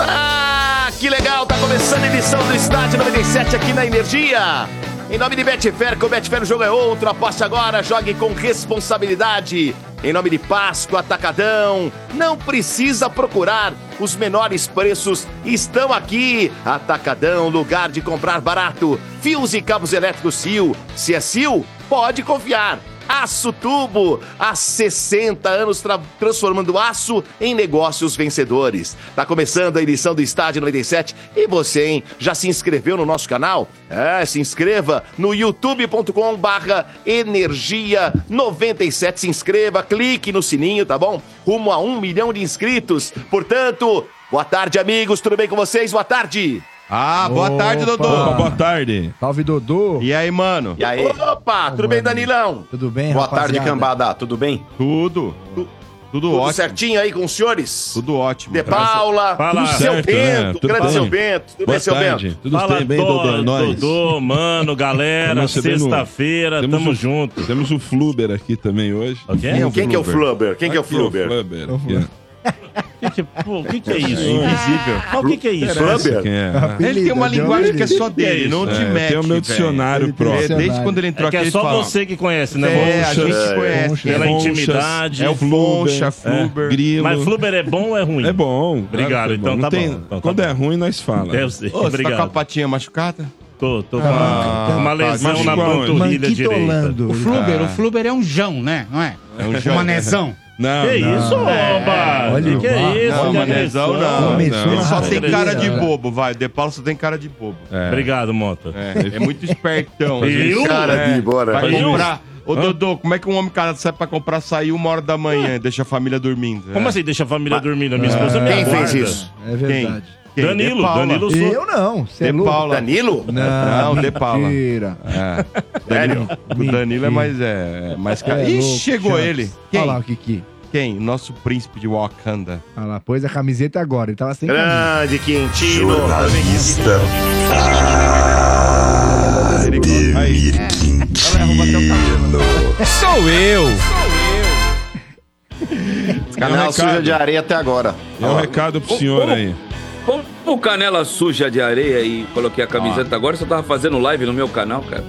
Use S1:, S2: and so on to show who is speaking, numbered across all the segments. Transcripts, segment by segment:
S1: Ah, tá 11h97 aqui na Energia. Em nome de Betfair, com Betfair o jogo é outro. Aposte agora, jogue com responsabilidade. Em nome de Páscoa, Atacadão, não precisa procurar. Os menores preços estão aqui. Atacadão, lugar de comprar barato. Fios e cabos elétricos Sil. Se é Sil, pode confiar. Aço Tubo, há 60 anos tra- transformando aço em negócios vencedores. Tá começando a edição do Estádio 97 e você, hein, já se inscreveu no nosso canal? É, se inscreva no youtube.com barra energia 97, se inscreva, clique no sininho, tá bom? Rumo a um milhão de inscritos, portanto, boa tarde amigos, tudo bem com vocês? Boa tarde!
S2: Ah, boa
S3: Opa.
S2: tarde, Dodô.
S3: Opa, boa
S2: tarde.
S3: Salve, Dodô.
S2: E aí, mano?
S1: E aí? Opa, tudo bem Danilão?
S3: Tudo bem,
S4: Boa
S3: rapaziada?
S4: tarde, cambada. Tudo bem?
S2: Tudo. Tudo,
S1: Tudo
S2: ótimo.
S1: certinho aí com os senhores?
S2: Tudo ótimo.
S1: De
S2: graças-
S1: Paula,
S5: Fala.
S1: o seu
S5: Certo,
S1: Bento,
S5: né?
S1: o
S5: Tudo
S1: grande
S5: bem?
S1: seu Bento. Tudo bem,
S5: Boa
S1: seu
S5: tarde.
S1: Bento?
S5: Tudo
S6: Fala,
S5: bem, bem,
S6: Dodô,
S5: Dodô, é nós.
S6: Dodô, mano, galera,
S5: Nós recebemos-
S6: sexta-feira,
S5: Temos
S6: tamo
S5: o-
S6: junto.
S5: Temos o Fluber aqui também hoje.
S6: Ok?
S1: Quem, quem que é o Flubber? Quem que é o
S5: Aqui, ó,
S1: Flubber?
S5: Fluber, aqui, é.
S6: O que, pô, que, que é isso? Invisível. Mas O que, que é isso?
S5: ó. Quem
S1: Flubber?
S5: é?
S2: Ele tem uma
S3: Apelido,
S2: linguagem que é só
S3: Johnny.
S2: dele, não te
S5: É,
S2: mete.
S5: tem o meu
S2: velho.
S5: dicionário
S3: Ele tem
S5: próprio.
S2: É, desde
S3: Dicionário.
S2: quando ele entrou
S6: É que
S2: aqui,
S6: é
S2: ele
S6: só
S2: fala.
S6: você que conhece,
S2: É,
S6: né?
S2: a
S6: Monchas.
S2: gente conhece.
S6: Pela
S2: é bom.
S6: intimidade.
S2: É o Floncha, Fluber.
S5: Grilo.
S6: Mas Fluber é bom ou é ruim?
S5: É bom.
S6: Obrigado,
S5: claro que é
S6: então
S5: Não
S6: tá
S5: tem-
S6: bom. Então tá
S5: Quando
S6: bom.
S5: é ruim, nós fala.
S6: Eu sei,
S2: Ô, você tá com a
S6: obrigado.
S2: patinha machucada? Ah, tá,
S6: Tô, tô com uma, uma lesão
S5: Machucou
S6: na
S5: aonde?
S6: panturrilha direita.
S3: Manquitolando.
S7: O Fluber, o Fluber é um jão, né? Não é?
S2: É um
S7: Um manezão.
S5: Não,
S6: Que
S5: não.
S6: isso,
S2: É,
S6: oba?
S3: olha
S6: que
S3: lá.
S6: isso,
S2: Não,
S6: que
S2: manezão
S6: agressão?
S2: não.
S3: Começou
S2: Ele
S3: na
S2: só tem
S6: rasteira.
S2: cara de
S3: Cara.
S2: bobo, vai. De Paulo só tem cara de bobo.
S5: É.
S6: Obrigado, Mota.
S2: É, é muito espertão.
S6: Viu? É.
S1: Cara, de bora.
S2: Vai
S6: Mas
S2: comprar. Ô, Dodô, como é que um homem cara sai pra comprar, sair uma hora da manhã e deixa a família dormindo? É.
S6: Como assim deixa a família dormindo? Minha esposa me
S1: Ah. Quem
S6: aguarda.
S1: fez isso? É
S3: É verdade.
S2: Quem? De
S6: Danilo,
S2: Paula.
S6: Danilo Souza.
S3: Eu não. Você é
S2: De
S3: louco?
S2: Paula.
S1: Danilo?
S3: Não,
S2: Não, de Paula.
S3: mentira.
S1: Sério?
S2: O É. Danilo é mais, é, é mais caro.
S3: É
S2: Ih,
S3: louco,
S2: chegou
S3: Chaves.
S2: ele.
S3: Olha
S2: Quem?
S3: lá o Kiki.
S2: Quem? Nosso príncipe de Wakanda.
S3: Olha lá, pôs a camiseta agora. Ele tava
S1: É.
S3: sem camisa.
S1: Grande Quintino.
S2: Sou eu!
S4: Canal suja de areia até agora.
S5: É um recado pro senhor aí.
S8: Como o canela suja de areia e coloquei a camiseta agora, você tava fazendo live no meu canal, cara.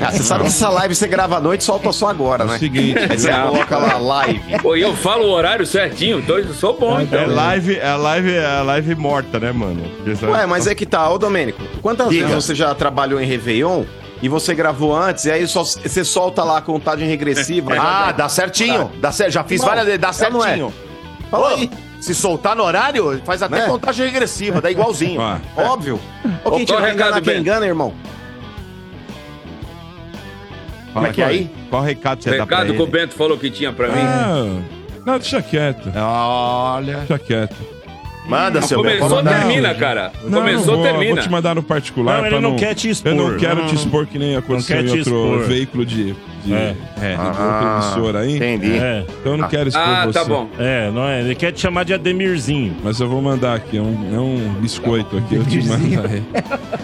S4: Ah, você sabe que essa live você grava à noite e solta só agora,
S5: É
S4: né?
S5: o seguinte.
S4: Aí você coloca lá live.
S8: Pô, e eu falo o horário certinho, então eu sou bom, então.
S2: É live, é live, é live morta, né, mano? Porque essa-
S4: Ué, mas é que tá, ô Domênico. Quantas
S1: Diga.
S4: vezes você já trabalhou em Réveillon e você gravou antes e aí só- você solta lá a contagem regressiva?
S1: Ah, dá certinho. Dá cer... Já fiz
S4: Não,
S1: várias. Dá
S4: não é.
S1: certinho.
S4: Fala aí.
S1: Ô, Se soltar no horário, faz até
S4: Né?
S1: contagem regressiva, dá igualzinho.
S5: Ó,
S4: Óbvio. Ô, quem,
S8: qual
S4: tira,
S8: o recado,
S4: engana, quem
S8: Bento?
S4: engana, irmão?
S2: Fala,
S1: é que é
S2: qual-
S1: aí?
S2: Qual recado você dá pra
S8: Recado que o
S2: ele?
S8: Bento falou que tinha pra mim.
S5: ah, não, deixa quieto.
S2: Olha.
S5: Deixa quieto.
S1: Manda, seu bem.
S8: Começou,
S1: manda.
S8: termina, cara.
S5: Não,
S8: Começou,
S5: vou,
S8: termina.
S5: Vou te mandar no particular.
S6: Não, ele
S5: pra
S6: não quer te expor.
S5: Eu não quero te
S6: Não.
S5: expor que nem aconteceu
S6: Não quer
S5: em
S6: te
S5: outro
S6: expor.
S5: veículo de, de,
S6: É.
S5: de outra emissora aí.
S1: Ah, Entendi.
S6: É,
S5: Então eu não quero expor
S8: Ah,
S5: você.
S8: tá bom.
S6: é, não é? Ele quer te chamar de Ademirzinho.
S5: Mas eu vou mandar aqui, é um, é um biscoito aqui, eu te mando aí.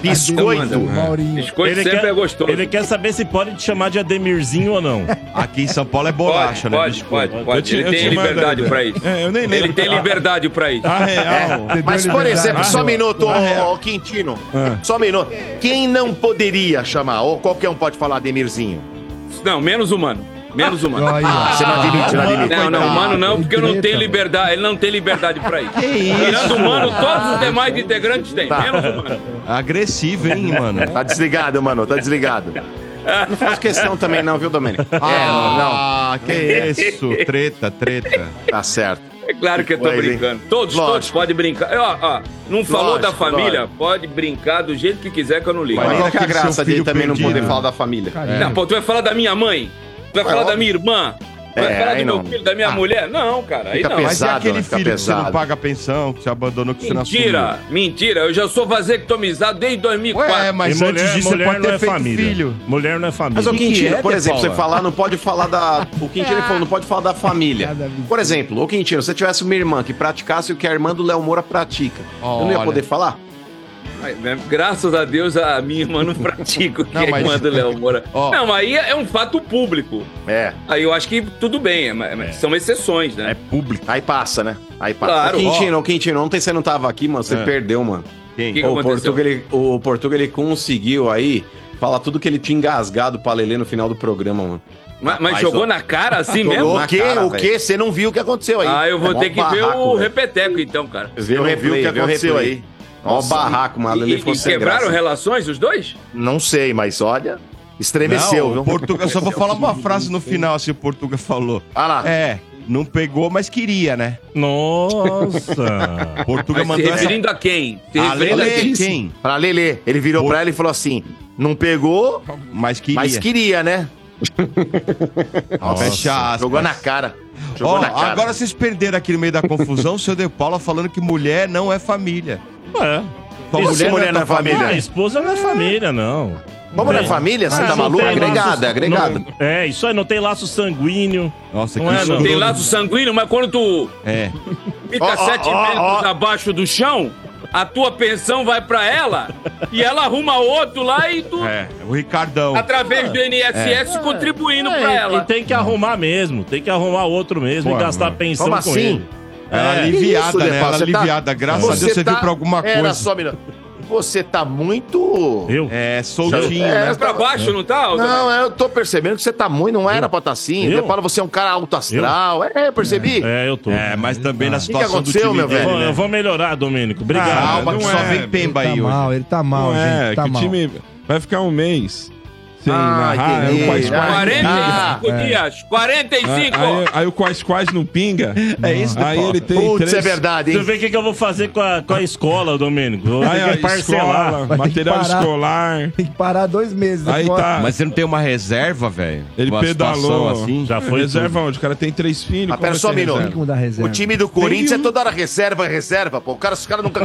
S1: Biscoito.
S3: Maurinho.
S8: Biscoito sempre é gostoso.
S6: ele quer saber se pode te chamar de Ademirzinho ou não.
S2: Aqui em São Paulo é
S8: Pode,
S2: bolacha, né?
S8: pode,
S2: bicho?
S8: pode, pode.
S5: Eu te-
S8: ele
S5: eu
S8: tem
S5: te mando,
S8: liberdade
S5: Bento.
S8: pra isso.
S5: É, eu nem lembro.
S8: Ele tem liberdade pra isso.
S2: Ah,
S5: A
S2: é,
S5: real.
S1: É, Mas, por exemplo, só um
S3: me
S1: minuto, ô, ô, Quintino.
S5: Ah.
S1: Só um minuto. Quem não poderia chamar? Ou qualquer um pode falar, Demirzinho.
S8: Não, menos humano. Menos humano.
S3: Aí, ó.
S1: Você não admite, não admite.
S8: Não, não, humano não, porque eu não
S3: Treta,
S8: tenho
S3: mano.
S8: liberdade. Ele não tem liberdade pra isso. Tirando humano, todos os demais integrantes têm. Menos humano.
S2: Agressivo, hein, mano?
S1: Tá desligado, mano, tá desligado.
S4: Não faz questão também não, viu, Domênico?
S2: É,
S1: É,
S2: Ah, que isso? Treta, treta.
S1: Tá certo.
S8: É claro que eu tô
S1: Pois, hein?
S8: brincando. Todos,
S1: Lógico.
S8: todos podem brincar. Ó, ó, não falou da
S1: Lógico,
S8: família? Pode brincar do jeito que quiser que eu não ligo.
S4: Mas qual que é a
S2: Aquele seu
S4: graça de
S2: filho
S4: também não poder
S2: perdido.
S4: falar da família?
S2: É.
S8: Não, pô, tu vai falar da minha mãe? Tu
S4: Vai,
S8: vai falar
S4: óbvio.
S8: da minha irmã? Tu vai
S1: É,
S8: falar
S1: aí
S8: do meu
S1: não.
S8: filho, da minha mulher? Não, cara, aí
S1: Fica
S8: não.
S1: pesado.
S2: Mas é
S1: né?
S2: aquele
S1: Fica
S2: filho que você não
S1: pesado.
S2: paga a pensão, que você abandonou, que você não
S8: Mentira, mentira. Eu já sou vasectomizado desde
S2: assumiu.
S8: 2004.
S2: Ué, mas
S6: E
S2: antes disso você pode ter feito filho.
S6: Mulher não é família.
S4: Mas o Quintino,
S2: é,
S4: por
S2: De
S4: exemplo,
S2: Paula?
S4: você falar, não pode falar da. O Quintino falou, não pode falar da família.
S3: Cada vez.
S4: Por exemplo, o Quintino, se eu tivesse uma irmã que praticasse o que a irmã do Léo Moura pratica, eu não ia
S2: Olha.
S4: poder falar?
S8: Ai, né, Graças a Deus, a minha irmã não pratica o que
S2: Não,
S8: a irmã
S2: mas-
S8: do Léo Moura.
S2: Ó.
S8: Não, aí é um fato público.
S1: É.
S8: Aí eu acho que tudo bem, mas- mas são exceções, né?
S1: Aí passa, né? Aí passa.
S8: Claro.
S4: Ô, Quintino, ô, Quintino, ontem você não tava aqui, mano, você perdeu, mano.
S1: Quem?
S8: O que, que
S4: o,
S8: aconteceu?
S4: Portuga, ele, o Portuga, ele conseguiu aí falar tudo que ele tinha engasgado pra Lelê no final do programa, mano.
S8: Mas, mas
S4: Rapaz,
S8: jogou
S4: ó.
S8: na cara assim
S4: Jogou.
S8: mesmo?
S4: na
S1: O que?
S4: cara,
S1: O que?
S4: velho.
S1: Você não viu o que aconteceu aí.
S8: Ah, eu vou
S4: É mó
S8: ter que ver
S4: barraco,
S8: o
S4: velho.
S8: repeteco então, cara.
S1: Você não viu o que
S4: replay, vê o
S1: aconteceu
S4: replay.
S1: aí.
S4: Ó o barraco, mano. A
S8: E,
S4: Lelê
S8: e
S4: ficou sem
S8: quebraram
S4: graça.
S8: relações os dois?
S1: Não sei, mas olha, estremeceu,
S2: Não,
S1: viu?
S2: o Portuga, eu só vou falar uma frase no final, assim, o Portuga falou.
S1: Ah lá.
S2: É, não pegou, mas queria, né?
S6: Nossa.
S2: O Portuga
S8: Mas se
S2: mandou essa...
S8: referindo a quem? Se
S2: A
S8: referindo a quem?
S2: Lele, quem?
S1: Pra Lelê. Ele virou
S2: Por-
S1: pra ela e falou assim: não pegou,
S2: Mas queria.
S1: mas queria, né?
S2: Fecha aspas.
S1: Jogou na cara. Jogou
S2: Ó,
S1: na cara.
S2: agora vocês perderam aqui no meio da confusão o seu De Paula falando que mulher não é família.
S6: É.
S2: Só
S1: Isso, mulher
S2: tua
S1: não é família.
S6: Ah, esposa não é família, não.
S1: Vamos na
S6: Bem,
S1: família? Você
S6: Ah,
S1: tá
S6: não
S1: maluco?
S6: tem
S1: Agregado,
S6: laço-
S1: é agregado.
S6: não- é, isso aí, não tem laço sanguíneo.
S2: Nossa, que
S6: Não é, não.
S2: escroto.
S8: Tem laço sanguíneo, mas quando tu
S2: É.
S8: fica
S1: Ó, ó,
S8: sete
S1: ó,
S8: metros
S1: ó.
S8: abaixo do chão, a tua pensão vai pra ela e ela arruma outro lá e tu,
S2: É, o Ricardão.
S8: através do INSS, contribuindo pra
S6: É, E
S8: ela.
S6: tem que arrumar mesmo, tem que arrumar outro mesmo
S2: Pô,
S6: e gastar
S2: mano.
S6: pensão
S1: Como
S6: com
S1: assim?
S6: ele.
S2: Ela
S6: É.
S2: aliviada,
S1: Que isso,
S2: né?
S1: Defal,
S2: Ela
S1: você tá-
S2: aliviada. Graças a Deus você
S1: tá-
S2: viu pra alguma
S1: Era
S2: coisa.
S1: só, menino. Você tá muito.
S6: Eu?
S2: É, soltinho,
S1: É,
S2: né?
S8: Mas pra baixo, não tá? Aldo?
S1: Não, é, eu tô percebendo que você tá muito. Não era pra estar assim.
S6: Eu?
S1: Eu falo, você é um cara alto astral. É, eu percebi.
S6: É, eu tô. Ah.
S2: É, mas também na
S1: que
S2: situação do
S1: aconteceu,
S2: time
S1: meu
S2: dele,
S6: eu,
S1: velho?
S6: vou,
S2: né?
S6: eu vou melhorar, Domênico. Obrigado.
S2: Calma,
S5: Não
S2: que só
S5: é,
S2: vem pemba
S3: Tá
S2: aí hoje.
S3: mal, ele tá
S5: Não
S3: mal, gente.
S5: é,
S3: tá
S5: que o
S3: mal.
S5: time vai ficar um mês sem
S1: Ah,
S5: narrar. é um Aí
S1: entendi.
S5: o quais
S1: Ah,
S5: quais.
S8: 45
S1: Ah,
S6: É.
S8: dias! 45!
S5: Aí, É, aí o quais quais não pinga.
S2: É isso,
S5: Aí
S2: Paulo?
S5: ele tem
S1: Putz,
S5: três.
S1: é verdade,
S6: Deixa eu
S1: hein?
S6: ver o que, que eu vou fazer com a, com a escola, Domênico. Vou
S5: Aí
S6: ter
S5: a
S6: que parcelar.
S5: escola,
S3: Vai ter que
S5: material
S3: parar.
S5: escolar.
S3: Tem que parar dois meses.
S5: Aí
S3: agora.
S5: tá.
S2: Mas você não tem uma reserva, velho?
S5: Ele
S2: Uma
S5: pedalou.
S2: situação assim?
S6: Já foi
S5: reserva onde? O cara tem três filhos.
S1: Ah,
S2: é
S5: como
S1: pera
S5: vai
S1: só um
S5: ser
S1: minuto.
S3: Tem que
S5: reserva?
S3: mudar a reserva.
S1: O time do Corinthians é toda hora reserva, reserva, pô. O cara, os caras nunca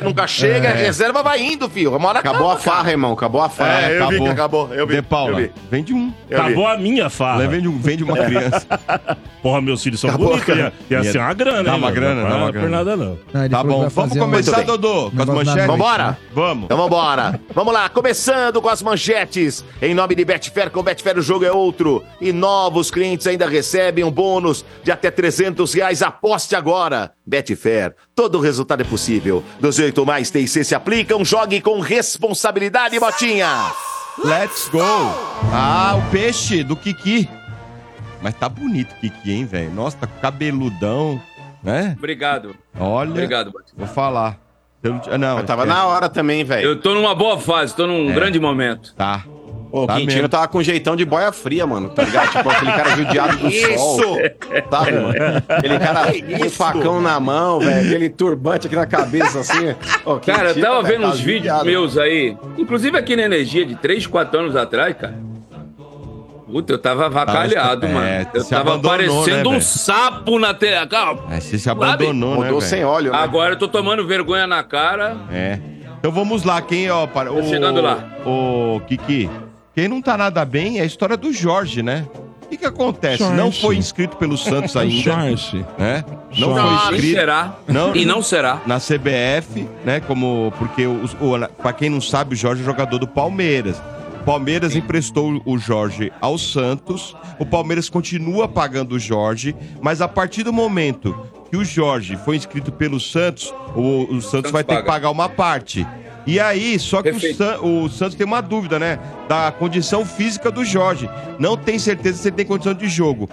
S1: nunca
S6: É.
S1: chega, reserva vai indo, É filho. Uma hora
S4: Acabou a
S1: acaba,
S4: farra, irmão. Acabou a farra.
S1: É, eu vi que
S2: acabou.
S1: acabou. Eu vi.
S2: De
S1: Eu
S2: Paula,
S1: vi.
S2: vende um.
S1: Eu vi.
S6: Acabou Tá a minha farra.
S2: Vende um, vende uma criança.
S6: Porra, meus filhos são
S1: Acabou,
S6: bonitos. Ia, ia
S2: Ia-
S6: ser uma grana,
S2: Dá
S6: hein,
S2: uma
S6: meu?
S2: grana,
S6: Não
S2: dá
S6: é
S2: uma
S6: Por
S2: grana.
S6: nada, não.
S3: Ah, ele
S2: Tá
S3: falou que
S2: bom,
S3: vai
S2: vamos
S3: fazer uma-
S2: começar,
S1: bem.
S2: Dodô, com as
S3: Negócio na
S2: manchetes?
S3: noite,
S1: Vambora?
S3: né?
S2: Vamos.
S1: Então vambora. Vamos lá, começando com as manchetes. Em nome de Betfair, com Betfair o jogo é outro. E novos clientes ainda recebem um bônus de até 300 reais. Aposte agora. Betfair, todo resultado é possível. 18 mais TIC se aplicam. Jogue com responsabilidade, Botinha.
S2: Let's go! Ah, o peixe do Kiki. Mas tá bonito o Kiki, hein, velho? Nossa, tá cabeludão, né?
S8: Obrigado,
S2: Olha,
S8: obrigado, Batista.
S2: vou falar. Eu não, tinha- não,
S4: Eu tava
S2: é,
S4: na hora também, velho.
S8: Eu tô numa boa fase, tô
S6: É.
S8: num grande momento.
S2: Tá.
S4: Ô, O
S2: Tá
S4: Quintino
S2: mesmo.
S4: tava com um jeitão de boia fria, mano, tá ligado? Tipo aquele cara judiado do sol.
S1: Isso!
S4: Sabe, mano? Aquele cara
S1: Que
S4: com um
S1: isso?
S4: facão na mão, velho. Aquele turbante aqui na cabeça, assim. Ô,
S8: Cara, eu
S4: Quintino,
S8: tava
S4: velho,
S8: vendo
S4: tá
S8: uns vídeos
S4: judiado.
S8: meus aí, inclusive aqui na Energia, de 3, 4 anos atrás, cara. Puta, eu tava avacalhado,
S2: Tava-
S8: mano.
S2: é,
S8: eu
S2: se
S8: tava
S2: abandonou, né,
S8: parecendo um
S2: velho?
S8: sapo na tela. Cara,
S2: É, você se abandonou, né,
S4: Mudou
S2: velho?
S4: sem óleo, né?
S8: Agora eu tô tomando vergonha na cara.
S2: É. Então vamos lá, quem, ó, para... Ô,
S8: Tá chegando lá.
S2: Ô, Kiki, quem não tá nada bem é a história do Jorge, né? O que que acontece?
S5: Jorge.
S2: Não foi inscrito pelo Santos ainda,
S5: Jorge.
S2: né? Não
S5: Jorge.
S2: foi
S8: e
S2: inscrito.
S8: será.
S2: Não.
S8: E não será.
S2: na CBF, né? Como porque os, o, para quem não sabe, o Jorge é jogador do Palmeiras. O Palmeiras emprestou o Jorge ao Santos. O Palmeiras continua pagando o Jorge, mas a partir do momento que o Jorge foi inscrito pelo Santos, o, o Santos, vai ter que
S8: paga.
S2: pagar uma parte. E aí, só que o,
S8: Perfeito.
S2: San- o Santos tem uma dúvida, né? Da condição física do Jorge. Não tem certeza se ele tem condição de jogo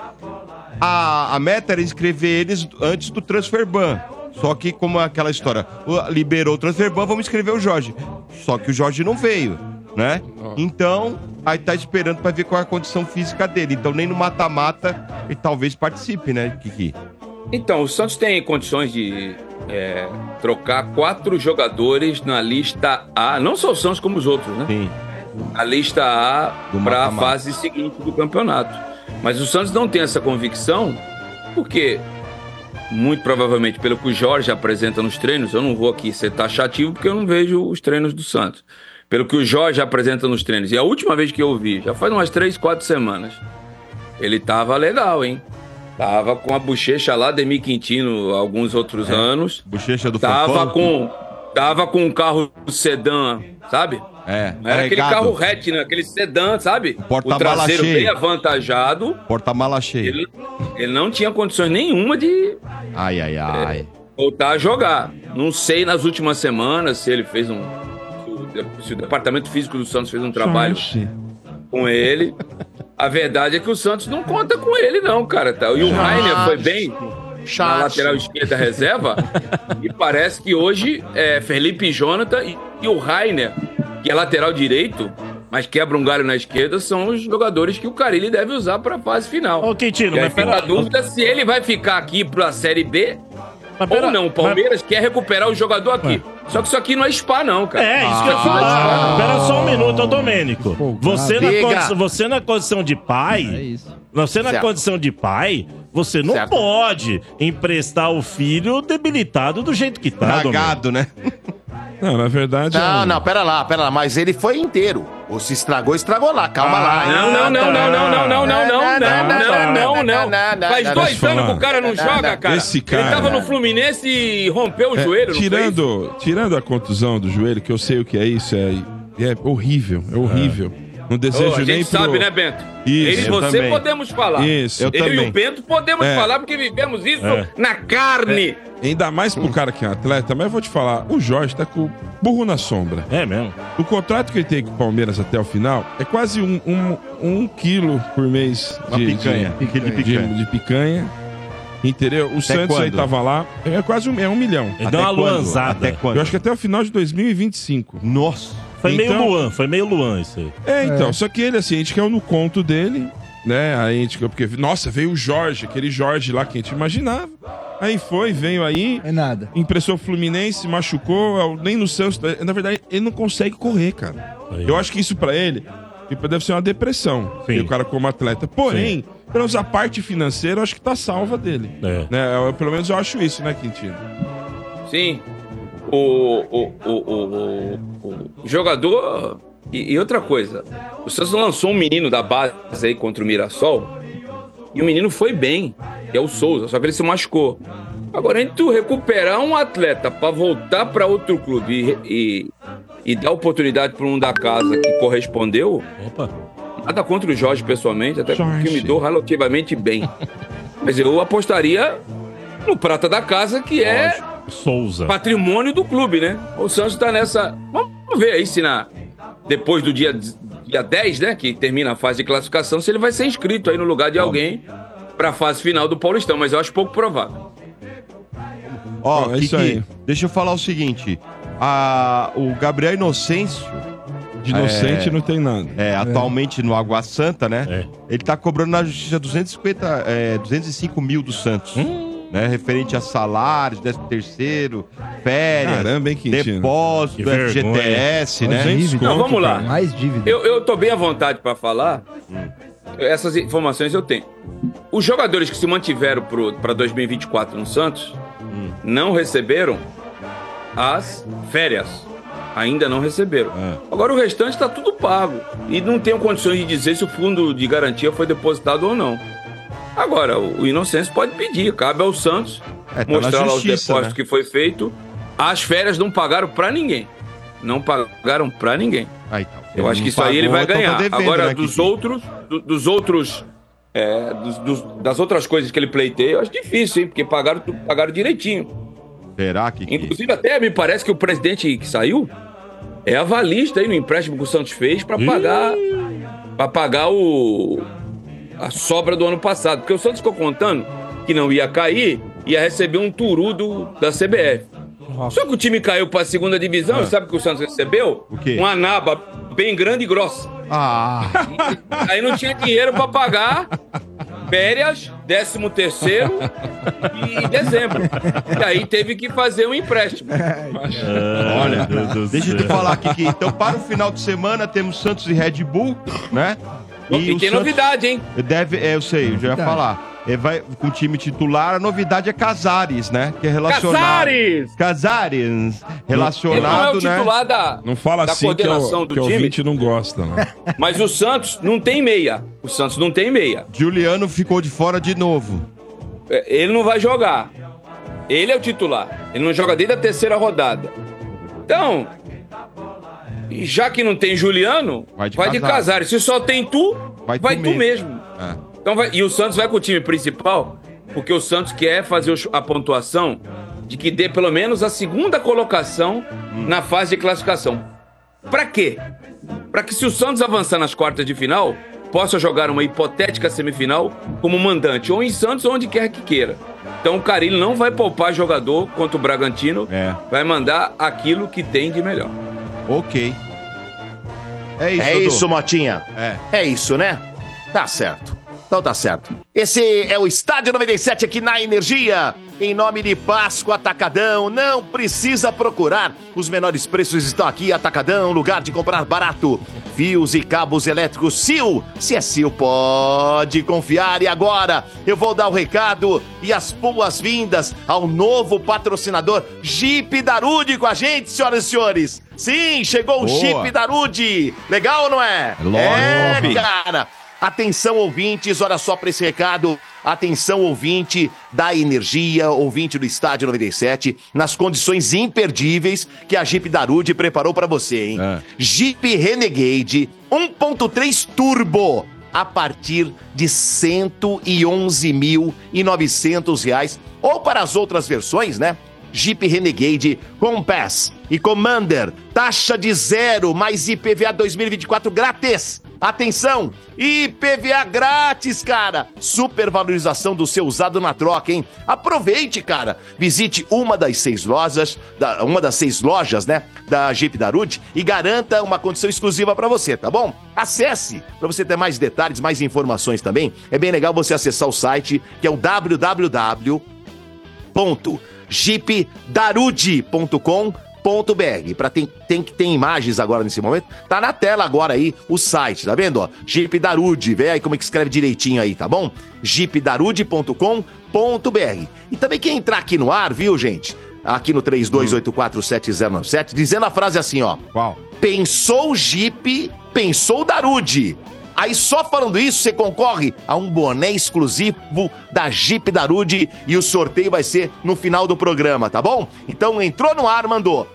S2: a, a meta era inscrever eles antes do transfer ban. Só que, como aquela história, o- liberou o transfer ban, vamos inscrever o Jorge. Só que o Jorge não veio, né? Então, aí tá esperando pra ver qual é a condição física dele. Então, nem no mata-mata ele talvez participe, né, Kiki?
S8: Então, o Santos tem condições de é, trocar quatro jogadores na lista A. Não só o Santos, como os outros, né?
S2: Sim.
S8: a lista A
S2: Do
S8: para a
S2: mata-mata.
S8: fase seguinte do campeonato. Mas o Santos não tem essa convicção, porque muito provavelmente pelo que o Jorge apresenta nos treinos, eu não vou aqui ser taxativo porque eu não vejo os treinos do Santos. Pelo que o Jorge apresenta nos treinos, e a última vez que eu vi, já faz umas três, quatro semanas, ele tava legal, hein? Tava com a bochecha lá, Demi Quintino, há alguns outros anos.
S2: É. Bochecha do
S8: Tava
S2: Fofão?
S8: com, tava com um carro sedã, sabe?
S2: É,
S8: Não Era aquele
S2: carregado.
S8: carro hatch, né? aquele sedã, sabe?
S2: porta-mala
S8: o traseiro
S2: cheio.
S8: bem avantajado.
S2: Porta-mala cheia.
S8: Ele, ele não tinha condições nenhuma de.
S2: Ai, ai, ai.
S8: voltar a jogar. Não sei nas últimas semanas se ele fez um. se o de- Se o departamento físico do Santos fez um trabalho com ele. A verdade é que o Santos não conta com ele, não, cara. Tá? E o Rainer foi bem na
S1: Chato.
S8: lateral esquerda reserva. e parece que hoje é Felipe e Jonathan e, e o Rainer, que é lateral direito, mas quebra um galho na esquerda, são os jogadores que o Carilli deve usar para a fase final.
S6: Ô, Quintino,
S8: E aí
S6: mas
S8: fica a
S6: pera,
S8: dúvida se ele vai ficar aqui pra Série B
S6: mas
S8: ou
S6: pera-
S8: não. O Palmeiras quer recuperar o jogador aqui. Só que isso aqui não é spa, não, cara.
S6: É, isso que eu
S5: Ah.
S6: ia falar. Pera só um minuto, ô Domênico. Você na,
S1: Diga.
S6: condi- você na condição de
S9: É
S6: pai,
S9: isso.
S6: você na
S1: Certo.
S6: condição de pai, você não
S1: Certo.
S6: pode emprestar o filho debilitado do jeito que tá, Domênico.
S2: Cagado, né?
S5: Não, na verdade. é
S1: Não,
S5: um-
S1: não, pera lá, pera lá. Mas ele foi inteiro. Ou se estragou, estragou lá. Calma lá. hein?
S8: Não, não, não, não, não, não, não, não, não, não, não, não, não. Faz dois
S5: falar.
S8: anos que o cara não joga, cara.
S5: Esse cara-
S8: Ele tava no Fluminense e rompeu o
S5: É,
S8: joelho, não
S5: tirando, tirando a contusão do joelho, que eu sei o que é isso, é, é horrível, é horrível. Não
S8: fez?
S5: desejo
S8: Ô, a
S5: nem
S8: gente
S5: pro...
S8: sabe, né, Bento?
S5: Isso,
S8: Ele e
S5: eu
S8: você
S5: também.
S8: podemos falar.
S5: Isso, eu
S8: Eu e
S5: também.
S8: o Bento podemos
S5: É.
S8: falar, porque vivemos isso
S6: É.
S8: na carne.
S5: Ainda mais pro cara que é atleta, mas eu vou te falar, o Jorge tá com o burro na sombra.
S6: É mesmo.
S5: O contrato que ele tem com o Palmeiras até o final é quase um, um, um quilo por mês
S2: Uma picanha.
S5: de,
S2: Picanha.
S5: de- de picanha. Entendeu? O Santos aí
S2: quando?
S5: tava lá, é quase um, é um milhão.
S6: Ele deu uma
S2: quando?
S6: luanzada.
S2: Até quando?
S5: Eu acho que até o final de 2025.
S2: Nossa.
S6: Foi meio
S5: Então-
S6: Luan, foi meio Luan isso aí.
S5: É, então, só que ele, assim, a gente caiu no conto dele, né? Aí a gente, porque, nossa, veio o Jorge, aquele Jorge lá que a gente imaginava. Aí foi, veio aí,
S3: É nada.
S5: impressou o Fluminense, machucou, nem no Santos. Na verdade, ele não consegue correr, cara. Eu acho que isso pra ele tipo, deve ser uma depressão.
S6: Sim.
S5: E o cara como atleta. Porém, pelo menos a parte financeira, eu acho que tá salva dele.
S6: É.
S5: Né? Eu- pelo menos eu acho isso, né, Quintino?
S8: Sim. O, o, o, o, o- o jogador. E, e outra coisa, o Santos lançou um menino da base aí contra o Mirassol. E o menino foi bem, que é o Souza, só que ele se machucou. Agora, entre tu recuperar um atleta pra voltar pra outro clube e, e, e dar oportunidade pra um da casa que correspondeu,
S6: Opa.
S8: nada contra o Jorge pessoalmente, até porque
S5: Jorge.
S8: me dou relativamente bem. Mas eu apostaria no prata da casa, que é
S6: Souza.
S8: patrimônio do clube, né? O Santos tá nessa. Vamos ver aí se na. Depois do dia, dia 10, né? Que termina a fase de classificação, se ele vai ser inscrito aí no lugar de alguém pra fase final do Paulistão, mas eu acho pouco provável.
S2: Ó,
S5: Bom, é isso
S2: Kiki,
S5: aí.
S2: deixa eu falar o seguinte. A, o Gabriel Inocêncio,
S5: De inocente
S2: É.
S5: não tem nada.
S2: é, atualmente no Água Santa, né?
S6: É.
S2: Ele tá cobrando na justiça 250, é, 205 mil do Santos.
S6: Hum.
S2: Né, referente a salários, 13 terceiro, férias,
S5: Caramba, hein, Quintino?
S2: depósito,
S6: Que vergonha.
S2: FGTS, né?
S5: Mas, gente,
S8: Não, vamos lá.
S3: Mais dívida.
S8: Eu, eu tô bem à vontade pra falar.
S2: Hum.
S8: Essas informações eu tenho. Os jogadores que se mantiveram pro- pra 2024 no Santos
S2: Hum.
S8: não receberam as férias. Ainda não receberam.
S2: É.
S8: Agora o restante tá tudo pago. E não tenho condições de dizer se o fundo de garantia foi depositado ou não. Agora, o o Inocêncio pode pedir, cabe ao Santos
S2: É, tá na
S8: mostrar lá os
S2: justiça,
S8: depósitos
S2: né?
S8: que foi feito. As férias não pagaram pra ninguém. Não pagaram pra ninguém.
S2: Ah, então.
S8: Eu
S2: Ele
S8: acho
S2: não
S8: que isso aí
S2: pagou,
S8: ele vai
S2: então tá
S8: ganhar.
S2: devendo,
S8: Agora,
S2: né,
S8: dos
S2: Kiki?
S8: outros, do- dos outros. é, dos- dos- das outras coisas que ele pleiteia, eu acho difícil, hein? Porque pagaram, tu- pagaram direitinho.
S2: Será, Kiki?
S8: Inclusive, até me parece que o presidente que saiu é avalista aí no empréstimo que o Santos fez pra pagar. para pagar o. a sobra do ano passado. Porque o Santos ficou contando que não ia cair, ia receber um turu do, da CBF. Só que o time caiu pra segunda divisão, e sabe o que o Santos recebeu?
S2: Ah. O quê?
S8: Uma naba bem grande e grossa.
S2: Ah,
S8: Aí não tinha dinheiro pra pagar férias, 13 terceiro e dezembro. E aí teve que fazer um empréstimo.
S2: É, olha,
S6: Meu Deus do
S2: deixa eu te
S6: céu.
S2: falar, Kiki. Então, para o final de semana, temos Santos e Red Bull, né?
S8: E,
S2: o
S8: tem
S2: Santos
S8: novidade, hein?
S2: Deve, é, eu sei, eu já ia
S3: Novidade.
S2: falar. É, vai com o time titular, a novidade é Casares, né? Que é relacionado.
S8: Casares!
S2: Casares,
S8: Ele não é o
S2: relacionado, né?
S8: titular da,
S5: Não fala
S8: da
S5: assim que,
S8: coordenação
S5: o,
S8: do
S5: que o
S8: time,
S5: ouvinte não gosta, né? não.
S8: mas o Santos não tem meia. O Santos não tem meia.
S2: Juliano ficou de fora de novo.
S8: É, Ele não vai jogar. Ele é o titular. Ele não joga desde a terceira rodada. Então, e já que não tem Juliano,
S2: Vai
S8: vai
S2: de
S8: de,
S2: Casares.
S8: Casares. Se só tem tu,
S2: Vai
S8: vai,
S2: tu
S8: tu
S2: mesmo.
S8: mesmo.
S2: É.
S8: Então vai- e o Santos vai com o time principal, porque o Santos quer fazer os- a pontuação de que dê pelo menos a segunda colocação na fase de classificação. Pra quê? Pra que se o Santos avançar nas quartas de final, possa jogar uma hipotética semifinal como mandante, ou em Santos, ou onde quer que queira. Então o Carilho não vai poupar jogador contra o Bragantino,
S2: É.
S8: vai mandar aquilo que tem de melhor.
S2: Ok. É isso,
S1: É
S2: Dudu.
S1: isso, Motinha.
S2: É.
S1: É isso, né? Tá certo. Então tá certo. Esse é o Estádio 97 aqui na Energia. Em nome de Páscoa Atacadão, não precisa procurar. Os menores preços estão aqui. Atacadão, lugar de comprar barato. Fios e cabos elétricos Sil. Se é Sil, pode confiar. E agora eu vou dar o recado e as boas-vindas ao novo patrocinador Jeep Darude com a gente, senhoras e senhores. Sim, chegou o
S2: Boa.
S1: Jeep Darude. Legal, não é?
S2: Lógico.
S1: É, cara. Atenção, ouvintes, olha só para esse recado. Atenção, ouvinte da Energia, ouvinte do Estádio 97, nas condições imperdíveis que a Jeep Darude preparou para você, hein?
S2: É.
S1: Jeep Renegade 1.3 Turbo a partir de R$ 111.900 reais ou para as outras versões, né? Jeep Renegade Compass e Commander, taxa de zero mais IPVA 2024 grátis. Atenção, IPVA grátis, cara. Supervalorização do seu usado na troca, hein? Aproveite, cara. Visite uma das seis lojas, da- uma das seis lojas, né, da Jeep Darude e garanta uma condição exclusiva pra você, tá bom? Acesse pra você ter mais detalhes, mais informações também. É bem legal você acessar o site que é o www jeepdarude.com.br. Pra tem, tem que tem imagens agora nesse momento. Tá na tela agora aí o site, tá vendo? Ó, Jeep Darude, vê aí como é que escreve direitinho aí, tá bom? jeepdarude.com.br. E também quem entrar aqui no ar, viu, gente? Aqui no 32847097, dizendo a frase assim, ó:
S2: Qual?
S1: pensou Jeep, pensou Darude. Aí só falando isso, você concorre a um boné exclusivo da Jeep Darude e o sorteio vai ser no final do programa, tá bom? Então entrou no ar, mandou.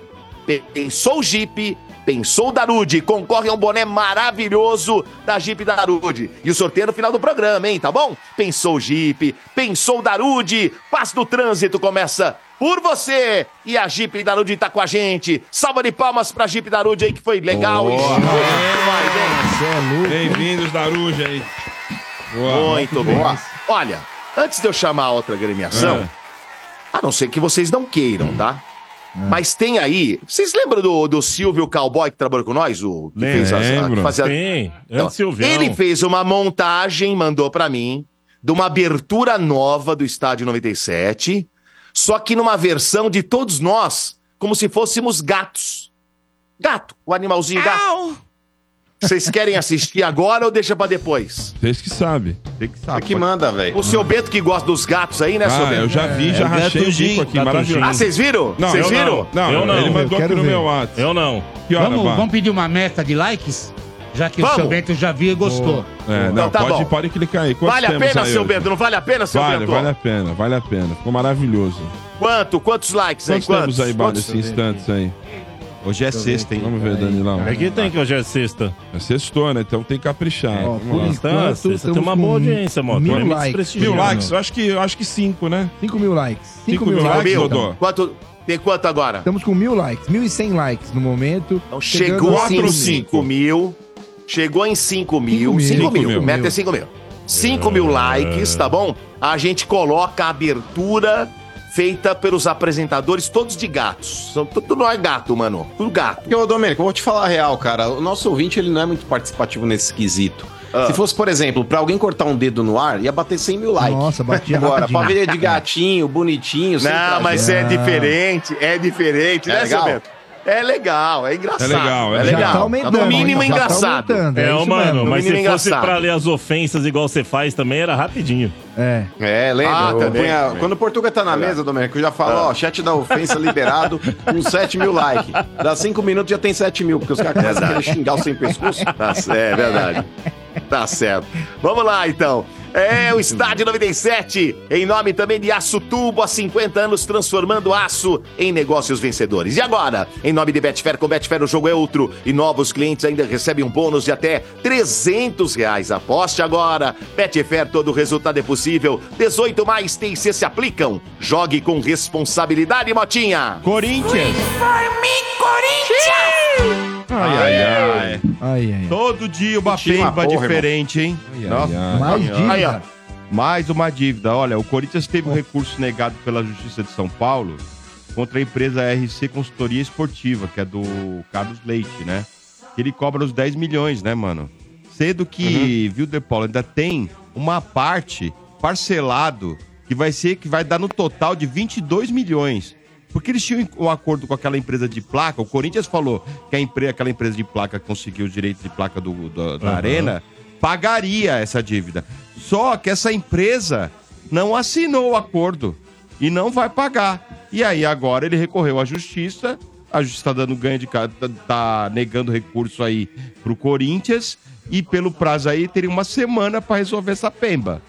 S1: Pensou Jeep, pensou Darude, concorre a um boné maravilhoso da Jeep Darude. E o sorteio é no final do programa, hein, tá bom? Pensou Jeep, pensou Darude, passo do trânsito começa por você. E a Jeep Darude tá com a gente. Salva de palmas pra Jeep Darude aí, que foi legal. e foi muito mais, hein?
S3: Você é louco.
S5: Bem-vindos, Daruja aí. Boa.
S1: Muito bem. Olha, antes de eu chamar a outra gremiação,
S5: É.
S1: a não ser que vocês não queiram, tá?
S5: É.
S1: Mas tem aí. Vocês lembram do, do Silvio Cowboy que trabalhou com nós? O, que
S5: Lembro.
S1: que fazia-
S6: Tem.
S1: Então,
S6: Antes Silvio.
S1: ele fez uma montagem, mandou pra mim, de uma abertura nova do Estádio 97, só que numa versão de todos nós, como se fôssemos gatos. Gato, o animalzinho gato. Vocês querem assistir agora ou deixa pra depois?
S5: Vocês que sabem.
S2: Tem que
S4: É
S2: saber.
S4: que manda, velho.
S1: O seu Bento que gosta dos gatos aí, né, seu
S5: Ah,
S1: Bento?
S5: eu já vi,
S6: é
S5: já
S6: o
S5: rachei o
S6: Gato Gin,
S5: bico aqui.
S6: Gato
S5: Maravilhoso.
S1: Ah, vocês viram?
S5: Não,
S1: Vocês
S5: eu
S1: viram?
S5: não. Não,
S6: Eu não.
S5: ele
S3: Eu
S5: mandou aqui
S3: quero
S5: no
S3: ver.
S5: meu WhatsApp.
S6: Eu não.
S5: Que hora,
S7: Vamos,
S5: Bá?
S7: vamos pedir uma meta de likes? Já que o
S1: Vamos.
S7: seu Bento já viu e gostou.
S5: É, não,
S1: Então tá
S5: pode,
S1: bom.
S5: pode clicar aí. Quantos
S1: Vale a
S5: temos
S1: pena,
S5: aí
S1: seu
S5: hoje?
S1: Bento? Não vale a pena, seu
S5: Vale,
S1: Bento?
S5: vale a pena, vale a pena. Ficou maravilhoso.
S1: Quanto? Quantos likes aí?
S5: Quantos
S1: Quantos?
S5: temos aí, Bá,
S1: Quantos?
S5: nesses instantes aí?
S2: Hoje é sexta, hein?
S5: Vamos ver, Danilão.
S6: É que tem que hoje é sexta.
S5: É sextou, né? Então tem que caprichar. Vamos
S3: Ó,
S5: lá.
S3: por
S6: Então,
S3: enquanto,
S6: sexta tem
S3: estamos
S6: uma
S3: com
S6: boa audiência, moto.
S3: mil
S6: Não é me
S3: likes.
S6: desprestigiando.
S5: Mil likes? Eu acho que, eu acho que cinco, né?
S3: 5 mil likes. 5 mil,
S5: mil
S3: likes.
S5: likes,
S1: Mil?
S5: Dodô.
S1: Quanto? Tem quanto agora?
S3: Estamos com mil likes. 1.100 likes no momento.
S1: Então,
S3: Chegando
S1: chegou
S3: a
S1: em
S3: 5
S1: 5 mil. Chegou em 5 mil.
S3: mil.
S1: 5
S5: Cinco
S1: mil.
S5: mil. É.
S1: Meta é 5 mil. 5 mil likes, tá bom? A gente coloca a abertura feita pelos apresentadores, todos de gatos. São- Tudo não é gato, mano. Tudo gato.
S4: Porque, ô, Domênico, eu vou te falar a real, cara. O nosso ouvinte, ele não é muito participativo nesse quesito.
S1: Ah.
S4: Se fosse, por exemplo, pra alguém cortar um dedo no ar, ia bater 100 mil likes.
S3: Nossa, batia
S4: Agora,
S3: rapidinho.
S4: pra ver de gatinho, bonitinho, sem
S1: Não,
S4: traje.
S1: mas é
S3: Ah.
S1: diferente, é diferente,
S4: É
S1: né, seu
S4: legal?
S1: Beto? É legal, é engraçado.
S5: É legal, é
S1: é
S5: legal.
S1: legal.
S3: Já tá aumentando.
S1: no mínimo
S3: já tá
S1: engraçado.
S3: aumentando,
S6: É,
S3: isso
S6: mano,
S3: mesmo.
S6: mas se
S1: No mínimo
S6: fosse
S1: engraçado.
S6: pra ler as ofensas igual você faz também, era rapidinho. tá,
S3: É.
S4: É, lembra?
S1: Ah,
S4: Eu
S1: também,
S4: ponho a-
S1: também.
S4: Quando o Portuga tá na mesa, Domênico, eu já falo, ó, chat da ofensa liberado, com 7 mil likes. Dá 5 minutos, já tem 7 mil, porque os caras começam a querer xingar o sem pescoço.
S1: Tá c- é verdade. Tá certo. Vamos lá, então. É, o Estádio 97, em nome também de Aço Tubo, há 50 anos transformando aço em negócios vencedores. E agora, em nome de Betfair, com Betfair o jogo é outro e novos clientes ainda recebem um bônus de até 300 reais. Aposte agora. Betfair, todo resultado é possível. 18 mais TIC se aplicam. Jogue com responsabilidade, Motinha.
S2: Corinthians. Ai, ai, ai.
S3: Ai, ai,
S2: Todo dia uma
S4: Time uma
S2: pemba
S4: porra,
S2: diferente, hein? Nossa,
S3: ai. Mais
S1: Aí, ó.
S3: dívida.
S2: Mais uma dívida. Olha, o Corinthians teve um recurso negado pela Justiça de São Paulo contra a empresa RC Consultoria Esportiva, que é do Carlos Leite, né? Ele cobra os 10 milhões, né, mano? Sendo que, viu, De Paulo, ainda tem uma parte parcelado que vai ser que vai dar no total de 22 milhões. Porque eles tinham um acordo com aquela empresa de placa, o Corinthians falou que a empre, aquela empresa de placa que conseguiu os direitos de placa do, da- da Arena, pagaria essa dívida. Só que essa empresa não assinou o acordo e não vai pagar. E aí agora ele recorreu à justiça, a justiça tá dando ganho de ca- tá, tá negando recurso aí pro Corinthians e pelo prazo aí teria uma semana para resolver essa pemba.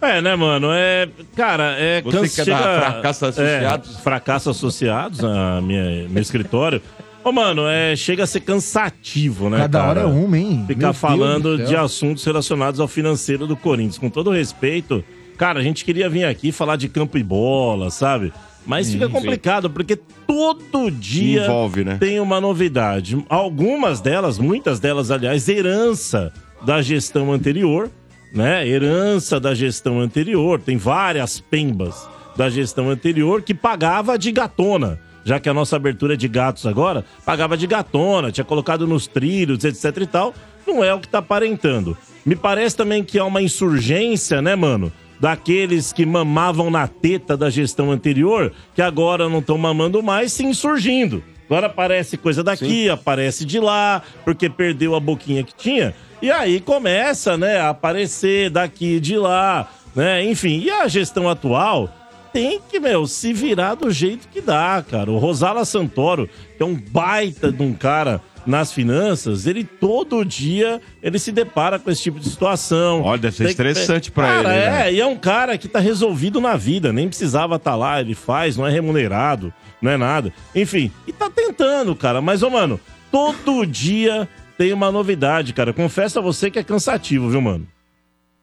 S6: É, né, mano? É, cara, é...
S2: Você quer dar fracasso associados?
S6: É, fracasso associados na minha, meu escritório. Ô, mano, é, chega a ser cansativo, né,
S3: Cada
S6: cara?
S3: hora é
S1: um,
S3: uma, hein? Meu
S6: Ficar
S3: Deus
S6: falando
S3: do
S6: de
S3: céu.
S6: assuntos relacionados ao financeiro do Corinthians. Com todo respeito, cara, a gente queria vir aqui falar de campo e bola, sabe? Mas fica complicado, porque todo dia
S2: Envolve, né?
S6: tem uma novidade. Algumas delas, muitas delas, aliás, herança da gestão anterior, né? Herança da gestão anterior. Tem várias pembas da gestão anterior que pagava de gatona. Já que a nossa abertura é de gatos agora, pagava de gatona, tinha colocado nos trilhos, etc e tal. Não é o que tá aparentando. Me parece também que há uma insurgência, né, mano? daqueles que mamavam na teta da gestão anterior, que agora não estão mamando mais, se insurgindo. Agora aparece coisa daqui, aparece de lá, porque perdeu a boquinha que tinha. E aí começa, né, a aparecer daqui, de lá, né? Enfim, e a gestão atual tem que, meu, se virar do jeito que dá, cara. O Rosala Santoro, que é um baita de um cara nas finanças, ele todo dia ele se depara com esse tipo de situação.
S2: Olha, deve ser
S6: Tem que-
S2: estressante pra
S6: Cara,
S2: ele, né?
S6: É, e é um cara que tá resolvido na vida, nem precisava estar lá, ele faz, não é remunerado, não é nada. Enfim, e tá tentando, cara, mas, ô, mano, todo dia tem uma novidade, cara. Confesso a você que é cansativo, viu, mano?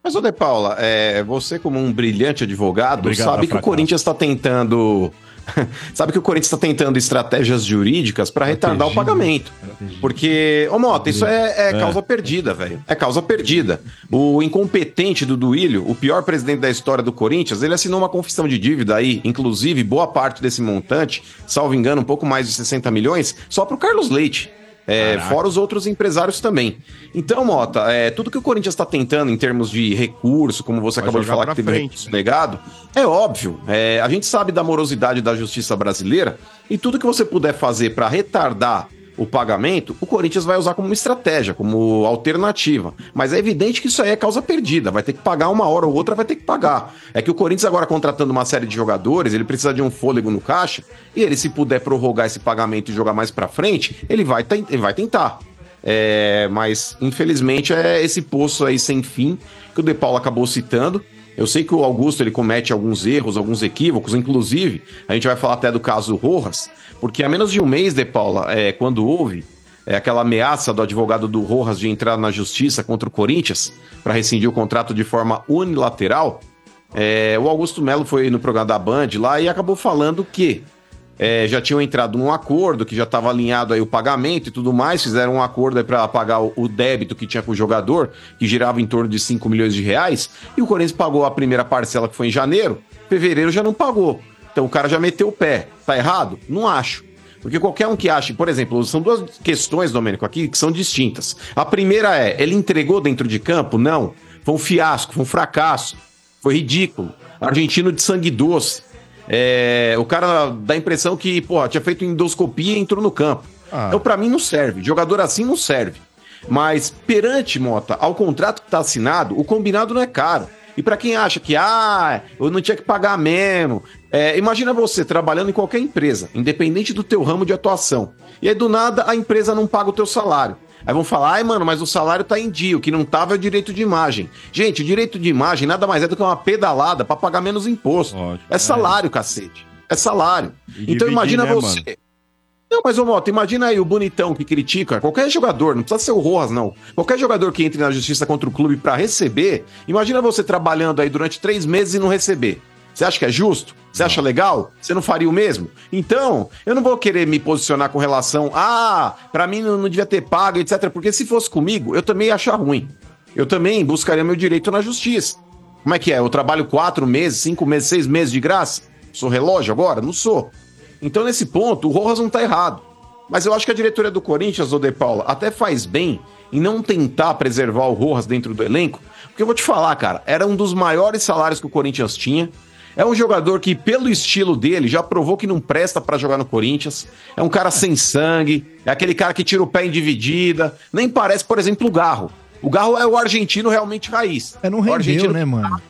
S4: Mas, ô De Paula, é, você, como um brilhante advogado,
S6: Obrigado,
S4: sabe que o
S6: fracasso.
S4: Corinthians está tentando. sabe que o Corinthians está tentando estratégias jurídicas para retardar o pagamento. Porque, ô Mota, isso é, é causa perdida, velho. É causa perdida. O incompetente do Duílio, o pior presidente da história do Corinthians, ele assinou uma confissão de dívida aí, inclusive boa parte desse montante, salvo engano, um pouco mais de 60 milhões, só pro Carlos Leite. É, fora os outros empresários também. Então, Mota, é, tudo que o Corinthians está tentando em termos de recurso, como você
S2: Vai
S4: acabou de
S2: jogar
S4: falar
S2: pra
S4: que teve
S2: frente, né?
S4: recurso negado, é óbvio. É, a gente sabe da morosidade da justiça brasileira e tudo que você puder fazer para retardar o pagamento, o Corinthians vai usar como estratégia, como alternativa. Mas é evidente que isso aí é causa perdida. Vai ter que pagar uma hora ou outra, vai ter que pagar. É que o Corinthians agora contratando uma série de jogadores, ele precisa de um fôlego no caixa e ele se puder prorrogar esse pagamento e jogar mais para frente, ele vai, ten- ele vai tentar. É, mas, infelizmente, é esse poço aí sem fim que o De Paula acabou citando. Eu sei que o Augusto ele comete alguns erros, alguns equívocos, inclusive, a gente vai falar até do caso Rojas, porque há menos de um mês, De Paula, é, quando houve é, aquela ameaça do advogado do Rojas de entrar na justiça contra o Corinthians para rescindir o contrato de forma unilateral, é, o Augusto Melo foi no programa da Band lá e acabou falando que é, já tinham entrado num acordo, que já estava alinhado aí o pagamento e tudo mais, fizeram um acordo para pagar o, o débito que tinha com o jogador, que girava em torno de 5 milhões de reais, e o Corinthians pagou a primeira parcela que foi em janeiro, fevereiro já não pagou. Então o cara já meteu o pé. Tá errado? Não acho. Porque qualquer um que ache, por exemplo, são duas questões, Domênico, aqui que são distintas. A primeira é, ele entregou dentro de campo? Não. Foi um fiasco, foi um fracasso. Foi ridículo. Argentino de sangue doce. É, o cara dá a impressão que, porra, tinha feito endoscopia e entrou no campo. Então, pra mim, não serve. Jogador assim não serve. Mas perante, Mota, ao contrato que está assinado, o combinado não é caro. E para quem acha que, ah, eu não tinha que pagar mesmo. é, imagina você trabalhando em qualquer empresa, independente do teu ramo de atuação. E aí, do nada, a empresa não paga o teu salário. Aí vão falar, ai, mano, mas o salário tá em dia, o que não tava é o direito de imagem. Gente, o direito de imagem nada mais é do que uma pedalada pra pagar menos imposto.
S2: Lógico,
S4: é salário, cacete. É salário.
S2: E
S4: então
S2: dividir,
S4: imagina
S2: né,
S4: você. Não, mas ô Mota, imagina aí o bonitão que critica qualquer jogador, não precisa ser o Rojas, não. Qualquer jogador que entre na justiça contra o clube pra receber, imagina você trabalhando aí durante três meses e não receber. Você acha que é justo? Você acha legal? Você não faria o mesmo? Então, eu não vou querer me posicionar com relação a, ah, pra mim não, não devia ter pago, etc. Porque se fosse comigo, eu também ia achar ruim. Eu também buscaria meu direito na justiça. Como é que é? Eu trabalho quatro meses, cinco meses, seis meses de graça? Sou relógio agora? Não sou. Então, nesse ponto, o Rojas não tá errado. Mas eu acho que a diretoria do Corinthians, ô De Paula, até faz bem em não tentar preservar o Rojas dentro do elenco, porque eu vou te falar, cara, era um dos maiores salários que o Corinthians tinha. É um jogador que, pelo estilo dele, já provou que não presta pra jogar no Corinthians. É um cara sem sangue, é aquele cara que tira o pé em dividida. Nem parece, por exemplo, o Garro. O Garro é o argentino realmente raiz.
S3: É, não
S4: O
S3: rendeu,
S4: argentino-
S3: né, mano?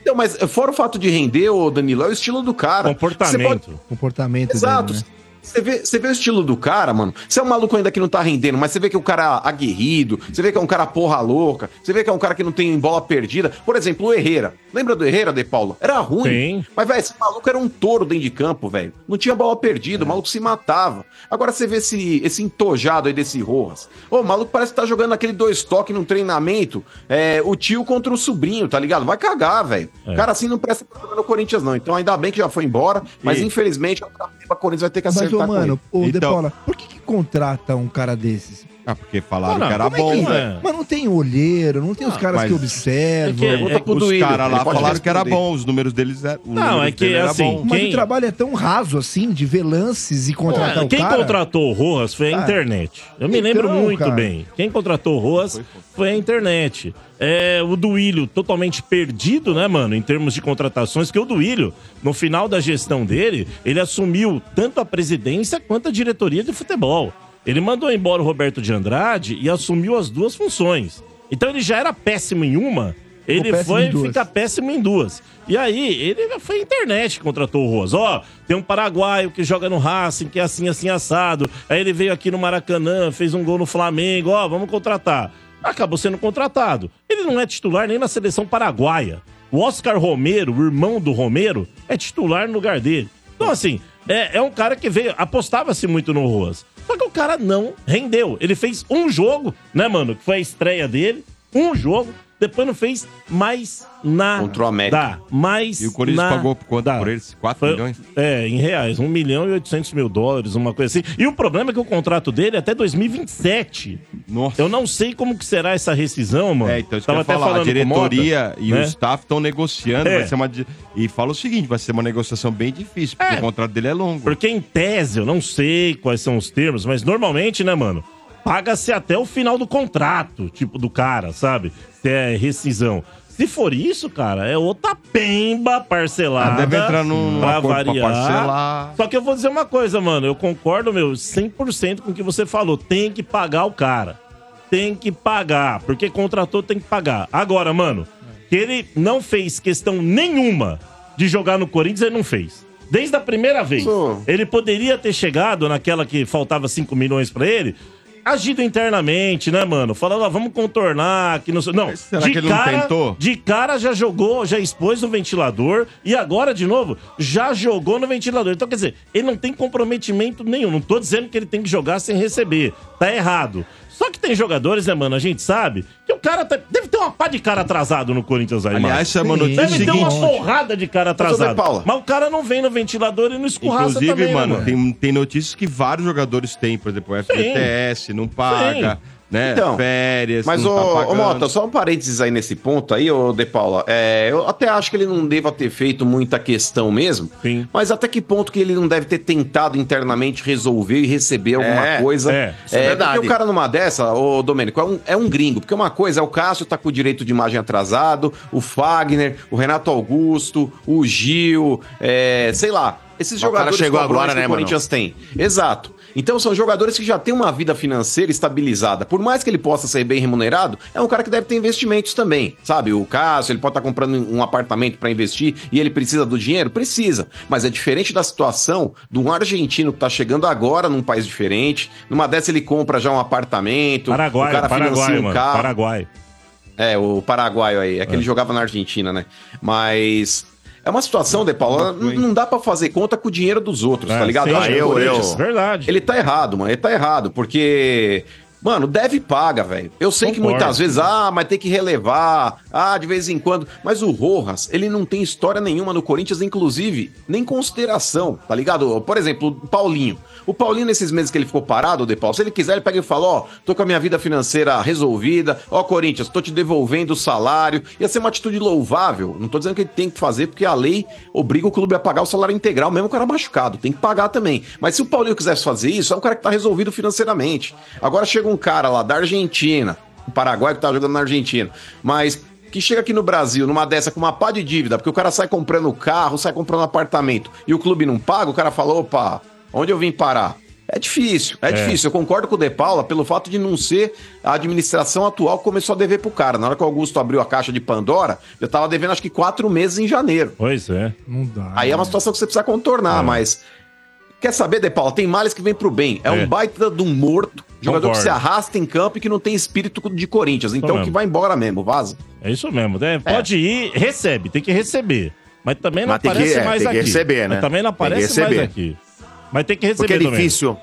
S4: Então, mas fora o fato de render, ô Danilo, é o estilo do cara. Você pode-
S6: Comportamento.
S3: Comportamento
S4: Exato.
S3: dele, né?
S4: Você vê, você vê o estilo do cara, mano. Você é um maluco ainda que não tá rendendo, mas você vê que é um cara aguerrido, você vê que é um cara porra louca, você vê que é um cara que não tem bola perdida. Por exemplo, o Herrera. Lembra do Herrera, De Paula? Era ruim.
S6: Sim.
S4: Mas, velho, esse maluco era um touro dentro de campo, velho. Não tinha bola perdida, o maluco se matava. Agora você vê esse, esse entojado aí desse Rojas. Ô, o maluco parece que tá jogando aquele dois toques num treinamento, é, o tio contra o sobrinho, tá ligado? Vai cagar, velho. O Cara, assim não presta pra jogar no Corinthians, não. Então, ainda bem que já foi embora, mas
S2: E-
S4: infelizmente, é um o Corinthians vai ter que
S3: Mas,
S4: acertar
S3: ô,
S4: com ele.
S3: mano, ô, De
S2: Então-
S3: Paula, por que, que contrata um cara desses?
S2: Ah, porque falaram
S6: Mano,
S2: que era
S6: como é
S2: bom,
S6: que-
S2: velho.
S6: É.
S3: Mas não tem olheiro, não tem os caras
S2: mas-
S3: que observam.
S6: É que-
S4: Pergunta pro
S2: Os
S4: Duílio,
S2: caras lá
S4: ele pode
S2: falaram que era
S4: responder.
S2: bom, os números deles eram.
S6: Não, é que, assim,
S3: Mas
S6: Quem-
S3: o trabalho é tão raso assim, de ver lances e contratar o
S6: Quem
S3: cara.
S6: contratou o Rojas foi a
S3: Cara,
S6: internet. Eu me
S3: então,
S6: lembro muito
S3: cara.
S6: bem. Quem contratou o Rojas foi a internet. É, o Duílio totalmente perdido, né, mano, em termos de contratações, que o Duílio, no final da gestão dele, ele assumiu tanto a presidência quanto a diretoria de futebol. Ele mandou embora o Roberto de Andrade e assumiu as duas funções. Então ele já era péssimo em uma, ele
S3: péssimo
S6: foi
S3: em duas.
S6: ficar péssimo em duas. E aí, ele foi a internet que contratou o Rojas. Ó, tem um paraguaio que joga no Racing, que é assim, assim, assado. Aí ele veio aqui no Maracanã, fez um gol no Flamengo. Ó, vamos contratar. Acabou sendo contratado. Ele não é titular nem na seleção paraguaia. O Oscar Romero, o irmão do Romero, é titular no lugar dele. Então, assim, é, é um cara que veio, apostava-se muito no Rojas. Só que o cara não rendeu. Ele fez um jogo, né, mano? Que foi a estreia dele. Um jogo. Depois não fez mais nada.
S4: Contra o América.
S6: Dá, Mais
S2: E o Corinthians
S6: nada.
S2: pagou por quanto por eles? 4
S6: Foi-
S2: milhões?
S6: É, em reais. 1 milhão e 800 mil dólares, uma coisa assim. E o problema é que o contrato dele é até 2027.
S2: Nossa.
S6: Eu não sei como que será essa rescisão, mano.
S2: É, então isso que eu ia falar. A
S6: com o Mota,
S2: diretoria e
S6: né?
S2: o staff estão negociando.
S6: É.
S2: Vai ser uma, di- e fala o seguinte: vai ser uma negociação bem difícil, porque
S6: É.
S2: o contrato dele é longo.
S6: Porque em tese, eu não sei quais são os termos, mas normalmente, né, mano? Paga-se até o final do contrato, tipo, do cara, sabe? Se é rescisão. Se for isso, cara, é outra pemba parcelada.
S2: Ah, deve entrar num
S6: pra
S2: acordo pra
S6: variar.
S2: parcelar.
S6: Só que eu vou dizer uma coisa, mano. Eu concordo, meu, 100% com o que você falou. Tem que pagar o cara. Tem que pagar. Porque contratou, tem que pagar. Agora, mano, que ele não fez questão nenhuma de jogar no Corinthians, ele não fez. Desde a primeira vez.
S4: Pô.
S6: Ele poderia ter chegado naquela que faltava 5 milhões pra ele, agido internamente, né, mano? Falando, ó, vamos contornar, que não sei. Não,
S2: Mas será que ele não tentou?
S6: de cara já jogou, já expôs no ventilador e agora, de novo, já jogou no ventilador. Então, quer dizer, ele não tem comprometimento nenhum. Não tô dizendo que ele tem que jogar sem receber. Tá errado. Só que tem jogadores, né, mano? A gente sabe que o cara tá- deve ter uma pá de cara atrasado no Corinthians aí, mano.
S2: Aliás, isso é uma
S3: Sim.
S2: notícia
S6: Deve ter uma
S2: seguinte.
S6: porrada de cara
S4: ô, De
S6: atrasado.
S4: Paula.
S6: Mas o cara não vem no ventilador e não escorraça
S2: Inclusive,
S6: também, né,
S2: mano, Tem, tem notícias que vários jogadores têm, por exemplo, o FGTS não paga,
S6: Sim.
S2: né?
S4: Então,
S2: férias,
S4: Mas,
S2: não
S4: ô,
S2: tá
S4: ô
S2: pagando.
S4: Mota, só um parênteses aí nesse ponto aí, ô De Paula. É, eu até acho que ele não deva ter feito muita questão mesmo.
S6: Sim.
S4: Mas até que ponto que ele não deve ter tentado internamente resolver e receber alguma
S1: É,
S4: coisa?
S6: é,
S1: isso é verdade.
S4: Porque o cara numa dessa, ô Domênico, é um, é um gringo. Porque uma coisa é o Cássio tá com o direito de imagem atrasado, o Fagner, o Renato Augusto, o Gil, é, sei lá. Esses
S1: Mas o cara
S4: jogadores
S1: chegou
S4: cobrões
S1: agora,
S4: que
S1: né,
S4: o
S1: mano?
S4: Corinthians tem. Exato. Então são jogadores que já têm uma vida financeira estabilizada. Por mais que ele possa ser bem remunerado, é um cara que deve ter investimentos também, sabe? O Cássio, ele pode estar comprando um apartamento para investir e ele precisa do dinheiro? Precisa. Mas é diferente da situação de um argentino que tá chegando agora num país diferente. Numa dessa ele compra já um apartamento,
S6: Paraguai,
S4: o cara
S6: Paraguai,
S4: financia um
S6: mano.
S4: carro.
S6: Paraguai.
S4: É, o paraguaio aí. É que ele jogava na Argentina, né? Mas. É uma situação, De Paulo, ela n- não dá pra fazer conta com o dinheiro dos outros, tá
S6: É,
S4: ligado?
S6: sim,
S4: Acho que o
S1: eu-
S4: Corinthians-
S3: é
S6: Verdade.
S4: Ele tá errado, mano. Ele tá errado, porque. Mano, deve paga, velho. Eu sei que
S6: Concordo.
S4: muitas vezes, ah, mas tem que relevar, ah, de vez em quando. Mas o Rojas, ele não tem história nenhuma no Corinthians, inclusive, nem consideração, tá ligado? Por exemplo, o Paulinho. O Paulinho, nesses meses que ele ficou parado, De Paulo, se ele quiser, ele pega e fala: Ó, tô com a minha vida financeira resolvida, ó, Corinthians, tô te devolvendo o salário. Ia ser uma atitude louvável. Não tô dizendo que ele tem que fazer, porque a lei obriga o clube a pagar o salário integral, mesmo o cara machucado. Tem que pagar também. Mas se o Paulinho quisesse fazer isso, é um cara que tá resolvido financeiramente. Agora chega um cara lá da Argentina, o Paraguai que tá jogando na Argentina, mas que chega aqui no Brasil numa dessa com uma pá de dívida, porque o cara sai comprando carro, sai comprando apartamento e o clube não paga, o cara fala: opa, onde eu vim parar? É difícil, é, difícil. Eu concordo com o De Paula pelo fato de não ser a administração atual que começou a dever pro cara. Na hora que o Augusto abriu a caixa de Pandora, eu tava devendo acho que quatro meses em janeiro.
S6: Pois é.
S3: Não dá. né?
S4: Aí é uma situação que você precisa contornar, mas. Quer saber, De Paula? Tem males que vem pro bem. É,
S6: É.
S4: um baita de um morto, jogador
S6: Concordo.
S4: que se arrasta em campo e que não tem espírito de Corinthians. Então
S6: mesmo.
S4: que vai embora mesmo, vaza.
S6: É isso mesmo. né? Pode ir, recebe, tem que receber. Mas também não
S1: Mas tem que-
S6: aparece
S1: é,
S6: mais
S1: tem
S6: aqui.
S1: que receber, né?
S6: Mas também não
S1: Tem que
S6: aparece mais
S1: receber.
S6: aqui. Mas tem que receber
S1: Porque é
S6: também.
S1: difícil.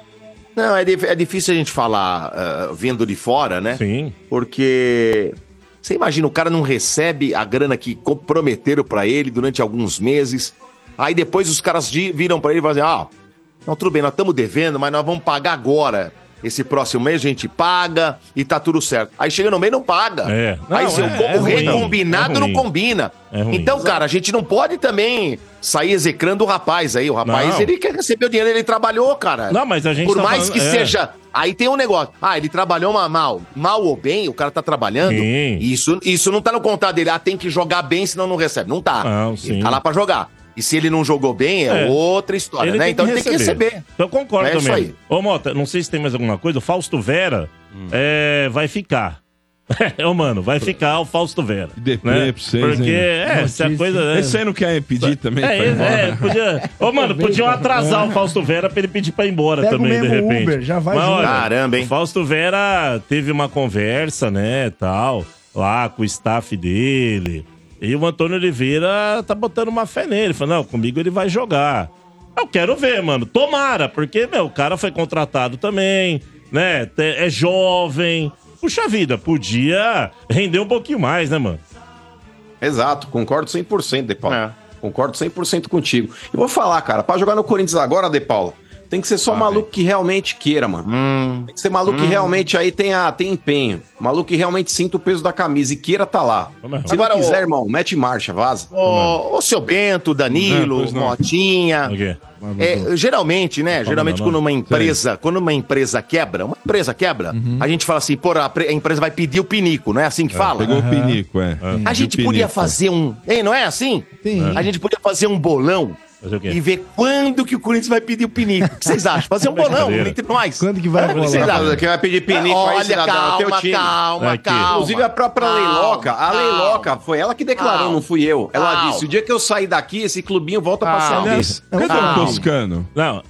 S1: Não, é, dif- é difícil a gente falar ah, vindo de fora, né?
S6: Sim.
S1: Porque você imagina, o cara não recebe a grana que comprometeram pra ele durante alguns meses. Aí depois os caras di- viram pra ele e falam assim: ah, não, tudo bem, nós estamos devendo, mas nós vamos pagar agora. Esse próximo mês a gente paga e tá tudo certo. Aí chega no mês não paga.
S6: É.
S1: Aí
S6: Não,
S1: se
S6: é-
S1: o co-
S6: é
S1: o
S6: ruim,
S1: recombinado
S6: é ruim.
S1: não combina.
S6: É ruim.
S1: então, cara, a gente não pode também sair execrando o rapaz aí. O rapaz,
S6: Não.
S1: ele quer receber o dinheiro, ele trabalhou, cara.
S6: Não, mas a gente
S1: É. Por
S6: tá
S1: mais
S6: falando-
S1: que
S6: é.
S1: seja. Aí tem um negócio. Ah, ele trabalhou ma- mal. Mal ou bem, o cara tá trabalhando.
S6: Sim.
S1: Isso, isso não tá no contrato dele. Ah, tem que jogar bem, senão não recebe. Não tá.
S6: Não,
S1: ele
S6: sim.
S1: tá lá pra jogar. E se ele não jogou bem, é,
S6: É.
S1: outra história, né? Então ele tem que receber.
S6: Então eu concordo
S1: É isso
S6: também.
S1: aí.
S6: Ô, Mota, não sei se tem mais alguma coisa. O Fausto Vera
S5: Hum.
S6: é, vai ficar. Ô, mano, vai ficar o Fausto Vera.
S5: deprê
S6: né?
S5: pra vocês,
S6: Porque,
S5: hein?
S6: é, se a coisa. né?
S5: Esse aí não quer pedir também? tá pra
S6: É,
S5: ir embora? né?
S6: é, podia. Ô, mano, podiam atrasar o Fausto Vera pra ele pedir pra ir embora
S3: Pega o
S6: também, de
S3: mesmo
S6: repente.
S3: Uber, já vai junto.
S1: Caramba, hein?
S6: O Fausto Vera teve uma conversa, né, tal, lá com o staff dele. E o Antônio Oliveira tá botando uma fé nele. Falando, não, comigo ele vai jogar. Eu quero ver, mano. Tomara, porque, meu, o cara foi contratado também, né? te- É jovem. Puxa vida, podia render um pouquinho mais, né, mano?
S4: Exato, concordo 100%, De Paula.
S1: É.
S4: Concordo 100% contigo. E vou falar, cara, pra jogar no Corinthians agora, De Paula, tem que ser
S6: Ah,
S4: só maluco que realmente queira, mano.
S6: Hum.
S4: Tem que ser maluco que realmente aí tenha, tenha empenho. Maluco que realmente sinta o peso da camisa e queira tá lá.
S6: Vamos
S4: Se
S1: Agora,
S4: não
S1: ô-
S4: quiser, irmão, mete marcha, vaza.
S1: Ô, ô, seu Bento,
S5: Não,
S1: Danilo,
S5: pois não.
S1: Motinha.
S6: Ok.
S1: É, geralmente, né? geralmente,
S6: não,
S1: quando
S6: não.
S1: uma empresa, quando uma empresa quebra, uma empresa quebra, a gente fala assim, pô, a, pre- a empresa vai pedir o pinico, não é assim que fala?
S5: Pegou o pinico, é.
S1: A gente podia fazer um. Hein, não é assim?
S3: Sim.
S1: A gente podia fazer um bolão
S6: Fazer o quê?
S1: e ver quando que o Corinthians vai pedir o pinico. O que vocês acham? Fazer um bolão
S6: Brincadeira.
S1: entre nós.
S3: Quando que vai
S1: Hã? O que
S3: rolar?
S1: vocês acham?
S4: Quem vai pedir pinico aí,
S1: Olha,
S4: cidadão, é teu
S1: calma,
S4: time.
S1: calma,
S6: Aqui.
S1: calma.
S4: Inclusive a própria
S1: Calma,
S4: Leiloca, a
S1: calma.
S4: Leiloca, foi ela que declarou,
S1: Calma.
S4: não fui eu. Ela
S1: Calma. Ah.
S4: disse: o dia que eu sair daqui, esse clubinho volta pra
S1: Calma.
S4: São
S5: Aliás, cadê o Toscano?
S6: Não,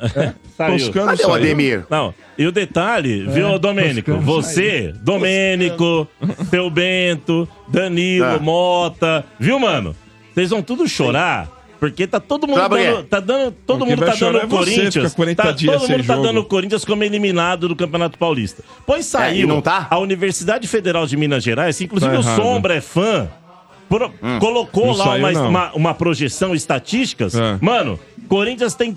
S6: saiu.
S5: Toscano
S1: Cadê o
S5: saiu. É,
S1: Ademir?
S6: Não, e o detalhe, viu, Domênico?
S3: Toscano
S6: Você, Domênico, seu Bento, Danilo,
S1: Tá.
S6: Mota, viu, mano? Vocês vão tudo chorar. Porque tá todo mundo
S1: Sabe por quê?
S6: dando, tá dando, todo
S5: Porque
S6: mundo
S5: vai
S6: tá dando
S5: chorar é
S6: o
S5: você,
S6: Corinthians,
S5: fica 40
S6: tá,
S5: dias
S6: todo
S5: sem
S6: mundo tá
S5: jogo.
S6: dando o Corinthians como eliminado do Campeonato Paulista. Pois saiu,
S1: e não tá?
S6: a Universidade Federal de Minas Gerais, que inclusive
S5: Tá
S6: o
S5: errado.
S6: Sombra é fã, pro- colocou
S5: Hum. Não
S6: lá
S5: saiu,
S6: uma,
S5: não.
S6: uma- uma projeção estatísticas,
S5: É.
S6: mano, Corinthians tem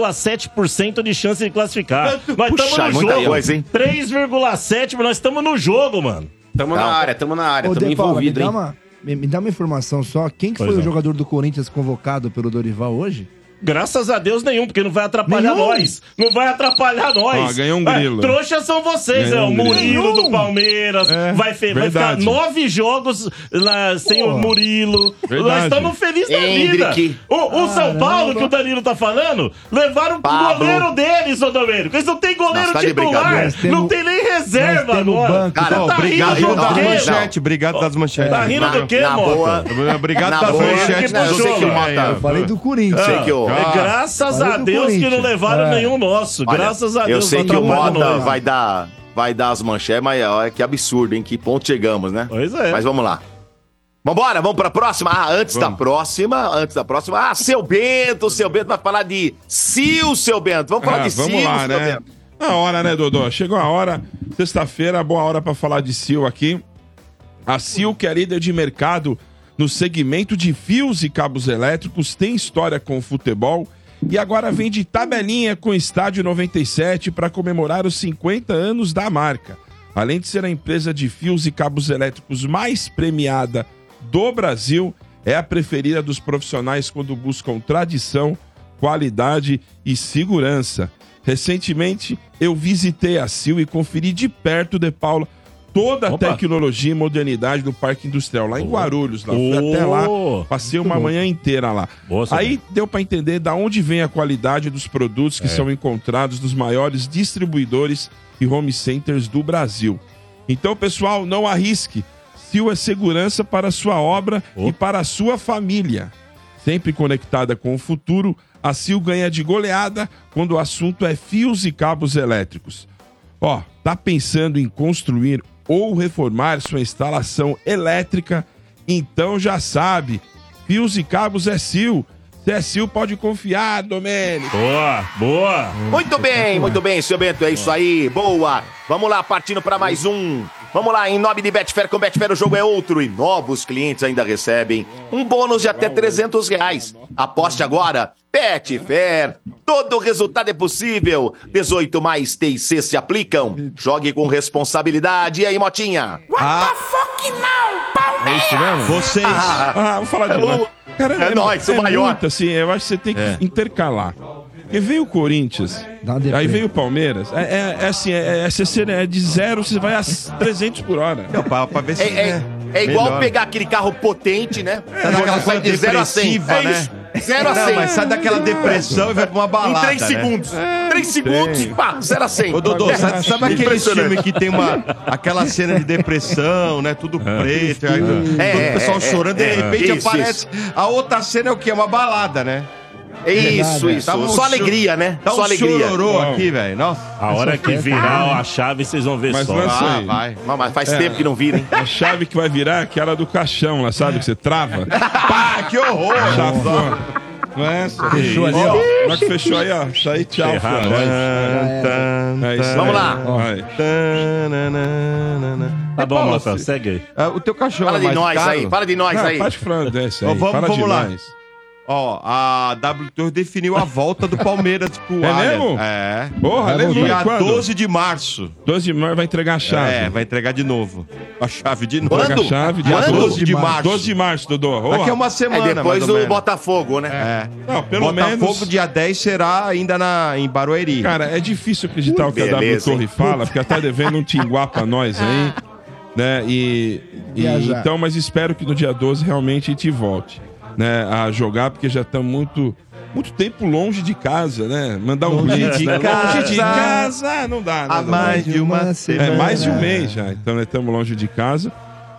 S6: 3,7% de chance de classificar. Nós
S1: Puxa,
S6: estamos no
S1: muita
S6: jogo.
S1: coisa, hein?
S6: 3,7%, mas nós estamos no jogo, mano.
S4: Tamo na área, tamo na área,
S3: Ô,
S4: tamo
S3: De Paula, me
S4: envolvido,
S3: dá,
S4: hein?
S3: uma, me, me dá uma informação só. Quem que
S6: Pois
S2: é.
S3: foi
S6: não.
S3: o jogador do Corinthians convocado pelo Dorival hoje?
S6: Graças a Deus nenhum, porque não vai atrapalhar
S3: Nenhum?
S6: nós. Não vai atrapalhar nós.
S5: Ah, ganhou um grilo.
S6: É, trouxas são vocês,
S5: Ganhou
S6: é. O
S5: um grilo.
S6: Murilo do Palmeiras.
S5: É,
S6: vai, fe- vai ficar
S5: verdade.
S6: nove jogos lá sem o Murilo.
S5: Verdade.
S6: Nós estamos felizes da vida.
S1: Hendrick.
S6: O, o São Paulo, que o Danilo tá falando, levaram o
S1: Pablo.
S6: goleiro deles, ô Domênico. Eles não têm goleiro
S1: Nossa, tá de
S6: titular.
S1: brincadeira.
S3: Nós
S6: não
S3: temos-
S6: tem nem reserva
S3: nós temos
S6: agora.
S3: banco.
S1: Cara,
S6: Você tá
S1: obrigado,
S6: rindo
S2: Obrigado
S1: Não,
S2: das
S6: do
S1: não.
S6: quê?
S2: manchetes. Obrigado das
S6: Tá
S2: manchetes.
S6: rindo do quê,
S1: na
S6: mano?
S1: boa.
S2: Obrigado
S1: Na
S2: das
S1: boa.
S2: manchetes.
S1: Não, eu sei que
S2: do
S1: mata.
S2: Jornal.
S3: Eu falei do Corinthians.
S1: Sei que o-
S6: É graças
S3: Olha
S6: a
S3: do
S6: Deus que não
S3: Corinthians.
S6: levaram
S3: É.
S6: nenhum nosso.
S1: Olha,
S6: graças a Deus. um
S1: Eu sei
S6: não
S1: que o
S6: atrapalharam
S1: Mota
S6: nós.
S1: vai dar, vai dar as manchetes, mas olha que absurdo, hein? Que ponto chegamos, né?
S6: Pois é.
S1: Mas vamos lá. Vambora, vamos pra próxima. Ah, antes da próxima, antes da próxima. Ah, seu Bento, seu Bento vai falar de Sil, seu Bento. Vamos falar
S5: Ah,
S1: de
S5: vamos
S1: Sil,
S5: lá,
S1: seu
S5: né?
S1: Bento.
S5: Na hora, né, Dodô? Chegou a hora, sexta-feira, boa hora pra falar de Sil aqui. A Sil, que é líder de mercado no segmento de fios e cabos elétricos, tem história com o futebol e agora vem de tabelinha com o Estádio 97 para comemorar os 50 anos da marca. Além de ser a empresa de fios e cabos elétricos mais premiada do Brasil, é a preferida dos profissionais quando buscam tradição, qualidade e segurança. Recentemente, eu visitei a Sil e conferi de perto, De Paula, toda a
S6: Opa.
S5: tecnologia e modernidade do Parque Industrial, lá em Guarulhos. Lá. Fui
S6: Oh.
S5: até lá, passei uma manhã inteira lá.
S6: Boa, seu
S5: Aí deu para entender da onde vem a qualidade dos produtos
S6: É.
S5: que são encontrados nos maiores distribuidores e home centers do Brasil. Então, pessoal, não arrisque. Sil é segurança para a sua obra
S6: Oh.
S5: e para a sua família. Sempre conectada com o futuro, a Sil ganha de goleada quando o assunto é fios e cabos elétricos. Ó, tá pensando em construir ou reformar sua instalação elétrica? Então já sabe, fios e cabos é Sil. Se é Sil, pode confiar, Domênico.
S6: Boa, boa.
S1: Muito bem, muito bem, seu Bento. É isso aí. Boa. Vamos lá, partindo pra mais um. Vamos lá, em nome de Betfair, com Betfair o jogo é outro e novos clientes ainda recebem um bônus de até 300 reais. Aposte agora, Betfair, todo resultado é possível. 18 mais TIC se aplicam. Jogue com responsabilidade. E aí, Motinha?
S2: Ah,
S5: É isso mesmo? Vocês. Ah, vou falar de
S1: É
S5: novo.
S1: o- é nóis, o maior. É.
S5: muito, assim, eu acho que você tem que intercalar. Porque veio o Corinthians,
S3: Dá uma deprê.
S5: aí veio o Palmeiras. É, é- é assim, é, é, CC, né? é de zero, você vai a 300 por hora.
S2: Não, pra, pra ver se.
S1: É, é- é igual pegar aquele carro potente, né?
S2: daquela
S1: Sai
S2: coisa
S1: de 0 a 100.
S2: depressiva, né?
S1: É isso. 0 a 100.
S2: Não, mas sai daquela depressão e vai pra uma
S1: Em
S2: balada.
S1: 3
S2: né?
S1: segundos. 3 segundos, pá, 0 a 100.
S2: Ô, Dodô,
S1: É,
S2: sabe, sabe aquele
S1: impressionante.
S2: filme que tem uma, aquela cena de depressão, né? Tudo preto, aí, todo
S1: É,
S2: o pessoal
S1: é,
S2: chorando,
S1: é,
S2: de repente
S1: é. Isso,
S2: aparece. A outra cena é o quê? É uma balada, né?
S1: É Isso,
S3: Verdade,
S1: isso.
S2: Tava um
S1: Só
S2: cho-
S1: alegria, né?
S2: Tá
S1: Só
S2: um
S1: alegria.
S2: chororô aqui, velho. Nossa.
S6: A hora que virar a chave, vocês vão ver
S5: Mas
S6: só.
S5: lança
S2: Ah,
S5: aí.
S2: vai.
S1: Não, mas
S5: É.
S1: faz tempo que não vira, hein?
S5: A chave que vai virar é aquela do caixão lá, sabe? Que você trava. Ah,
S2: Pá, que horror!
S5: tá Chafou. Não é?
S3: Fechou ali, ó.
S5: Ó, mas que fechou aí, ó. Isso aí, tchau.
S6: Ferrado,
S5: fio.
S2: Tan,
S5: É isso aí. É
S1: Vamos lá.
S5: Vai.
S2: tan, nananana.
S6: Tá bom,
S2: Paulo,
S6: Mota,
S2: se-
S6: segue aí.
S2: ah, o teu cachorro
S1: Fala
S2: é
S1: de
S2: mais
S1: nós
S2: caro?
S1: aí, fala de nós
S5: Ah,
S1: aí.
S5: para de falar desse aí.
S2: Ó, vamos-
S5: para
S2: vamos
S5: de
S2: lá.
S5: nós.
S2: Ó, a W2 definiu a volta do Palmeiras pro
S5: É
S2: Allianz.
S5: mesmo?
S2: É.
S5: Porra,
S2: Dia
S5: aleluia. Quando? 12...
S2: 12 de março.
S5: de maio vai entregar a chave.
S2: É, vai entregar de novo. A chave de novo.
S1: Quando?
S5: Entrega a chave dia
S1: Quando?
S5: 12 de
S2: de
S5: março.
S2: março.
S5: 12 de março, Dodô. Ó,
S2: Daqui a uma
S1: É,
S2: semana,
S1: depois
S2: mais ou
S1: do
S2: menos.
S1: Botafogo, né?
S2: É.
S5: Não, pelo
S2: Botafogo,
S5: menos...
S2: dia 10 será ainda na, em Barueri.
S5: Cara, é difícil acreditar o que
S1: Beleza,
S5: a W Torre
S1: hein?
S5: fala, porque ela tá devendo um tinguá pra nós aí,
S2: Ah.
S5: né? E, e-
S3: Viajar.
S5: então, mas espero que no dia 12 realmente a gente volte, né, a jogar, porque já estamos muito muito tempo longe de casa, né? Mandar um
S2: Longe
S5: blitz,
S2: de
S5: né? Longe de
S2: casa.
S5: casa, ah, não dá,
S2: Há
S5: não dá.
S2: mais de um uma semana.
S5: É mais de um mês já, então estamos longe de casa.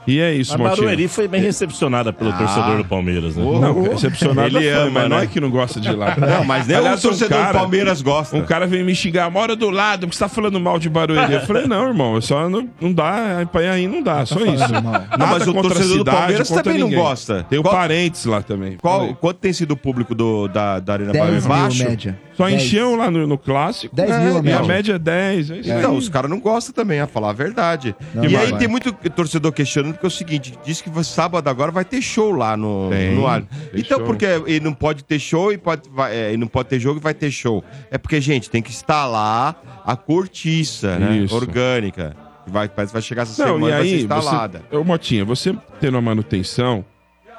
S5: E é isso,
S6: A
S5: Motinho.
S6: Barueri foi bem recepcionada pelo
S2: Ah.
S6: torcedor do Palmeiras, né?
S5: Não, excepcional
S6: Ele
S5: ele
S6: ama,
S5: ama, mas
S6: né?
S5: não é que não gosta de ir lá.
S2: Não, mas nem
S5: Aliás,
S2: né? o
S5: um
S2: torcedor
S5: cara-
S2: do Palmeiras gosta.
S5: Um cara veio me xingar, mora do lado, porque você tá falando mal de Barueri. Eu falei, não, irmão, eu só não, não dá, aí aí não dá, só isso.
S3: Tá falando mal.
S5: Nada
S2: Não, mas o
S5: contra a
S2: torcedor do Palmeiras
S5: contra
S2: também não gosta.
S5: Tenho
S2: Qual-
S5: parentes lá também.
S2: Qual,
S5: Falei.
S2: quanto tem sido o público do, da, da Arena
S3: 10
S2: Barueri?
S3: mil
S2: Baixo?
S3: média.
S5: né, Só
S3: 10.
S5: encheu lá no, no clássico.
S3: 10
S5: né?
S3: mil a
S5: E a
S3: média.
S5: média é 10. É isso aí.
S2: Não, os caras não gostam também, a falar a verdade.
S3: Não,
S2: e
S3: mas
S2: aí
S3: vai.
S2: tem muito torcedor questionando, porque é o seguinte, diz que vai- sábado agora vai ter show lá no,
S5: Tem,
S2: no ar.
S5: tem
S2: Então,
S5: show.
S2: porque ele não pode ter show e, pode, vai- é, e não pode ter jogo e vai ter show. É porque, gente, tem que instalar a cortiça, né?
S5: Isso.
S2: Orgânica. Vai, parece que vai chegar essa
S5: Não,
S2: semana,
S5: e
S2: vai ser
S5: aí,
S2: instalada.
S5: você, ô, Motinha, você tendo a manutenção,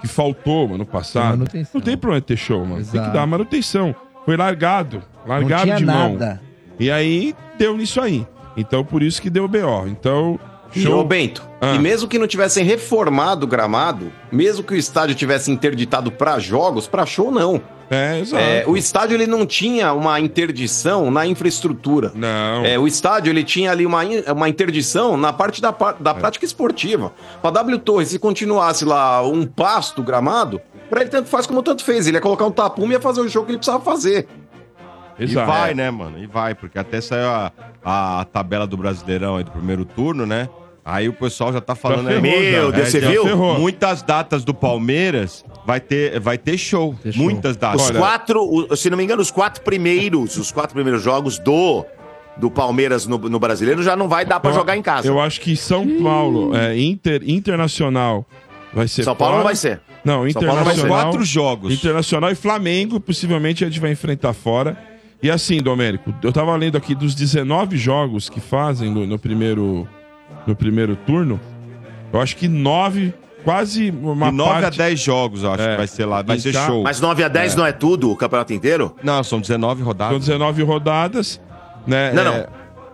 S5: que faltou ano passado.
S3: Manutenção.
S5: Não tem problema ter show, mano. Tem que
S3: Exato.
S5: dar manutenção. Foi largado. Largado
S3: tinha
S5: de mão.
S3: nada.
S5: E aí deu nisso aí. Então por isso que deu BO. Então,
S4: Ô,
S5: show.
S4: Bento,
S5: Ah.
S4: e mesmo que não tivessem reformado o gramado, mesmo que o estádio tivesse interditado para jogos, para show não.
S5: É, exato.
S4: É, o estádio ele não tinha uma interdição na infraestrutura.
S5: Não.
S4: É, o estádio ele tinha ali uma, in- uma interdição na parte da, pa-
S5: É.
S4: da prática esportiva. Pra W Torres, se continuasse lá um pasto gramado, pra ele tanto faz como tanto fez. Ele ia colocar um tapume e ia fazer o jogo que ele precisava fazer.
S2: E
S5: exato.
S2: vai, né, mano? E vai, porque até saiu a, a tabela do Brasileirão aí do primeiro turno, né? Aí o pessoal já É, tá falando
S5: ferrou,
S2: aí.
S5: já.
S1: Meu Deus, você
S5: já
S1: viu?
S5: ferrou.
S2: Muitas datas do Palmeiras vai ter, vai ter show. Muitas datas.
S1: Os
S5: Olha-
S1: quatro, o- se não me engano, os quatro primeiros, os quatro primeiros jogos do do Palmeiras no, no Brasileiro já não vai dar pra
S5: Eu-
S1: jogar em casa.
S5: Eu acho que São Paulo, é, Inter, Internacional vai ser
S1: São Paulo
S5: fora.
S1: não vai ser. São
S5: Não,
S1: Paulo não vai
S5: Internacional.
S1: ser.
S2: Quatro jogos.
S5: Internacional e Flamengo, possivelmente a gente vai enfrentar fora. E assim, Domérico, eu tava lendo aqui dos 19 jogos que fazem no, no primeiro, no primeiro turno, eu acho que nove, quase uma
S2: de 9 a
S5: parte...
S2: 10 jogos, eu acho
S5: É.
S2: que vai ser lá. Vai
S5: E
S2: ser
S5: tá-
S2: show.
S1: Mas 9 a 10 não é tudo o campeonato inteiro?
S2: Não, são 19
S5: São
S2: rodadas.
S5: 19 rodadas, né?
S1: Não,
S5: É,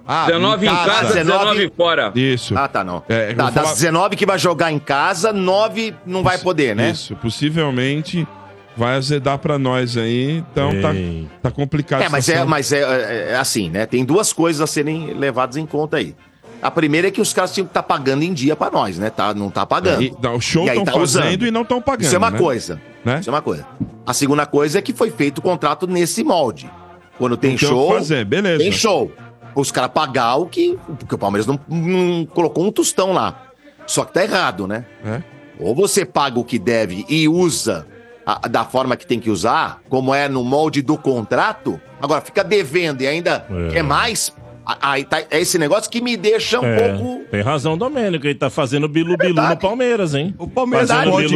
S2: Ah,
S8: 19 em casa, 19 fora.
S5: Isso.
S1: Ah, tá, não.
S5: É, eu
S1: Tá,
S5: vou
S1: das
S5: falar-
S1: 19 que vai jogar em casa, 9 não vai poder, né?
S5: Isso, possivelmente vai azedar pra nós aí, então tá,
S6: Ei.
S5: tá complicado.
S1: É, mas, é, mas é, é- é assim, né? Tem duas coisas a serem levadas em conta aí. A primeira é que os caras tinham que estar pagando em dia pra nós, né? Tá, não tá pagando.
S5: É, E, não, o show
S1: E aí
S5: estão
S1: tá
S5: fazendo
S1: usando.
S5: e não estão pagando.
S1: Isso é uma
S5: né?
S1: coisa.
S5: Né?
S1: Isso é uma coisa. A segunda coisa é que foi feito o contrato nesse molde. Quando tem
S5: Não tem o que
S1: show,
S5: fazer, beleza.
S1: tem show. Os caras pagar o que. Porque o Palmeiras não, não colocou um tostão lá. Só que tá errado, né?
S5: É.
S1: Ou você paga o que deve e usa a- da forma que tem que usar, como é no molde do contrato. Agora, fica devendo e ainda
S6: É.
S1: é, mais. a- Aí tá, é esse negócio que me deixa um
S6: É,
S1: pouco.
S6: Tem razão, Domênico. Ele tá fazendo bilu-bilu
S1: verdade.
S6: no Palmeiras, hein?
S2: O Palmeiras
S6: fazendo
S2: pode-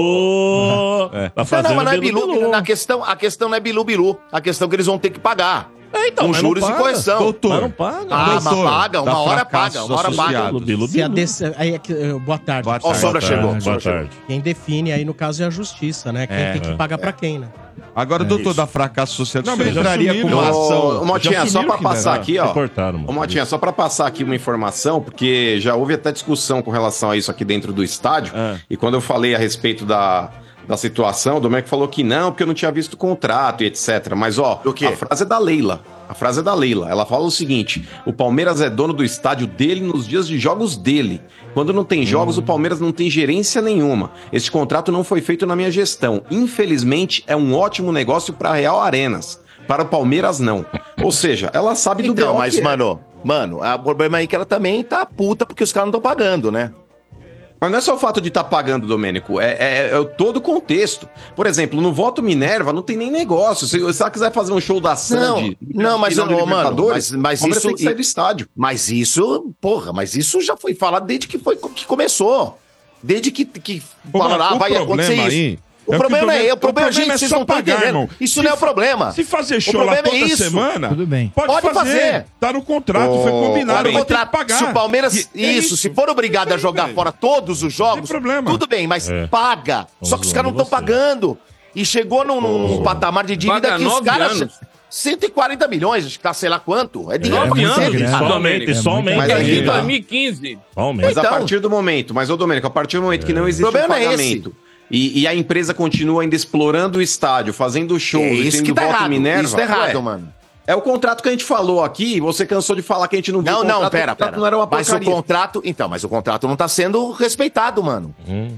S6: bilu-bilu. Tá
S1: Não,
S6: fazendo
S1: não, mas não é bilu.
S6: bilu-bilu.
S1: Na questão, a questão não é bilu-bilu. A questão é que eles vão ter que pagar.
S6: É, então,
S1: com
S6: mas não
S1: juros e
S6: paga.
S1: correção.
S6: Mas
S2: Doutor.
S6: não paga.
S1: Ah, mas
S2: Doutor,
S1: paga, uma
S2: dá
S1: hora
S2: fracassos
S1: paga, uma hora paga.
S2: associados.
S6: Bilu-bilu.
S9: Se a dec- aí é que- eh, Boa tarde.
S2: Boa
S1: Ó,
S2: tarde.
S1: sobra chegou.
S6: Boa
S1: sobra chegou.
S6: tarde.
S9: Quem define aí, no caso, é a justiça, né? Quem tem que pagar pra quem, né?
S2: Agora, o doutor da fracasso social,
S5: Não,
S2: você
S5: mas já
S2: entraria com
S5: sumiram.
S2: uma
S5: Ô,
S4: Ô,
S2: ação. né?
S4: ô, Motinha,
S5: já
S4: só
S5: sumiu
S4: pra
S5: que
S4: passar
S5: deve-
S4: aqui, ó.
S6: Cortaram, mano.
S4: Ô, Motinha, só pra passar aqui uma informação, porque já houve até discussão com relação a isso aqui dentro do estádio.
S2: Ah.
S4: E quando eu falei a respeito da, da situação, o Domenico falou que não, porque eu não tinha visto o contrato e etc. Mas, ó,
S1: Do quê?
S4: a frase é da Leila. A frase é da Leila. Ela fala o seguinte: o Palmeiras é dono do estádio dele nos dias de jogos dele. Quando não tem jogos, o Palmeiras não tem gerência nenhuma. Este contrato não foi feito na minha gestão. Infelizmente, é um ótimo negócio para Real Arenas. Para o Palmeiras, não. Ou seja, ela sabe do
S1: Então,
S4: BO
S1: mas,
S4: que é.
S1: mano, mano, a- o problema aí é que ela também tá puta porque os caras não estão pagando, né?
S4: Mas não é só o fato de estar pagando, Domênico, é, é- é o- todo o contexto. Por exemplo, no voto Minerva não tem nem negócio. Se, se ela quiser fazer um show da Sandy...
S1: não, mas,
S4: final de
S1: ô, mano,
S4: Libertadores,
S1: mas- mas
S4: o Palmeiras
S1: isso-
S4: tem que sair do estádio.
S1: Mas isso, porra, mas isso já foi falado desde que foi que começou. Desde que, que
S5: Ô,
S1: falaram,
S5: mano,
S1: ah,
S5: o
S1: vai acontecer
S5: problema
S1: isso.
S5: aí
S1: o,
S5: é que
S1: problema não é, o
S5: o
S1: problema,
S5: problema é
S1: gente, vocês
S5: só
S1: não estão
S5: pagar,
S1: entendendo.
S5: irmão.
S1: Isso
S5: Se
S1: não é o
S5: fa-
S1: problema.
S5: Se fazer show lá
S1: problema
S5: toda
S1: é isso.
S5: semana,
S3: Tudo bem.
S5: Pode,
S1: Pode
S5: fazer.
S1: fazer. tá
S5: Tá no contrato, foi
S4: Ô,
S1: Claro,
S5: combinado.
S4: Claro,
S5: vai ter que
S1: contrato,
S5: pagar.
S1: se o Palmeiras.
S5: E- é
S1: isso, se for obrigado a
S5: Tudo
S1: jogar
S5: bem.
S1: fora todos os jogos,
S5: problema.
S1: tudo bem, mas
S6: É.
S1: paga. Só
S6: Tão
S1: que os caras não
S6: zoando
S4: é
S1: estão pagando. E chegou num, num patamar de dívida
S8: Paga
S1: que os
S8: nove
S1: caras.
S8: anos.
S1: 140 milhões, acho que tá sei lá quanto. É dinheiro
S8: Nove
S1: pra
S8: anos,
S1: cacete,
S8: isso,
S1: cara.
S6: Somente,
S8: É
S6: somente.
S4: Mas
S8: Desde
S4: aí, tá.
S8: 2015.
S6: Somente.
S4: Mas a
S1: Então.
S4: partir do momento... Mas, ô, Domênico, a partir do momento que não existe
S1: O
S4: um
S1: problema é esse.
S4: pagamento... e, e a empresa continua ainda explorando o estádio, fazendo shows
S1: É
S4: e
S1: isso
S4: tendo
S1: que tá
S4: voto
S1: errado.
S4: Minerva...
S1: isso tá errado,
S4: ué,
S1: mano.
S4: É o contrato que a gente falou aqui, você cansou de falar que a gente não viu
S1: Não,
S4: o
S1: não,
S4: contrato, o
S1: pera,
S4: contrato
S1: pera.
S4: não era uma
S1: mas o
S4: porcaria.
S1: contrato. Então, mas o contrato não tá sendo respeitado, mano.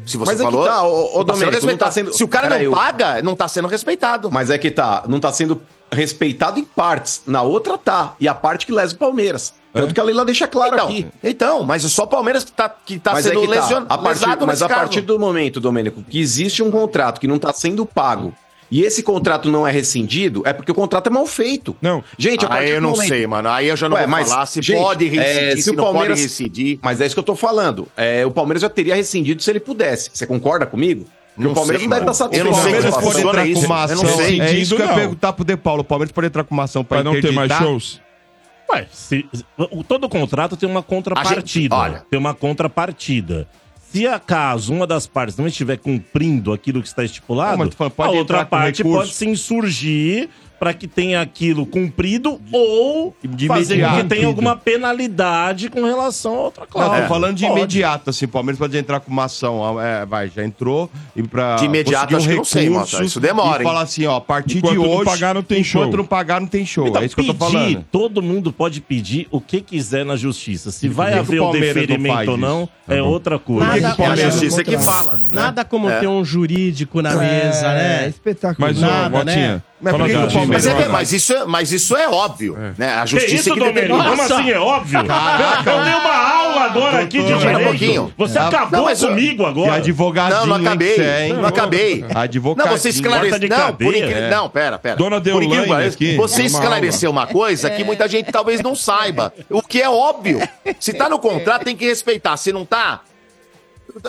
S1: Se você
S4: Mas é que
S1: falou.
S4: tá, ô, ô,
S1: não tá sendo
S4: Domênico, não
S1: respeitado.
S4: tá sendo-
S1: Se o cara
S4: Pera
S1: não
S4: aí, ô.
S1: paga, não tá sendo respeitado.
S4: Mas é que tá, não tá sendo respeitado em partes. Na outra tá. E a parte que lesa o Palmeiras. Tanto que a Leila deixa claro
S1: Então,
S4: aqui.
S1: então, mas só o Palmeiras que tá, que tá
S4: mas
S1: sendo
S4: é que
S1: lesion-
S4: tá. A
S1: lesado
S4: partir, mas
S1: nesse
S4: a
S1: caso.
S4: partir do momento, Domênico, que existe um contrato que não tá sendo pago e esse contrato não é rescindido, é porque o contrato é mal feito.
S5: Não.
S4: Gente, a
S1: Aí
S4: partir
S1: Ah, eu
S4: do
S1: não
S4: momento-
S1: sei, mano. Aí eu já não
S4: Ué,
S1: vou
S4: mas,
S1: falar se
S4: gente,
S1: pode rescindir,
S4: é,
S1: se,
S4: se o
S1: não
S4: Palmeiras-
S1: pode rescindir.
S4: Mas é isso que eu tô falando. É, o Palmeiras já teria rescindido se ele pudesse. Você concorda comigo? Que
S1: Não
S4: o Palmeiras
S1: sei,
S4: não deve
S1: mano.
S4: estar
S1: Eu
S4: satisfeito.
S1: não
S2: o
S1: sei
S2: Palmeiras
S1: como
S2: pode
S1: funciona
S2: entrar
S1: isso.
S2: com uma
S1: Eu não
S2: ação.
S1: sei.
S2: É isso que eu ia
S5: Não.
S2: perguntar pro De Paulo. O Palmeiras pode entrar com uma ação pra
S5: Pra não ter mais
S2: interditar.
S5: shows.
S6: Ué, se- o- todo contrato tem uma contrapartida.
S1: A gente- olha.
S6: tem uma contrapartida. Se acaso uma das partes não estiver cumprindo aquilo que está
S2: Não,
S6: estipulado,
S2: mas tu fala, pode
S6: a outra
S2: entrar com
S6: parte
S2: recurso.
S6: pode se insurgir para que tenha aquilo cumprido ou
S2: De
S6: fazer com que
S2: imediato.
S6: tenha alguma penalidade com relação a outra
S2: Não,
S6: cláusula.
S2: tô falando de
S6: É. Pode.
S2: imediato, assim, o Palmeiras pode entrar com uma ação. é, vai, já entrou e pra.
S1: De
S2: conseguir
S1: imediato,
S2: um
S1: acho que não sei,
S2: recurso
S1: Mota, isso
S2: E
S1: demora, hein?
S2: fala assim, ó, a partir
S5: Enquanto
S2: de
S5: não
S2: hoje.
S5: pagar, não tem
S2: enquanto
S5: show.
S2: não pagar, não tem show. é isso que eu tô
S6: Então, pedir,
S2: falando.
S6: Todo mundo pode pedir o que quiser na justiça. Se vai
S2: que que
S6: haver
S2: o
S6: um
S2: Palmeiras não faz
S6: deferimento ou
S2: isso?
S6: não,
S2: Tá
S6: é
S2: bom.
S6: outra coisa.
S9: Por que que
S1: É a
S9: Palmeiras-
S1: justiça que
S3: Contrato,
S1: fala.
S3: né?
S9: Nada como
S1: É.
S9: ter um jurídico na mesa,
S3: é,
S9: né?
S3: espetacular.
S5: Mas, ô,
S9: Nada,
S5: Botinha,
S9: né?
S2: Mas
S5: fala
S2: por que
S5: da
S2: que o
S5: time
S1: Mas,
S2: Palmeiras-
S1: é,
S5: agora.
S1: é, mas, isso, é- mas isso é óbvio, né? A
S6: Que
S1: justiça
S6: isso,
S1: que
S6: Domênico?
S1: determina.
S6: Como assim é óbvio? Eu dei uma aula agora aqui de
S1: Espera um
S6: direito.
S1: pouquinho.
S6: Você
S2: Ah,
S6: acabou
S1: Não, mas, ó,
S6: comigo
S2: Que
S6: agora.
S2: advogadinho,
S1: Não, não acabei.
S2: hein, que você é, hein?
S1: Não acabei.
S2: Advogadinho.
S1: Não,
S6: Bota de
S1: você esclareceu. Não, por
S6: cadeia,
S1: incrível.
S2: é.
S1: Não, pera, pera.
S5: Dona
S1: Por incrível
S5: Deolane
S1: que pareça,
S5: aqui, é
S1: Você
S5: uma
S1: esclareceu uma coisa
S2: É.
S1: que muita gente talvez não saiba. O que é óbvio. Se tá no contrato, tem que respeitar. Se não tá,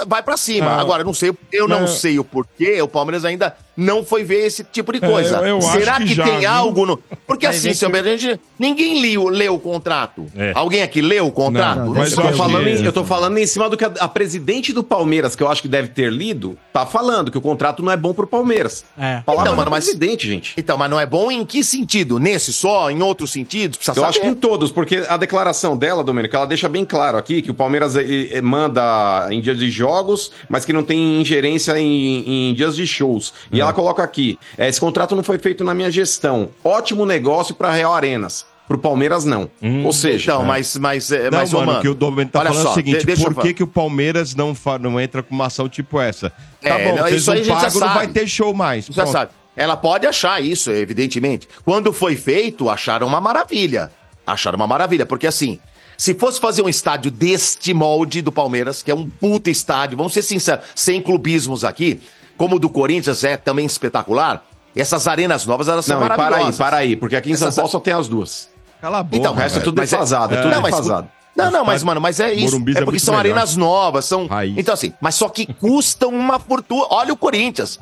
S1: vai pra cima.
S5: Ah.
S1: Agora, não sei, eu não sei o porquê, o Palmeiras ainda não foi ver esse tipo de coisa.
S5: É, eu- eu
S1: Será
S5: acho que
S1: que,
S5: já,
S1: tem
S5: viu?
S1: algo no. Porque assim, seu Bernardo, a gente- ninguém leu, leu o contrato.
S6: É.
S1: Alguém aqui leu o contrato?
S3: Não,
S5: mas
S4: Eu tô,
S5: acho
S4: falando
S5: que-
S4: em, eu tô falando em cima do que a, a presidente do Palmeiras, que eu acho que deve ter lido, tá falando que o contrato não é bom pro Palmeiras.
S9: É.
S4: Palavra
S1: Então, mano,
S4: do
S1: mas-
S4: presidente, gente.
S1: Então, mas não é bom em que sentido? Nesse só? Em outros sentidos? Precisa
S2: Tá
S4: Eu
S1: saber.
S4: acho que em todos, porque a declaração dela, Domênico, ela deixa bem claro aqui que o Palmeiras eh, eh, manda em dias de jogos, mas que não tem ingerência em, em dias de shows.
S2: Hum.
S4: E ela coloca aqui: eh, esse contrato não foi feito na minha gestão. Ótimo negócio para Real Arenas. Pro Palmeiras, não. Ou seja,
S1: Então, mas, mas, é,
S2: Hum, Não,
S1: mas, ô,
S2: mano,
S1: mano,
S2: o que o Domênico tá
S1: olha
S2: falando é
S1: só,
S2: o seguinte:
S1: de- deixa eu
S2: por que,
S1: falar.
S2: que o Palmeiras não, fa- não entra com uma ação tipo essa? Tá
S1: É,
S2: bom,
S1: não,
S2: vocês
S1: isso aí
S2: não
S1: a gente já
S2: pagam, não
S1: sabe.
S2: vai ter show mais.
S1: Você já
S2: Pronto.
S1: sabe. Ela pode achar isso, evidentemente. Quando foi feito, acharam uma maravilha. Acharam uma maravilha, porque assim, se fosse fazer um estádio deste molde do Palmeiras, que é um puta estádio, vamos ser sinceros, sem clubismos aqui, como o do Corinthians é também espetacular, essas arenas novas, elas são
S4: não, e para aí,
S1: maravilhosas.
S4: para aí, porque aqui em São
S1: Essa-
S4: Paulo só tem as duas.
S2: Cala a boca.
S1: Então,
S4: o resto é
S1: velho,
S4: tudo
S1: mas
S4: defasado, é, tudo
S1: Não, mas-
S4: defasado.
S1: Não, não, mas, mano, mas é isso.
S2: Morumbi é
S1: é porque
S2: muito
S1: são
S2: melhor.
S1: arenas novas, são.
S2: Raiz.
S1: Então, assim, mas só que custam uma fortuna. Olha o Corinthians.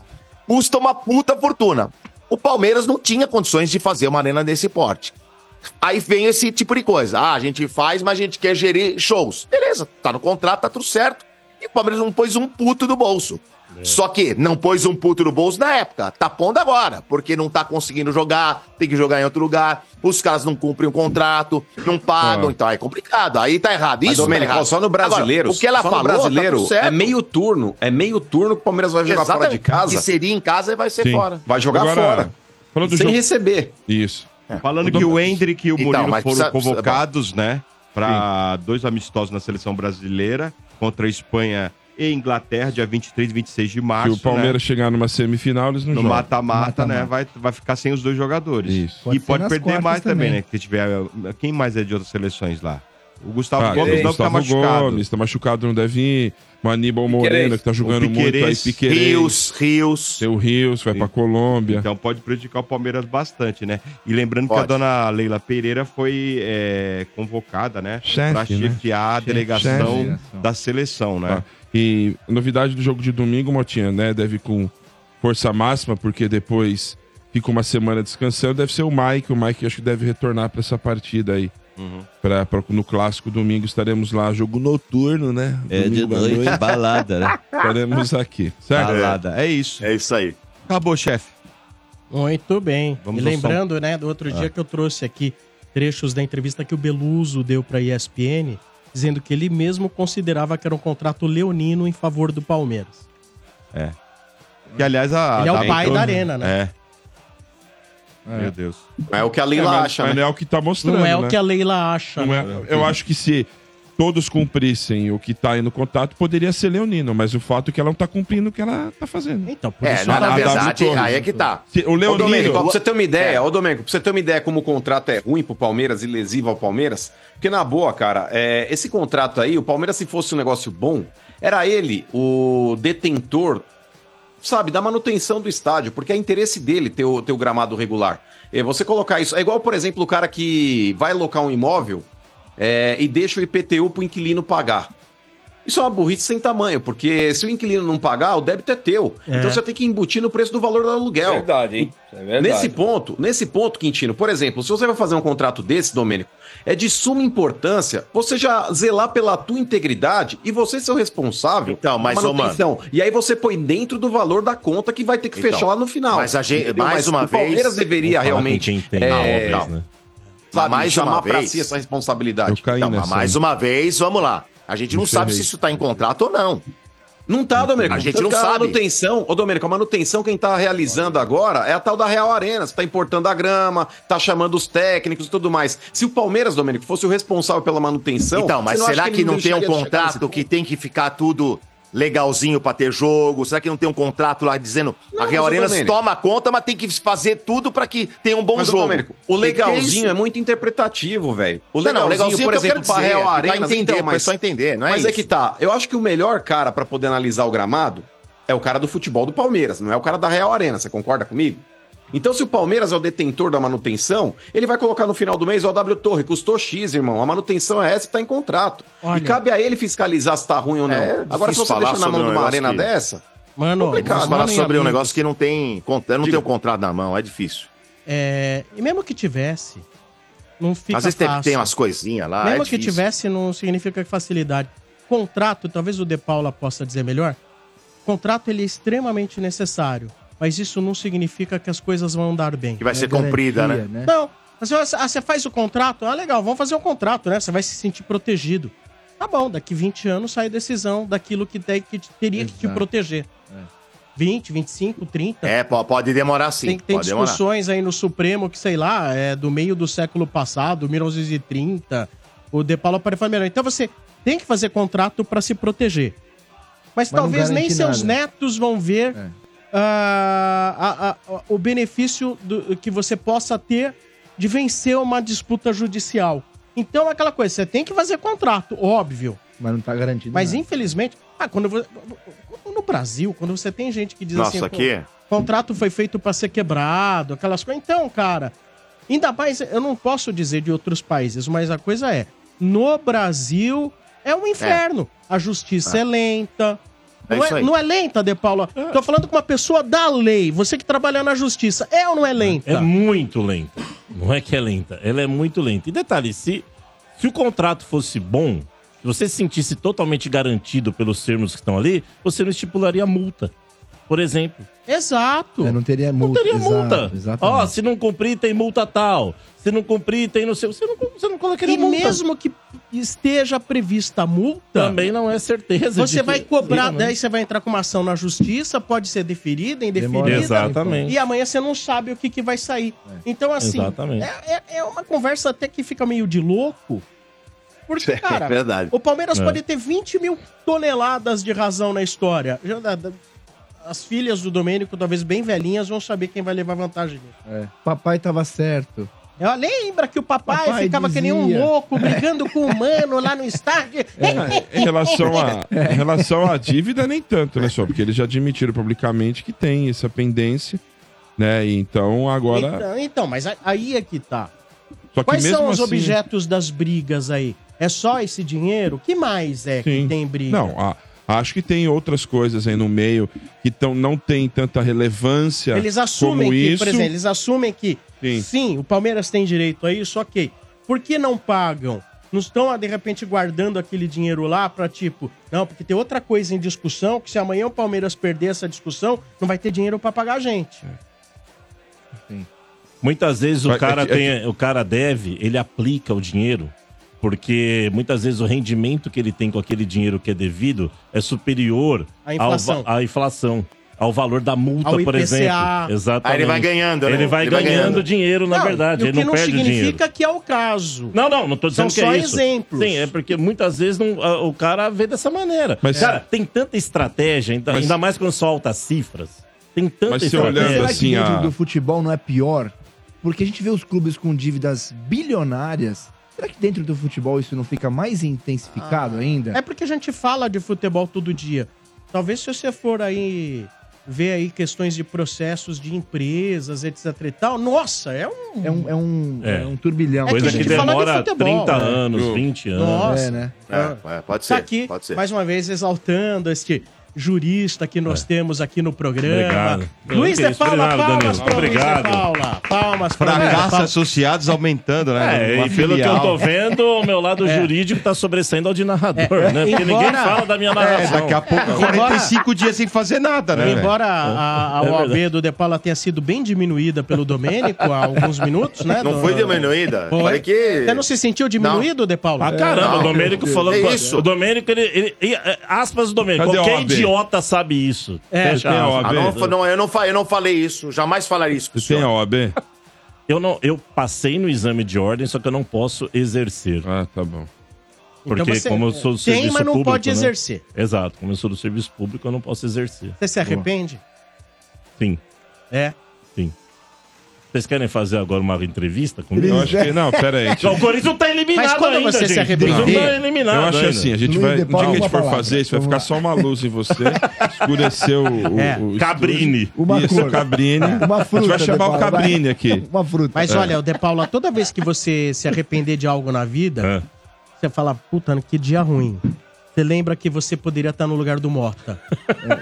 S1: Custa uma puta fortuna. O Palmeiras não tinha condições de fazer uma arena desse porte. Aí vem esse tipo de coisa. Ah, a gente faz, mas a gente quer gerir shows. Beleza, tá no contrato, tá tudo certo. E o Palmeiras não pôs um puto do bolso.
S4: É.
S1: Só que não pôs um puto no bolso na época. Tá pondo agora, porque não tá conseguindo jogar, tem que jogar em outro lugar. Os caras não cumprem o contrato, não pagam. Então é complicado. Aí tá errado.
S4: Ah. Mas,
S1: Isso tá
S4: Domênico,
S1: errado.
S4: só no brasileiro.
S1: Agora, o que ela
S4: só
S1: falou,
S4: no brasileiro
S1: tá tudo certo.
S4: é meio turno. É meio turno que o Palmeiras vai jogar fora de
S1: Exatamente.
S4: casa.
S1: Se seria em casa, vai ser
S5: Sim.
S1: fora.
S4: Vai jogar
S5: Agora,
S4: fora.
S5: Falando do
S4: Sem
S5: jogo.
S4: receber.
S5: Isso.
S2: Falando que o Hendrick e o
S1: Então,
S2: Murilo
S1: mas
S2: foram
S1: precisa- precisa-
S2: convocados, né? Para dois amistosos na seleção brasileira, contra a Espanha e Inglaterra, dia 23 e 26 de
S5: Se
S2: março.
S5: o Palmeiras
S1: né?
S5: chegar numa semifinal, eles não
S2: né? no
S5: jogam.
S2: mata-mata, né?
S3: Mata-mata.
S2: Vai, vai ficar sem os dois jogadores.
S5: Isso.
S2: E
S3: Pode ser
S2: pode
S3: nas
S2: perder
S3: quartas
S2: mais também,
S3: também.
S2: né? Que tiver. Quem mais é de outras seleções lá? O Gustavo
S5: Ah,
S2: Gomes não
S5: é,
S2: fica
S5: Gustavo
S2: machucado.
S5: Gomes, tá machucado, não deve ir. O Aníbal Moreno, que tá jogando
S2: O
S5: muito aí,
S2: Piquerez.
S5: Piqueires.
S1: Rios, Rios.
S5: Seu Rios, vai pra Colômbia.
S2: Então pode prejudicar o Palmeiras bastante, né? E lembrando que a
S1: Pode.
S2: dona Leila Pereira foi é, convocada, né?
S5: Chefe,
S2: pra
S5: né?
S2: chefiar a delegação
S5: chefe.
S2: da seleção, né?
S5: Tá. Né? E novidade do jogo de domingo, Motinha, né? Deve ir com força máxima, porque depois fica uma semana descansando. Deve ser o Mike. O Mike acho que deve retornar pra essa partida aí.
S10: Uhum.
S5: Pra, pra- no clássico domingo estaremos lá, jogo noturno, né?
S10: É de
S5: Domingo à
S10: noite, balada, né?
S5: Estaremos aqui. Certo?
S10: Balada.
S2: É isso.
S1: É isso aí.
S2: Acabou, chefe.
S9: Muito bem.
S2: Vamos
S9: e
S2: ao Ah.
S9: lembrando, né, do outro dia que eu trouxe aqui trechos da entrevista que o Beluso deu para ESPN, dizendo que ele mesmo considerava que era um contrato leonino em favor do Palmeiras.
S2: É. Que aliás a.
S9: Ele é o
S2: a-
S9: pai da arena, né?
S2: É. Meu Deus.
S4: É o que a
S5: É,
S4: Leila
S5: mas,
S4: acha,
S5: mas
S4: né?
S5: não é o que tá mostrando.
S9: Não é o
S5: né?
S9: que a Leila acha.
S5: Não
S9: né?
S5: é- eu acho que se todos cumprissem o que tá aí no contato, poderia ser Leonino, mas o fato é que ela não tá cumprindo o que ela tá fazendo.
S9: Então, por
S1: É,
S9: isso
S1: na,
S5: a-
S1: na
S5: a
S1: verdade,
S5: W Torres,
S1: aí é que tá.
S5: Se- O
S4: Ô, Domênico, ó, pra
S5: Leonino. É.
S4: você ter uma ideia, ô Domênico, pra você ter uma ideia como o contrato é ruim pro Palmeiras e lesivo ao Palmeiras, porque na boa, cara, é, esse contrato aí, o Palmeiras, se fosse um negócio bom, era ele o detentor, sabe, da manutenção do estádio, porque é interesse dele ter o, ter o gramado regular. E você colocar isso, é igual, por exemplo, o cara que vai locar um imóvel é, e deixa o IPTU pro inquilino pagar. Isso é uma burrice sem tamanho, porque se o inquilino não pagar, o débito é teu.
S9: É.
S4: Então você tem que embutir no preço do valor do aluguel.
S8: Verdade, hein? É verdade.
S4: Nesse ponto, nesse ponto, Quintino, por exemplo, se você vai fazer um contrato desse, Domênico, é de suma importância você já zelar pela tua integridade e você ser o responsável
S1: Então, mas,
S4: pela
S1: ô, mano.
S4: E aí você põe dentro do valor da conta que vai ter que
S1: Então,
S4: fechar lá no final.
S1: mas a gente-
S4: entendeu?
S1: mais uma
S4: o Palmeiras
S1: vez-
S4: deveria realmente
S6: É,
S4: é,
S1: não.
S6: né?
S4: sabe,
S1: Mais
S4: chamar
S1: uma
S4: pra
S1: vez.
S4: si essa
S5: Eu
S4: responsabilidade.
S5: caí
S1: Então, mas
S5: nessa.
S1: mais uma vez, vamos lá. A gente não
S5: Me
S1: sabe se
S5: ferrei.
S1: isso tá em contrato ou não.
S4: Não tá, Domênico.
S1: A gente
S4: Tanto
S1: não
S4: que
S1: sabe.
S4: manutenção, ô Domênico, a manutenção quem tá realizando agora é a tal da Real Arena. Você tá importando a grama, tá chamando os técnicos e tudo mais. Se o Palmeiras, Domênico, fosse o responsável pela manutenção.
S1: Então, mas
S4: você acha
S1: será que,
S4: ele
S1: não tem
S4: deixaria
S1: um
S4: de chegar nesse
S1: contrato que tem que ficar tudo legalzinho pra ter jogo? Será que não tem um contrato lá dizendo
S4: Não,
S1: a
S4: mas,
S1: Real
S4: ô,
S1: Arenas
S4: Domênico.
S1: toma conta, mas tem que fazer tudo pra que tenha um bom
S4: Mas, ô,
S1: jogo?
S4: Domênico, o legalzinho é muito interpretativo, velho. O
S1: Não, não,
S4: legalzinho,
S1: o legalzinho
S4: por
S1: é o que eu
S4: exemplo,
S1: quero
S4: pra
S1: dizer,
S4: Real
S1: é que dá a
S4: Arena,
S1: entender,
S4: então,
S1: pro
S4: mas,
S1: pessoal entender, não é
S4: mas é
S1: isso.
S4: que tá. Eu acho que o melhor cara pra poder analisar o gramado é o cara do futebol do Palmeiras, não é o cara da Real Arena, você concorda comigo? Então, se o Palmeiras é o detentor da manutenção, ele vai colocar no final do mês ó, o W Torre, custou X, irmão. A manutenção é essa e tá em contrato.
S9: Olha.
S4: E cabe a ele fiscalizar se tá ruim ou não.
S1: É,
S4: Agora, se
S1: difícil
S4: você
S1: falar
S4: deixa na
S1: sobre
S4: mão
S1: um
S4: de uma
S1: negócio
S4: arena
S1: que-
S4: dessa,
S9: Mano,
S4: Complicado. é
S1: Vamos
S9: mano,
S1: falar
S9: e
S1: sobre um
S9: amigo,
S1: negócio que não tem, contra- não tem
S4: Diga.
S1: o contrato na mão, é difícil.
S9: é, e mesmo que tivesse, não fica
S1: Às vezes tem,
S9: fácil.
S1: tem umas coisinhas lá,
S9: mesmo
S1: é
S9: que
S1: difícil.
S9: tivesse, não significa que facilidade. Contrato, talvez o De Paula possa dizer melhor. Contrato ele é extremamente necessário, mas isso não significa que as coisas vão andar bem.
S1: Que vai ser comprida, né?
S9: Não. Mas você, ah, você faz o contrato? Ah, legal, vamos fazer um contrato, né? Você vai se sentir protegido. Tá bom, daqui 20 anos sai decisão daquilo que, tem, que te- teria que te
S3: Exato.
S9: proteger. 20, 25, 30.
S1: É, po- pode demorar sim,
S9: tem tem
S1: pode demorar.
S9: discussões aí no Supremo que, sei lá, é do meio do século passado, 1930. O De Paulo Aparelho falou, melhor. Então você tem que fazer contrato para se proteger. Mas,
S3: Mas não
S9: talvez nem
S3: garante
S9: seus
S3: nada.
S9: netos vão ver
S3: É.
S9: ah, a- a- o benefício do- que você possa ter de vencer uma disputa judicial. Então é aquela coisa, você tem que fazer contrato, óbvio.
S3: Mas não tá garantido.
S9: Mas
S3: nada.
S9: infelizmente, ah, quando você- no Brasil, quando você tem gente que diz assim,
S1: Nossa,
S9: pô,
S1: aqui...
S9: contrato foi feito pra ser quebrado, aquelas coisas. Então, cara, ainda mais, eu não posso dizer de outros países, mas a coisa é, no Brasil é um inferno. A justiça é, lenta.
S1: É
S9: Não
S1: isso
S9: é,
S1: aí.
S9: não é lenta, De Paula. Tô falando com uma pessoa da lei, você que trabalha na justiça. É ou não é lenta?
S6: É
S3: Tá.
S6: muito lenta. Não é que é lenta, ela é muito lenta. E detalhe, se, se o contrato fosse bom, se você se sentisse totalmente garantido pelos termos que estão ali, você não estipularia multa, por exemplo.
S9: Exato.
S3: É, não teria
S6: Não
S3: multa.
S6: teria multa.
S3: Exato, exatamente.
S6: Ó, se não cumprir, tem multa tal. Se não cumprir, tem não sei. Você não, você não colocaria
S9: E
S6: multa.
S9: mesmo que esteja Tá. prevista a multa,
S6: Também não é certeza. de
S9: você
S6: que- né?
S9: vai cobrar,
S6: Exatamente.
S9: daí você vai entrar com uma ação na justiça, pode ser deferida,
S3: Demora.
S9: indeferida.
S6: Exatamente.
S9: E amanhã você não sabe o que, que vai sair. Então, assim,
S6: Exatamente.
S9: é, é- é uma conversa até que fica meio de louco. Porque,
S1: é
S9: cara,
S1: verdade.
S9: o Palmeiras
S6: É.
S9: pode ter 20 mil toneladas de razão na história. Já da- da- As filhas do Domênico, talvez bem velhinhas, vão saber quem vai levar vantagem nisso.
S3: É. Papai tava certo.
S9: Ela lembra que o papai,
S3: Papai
S9: ficava que nem um
S3: dizia.
S9: louco, brigando com o mano lá no estádio.
S5: É, Em relação, a, em relação à dívida, nem tanto, né, só? Porque eles já admitiram publicamente que tem essa pendência, né? E então agora.
S9: Então, então, mas a- aí é que tá.
S5: só que
S9: Quais
S5: mesmo
S9: são os
S5: assim-
S9: objetos das brigas aí? É só esse dinheiro? que mais é que
S5: Sim.
S9: tem briga?
S5: Não, a- acho que tem outras coisas aí no meio que tão, não tem tanta relevância.
S9: Eles assumem
S5: como
S9: que,
S5: isso.
S9: por exemplo, eles assumem que sim.
S5: Sim.
S9: o Palmeiras tem direito a isso, ok. Por que não pagam? Não estão, ah, de repente, guardando aquele dinheiro lá pra tipo, não, porque tem outra coisa em discussão, que se amanhã o Palmeiras perder essa discussão, não vai ter dinheiro pra pagar a gente.
S5: É.
S6: Muitas vezes o
S5: Mas é
S6: cara
S5: que- é
S6: tem, o cara deve, ele aplica o dinheiro, porque muitas vezes o rendimento que ele tem com aquele dinheiro que é devido é superior
S9: À inflação.
S6: ao va- à inflação, ao valor da multa,
S9: Ao
S6: por
S9: IPCA.
S6: exemplo. Exatamente.
S1: Aí ele vai ganhando, né?
S6: Ele vai
S1: Ele vai
S6: ganhando
S1: ganhando.
S6: dinheiro, na
S9: Não,
S6: verdade.
S9: e o
S6: Ele
S9: que
S6: não,
S9: não,
S6: perde
S9: significa
S6: dinheiro.
S9: que é o caso.
S6: Não, não, não tô dizendo
S9: São
S6: que é
S9: só
S6: isso.
S9: exemplos.
S6: Sim, é porque muitas vezes não- a- o cara vê dessa maneira.
S5: Mas-
S6: cara, tem tanta estratégia, ainda, ainda mais quando solta as cifras. Tem tanta
S5: Mas se
S6: estratégia.
S5: olhando
S3: Será
S5: assim,
S3: que dentro
S5: a-
S3: do futebol não é pior? Porque a gente vê os clubes com dívidas bilionárias. Será que dentro do futebol isso não fica mais intensificado ainda?
S9: É porque a gente fala de futebol todo dia. Talvez se você for aí vê aí questões de processos de empresas, etc e tal. Nossa, é um...
S3: É um, é um,
S6: É.
S3: é um turbilhão.
S6: Coisa
S9: a
S6: que
S9: gente fala de
S6: demora
S9: futebol,
S6: 30
S9: né?
S6: anos, 20 anos.
S9: Nossa.
S3: É, né?
S2: Ah.
S1: É, é, pode ser.
S9: Tá aqui,
S1: pode ser.
S9: mais uma vez, exaltando este jurista que nós temos aqui no programa.
S6: É. Obrigado.
S9: Luiz
S6: Eu
S9: de
S6: não
S9: Paula,
S6: queria esperar
S9: palmas
S6: nada, Danilo.
S9: para o Luiz de
S6: Obrigado.
S9: Paula. Palmas para
S2: Fracassos associados aumentando, né?
S6: É,
S2: Uma
S6: e pelo que eu
S2: filial.
S6: tô vendo, o meu lado jurídico tá sobressaindo ao de narrador, né? Porque ninguém
S9: embora-
S6: fala da minha
S2: É,
S6: narração.
S2: daqui a pouco, 45 dias sem fazer nada, né? velho?
S9: É. Embora a, a
S6: É
S9: OAB
S6: verdade.
S9: do De Paula tenha sido bem diminuída pelo Domênico há alguns minutos, né?
S1: Não
S9: do-
S1: foi diminuída? Falei que.
S9: Você não se sentiu diminuído, De Paula?
S6: Ah, caramba,
S1: Não,
S6: o Domênico
S1: meu Deus.
S6: falou.
S1: É
S6: co-
S1: isso.
S6: O Domênico, ele. ele- e, é, aspas do Domênico.
S5: Cadê a
S6: Qualquer
S5: OAB?
S6: idiota sabe isso.
S9: É,
S6: Fecha
S5: tem a
S6: aspas.
S5: OAB.
S1: Ah, não, fa- não, eu, não fa- eu não falei isso. Jamais falaria isso. com o
S5: Você tem
S1: senhor.
S5: a OAB?
S6: Eu, não, eu passei no exame de ordem, só que eu não posso exercer. Então
S5: Ah, tá bom.
S6: Porque,
S9: você
S6: como eu sou do
S9: tem,
S6: serviço
S9: mas não
S6: público,
S9: pode
S6: né?
S9: exercer.
S6: Exato, como eu sou do serviço público, eu não posso exercer.
S9: Você se arrepende?
S6: Sim,
S9: É.
S6: sim. Vocês querem fazer agora uma entrevista
S5: Eu
S6: comigo?
S5: acho que. Não, pera aí.
S6: O Corinthians tá eliminado
S9: Mas quando
S6: ainda,
S9: você se
S6: gente.
S9: arrepender-
S6: O Corinthians tá eliminado
S5: Eu acho
S6: ainda.
S5: assim, a gente
S3: Luiz
S5: vai. No dia
S3: de
S5: que a
S3: Paulo,
S5: gente
S3: uma
S5: for
S3: palavra.
S5: fazer isso, vai
S3: Vamos
S5: ficar
S3: lá.
S5: só uma luz em você, escurecer o. o-
S9: É,
S5: o
S6: Cabrini.
S3: Uma
S5: Isso,
S3: cor.
S5: Cabrini.
S3: Uma
S5: a gente
S3: fruta,
S5: vai chamar o
S3: Depaula, vai.
S5: Cabrini aqui.
S3: Uma fruta.
S9: Mas olha, o De Paula, toda vez que você se arrepender de algo na vida,
S6: É.
S9: você fala, puta, que dia ruim. Você lembra que você poderia estar no lugar do Morta.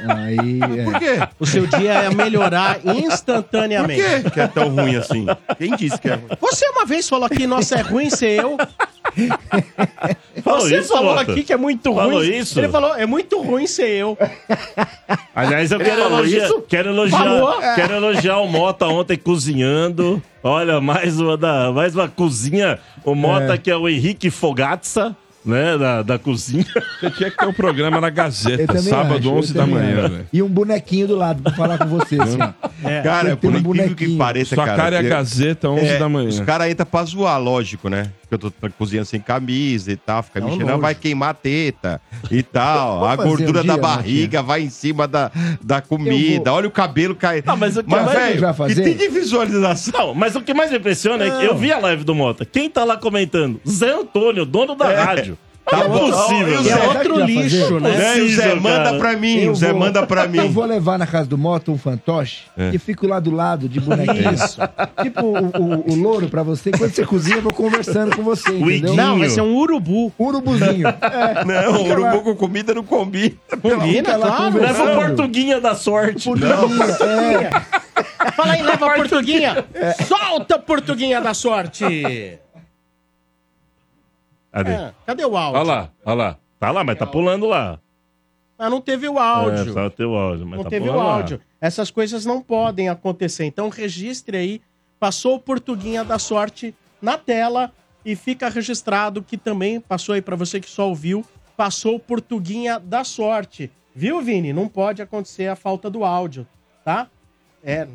S5: Ah,
S3: Aí, é.
S9: O seu dia ia melhorar instantaneamente.
S2: Por que é tão ruim assim? Quem disse que é ruim?
S9: Você uma vez falou aqui, nossa, é ruim ser eu.
S6: Falou
S9: Você
S6: isso,
S9: falou
S6: Mota?
S9: aqui que é muito ruim.
S6: Falou isso?
S9: Ele falou, é muito ruim ser eu.
S6: Aliás,
S3: É,
S6: eu quero
S1: falou
S6: elogiar,
S1: isso?
S6: quero elogiar,
S9: Falou?
S6: quero elogiar o Mota ontem cozinhando. Olha, mais uma da, mais uma cozinha. O Mota que é o Henrique Fogatza, né, da, da cozinha.
S5: Você tinha que ter um programa na
S3: Eu
S5: Gazeta,
S3: também
S5: sábado,
S3: acho, eu
S5: 11 da
S3: também
S5: manhã, né?
S3: acho.
S5: velho.
S3: E um bonequinho do lado pra falar com você, assim.
S2: Cara,
S3: Tem
S2: por
S3: um
S2: incrível que
S3: bonequinho.
S2: pareça,
S5: Sua cara é a
S2: eu-
S5: Gazeta, 11
S2: É,
S5: da
S2: Os
S5: manhã.
S2: caras entram pra zoar, lógico, né? Porque eu tô tá cozinhando sem camisa e tal, fica
S3: É um
S2: mexendo, "Ah,
S3: nojo.
S2: vai queimar a teta e tal.
S3: Vou
S2: a
S3: fazer um
S2: gordura
S3: dia,
S2: da
S3: Marquinhos.
S2: barriga vai em cima da, da comida, olha o cabelo caindo.
S3: Ah,
S9: Ah,
S6: Não, mas o que mais
S3: ele vai
S2: que
S3: fazer?
S2: tem de visualização?
S6: Não, mas o que mais me impressiona é que
S9: Ah.
S6: eu vi a live do Mota. Quem tá lá comentando? Zé Antônio, dono da rádio.
S2: Tá
S6: é
S2: bom.
S6: possível.
S2: E o
S9: É
S2: Zé-
S3: Sabe o que
S9: outro
S3: eu ia fazer?
S9: lixo, né?
S6: Né?
S2: Zé, o Zé
S6: possível,
S2: manda
S6: cara.
S2: pra mim,
S3: É Eu
S2: o Zé
S3: vou-
S2: manda pra
S3: Eu
S2: mim. É.
S3: vou levar na casa do Mota um fantoche e fico lá do lado de bonequinho.
S9: Isso.
S3: Tipo o, o, o louro pra você. Quando você cozinha, eu vou conversando com você, entendeu?
S6: Iguinho.
S9: Não,
S3: é
S9: vai ser um urubu.
S3: Urubuzinho. É,
S2: Não,
S3: Fica lá.
S2: urubu é com comida não combina.
S9: Combina,
S3: Fica lá
S9: claro.
S3: conversando.
S6: Leva o Portuguinha da sorte.
S3: Portuguinha, é.
S9: Fala aí, leva a portuguinha. Solta a portuguinha da sorte.
S6: Cadê?
S9: É, cadê o áudio?
S6: Olha lá, olha lá. Tá lá, mas tá pulando lá.
S9: Ah, não teve o áudio.
S6: É, só teu áudio, mas
S9: não
S6: tá
S9: teve o
S6: pulando lá.
S9: áudio. Essas coisas não podem acontecer. Então registre aí. Passou o Portuguinha da Sorte na tela e fica registrado que também passou aí pra você que só ouviu. Passou o Portuguinha da Sorte. Viu, Vini? Não pode acontecer a falta do áudio, tá? É,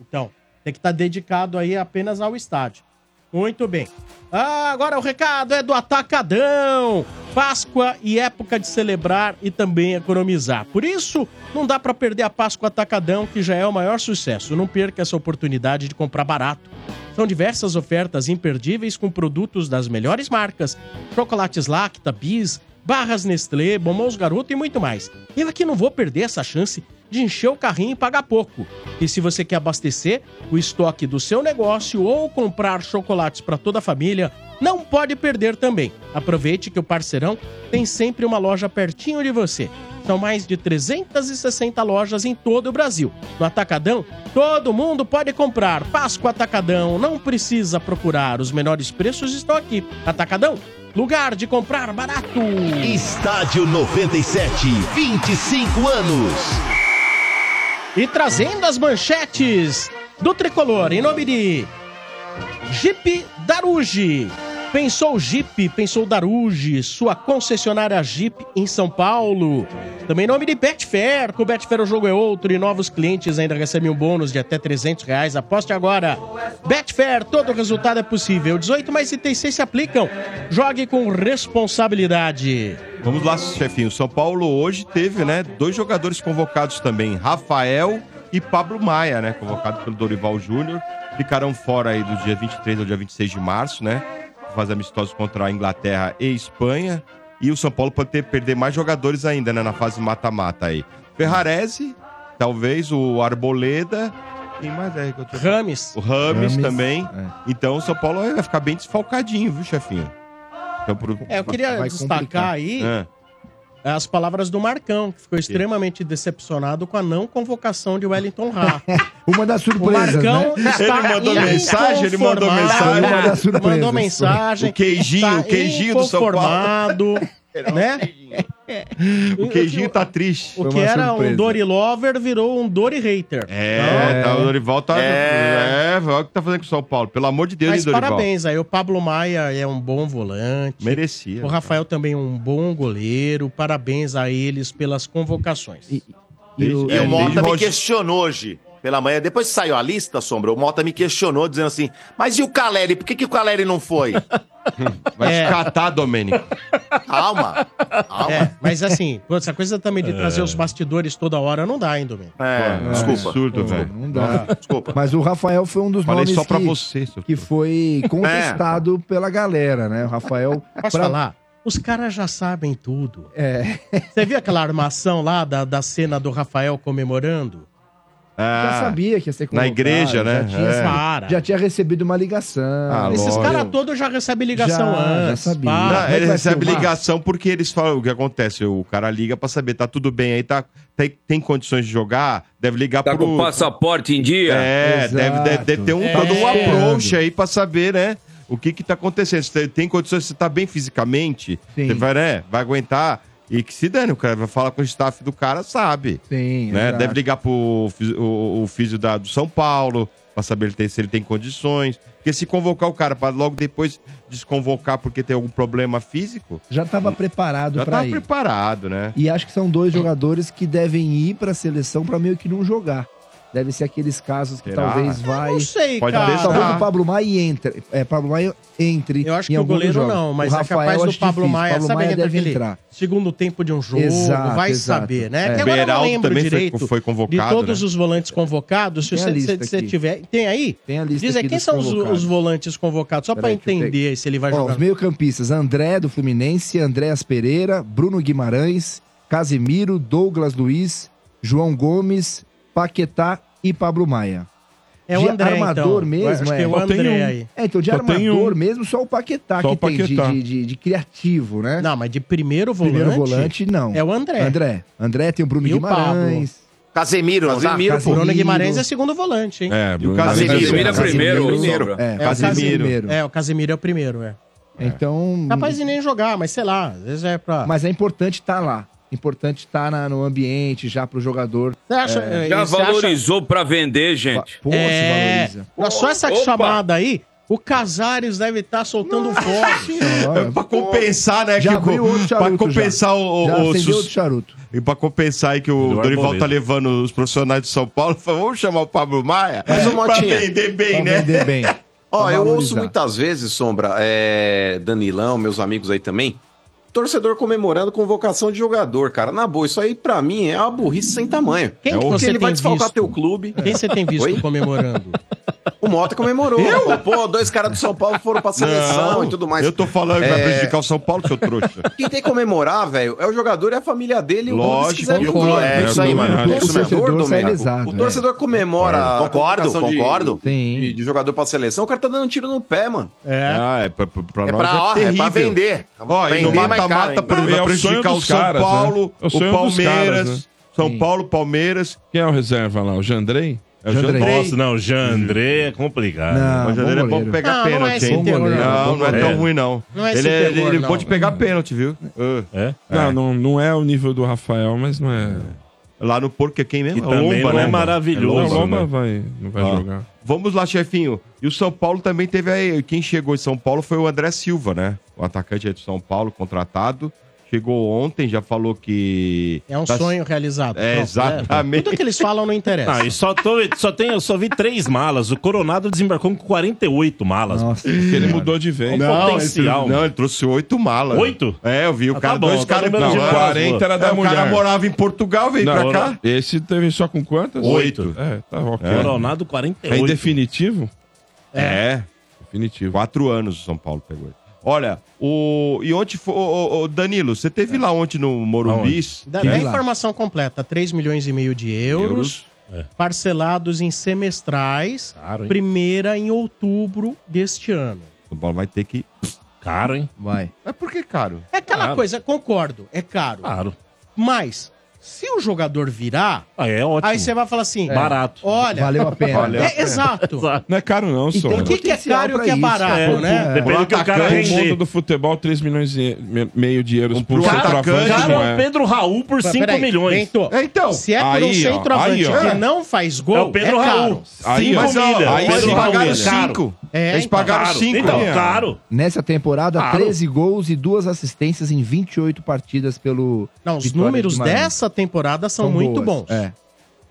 S9: então, tem que estar dedicado aí apenas ao estádio. Muito bem. Ah, agora o recado é do Atacadão. Páscoa e época de celebrar e também economizar. Por isso, não dá para perder a Páscoa Atacadão, que já é o maior sucesso. Não perca essa oportunidade de comprar barato. São diversas ofertas imperdíveis com produtos das melhores marcas: chocolates Lacta, Bis, barras Nestlé, Bombons Garoto e muito mais. Eu aqui não vou perder essa chance de encher o carrinho e pagar pouco. E se você quer abastecer o estoque do seu negócio ou comprar chocolates para toda a família, não pode perder também. Aproveite que o parceirão tem sempre uma loja pertinho de você. São mais de 360 lojas em todo o Brasil. No Atacadão, todo mundo pode comprar. Páscoa Atacadão, não precisa procurar. Os melhores preços estão aqui. Atacadão, lugar de comprar barato.
S1: Estádio 97, 25 anos.
S9: E trazendo as manchetes do Tricolor, em nome de Jeep Daruge. Pensou Jeep, pensou Daruge, sua concessionária Jeep em São Paulo. Também em nome de Betfair, com Betfair o jogo é outro e novos clientes ainda recebem um bônus de até 300 reais. Aposte agora. Betfair, todo resultado é possível. 18 mais 36 se aplicam. Jogue com responsabilidade.
S2: Vamos lá, chefinho. São Paulo hoje teve, né, dois jogadores convocados também, Rafael e Pablo Maia, né, convocado pelo Dorival Júnior, ficarão fora aí do dia 23 ao dia 26 de março, né? Faz amistosos contra a Inglaterra e Espanha, e o São Paulo pode ter perder mais jogadores ainda, né, na fase mata-mata aí. Ferrarese Talvez o Arboleda. Quem mais é que eu tô...
S9: Rames.
S2: O Rames,
S3: Rames,
S2: também. Então o São Paulo vai ficar bem desfalcadinho, viu, chefinho? Então, pro...
S9: É, eu queria
S3: Vai
S9: destacar
S3: complicar.
S9: aí
S2: Ah,
S9: as palavras do Marcão, que ficou extremamente decepcionado com a não convocação de Wellington Rá.
S3: Uma das
S9: O
S3: surpresas,
S9: Marcão
S3: né?
S9: está
S2: Ele mandou mensagem? Ele mandou
S9: inconformado.
S2: mensagem?
S3: Uma das surpresas.
S9: é, Mandou mensagem.
S2: O queijinho,
S9: está
S2: o queijinho do São Paulo.
S9: inconformado, né?
S2: O queijinho tá triste.
S9: O
S3: Foi
S9: que
S3: uma
S9: era um
S3: surpresa.
S9: Dory Lover virou um Dory Hater.
S2: É, tá, o Dorival tá.
S1: É.
S2: É, olha o que tá fazendo com o São Paulo. Pelo amor de Deus,
S9: Mas
S2: hein, Dorival.
S9: parabéns aí. O Pablo Maia é um bom volante.
S2: Merecia. né?
S9: O Rafael também é um bom goleiro. Parabéns a eles pelas convocações.
S3: E o-
S1: E
S2: É,
S1: o
S2: desde
S1: Mota me
S2: hoje.
S1: questionou hoje. Pela manhã, depois que saiu a lista, Sombra, o Mota me questionou, dizendo assim: Mas e o Caleri? Por que, que o Caleri não foi?
S2: Vai
S9: É.
S2: te catar, Domênico.
S1: Calma, calma.
S9: É, mas assim, pô, essa coisa também de trazer os bastidores toda hora não dá, hein, Domingo?
S1: É,
S2: Pô,
S1: desculpa,
S2: Absurdo, velho.
S3: Não dá.
S1: desculpa.
S3: Mas o Rafael foi um dos
S2: Falei
S3: nomes
S2: só pra
S3: que,
S2: você, seu. É.
S3: que foi contestado pela galera, né? O Rafael...
S9: Posso
S3: pra-
S9: falar? Os caras já sabem tudo.
S3: É,
S9: Você viu aquela armação lá da, da cena do Rafael comemorando?
S3: já
S2: Ah,
S3: sabia que ia ser
S2: na igreja, né?
S3: Já tinha,
S2: É.
S9: Para.
S3: já tinha recebido uma ligação.
S2: Ah,
S9: Esses
S2: lógico.
S9: caras todos já recebem ligação
S3: Já, já
S9: antes.
S3: sabia.
S9: Para.
S2: Não,
S3: como é
S2: ele
S3: que vai
S2: recebe
S3: filmar?
S2: ligação porque eles falam o que acontece. O cara liga pra saber, tá tudo bem aí, tá, tem, tem condições de jogar? Deve ligar
S8: Tá
S2: pro.
S8: com o passaporte em dia?
S2: É,
S3: Exato.
S2: deve, deve, deve ter um,
S9: É.
S2: todo um
S9: Tá
S3: esperando.
S2: approach aí pra saber, né? O que que tá acontecendo? Você tem condições, você tá bem fisicamente?
S3: Sim.
S2: Você vai, né? Vai aguentar? E que se dane, o cara vai falar com o staff do cara, sabe.
S3: Sim,
S2: né?
S3: exato.
S2: Deve ligar pro fisi- o, o físio da, do São Paulo pra saber ele tem- se ele tem condições. Porque se convocar o cara pra logo depois desconvocar porque tem algum problema físico, hum,
S3: Já estava preparado
S2: já
S3: para
S2: tava
S3: ir.
S2: preparado, né?
S3: E acho que são dois jogadores que devem ir para a seleção para meio que não jogar. Deve ser aqueles casos que
S2: Será?
S3: talvez vai.
S9: Não sei,
S2: Pode
S9: cara.
S2: deixar.
S3: Talvez
S2: Ah.
S3: o Pablo Maia entre. É, Pablo Maia entre.
S9: Eu acho
S3: em
S9: que o
S3: algum dos
S9: goleiro
S3: jogos.
S9: não, mas
S3: O
S9: é capaz
S3: Rafael
S9: do
S3: acho
S9: Pablo
S3: difícil.
S9: Maia.
S3: Pablo
S9: sabe
S3: Maia
S9: entra
S3: deve
S9: aquele
S3: entrar.
S9: segundo tempo de um jogo,
S3: Exato,
S9: vai
S3: exato.
S9: saber, né?
S3: É.
S9: Que agora
S2: O
S9: eu não
S2: Beraldo
S9: lembro
S2: também foi-
S9: direito
S2: foi convocado,
S9: de todos
S2: né?
S9: os volantes convocados. Se
S3: Tem a
S9: você,
S3: lista
S9: se- se
S3: aqui.
S9: tiver... Tem aí?
S3: Tem a lista
S9: Diz aí,
S3: aqui
S9: quem
S3: dos
S9: são os,
S3: convocados.
S9: os volantes convocados? Só pra
S3: Peraí, deixa eu
S9: entender se ele vai
S3: Ó,
S9: jogar.
S3: os meio-campistas: André do Fluminense, Andréas Pereira, Bruno Guimarães, Casimiro, Douglas Luiz, João Gomes, Paquetá e Pablo Maia.
S9: É o
S3: de
S9: André,
S3: armador
S9: então.
S3: mesmo,
S9: Acho que
S3: é.
S9: é o
S5: Só tem
S9: André
S5: um.
S9: aí.
S3: É, então de
S5: Só tem
S3: armador
S5: um.
S3: mesmo, só o Paquetá
S5: Só
S2: um
S3: que
S5: o
S3: tem de,
S2: tá.
S5: Paquetá.
S3: de- de- de criativo, né?
S9: Não, mas de primeiro volante,
S3: Primeiro volante, não.
S9: é o André.
S3: André. André tem o Bruno
S9: E o
S3: Guimarães.
S1: Casemiro, não tá?
S4: Casemiro,
S9: O
S4: pô.
S9: Bruno
S3: Casemiro.
S9: Guimarães é segundo volante, hein?
S5: É,
S2: E o
S5: Bruno
S2: Casemiro.
S5: Casemiro.
S8: Casemiro é primeiro, Sombra.
S3: É,
S9: É, o
S3: Casimiro.
S9: É, o Casemiro é o primeiro, é. Tá
S3: Então.
S9: Capaz de nem jogar, mas sei lá, às vezes é pra...
S3: Mas é importante estar lá. Importante estar na- no ambiente já pro jogador.
S9: Você acha,
S2: É.
S9: eh,
S8: Já
S9: você acha-
S8: valorizou pra vender, gente.
S3: Pô,
S9: É,
S3: se valoriza.
S9: Olha só essa
S8: Opa!
S9: chamada aí, o Casares deve estar soltando fora.
S2: É, pra compensar, né?
S3: Já
S2: que o-
S3: abriu outro
S2: pra
S3: charuto.
S2: compensar
S3: já.
S2: o, o-
S3: Já
S2: o
S3: acendeu
S2: sus-
S3: outro charuto.
S2: E pra compensar aí que o
S6: Eduardo
S2: Dorival
S6: Boleto.
S2: tá levando os profissionais de São Paulo, falou, vamos chamar o Pablo Maia
S4: Mas, ô,
S2: pra
S4: É. um Motinha,
S2: vender bem,
S3: Pra
S2: né?
S3: vender bem.
S4: Ó,
S3: Pra
S4: eu ouço
S3: valorizar.
S4: muitas vezes, Sombra, é, Danilão, meus amigos aí também, torcedor comemorando convocação de jogador, cara. Na boa, isso aí pra mim é uma burrice sem tamanho.
S9: Quem É que
S4: Porque
S9: você
S4: é ele
S9: tem
S4: vai desfalcar
S9: visto?
S4: teu clube.
S9: Quem você tem visto
S4: Oi?
S9: comemorando?
S4: O Mota comemorou. Pô, dois caras do São Paulo foram pra seleção e tudo mais.
S2: Eu tô falando que vai
S4: É.
S2: prejudicar o São Paulo, seu trouxa.
S4: Quem tem que comemorar, velho, é o jogador e a família dele. e o clube, se
S2: Lógico,
S4: quiser,
S2: eu
S4: o clube.
S2: concordo.
S4: É,
S1: É isso aí, mano.
S5: Concordo.
S1: É isso
S4: o
S1: mesmo.
S4: torcedor,
S3: torcedor sai
S4: Domênico,
S3: lesado,
S4: O torcedor comemora. a
S1: Concordo,
S4: convocação de-
S1: concordo.
S4: De,
S3: Tem.
S4: de jogador pra seleção, o cara tá dando um tiro no pé, mano.
S9: É.
S2: Ah, é pra, pra, pra
S1: É
S2: nós
S1: pra, ó,
S2: é
S1: é pra
S2: terrível.
S1: vender.
S2: Ó, e no
S1: Vender mais caro né?
S2: mata-mata
S1: ainda.
S2: pra-
S5: Não, e é
S2: vai
S5: o
S2: prejudicar
S5: sonho
S2: o
S5: dos
S2: São
S5: caras,
S2: Paulo,
S5: né? É o
S2: o
S5: sonho dos
S2: Palmeiras,
S5: caras, né?
S2: São
S3: Sim.
S2: Paulo, Palmeiras,
S5: Quem é o reserva lá? O Jandrei?
S2: é o Jandrei.
S3: Jandrei.
S6: Nossa, não, Jandré é complicado.
S3: Não,
S2: Mas o Jandrei é bom pra pegar
S9: Não, não é
S2: pênalti,
S9: esse
S2: hein?
S9: terror,
S2: Não,
S9: não.
S2: não é
S6: É.
S2: tão ruim, não.
S9: Não é esse
S2: Ele é-
S9: terror,
S2: ele
S9: não.
S2: pode pegar pênalti, viu? Ah.
S6: É?
S5: Não, não, não é o nível do Rafael, mas não é.
S2: Lá no porco é quem mesmo?
S6: Que também não é maravilhoso,
S5: o Lomba
S6: né?
S5: vai, não vai
S2: Ó,
S5: jogar.
S2: Vamos lá, chefinho. E o São Paulo também teve aí. Quem chegou em São Paulo foi o André Silva, né? O atacante aí do São Paulo, contratado. Chegou ontem, já falou que.
S9: É um
S2: tá-
S9: sonho realizado.
S2: É,
S9: Pronto,
S2: exatamente.
S9: Tudo que eles falam não interessa.
S6: Ah, e só, tô, só, tem, eu só vi três malas. O Coronado desembarcou com 48 malas.
S3: Nossa.
S5: Porque ele mudou de vez.
S2: Não,
S6: potencial.
S2: Ele, não, ele trouxe oito malas.
S6: Oito?
S2: É, eu vi. O
S6: Ah, tá
S2: cara,
S6: bom,
S2: dois
S6: tá
S2: caras.
S6: lembrando
S2: Não,
S6: de
S2: é,
S5: 40 era da
S2: o
S5: mulher.
S2: cara morava em Portugal, veio
S5: Não,
S2: pra cá.
S5: Esse teve só com quantas?
S2: Oito.
S5: É, tá ok.
S6: Coronado
S5: É
S6: 48.
S5: em definitivo?
S2: É.
S5: Definitivo.
S2: Quatro anos o São Paulo pegou ele. Olha, o. E ontem foi. O, Danilo, você teve lá ontem no Morumbi.
S9: Dá
S2: né?
S9: a informação completa: 3 milhões e meio de euros,
S8: É.
S9: parcelados em semestrais,
S6: Claro, hein?
S9: primeira em outubro deste ano.
S2: O Paulo vai ter que.
S6: Caro, hein?
S3: Vai.
S2: Mas por que caro?
S9: É aquela
S6: Claro.
S9: coisa, concordo, é caro.
S6: Claro.
S9: Mas, se o jogador virar,
S6: Ah, é ótimo.
S9: aí você vai falar assim:
S6: É. Barato.
S9: Olha,
S3: Valeu a pena.
S2: Valeu.
S9: é, exato.
S5: Não é caro, não,
S3: E tem
S5: senhor.
S9: O que, que é
S3: Potencial
S9: caro e o
S3: pra
S9: que é
S3: isso,
S9: barato,
S3: é.
S9: né?
S6: Depende do que o cara
S5: Atacante, mundo
S6: render.
S5: do futebol, 3 milhões e me- meio de euros por
S2: pro
S5: centroavante,
S2: atacante,
S5: não
S6: Cara, é o
S5: tá é?
S6: Pedro Raul por 5
S9: Peraí,
S6: milhões.
S9: Bento,
S2: É, então.
S9: se é por um
S5: Aí, ó,
S9: centroavante
S5: aí, ó.
S9: que não faz gol,
S6: É o Pedro
S9: caro.
S6: Raul. 5
S5: Aí, ó.
S6: milhões.
S5: Mas, ó, aí
S2: eles
S5: Pedro
S2: pagaram
S5: Raul,
S2: cinco.
S9: É,
S2: eles
S9: então.
S2: pagaram
S6: Caro.
S2: cinco.
S6: Então,
S3: né?
S5: É.
S6: caro.
S3: Nessa temporada,
S6: Claro.
S3: 13 gols e duas assistências em 28 partidas pelo.
S9: Não, os
S3: Vitória de
S9: números
S3: Guimarães.
S9: dessa temporada são, muito
S3: boas.
S9: bons.
S3: É.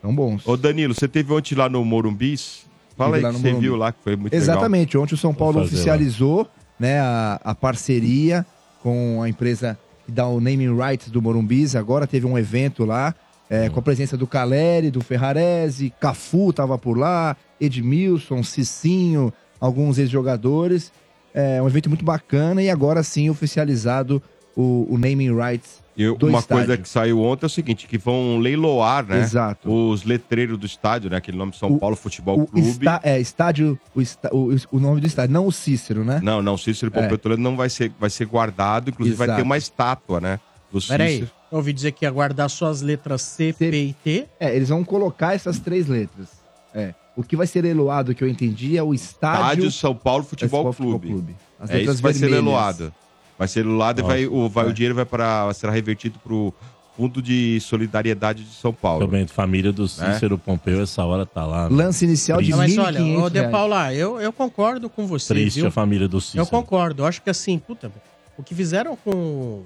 S3: São bons.
S2: Ô, Danilo, você teve ontem lá no Morumbis? Fala
S3: Tive
S2: aí
S3: lá
S2: que
S3: no
S2: você
S3: Morumbi.
S2: viu lá, que foi muito legal.
S3: Exatamente. Ontem o São Paulo
S6: Vou fazer
S3: oficializou né, a, a parceria com a empresa que dá o naming rights do Morumbis. Agora teve um evento lá é,
S2: Hum.
S3: com a presença do Caleri, do Ferrarese, Cafu estava por lá, Edmilson, Cicinho, alguns ex-jogadores. É um evento muito bacana e agora sim oficializado o, o naming rights.
S2: E eu-
S3: do
S2: uma
S3: estádio.
S2: coisa que saiu ontem é o seguinte, que vão leiloar, né?
S3: Exato.
S2: Os letreiros do estádio, né? Aquele nome São
S3: O-
S2: Paulo Futebol
S3: O
S2: Clube.
S3: está, é, estádio, o, esta- o, o nome do estádio, não o Cícero, né?
S2: Não, não, Cícero
S3: É.
S2: Pompeotoledo não vai ser, vai ser guardado, inclusive vai
S3: Exato.
S2: ter uma estátua, né? Do Cícero.
S9: Peraí, eu ouvi dizer que ia guardar suas letras C,
S3: C.
S9: P e T.
S3: É, eles vão colocar essas três letras. É. O que vai ser leiloado, que eu entendi, é o estádio.
S2: Estádio São Paulo Futebol, Clube.
S3: As
S2: É isso
S3: letras
S2: que vai ser
S3: vermelhas. É.
S2: leiloado. Vai ser leiloado e vai, o, vai,
S3: vai.
S2: o dinheiro vai para será revertido para o Fundo de Solidariedade de São Paulo. É.
S6: Também, família
S1: É?
S6: do Cícero Pompeu, essa hora tá lá. né?
S3: Lance inicial de
S9: Não, mas olha, ô
S3: 1.500
S9: De
S3: reais.
S9: Paula, eu, eu concordo com você,
S6: Triste
S9: viu?
S6: a família do Cícero.
S9: Eu concordo. Eu acho que assim, puta, o que fizeram com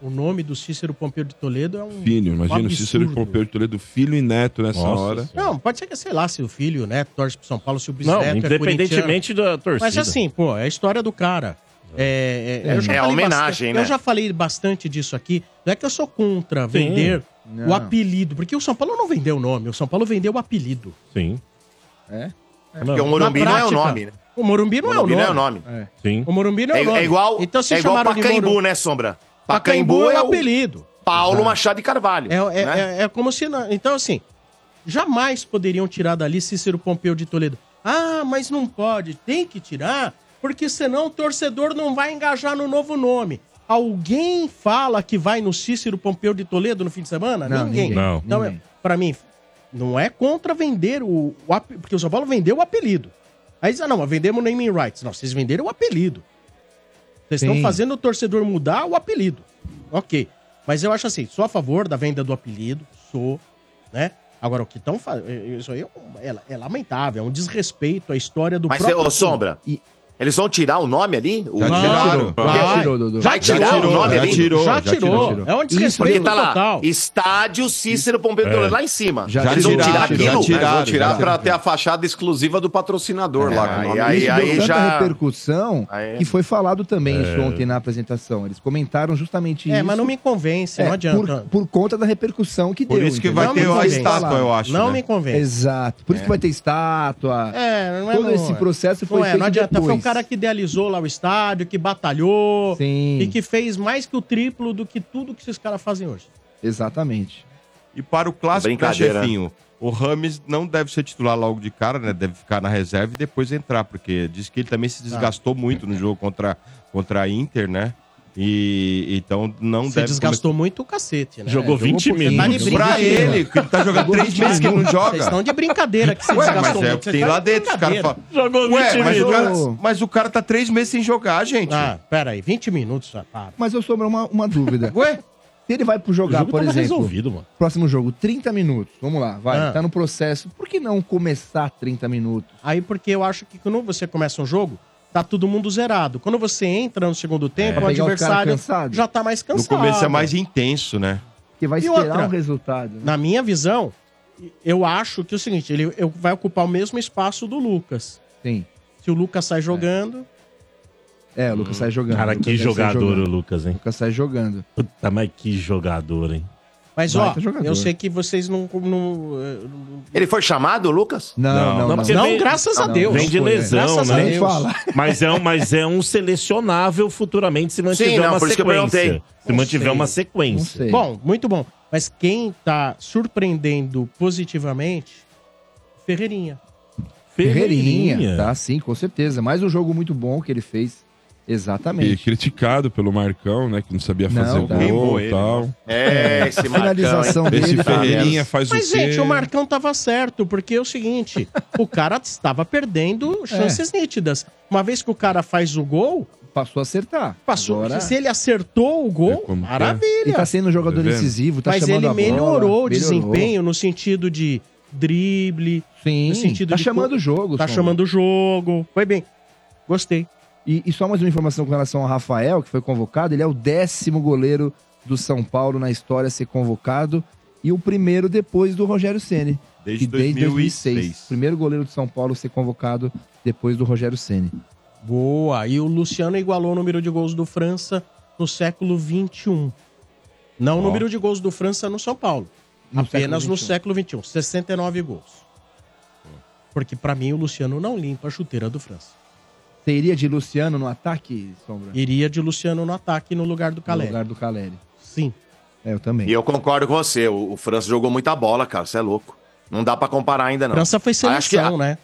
S9: o nome do Cícero Pompeu de Toledo é um.
S5: Filho, imagina
S9: Um
S5: o Cícero
S9: absurdo.
S5: Pompeu de Toledo, filho e neto nessa
S6: Nossa
S5: hora.
S6: Senhora.
S9: Não, pode ser que, sei lá, se o filho, né, torce pro São Paulo, se o bisneto
S6: Não,
S9: é corintiano.
S6: independentemente da torcida.
S9: Mas assim, pô, é a história do cara. É, é, eu já
S1: É a
S9: falei
S1: homenagem,
S9: bastante-
S1: né?
S9: Eu já falei bastante disso aqui. Não é que eu sou contra vender
S3: Não.
S9: o apelido, porque o São Paulo não vendeu o nome, o São Paulo vendeu o apelido.
S6: Sim.
S3: É?
S6: Não,
S1: Porque o Morumbi
S9: Na
S1: não é o
S9: prática,
S1: nome, né?
S9: O Morumbi não,
S1: Morumbi
S9: é, o
S1: não
S9: nome.
S1: é o nome.
S6: sim.
S9: O Morumbi não é,
S1: É,
S9: o nome.
S1: é igual,
S9: então, se
S1: é igual
S9: chamaram de
S1: Pacaembu,
S9: Morumbi-
S1: né, Sombra?
S9: Pacaembu, é o
S1: o
S9: apelido.
S1: Paulo Machado de Carvalho.
S9: É, é,
S1: né?
S9: é, é como se. não- Então, assim, jamais poderiam tirar dali Cícero Pompeu de Toledo. Ah, mas não pode, tem que tirar, porque senão o torcedor não vai engajar no novo nome. Alguém fala que vai no Cícero Pompeu de Toledo no fim de semana?
S3: Não,
S9: ninguém.
S3: ninguém.
S6: Não.
S9: Então,
S3: Ninguém.
S9: para mim, não é contra vender o, o ap- Porque o São Paulo vendeu o apelido. Aí diz, ah, não, mas vendemos naming rights. Não, vocês venderam o apelido. Vocês estão
S3: Sim.
S9: fazendo o torcedor mudar o apelido. Ok. Mas eu acho assim, sou a favor da venda do apelido, sou, né? Agora, o que estão fazendo. Isso aí é, um- é- é lamentável, é um desrespeito à história do
S1: Mas,
S9: próprio.
S1: ô, Sombra,
S3: E-
S1: eles vão tirar o nome ali? O-
S2: Já tiraram.
S9: Vai.
S3: Já tirou, Dudu.
S1: Vai
S2: Já
S1: tirar
S2: tirou,
S1: o nome
S2: já
S1: ali?
S2: tirou,
S9: já,
S2: já
S9: tirou.
S2: tirou.
S9: É um desrespeito
S1: Porque tá lá,
S9: total.
S1: estádio Cícero Pompeu de Toledo, lá em cima.
S3: Já
S1: eles vão
S3: tiraram,
S1: tirar
S3: já
S1: aquilo?
S4: Né? Vão tirar
S2: já.
S4: pra ter a fachada exclusiva do
S3: É,
S4: patrocinador lá. com o
S1: aí,
S4: nome.
S1: aí,
S3: Isso
S1: aí
S3: deu tanta
S1: já-
S3: repercussão
S2: é
S1: Aí-
S3: que foi falado também isso ontem na apresentação. Eles comentaram justamente
S9: É,
S3: isso.
S9: mas não me convence,
S3: É,
S9: não adianta.
S3: Por, por conta da repercussão que
S2: Por
S3: deu.
S2: isso que
S3: entendeu?
S2: vai
S9: Não
S2: ter
S9: me
S2: a
S9: convence.
S2: estátua, eu acho.
S9: não
S2: né? É.
S9: me convence.
S3: Exato. Por isso que vai ter estátua.
S9: É, não é
S3: Todo
S9: não,
S3: esse
S9: é.
S3: processo foi
S9: Não é,
S3: feito
S9: não adianta. Foi um
S3: depois.
S9: cara que idealizou lá o estádio, que batalhou
S3: Sim.
S9: e que fez mais que o triplo do que tudo que esses caras fazem hoje.
S3: Exatamente.
S2: E para o clássico da
S1: Brincadeira.
S2: Jefinho, o Rames não deve ser titular logo de cara, né? Deve ficar na reserva e depois entrar, porque diz que ele também
S3: Ah.
S2: se desgastou muito no jogo contra, contra a Inter, né? E então não
S9: Você
S2: deve.
S9: desgastou muito o cacete, né?
S6: Jogou 20
S3: pouquinho.
S6: minutos.
S2: começar- Pra ele, que ele tá jogando três meses que ele não
S9: Vocês
S2: joga.
S9: estão de brincadeira que você
S2: Ué,
S9: desgastou
S2: mas é o
S9: muito.
S2: que
S9: Vocês
S2: tem
S9: estão
S2: lá
S9: de
S2: dentro. Os caras
S9: brincadeira.
S2: falam.
S6: Jogou 20
S2: Ué, mas o,
S6: minutos.
S2: cara, mas o cara tá três meses sem jogar, gente.
S9: Ah, pera aí, 20 minutos, ah, para.
S3: Mas eu sobro uma, uma dúvida.
S2: Ué?
S3: Se ele vai pro
S6: O
S3: jogar,
S6: jogo
S3: por
S6: tava
S3: exemplo,
S6: resolvido, mano.
S3: próximo jogo, 30 minutos. Vamos lá, vai.
S9: Ah.
S3: Tá no processo. Por que não começar 30 minutos?
S9: Aí porque eu acho que quando você começa um jogo, tá todo mundo zerado. Quando você entra no segundo tempo,
S3: Pra
S9: o
S3: É, pegar os
S9: adversário
S3: caras cansados.
S9: já tá mais
S2: No
S9: cansado.
S2: começo é mais intenso, né?
S3: Porque vai
S9: E
S3: esperar
S9: outra?
S3: um resultado. né?
S9: Na minha visão, eu acho que é o seguinte, ele eu- vai ocupar o mesmo espaço do Lucas.
S3: Sim.
S9: Se o Lucas sai jogando,
S3: É, o Lucas sai jogando.
S6: Hum. Cara,
S3: O Lucas
S6: que
S3: deve sair
S6: jogador o
S3: jogando. O
S6: Lucas, hein?
S3: Lucas sai jogando.
S6: Puta, mas que jogador, hein?
S9: Mas, ó,
S3: Baita jogador.
S9: eu sei que vocês não. não, eh, não-
S1: Ele foi chamado, Lucas?
S3: Não, não, não.
S6: porque
S9: não,
S6: vem-
S9: graças a Deus.
S6: Vem de
S9: Foi,
S6: lesão,
S9: graças a
S6: né?
S9: Deus.
S3: Fala.
S6: Mas é, um, mas é um selecionável futuramente se mantiver
S1: Sim, não,
S6: uma
S1: por isso que eu
S6: sequência.
S1: perguntei.
S6: Se mantiver
S9: sei.
S6: uma
S3: Não
S6: sequência.
S3: sei.
S9: Bom, muito bom. Mas quem tá surpreendendo positivamente, Ferreirinha.
S3: Ferreirinha, tá sim, com certeza. Mais um jogo muito bom que ele fez.
S5: E
S3: Exatamente.
S5: criticado pelo Marcão, né? Que não sabia
S3: Não,
S5: fazer o
S3: tá.
S5: gol
S2: Queimou
S5: e
S2: ele,
S5: tal.
S1: É, esse
S3: Finalização
S1: Marcão, hein?
S5: Esse
S3: Ele tá
S5: Ferreirinha faz
S9: Mas,
S5: o quê?
S9: gente, o Marcão tava certo, porque é o seguinte: o cara estava
S3: É.
S9: perdendo chances nítidas. Uma vez que o cara faz o gol,
S3: Passou a acertar.
S9: passou.
S3: Agora...
S9: Se ele acertou o
S5: É
S9: gol,
S5: como que é.
S3: Ele
S9: maravilha.
S3: tá sendo um jogador
S5: Tá vendo?
S3: incisivo, tá
S9: Mas
S3: chamando
S9: ele
S3: a bola,
S9: melhorou o desempenho no sentido de drible,
S3: Sim,
S9: no sentido
S3: tá
S9: de
S3: chamando
S9: co-
S3: o jogo.
S9: tá
S3: Sombra.
S9: chamando o jogo. Foi bem. Gostei.
S3: E, e só mais uma informação com relação ao Rafael, que foi convocado. Ele é o décimo goleiro do São Paulo na história a ser convocado. E o primeiro depois do Rogério Ceni
S2: Desde
S3: que desde
S2: 2006.
S3: 2006. Primeiro goleiro do São Paulo a ser convocado depois do Rogério Ceni
S9: Boa! E o Luciano igualou o número de gols do França no século XXI. Não o número de gols do França no São Paulo. apenas no
S3: um.
S9: século um. XXI. 69 gols. Porque pra mim o Luciano não limpa a chuteira do França.
S3: Teria de Luciano no ataque, Sombra?
S9: Iria de Luciano no ataque no lugar do
S3: No
S9: Calé.
S3: lugar do Caleri.
S9: Sim.
S3: É, eu
S1: E
S3: também.
S1: eu concordo com você, o, o França jogou muita bola, cara, você é louco. Não dá pra comparar ainda, não.
S9: França foi seleção,
S1: Acho que a-
S9: né?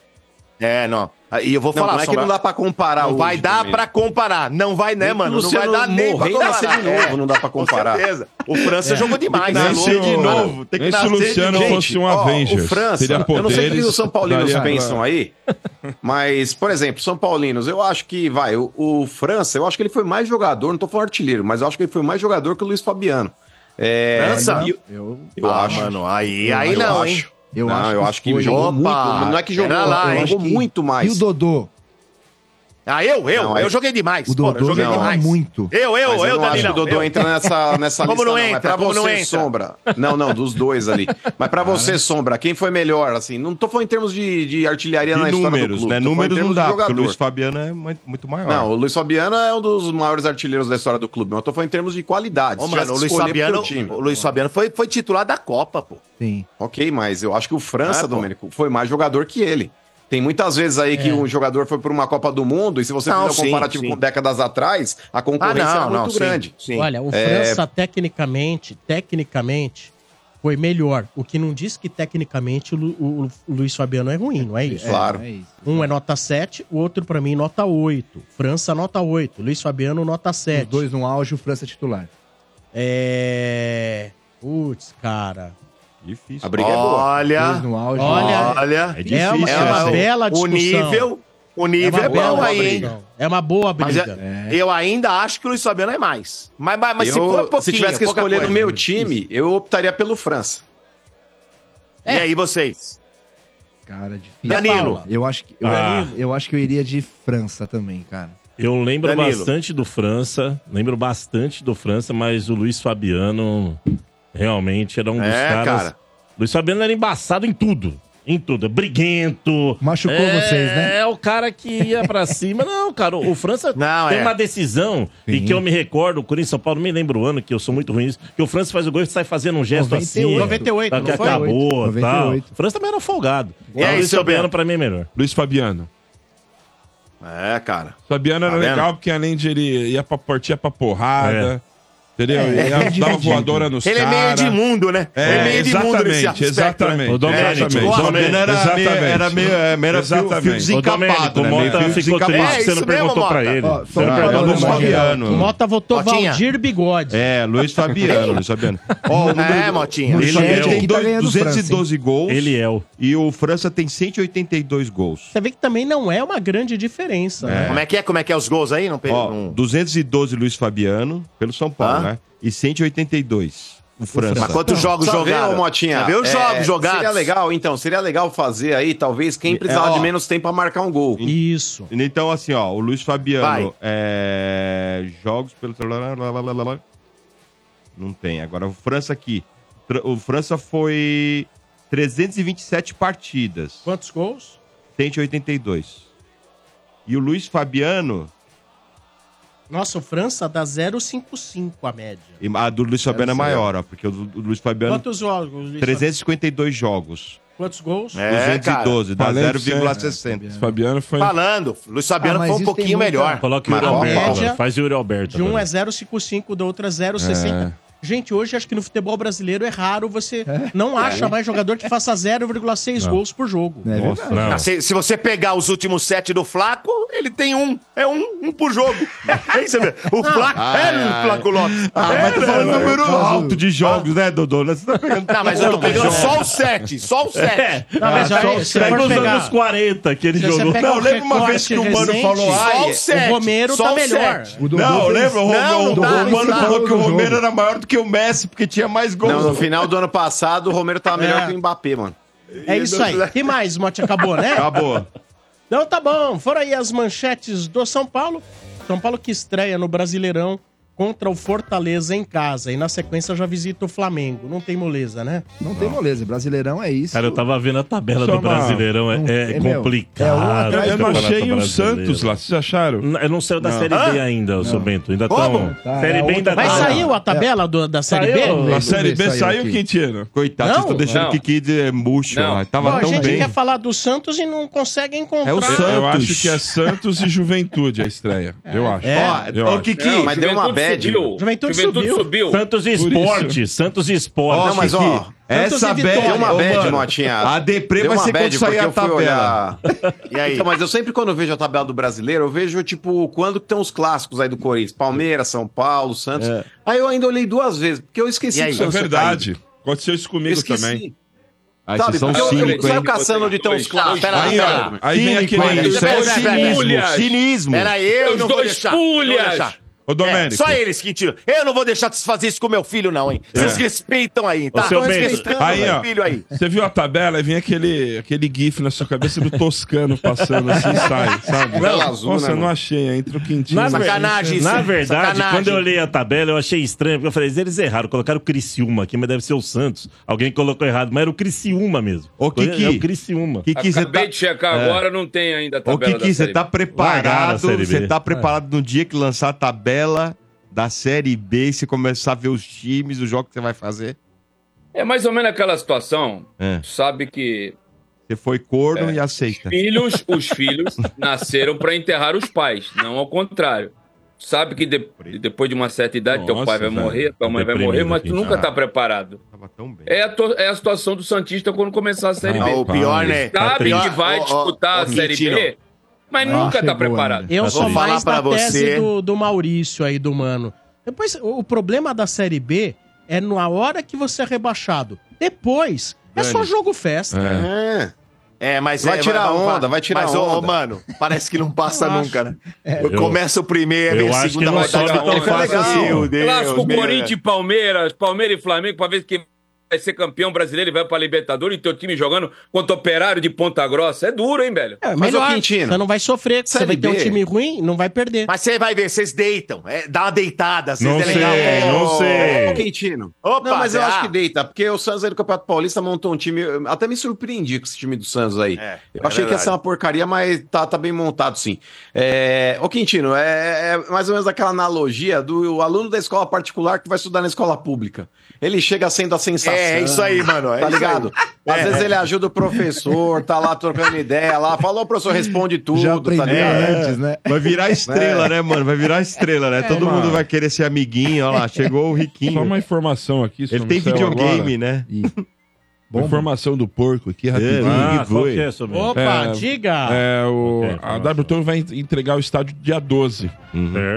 S1: É, não. E eu vou
S4: Não,
S1: falar,
S4: não é que
S1: Sombra,
S4: não dá pra comparar
S1: Não vai
S4: hoje
S1: dar
S4: também.
S1: pra comparar. Não vai, né,
S4: Nem que
S1: mano?
S4: o
S1: Não vai
S4: Luciano
S1: dar nem pra
S4: morrer e nascer
S1: comparar. É,
S4: de novo, não dá pra comparar.
S1: Com certeza. O França
S4: É.
S1: jogou demais. né?
S5: nascer
S1: Louco,
S5: de
S1: cara.
S5: novo. Tem que nascer de
S1: Luciano
S5: novo.
S1: fosse um
S5: Ó,
S1: Avengers,
S5: Avengers,
S4: O França,
S5: teria
S4: eu não sei o que
S5: poderes,
S4: os São Paulinos
S5: daria-
S4: pensam aí, mas, por exemplo, São Paulinos, eu acho que, vai, o, o França, eu acho que ele foi mais jogador, não tô falando artilheiro, mas eu acho que ele foi mais jogador que o Luiz Fabiano. É,
S1: França?
S4: e-
S3: Eu,
S4: eu
S1: ah,
S4: acho.
S1: mano, aí, aí
S4: eu
S1: não,
S4: acho.
S1: hein?
S3: eu
S4: não,
S3: acho
S4: eu
S3: que
S4: acho que ele
S3: foi-
S4: jogou
S1: Opa,
S4: muito. Não é que jogou,
S1: pera lá,
S4: ele
S1: hein?
S4: jogou muito mais.
S3: E o Dodô?
S1: Ah, eu, eu,
S4: Não,
S1: eu
S4: é-
S1: joguei demais.
S3: O
S1: Pô, eu
S3: Dodô
S1: joguei
S3: jogava
S1: demais.
S3: muito.
S1: Eu,
S4: Mas
S1: eu, eu,
S4: não acho que
S1: Danilão.
S4: o Dodô
S1: eu.
S4: entra nessa, nessa
S1: Como
S4: lista,
S1: não
S4: mas
S1: entra,
S4: pra
S1: como
S4: você,
S1: não entra.
S4: Sombra. Não, não, dos dois ali. Mas pra você, Sombra, quem foi melhor, assim? Não tô falando em termos de, de artilharia na
S2: De
S4: história
S2: números,
S4: do clube.
S2: né?
S4: tô falando em
S2: Números
S4: termos
S2: não
S4: de
S2: dá, porque
S4: jogador.
S2: o Luiz Fabiano é mu- muito maior.
S4: Não, o Luiz Fabiano é um dos maiores artilheiros da história do clube. mas Eu tô falando em termos de qualidade.
S1: Ô,
S4: Se
S1: mano,
S4: tivesse
S1: o
S4: que
S1: Luiz
S4: escolher pro
S1: Fabiano,
S4: time.
S1: o Luiz Fabiano foi, foi titular da Copa, pô.
S3: Sim.
S4: Ok, mas eu acho que o França,
S1: Ah, pô.
S4: Domênico, foi mais jogador que ele. Tem muitas vezes aí que um jogador foi por uma Copa do Mundo, e se você
S1: É. Não,
S4: fizer um
S1: sim,
S4: comparativo
S1: sim.
S4: com décadas atrás, a
S1: Ah,
S4: concorrência é
S1: não,
S4: muito
S1: não, sim,
S4: grande.
S1: Sim.
S9: Olha,
S4: É,
S9: o França tecnicamente, tecnicamente, foi melhor. O que não diz que tecnicamente o, Lu- o- o Luiz Fabiano é ruim, não é isso?
S4: Claro.
S3: É isso.
S9: Um é nota 7, o outro pra mim nota 8. França nota 8, Luiz Fabiano nota
S3: Os
S9: 7.
S3: dois no auge, o França titular.
S9: É. Putz, cara.
S2: Difícil.
S4: A briga é boa.
S3: Dois
S1: Olha, né?
S3: no auge.
S9: Olha.
S1: olha.
S2: É
S9: é
S2: difícil
S9: uma, é
S2: essa
S9: uma
S2: aí.
S9: bela
S1: O
S9: discussão.
S1: nível, o
S9: é
S1: nível
S9: uma
S1: é, bom
S9: bela
S1: aí, hein?
S9: briga. É uma boa
S1: Mas
S9: briga.
S3: É.
S1: Eu ainda acho que o Luiz Fabiano é mais. Mas, mas, mas se
S4: Eu-
S1: for pouquinho,
S4: se tivesse que
S1: pouca
S4: escolher
S1: coisa.
S4: no meu time, eu optaria pelo França.
S9: É.
S1: E aí, vocês?
S3: Cara, difícil.
S1: Danilo.
S3: Eu acho que eu,
S6: Ah.
S3: eu acho que eu iria de França também, cara.
S6: Eu lembro
S1: Danilo.
S6: bastante do França, lembro bastante do França, mas o Luiz Fabiano realmente era um dos
S1: É,
S6: caras.
S1: cara.
S6: Luiz Fabiano era embaçado em tudo. Em tudo. É Briguento.
S3: Machucou vocês, né?
S6: É o cara que ia pra cima. Não, cara, o França
S1: Não,
S6: tem
S1: é.
S6: uma decisão e que eu me recordo, o Corinthians e São Paulo, não me lembro o ano, que eu sou muito ruim nisso, que o França faz o gol e sai fazendo um gesto
S3: 98,
S6: assim.
S9: 98,
S6: tá, que
S9: não foi?
S6: acabou,
S3: 98.
S6: tal. O França também era folgado.
S1: E aí,
S6: o Luiz
S1: seu
S6: Fabiano
S1: Bento?
S6: pra mim é melhor.
S5: Luiz Fabiano.
S1: É, cara.
S5: Fabiano era
S1: Tá vendo?
S5: legal porque além de ele ia pra partia pra porrada, entendeu?
S3: É,
S5: ia
S3: ele é
S5: dar uma
S3: dividido.
S5: voadora nos
S1: Ele
S5: caras.
S1: é meio Edmundo, né? ele é meio Edmundo nesse
S5: exatamente,
S1: aspecto.
S5: exatamente.
S1: Né?
S6: O Domênico,
S5: exatamente.
S1: o
S2: O Fabiano era meio,
S5: Exatamente.
S2: era meio, é, meio era fio-
S5: Exatamente.
S2: fio
S6: Ô, Domênico,
S2: desencapado,
S6: o
S2: né?
S6: Mota
S2: Meio fio
S6: ficou
S2: desencapado.
S6: triste,
S1: É,
S6: você
S1: isso
S6: não
S1: mesmo,
S6: perguntou
S1: Mota.
S6: pra ele. Tá, é
S3: Ó, só
S6: Você
S3: um
S6: não
S3: parênteses,
S6: perguntou
S2: Luiz
S6: pra ele.
S2: Fabiano.
S9: Mota votou
S1: Motinha.
S9: Valdir Bigode.
S2: É, Luiz Fabiano, Luiz Fabiano. Ó, o número
S1: É, Motinha.
S2: Luiz
S6: Ele é
S2: Fabiano
S6: o-
S2: tem
S3: Quem tá
S2: dois-
S3: ganhando
S2: 212 gols
S6: Ele é o.
S2: e o França tem 182 gols.
S9: Você vê que também não é uma grande diferença, né?
S1: Como é que é? Como é que é os gols aí? Não, pe-
S2: Ó,
S1: não...
S2: 212 Luiz Fabiano pelo São Paulo,
S1: Tá.
S2: né? E 182 o França.
S1: Mas quantos jogos
S4: Precisa ver,
S1: jogaram?
S4: ô, Motinha.
S1: Precisa ver os
S4: É,
S1: jogos jogados.
S4: Seria legal, então, seria legal fazer aí, talvez, quem precisava
S2: ó.
S4: de menos tempo pra marcar um gol.
S9: Isso.
S2: Então, assim, ó, o Luiz Fabiano,
S1: Vai.
S2: é, jogos pelo... Não tem. Agora, o França aqui. Tra- O França foi 327 partidas.
S9: Quantos gols?
S2: 182. E o Luiz Fabiano
S9: Nossa, o França dá 0,55 a média.
S2: E A do Luiz Fabiano é maior, ó, porque o do do Luiz Fabiano.
S9: Quantos jogos, Luiz?
S2: 352 jogos.
S9: Quantos gols?
S1: É, cara.
S2: 212, dá
S5: Falei pra
S2: 0,60.
S5: Fabiano foi.
S1: Falando, Luiz Fabiano
S3: Ah, mas
S1: foi um
S3: isso tem
S1: pouquinho
S3: muita-
S1: melhor.
S6: Coloca o Yuri
S9: Mas,
S6: Alberto.
S9: média-
S6: agora, Faz o Yuri Alberto.
S9: De um
S6: agora.
S9: é 0,55, da outra é 0,60.
S2: É.
S9: Gente, hoje acho que no futebol brasileiro é raro você não
S2: É.
S9: acha mais jogador que faça 0,6 gols por jogo.
S3: É verdade.
S6: Nossa, não.
S1: Ah, se, se você pegar os últimos sete do Flaco, ele tem um. É um, um por jogo. É isso mesmo. O Flaco é um Flaco Lopes.
S9: Ah,
S1: É, né, mano?
S2: número alto de jogos, né, Dodô? Você tá pegando.
S1: Não, mas eu tô pegando só o sete. Só o sete.
S9: Não, mas
S6: Ah,
S9: aí,
S6: só
S9: se
S6: os-
S9: for
S6: pega os
S9: pegar-
S6: anos 40 que ele
S9: Se você
S6: jogou.
S9: pega
S6: Não,
S9: o
S6: lembra uma
S9: recorte
S6: vez que o Mano
S9: recente,
S6: falou.
S1: Só
S6: "Ah,
S1: o
S9: o
S1: sete.
S9: Romero
S1: só
S9: tá
S1: o
S9: melhor. tá,
S1: sete.
S3: O Dodô
S2: Não,
S3: fez-
S2: lembra? O
S1: Não,
S2: Romero-
S1: não dá,
S2: o Romano
S1: não dá.
S2: falou que o
S3: Jogo.
S2: Romero era maior do que o Messi, porque tinha mais gols.
S4: Não, no final do ano passado, o Romero tava melhor
S9: É.
S4: que o Mbappé, mano.
S9: É isso aí. que mais, Mote? Acabou, né?
S2: Acabou.
S9: Então tá bom, foram aí as manchetes do São Paulo. São Paulo que estreia no Brasileirão contra o Fortaleza em casa. E na sequência já visita o Flamengo. Não tem moleza, né?
S3: Não tem moleza. Brasileirão é isso.
S6: Cara, eu tava vendo a tabela do
S5: Só uma-
S6: Brasileirão. É, é
S3: É, meu,
S6: complicado.
S3: é um atrás
S5: Eu não
S6: Campeonato
S5: achei o
S6: Brasileiro.
S5: Santos lá, vocês acharam?
S6: N- Eu não saiu da Série B ainda, o seu Bento. Ainda
S1: Como?
S6: tão.
S3: Tá,
S6: série
S3: é
S6: B ainda
S3: outra-
S9: Mas
S3: Ah,
S9: saiu a tabela do- da Série
S6: Saiu.
S9: B?
S5: A
S3: Vamos
S5: Série
S3: ver,
S5: B
S3: saiu
S5: saiu
S3: aqui.
S5: Quintino.
S2: né? Coitado,
S9: Não,
S2: vocês estão deixando
S8: não.
S2: o Kikid é murcho.
S8: Não.
S2: lá. Tava
S9: Bom, a
S2: tão
S9: gente
S2: bem.
S9: quer falar do Santos e não consegue encontrar.
S2: É o Santos.
S5: Eu acho que é Santos e Juventude a estreia. Eu
S1: É.
S5: acho.
S2: Ó,
S5: Eu
S2: ô,
S5: acho.
S2: Kiki,
S8: Não,
S4: mas deu uma
S8: Juventude
S4: bad,
S8: Subiu.
S9: Juventude subiu.
S6: Santos e
S5: Por
S6: Esporte. Santos e Esporte.
S2: ó,
S4: Não, mas,
S2: Kiki,
S4: ó,
S2: essa
S9: Santos e
S2: bad,
S9: Vitória.
S4: Deu uma
S2: Ô,
S4: bad,
S2: mano,
S4: Motinha.
S2: A deprê
S4: Deu
S2: vai
S4: uma
S2: ser quando
S4: bad, porque
S2: sair a
S4: eu fui
S2: tabela.
S4: olhar...
S1: E aí?
S4: Então, mas eu sempre quando eu vejo a tabela do brasileiro, eu vejo, tipo, quando que tem os clássicos aí do Corinthians. Palmeiras, São Paulo, Santos.
S2: É.
S4: Aí eu ainda olhei duas vezes, porque eu esqueci
S1: E
S4: que
S1: aí?
S4: o
S5: É
S4: Santos tinha caído.
S5: verdade. Aconteceu isso
S4: Eu
S5: comigo
S4: esqueci.
S5: também.
S2: Aí
S4: Sabe,
S2: vocês são
S4: porque eu- eu
S2: cinco,
S4: saio
S2: hein?
S4: caçando onde estão os clássicos.
S1: Pera
S4: Pera
S1: lá,
S4: aí,
S1: pera
S4: ó.
S1: lá.
S5: Aí vem
S2: Cínico,
S5: aquele.
S2: hein? Isso
S1: Pera,
S2: é
S1: pera, pera,
S2: cinismo.
S8: pera.
S2: Cinismo.
S1: Era eu,
S8: Os
S1: não vou
S8: dois
S1: deixar. não vou
S8: pulhas.
S1: deixar.
S5: Ô,
S1: É,
S5: Domênico.
S1: só eles que tiram. Eu não vou deixar de fazer isso com meu filho, não, hein? Vocês respeitam aí, tá?
S6: Ô, seu
S1: Tô
S6: Bento,
S1: respeitando
S5: aí,
S1: meu
S5: ó.
S1: filho aí.
S5: Você viu a tabela e vem aquele, aquele gif na sua cabeça do Toscano passando assim, sai, sabe?
S4: Tela azul,
S5: Nossa,
S4: né,
S5: eu não
S4: mano?
S5: achei. é Entre o Quintino.
S6: Na ver-
S1: Sacanagem isso,
S6: Na
S1: hein?
S6: verdade,
S1: Sacanagem.
S6: quando eu olhei a tabela, eu achei estranho, porque eu falei, eles erraram, colocaram o Criciúma aqui, mas deve ser o Santos. Alguém colocou errado, mas era o Criciúma mesmo.
S2: Ô, Kiki.
S6: É o Criciúma.
S2: Kiki, você
S8: Acabei
S2: tá...
S8: de checar agora, não tem ainda a
S2: Ô,
S8: tabela
S2: Kiki,
S8: da
S2: você
S8: Série
S2: tá
S8: B.
S2: preparado?
S6: Largaram a Série B.
S8: É.
S2: Você tá preparado no dia que lançar a tabela da Série B e você começar a ver os times, o jogo que você vai fazer?
S8: É mais ou menos aquela situação.
S2: É.
S8: Tu sabe que
S2: Você foi corno e aceita.
S8: filhos, os filhos nasceram para enterrar os pais, não ao contrário. Tu Sabe que de- depois de uma certa idade, teu
S5: Nossa,
S8: pai vai
S5: velho.
S8: morrer, tua mãe vai
S6: Deprimido
S8: morrer, mas
S6: aqui.
S8: tu nunca tá preparado.
S2: Tava tão bem.
S8: É a, to- é a situação do Santista quando começar a Série
S1: Ah,
S8: B.
S1: o pior, né?
S8: Sabe
S1: Pior-
S8: que vai
S1: Ó, ó,
S8: disputar
S1: ó,
S8: a Série
S1: Quintino,
S8: B, mas
S3: Não
S8: nunca tá
S9: né?
S3: chegou
S8: preparado.
S3: ainda.
S9: Eu
S6: Tá
S9: sou
S6: triste.
S9: mais
S1: Falar
S9: da
S1: pra
S9: tese
S1: você.
S9: do, do Maurício aí, do Mano. Depois, o o problema da Série B é na hora que você é rebaixado. Depois, é só jogo festa.
S5: É.
S4: É.
S1: É, mas
S4: Vai
S1: é,
S4: tirar onda, vai tirar
S1: mas, ô, ô,
S4: onda.
S1: mano, parece que não passa
S9: Eu acho.
S1: nunca, né?
S6: eu-
S1: Começa o primeiro,
S6: eu
S1: e a
S6: acho
S1: segunda
S6: que não
S1: vai dar
S6: sobe tão
S1: outra.
S6: fácil
S1: Legal.
S6: assim.
S1: Meu Deus,
S8: Clássico
S1: meu.
S8: Corinthians e Palmeiras, Palmeiras e Flamengo, pra ver quem vai ser campeão brasileiro e vai pra Libertadores e teu time jogando contra o operário de Ponta Grossa. É duro, hein, velho?
S9: É,
S4: Mas, ô,
S9: melhor.
S4: Quintino,
S9: você não vai sofrer, porque você
S4: Série
S9: vai ter um
S4: B.
S9: time ruim, não vai perder.
S1: Mas você vai ver, vocês deitam. É, dá uma deitada, às vezes
S6: Não
S1: é legal.
S6: sei,
S1: É,
S6: não
S1: ô,
S6: sei.
S4: Ô, Quintino.
S1: Opa,
S4: não, mas eu
S1: será?
S4: acho que deita, porque o Santos aí do Campeonato Paulista montou um time. eu Até me surpreendi com esse time do Santos aí.
S1: É,
S4: eu
S1: é
S4: achei que ia
S1: verdade.
S4: ser uma porcaria, mas tá, tá bem montado, sim. É, ô, Quintino, é, é mais ou menos aquela analogia do aluno da escola particular que vai estudar na escola pública. Ele chega sendo a sensação.
S1: É, é isso aí, mano. É
S4: tá
S1: isso aí. É.
S4: ligado? Às vezes ele ajuda o professor, tá lá trocando ideia, lá falou, o professor responde tudo,
S3: Já
S4: tá
S3: aprendeu
S4: ligado?
S3: antes, né?
S2: É. Vai virar estrela, né, mano? Vai virar estrela, né? Todo mundo vai querer ser amiguinho, olha lá. Chegou o
S5: Só
S2: Riquinho.
S5: uma informação aqui. se
S2: Ele
S5: não
S2: tem
S5: saiu agora.
S2: videogame, né?
S5: Uma Informação do porco aqui, rapidinho.
S6: Ah,
S2: que
S6: qual
S2: foi.
S6: que é, seu Bento?
S9: Opa,
S5: É,
S9: diga!
S5: É, o,
S6: Ok,
S5: a
S6: nossa.
S5: W Tour vai en- entregar o estádio dia 12.
S6: Certo.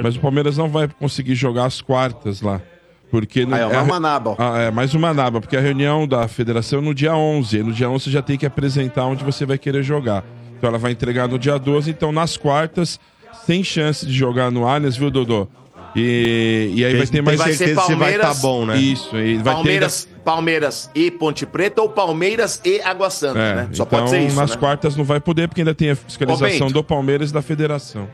S5: Mas o Palmeiras não vai conseguir jogar as quartas lá. Porque não,
S4: Aí, ó,
S5: é, a-
S4: vai uma naba, ó.
S5: Ah, é, mais uma naba, porque a reunião da federação é no dia 11. E no dia 11 você já tem que apresentar onde você vai querer jogar. Então ela vai entregar no dia 12. Então nas quartas, sem chance de jogar no Allianz, viu, Dodô? E, e aí vai ter mais
S1: vai ser
S2: certeza se vai estar
S1: Palmeiras-
S2: bom, né?
S5: Isso, e vai
S1: Palmeiras, Palmeiras e Ponte Preta ou Palmeiras e Água
S5: ter.
S1: Santa,
S5: ainda- É,
S1: né? Só
S5: então,
S1: pode ser isso.
S5: nas
S1: né?
S5: quartas não vai poder, porque ainda tem a fiscalização
S1: Ô, Bento.
S5: do Palmeiras e da federação.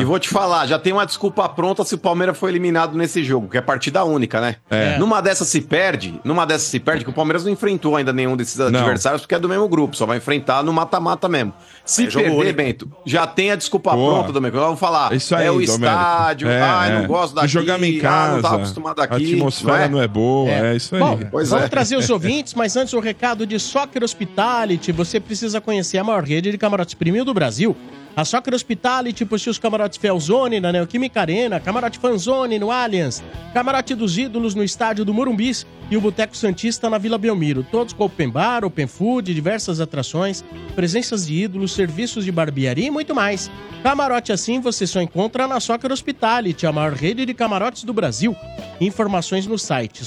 S4: E vou te falar, já tem uma desculpa pronta se o Palmeiras foi eliminado nesse jogo, que é partida única, né?
S5: É.
S4: Numa dessas se perde, numa dessas se perde, que o Palmeiras não enfrentou ainda nenhum desses adversários, porque é do mesmo grupo, só vai enfrentar no mata-mata mesmo. Se
S5: É jogo
S4: perder,
S5: único.
S4: Bento, já tem a desculpa
S5: Boa.
S4: pronta, Domenico. Vamos falar,
S5: É isso aí,
S4: é o
S5: Domênico.
S4: estádio,
S5: É,
S4: ai,
S5: é.
S4: não gosto daqui,
S5: Jogamos em
S4: ah, não
S5: casa,
S4: tava acostumado
S5: a
S4: aqui.
S5: atmosfera não é, boa, é, isso aí.
S9: Bom,
S4: Pois
S9: vamos
S4: é.
S9: trazer os ouvintes, mas antes o recado de Soccer Hospitality. Você precisa conhecer a maior rede de camarotes premium do Brasil. A Soccer Hospitality possui os camarotes Felzone na Neoquímica Arena, camarote Fanzone no Allianz, camarote dos Ídolos no estádio do Morumbis e o Boteco Santista na Vila Belmiro. Todos com open bar, open food, diversas atrações, presenças de ídolos, serviços de barbearia e muito mais. Camarote assim você só encontra na Soccer Hospitality, a maior rede de camarotes do Brasil. Informações no site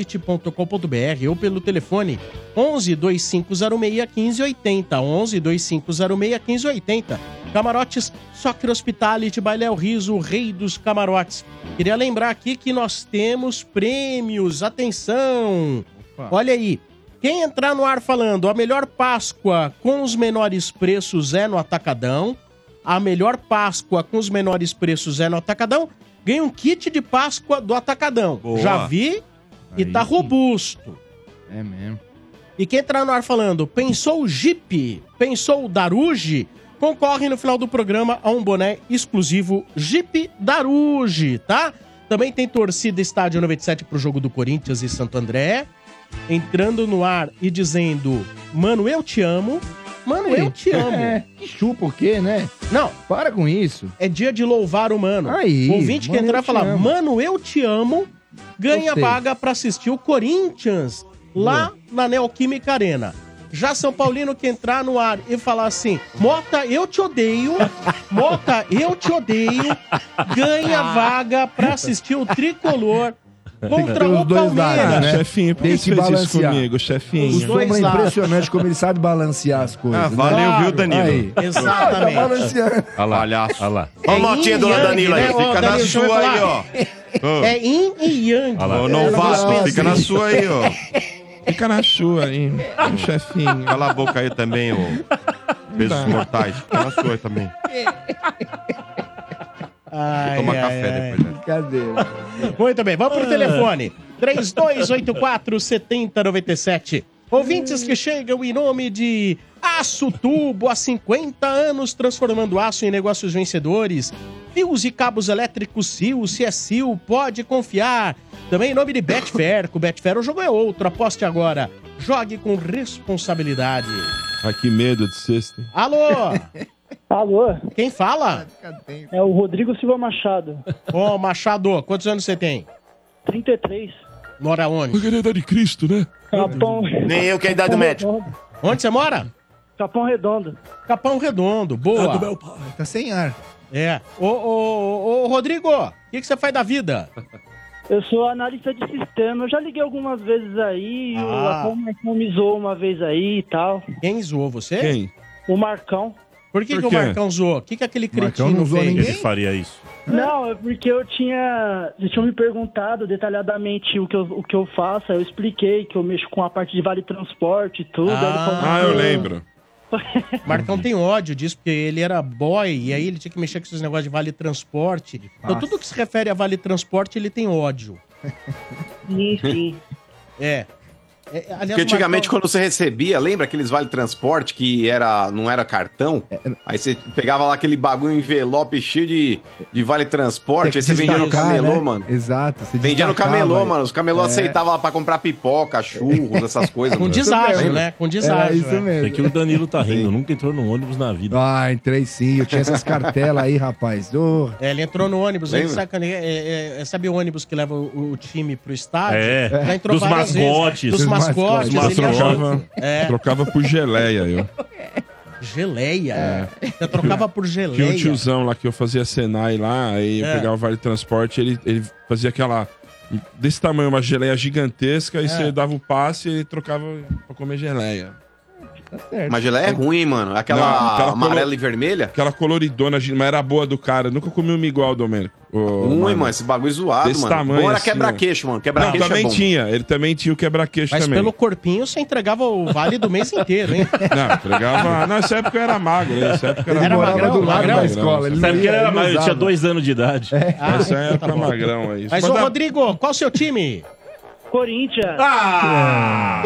S9: soccerhospitality.com.br ou pelo telefone 11 2506 1580. 11 2506 1580. Camarotes Soccer Hospitality Bailé o Riso, o rei dos camarotes. Queria lembrar aqui que nós temos prêmios. Atenção! Olha aí. Quem entrar no ar falando a melhor Páscoa com os menores preços é no Atacadão a melhor Páscoa com os menores preços é no Atacadão, ganha um kit de Páscoa do Atacadão.
S3: Boa.
S9: Já vi e
S3: Aí
S9: tá
S3: sim.
S9: robusto.
S3: É mesmo.
S9: E quem entrar no ar falando, pensou o Jeep, pensou o Daruge, concorre no final do programa a um boné exclusivo Jeep Daruge, tá? Também tem torcida estádio 97 pro jogo do Corinthians e Santo André. Entrando no ar e dizendo, mano, eu te amo. Mano, eu te amo.
S3: É, que chupa o quê, né?
S9: Não.
S3: Para com isso.
S9: É dia de louvar o mano.
S3: Aí,
S9: o ouvinte que
S3: mano,
S9: entrar e
S3: eu te
S9: falar,
S3: amo.
S9: mano, eu te amo, ganha
S3: Gostei.
S9: vaga pra assistir o Corinthians lá na Neoquímica Arena. Já São Paulino que entrar no ar e falar assim, Mota, eu te odeio, Mota, eu te odeio, ganha
S3: Ah.
S9: vaga pra assistir o Tricolor contra
S3: Tem
S9: o
S3: os dois lados,
S9: Palmeiras.
S3: né?
S5: Chefinho, por que
S3: Tem
S5: você
S3: que
S5: fez isso
S3: balancear.
S5: comigo,
S3: O
S9: Os
S5: chefinho?
S9: dois
S3: Sombra é
S9: lados.
S3: impressionante como ele sabe balancear as coisas.
S2: Ah, valeu,
S3: né?
S2: viu, Danilo?
S3: Aí.
S9: Exatamente.
S3: Tá balanceando.
S6: Olha lá.
S4: Palhaço.
S6: Olha lá.
S9: É
S1: Ó a notinha
S9: yin
S1: do
S9: e yang,
S1: Danilo aí,
S9: né? Ó,
S2: Fica na
S9: Danilo, deixa eu
S2: sua aí,
S9: falar.
S2: ó.
S9: É yin e yang.
S6: Olha lá.
S2: Ô,
S9: Ela
S2: novato,
S9: não
S2: fica na sua aí, ó.
S5: Fica na sua aí, chefinho.
S2: Cala a boca aí também, ô. Pesos
S6: Tá.
S2: mortais. Fica na sua aí também.
S9: Ai,
S2: Toma
S9: ai,
S2: café
S9: ai.
S2: depois, né?
S3: Brincadeira.
S9: Muito bem, vamos pro telefone. 3284 7097. Ouvintes que chegam em nome de Aço Tubo, há 50 anos transformando aço em negócios vencedores. Fios e cabos elétricos Sil, se é Sil, pode confiar. Também em nome de Betfair, com Betfair o jogo é outro, aposte agora. Jogue com responsabilidade.
S5: Ai, que medo de sexta. hein?
S9: Alô,
S10: Alô,
S9: quem fala?
S10: é o Rodrigo Silva Machado,
S9: Ô, Machado, quantos anos você tem?
S10: 33.
S9: Mora onde?
S5: Querida de Cristo, né?
S10: Capão.
S1: Nem eu que é a idade do
S10: Capão
S1: médico.
S10: Redondo.
S9: Onde você mora?
S10: Capão Redondo.
S9: Capão Redondo,
S5: É
S9: boa.
S3: Tá sem ar.
S9: É. Ô, ô, ô, ô, Rodrigo, o que, que você faz da vida?
S10: Eu sou analista de sistema. Eu já liguei algumas vezes aí. o-
S9: Ah.
S10: A Comercom me zoou uma vez aí e tal.
S9: Quem zoou você?
S5: Quem?
S10: O Marcão.
S9: Por que,
S5: Por
S9: que o
S5: quê?
S9: Marcão zoou? O que, que aquele
S3: Marcão
S9: cretino
S3: não zoou
S9: fez?
S3: ninguém.
S6: Ele faria isso.
S10: Não, é porque eu tinha. Vocês tinham me perguntado detalhadamente o que, eu, o que eu faço. Aí eu expliquei que eu mexo com a parte de vale transporte e tudo. aí ele falou
S5: Ah,
S10: que
S5: eu lembro.
S9: Marcão tem ódio disso, porque ele era boy e aí ele tinha que mexer com esses negócios de vale transporte. Então tudo que se refere a vale transporte, ele tem ódio.
S10: Sim, sim.
S9: É. É, aliás,
S4: Porque
S9: o
S4: antigamente,
S9: Marcão-
S4: quando você recebia, lembra aqueles vale transporte que era, não era cartão? Aí você pegava lá aquele bagulho envelope cheio de, de vale transporte, aí você vendia no
S3: Destacar,
S4: camelô,
S3: né?
S4: mano.
S3: Exato. se
S4: Vendia no
S3: destacava, É.
S4: camelô,
S3: velho.
S4: mano. Os camelô aceitavam lá pra comprar pipoca, churros, essas coisas.
S9: É. Com
S4: mano.
S9: deságio,
S4: Lembra?
S9: né? Com
S3: Era
S9: deságio.
S3: isso
S9: é.
S6: É
S3: mesmo.
S6: que o Danilo tá rindo, nunca entrou num ônibus na vida.
S3: Ah, entrei sim. Eu tinha essas cartelas aí, rapaz. Ô,
S9: É, ele entrou no ônibus, ele
S4: Lembra?
S9: sacane... é, é, é, sabe o ônibus que leva o, o time pro estádio?
S6: É.
S9: Ah, Já entrou
S6: Dos
S9: várias vezes.
S6: mascotes.
S9: Dos
S3: Dos
S9: mascotes.
S3: mascotes.
S9: ele
S5: Mas
S9: achou-
S5: trocava,
S9: É.
S5: trocava por geleia, eu.
S9: Geleia. Você trocava por
S5: Tinha um
S9: geleia.
S5: tiozão lá que eu fazia Senai lá, aí eu
S9: É.
S5: pegava o Vale Transporte, ele, ele fazia aquela. Desse
S9: É.
S5: tamanho, uma geleia gigantesca, aí você dava o passe e ele trocava pra comer geleia.
S6: Tá
S3: certo.
S4: Mas geleia é ruim, hein, mano. Aquela,
S5: Não, aquela
S4: amarela
S5: colo-
S4: e vermelha.
S5: Aquela coloridona, gente, mas era boa do cara. Nunca comi uma igual, Domênico. Ô,
S4: Ruim, mano. Esse bagulho zoado,
S5: Desse
S4: mano.
S5: tamanho
S4: Agora
S5: assim,
S4: quebra-queixo, mano.
S5: Não,
S4: Quebra-queixo é
S5: também
S4: bom.
S5: tinha. Ele também tinha o quebra-queixo
S9: Mas
S5: também.
S9: pelo corpinho você entregava o vale do mês inteiro, hein?
S5: Ah, Não, entregava. Nessa época eu era magro, né? Nessa época eu
S3: Ele
S5: era
S3: morava
S5: magrão.
S3: do lado
S5: magrão,
S3: da escola. Ele não
S6: Sabe que
S3: ia- É.
S6: ele era
S3: ele não
S6: maior, ele tinha
S3: usava.
S6: dois anos de idade.
S5: Essa época magrão
S8: é
S5: aí.
S9: Mas,
S5: Mas
S9: ô
S8: tá
S5: dá-
S9: Rodrigo, qual o seu time?
S10: Corinthians.
S6: Ah!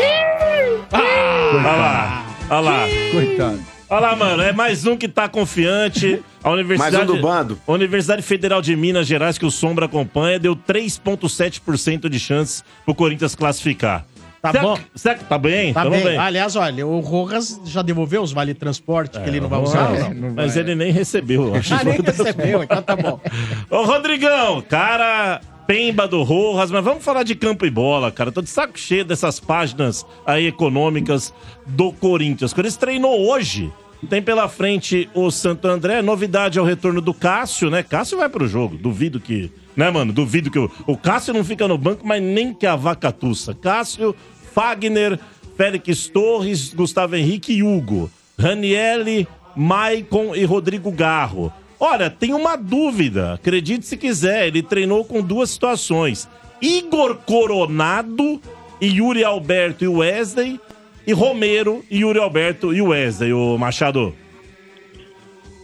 S6: Olha lá, olha lá.
S3: Coitado.
S6: Olha lá, mano, é mais um que tá confiante. A Universidade,
S4: Mais um do bando.
S6: A Universidade Federal de Minas Gerais, que o Sombra acompanha, deu 3,7% de chance pro Corinthians classificar.
S9: Tá
S6: Será
S9: bom.
S6: que- será que tá bem?
S9: Tá bem. Aliás, olha, o Rojas já devolveu os vale transporte que ele não vai usar,
S6: Não,
S9: não?
S6: Ah, não Mas ele nem recebeu, eu acho.
S9: Ah, nem recebeu, então tá bom.
S6: Ô, Rodrigão, cara, pemba do Rojas, mas vamos falar de campo e bola, cara. Tô de saco cheio dessas páginas aí econômicas do Corinthians. O Corinthians treinou hoje. Tem pela frente o Santo André. Novidade é o retorno do Cássio, né? Cássio vai pro jogo. Duvido que. Né, mano? Duvido que. O, o Cássio não fica no banco, mas nem que a vaca tussa. Cássio, Fagner, Félix Torres, Gustavo Henrique e Hugo. Ranielli, Maicon e Rodrigo Garro. Olha, tem uma dúvida. Acredite se quiser, ele treinou com duas situações: Igor Coronado e Yuri Alberto e Wesley, e Romero e Yuri Alberto e Wesley, o Machado.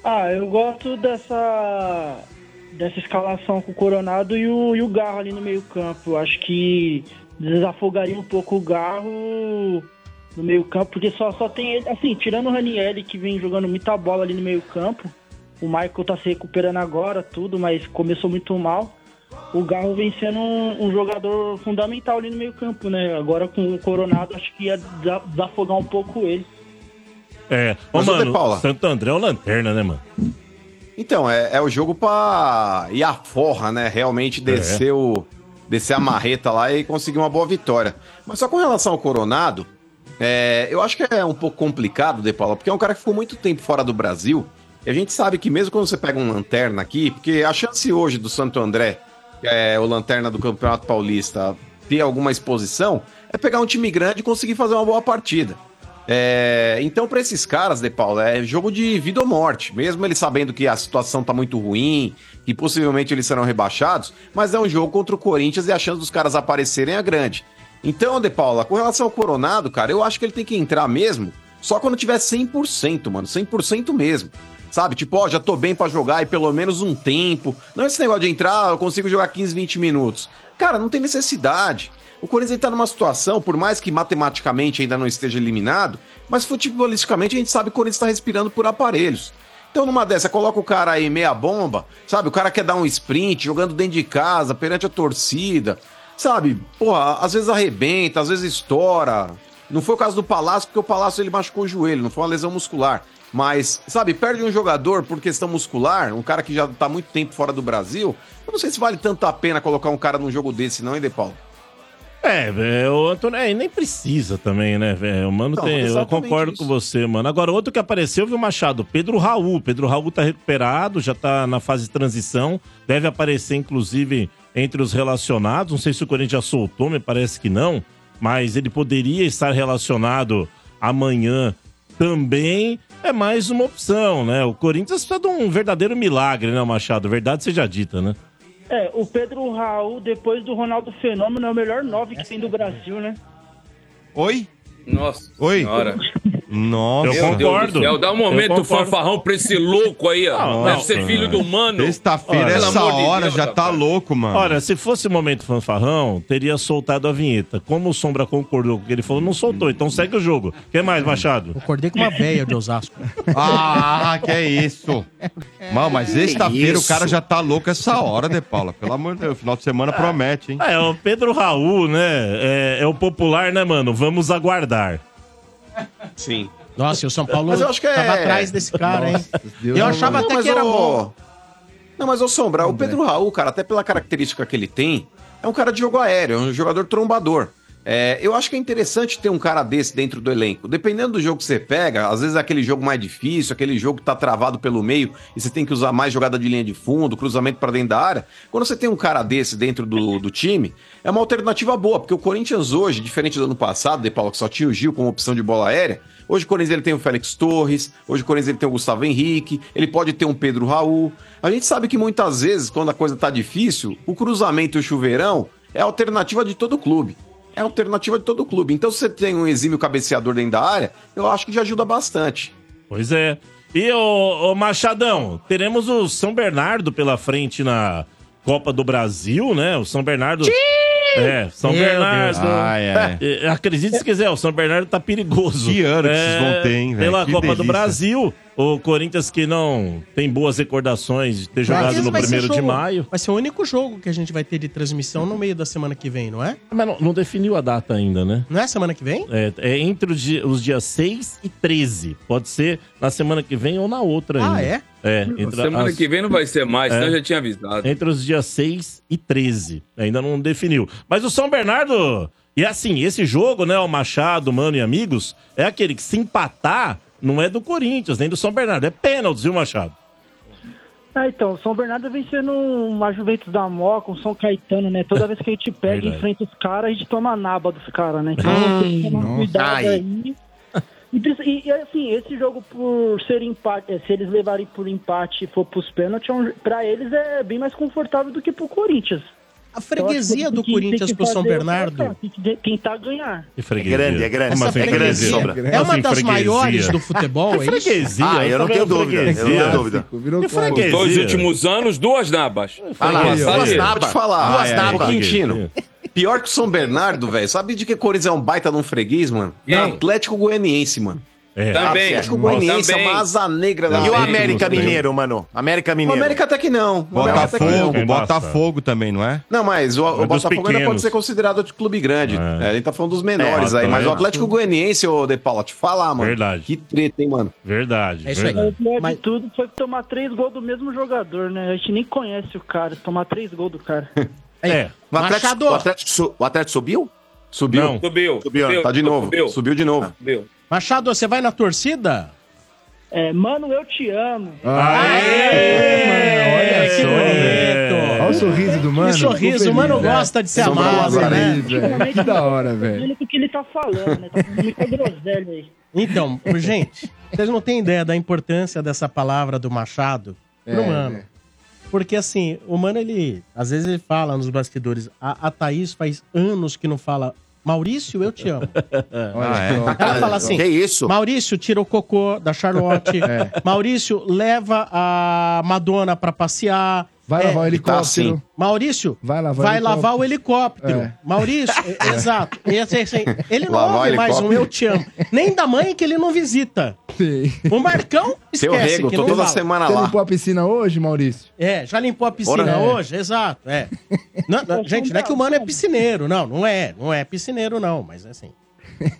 S10: Ah, eu gosto dessa dessa escalação com o Coronado e o, e o Garro ali no meio campo. Eu Acho que desafogaria um pouco o Garro no meio campo, porque só, só tem ele, assim, tirando o Ranieri que vem jogando muita bola ali no meio campo, o Michael tá se recuperando agora, tudo, mas começou muito mal. O Garro vem sendo um, um jogador fundamental ali no meio campo, né? Agora com o Coronado, acho que ia desa- desafogar um pouco ele.
S6: É, ô,
S4: Mas, ô, De
S6: mano,
S4: Paula.
S6: Santo André é o lanterna, né, mano?
S4: Então, é, é o jogo pra ir à forra, né? Realmente descer, o, descer a marreta lá e conseguir uma boa vitória. Mas só com relação ao Coronado, é, eu acho que é um pouco complicado, De Paula, porque é um cara que ficou muito tempo fora do Brasil. E a gente sabe que mesmo quando você pega um lanterna aqui, porque a chance hoje do Santo André, que é o lanterna do Campeonato Paulista, ter alguma exposição, é pegar um time grande e conseguir fazer uma boa partida. É, então, pra esses caras, De Paulo, é jogo de vida ou morte. Mesmo eles sabendo que a situação tá muito ruim, que possivelmente eles serão rebaixados, mas é um jogo contra o Corinthians e a chance dos caras aparecerem é grande. Então, De Paula, com relação ao Coronado, cara, eu acho que ele tem que entrar mesmo só quando tiver 100%, mano, 100% mesmo. Sabe? Tipo, ó, já tô bem pra jogar e pelo menos um tempo. Não esse negócio de entrar, eu consigo jogar 15, 20 minutos. Cara, não tem necessidade. O Corinthians ele tá numa situação, por mais que matematicamente ainda não esteja eliminado, mas futebolisticamente a gente sabe que o Corinthians tá respirando por aparelhos. Então, numa dessa, coloca o cara aí meia bomba, sabe? O cara quer dar um sprint, jogando dentro de casa, perante a torcida, sabe? Porra, às vezes arrebenta, às vezes estoura. Não foi o caso do Palácio, porque o Palácio ele machucou o joelho, não foi uma lesão muscular. Mas, sabe, perde um jogador por questão muscular, um cara que já tá muito tempo fora do Brasil. Eu não sei se vale tanto a pena colocar um cara num jogo desse, não, hein, De Paulo?
S6: É, velho, o Antônio, é, e nem precisa também, né, velho? O Mano
S4: Não,
S6: tem. Eu
S4: exatamente
S6: concordo
S4: isso.
S6: com você, mano. Agora, outro que apareceu, viu, Machado? Pedro Raul. Pedro Raul tá recuperado, já tá na fase de transição. Deve aparecer, inclusive, entre os relacionados. Não sei se o Corinthians já soltou, me parece que não. Mas ele poderia estar relacionado amanhã também. É mais uma opção, né? O Corinthians precisa de um verdadeiro milagre, né, Machado? Verdade seja dita, né?
S10: É, o Pedro Raul, depois do Ronaldo Fenômeno, é o melhor nove que tem do Brasil, né?
S2: Oi?
S8: Nossa
S2: Oi.
S8: senhora.
S2: Nossa.
S6: Eu
S8: Meu Deus
S6: concordo.
S8: do céu, dá um
S6: Eu
S8: momento
S6: concordo.
S8: fanfarrão pra esse louco aí, ó.
S6: Não,
S8: Deve
S6: não,
S8: ser
S6: cara.
S8: filho do mano.
S2: Sexta-feira,
S6: Olha,
S2: essa
S8: pelo amor de
S2: hora,
S8: Deus,
S2: já tá
S8: rapaz.
S2: louco, mano.
S6: Olha, se fosse momento fanfarrão, teria soltado a vinheta. Como o Sombra concordou com o que ele falou, não soltou. Então segue o jogo. Quem mais, Machado?
S9: Acordei com uma véia de Osasco.
S2: Ah, que é isso. Mano, É. mas sexta-feira o
S4: isso?
S2: cara já tá louco essa hora, De Paula. Pelo amor de Deus, final de semana promete, hein?
S6: Ah, é o Pedro Raul, né? É, é o popular, né, mano? Vamos aguardar.
S4: Sim.
S9: Nossa, e o São Paulo
S4: Mas eu acho que é-
S9: tava atrás desse cara, hein?
S3: Deus
S9: eu
S3: amor.
S9: achava até
S4: mas
S9: que era
S4: o-
S9: bom.
S4: Não, mas ô Sombra, o Pedro Raul, cara, até pela característica que ele tem, é um cara de jogo aéreo, é um jogador trombador. É, eu acho que é interessante ter um cara desse dentro do elenco. Dependendo do jogo que você pega, às vezes é aquele jogo mais difícil, aquele jogo que tá travado pelo meio e você tem que usar mais jogada de linha de fundo, cruzamento pra dentro da área. Quando você tem um cara desse dentro do, do time, é uma alternativa boa, porque o Corinthians hoje, diferente do ano passado, De Paulo, que só tinha o Gil como opção de bola aérea, hoje o Corinthians ele tem o Félix Torres, hoje o Corinthians ele tem o Gustavo Henrique, ele pode ter um Pedro Raul. A gente sabe que muitas vezes, quando a coisa tá difícil, o cruzamento e o chuveirão é a alternativa de todo clube é a alternativa de todo clube. Então, se você tem um exímio cabeceador dentro da área, eu acho que já ajuda bastante.
S6: Pois é. E o, Machadão, teremos o São Bernardo pela frente na Copa do Brasil, né? O São Bernardo. É, São
S5: Meu
S6: Bernardo.
S5: Deus. Ai, ai.
S6: É, Acredite se quiser, o São Bernardo tá perigoso. É,
S5: Que ano que vocês vão ter, hein, velho?
S6: Pela
S5: Que
S6: Copa do
S5: delícia.
S6: Brasil, o Corinthians que não tem boas recordações de ter jogado no
S9: Vai ser
S6: primeiro de
S9: jogo-
S6: maio.
S9: Vai ser o único jogo que a gente vai ter de transmissão no meio da semana que vem, não é?
S6: Mas não, não definiu a data ainda, né?
S9: Não é semana que vem?
S6: É, é entre os, di- os dias 6 e 13. Pode ser na semana que vem ou na outra
S8: Ah,
S6: ainda.
S8: é?
S6: É. entre
S8: Semana
S6: as-
S8: que vem não vai ser mais,
S6: É.
S8: senão eu já tinha avisado.
S6: Entre os dias 6 e 13. Ainda não definiu. Mas o São Bernardo. E assim, esse jogo, né, o Machado, Mano e amigos, é aquele que se empatar não é do Corinthians, nem do São Bernardo. É pênalti, viu, Machado?
S10: Ah, então, São Bernardo vem sendo um- uma Juventus da Moca, um São Caetano, né? Toda vez que a gente pega e
S6: Verdade.
S10: enfrenta os caras, a gente toma a naba dos caras, né? Então tem que tomar
S11: nossa.
S10: cuidado
S11: Ai.
S10: aí. E, precisa- e, e, assim, esse jogo por ser empate, eh, se eles levarem por empate e for pros pênaltis, é um- pra eles é bem mais confortável do que pro Corinthians. Então,
S9: A freguesia do Corinthians pro São Bernardo?
S10: Tem que de- tentar ganhar.
S6: Que
S1: É grande, é grande.
S6: assim,
S9: Essa
S1: É grande,
S9: freguesia
S1: Sombra.
S9: É uma
S1: Assim,
S9: das
S1: freguesia.
S9: maiores do futebol, é isso?
S1: Ah, eu não
S6: é
S1: tenho dúvida. Eu não tenho dúvida.
S8: Os dois últimos anos, duas nabas.
S4: Ah lá,
S8: Passagem-
S4: duas nabas. Vou te falar.
S8: Duas nabas.
S4: Ô, Quintino, pior que o São Bernardo, velho. Sabe de que Corinthians é um baita num freguês, mano? É
S8: Quem?
S4: Atlético Goianiense, mano.
S6: É.
S1: Também.
S4: Atlético Goianiense, é
S1: Também.
S4: uma asa negra da
S1: E o
S4: América.
S1: América Mineiro, mano? América
S4: O
S1: Mineiro.
S4: América até que não. O América até que não.
S2: Botafogo, Botafogo também, não é?
S4: Não, mas o, o
S2: dos
S4: Botafogo ainda pode
S2: pequenos.
S4: ser considerado outro clube grande. É. ele tá falando dos menores
S6: É,
S4: aí. Mas
S6: tá.
S4: o Atlético Goianiense, ô De Paula, te falar, mano.
S6: Verdade.
S4: Que treta, hein, mano?
S9: É
S6: Verdade.
S10: O pior de tudo foi tomar três gols do mesmo jogador, né? A gente nem conhece o cara, tomar três gols do cara.
S6: É.
S4: O Atlético,
S9: Machado.
S4: o Atlético su- o Atlético subiu? Subiu.
S6: Não.
S8: Subiu.
S4: Subiu,
S1: né?
S8: Subiu,
S4: tá de novo.
S8: subiu.
S4: Subiu, de novo.
S8: Meu.
S9: Machado, você vai na torcida?
S10: É, mano, eu te amo.
S3: Ah, é,
S9: Olha que bonito.
S3: Olha o sorriso do mano.
S9: Que sorriso,
S3: Ficou
S9: o mano
S3: feliz, né?
S9: gosta de ser
S3: Esse é um
S9: amado,
S3: maluco,
S9: né?
S3: velho. Que da hora, velho.
S10: Olha o que ele tá falando, né? Tá falando muita groselha aí.
S9: Então, gente, vocês não têm ideia da importância dessa palavra do Machado pro
S3: É,
S9: Mano. Porque, assim, o Mano, ele... Às vezes ele fala nos bastidores. A, a Thaís faz anos que não fala... Maurício, eu te amo.
S3: Ah, é.
S9: Ela fala assim...
S1: Que isso?
S9: Maurício, tira o cocô da Charlotte.
S3: É.
S9: Maurício, leva a Madonna pra passear. é, Tá,
S3: Vai lavar o helicóptero.
S4: assim.
S9: Maurício, vai lavar,
S3: o helicóptero.
S9: o helicóptero.
S3: É.
S9: Maurício, é, exato. E assim, assim, ele não
S4: Lavar o
S9: ouve mais um
S4: helicóptero.
S9: Eu Te Amo. Nem da mãe que ele não visita. O Marcão
S4: Seu
S9: esquece
S4: rego,
S9: que
S4: tô
S9: não
S4: toda
S9: fala.
S4: semana
S3: Você
S4: lá.
S3: limpou a piscina hoje, Maurício?
S9: É, já limpou a piscina
S4: Ora, é.
S9: hoje? Exato, é. Não, não, gente, não é que o Mano é piscineiro. Não, não é. Não é piscineiro, não. Mas assim...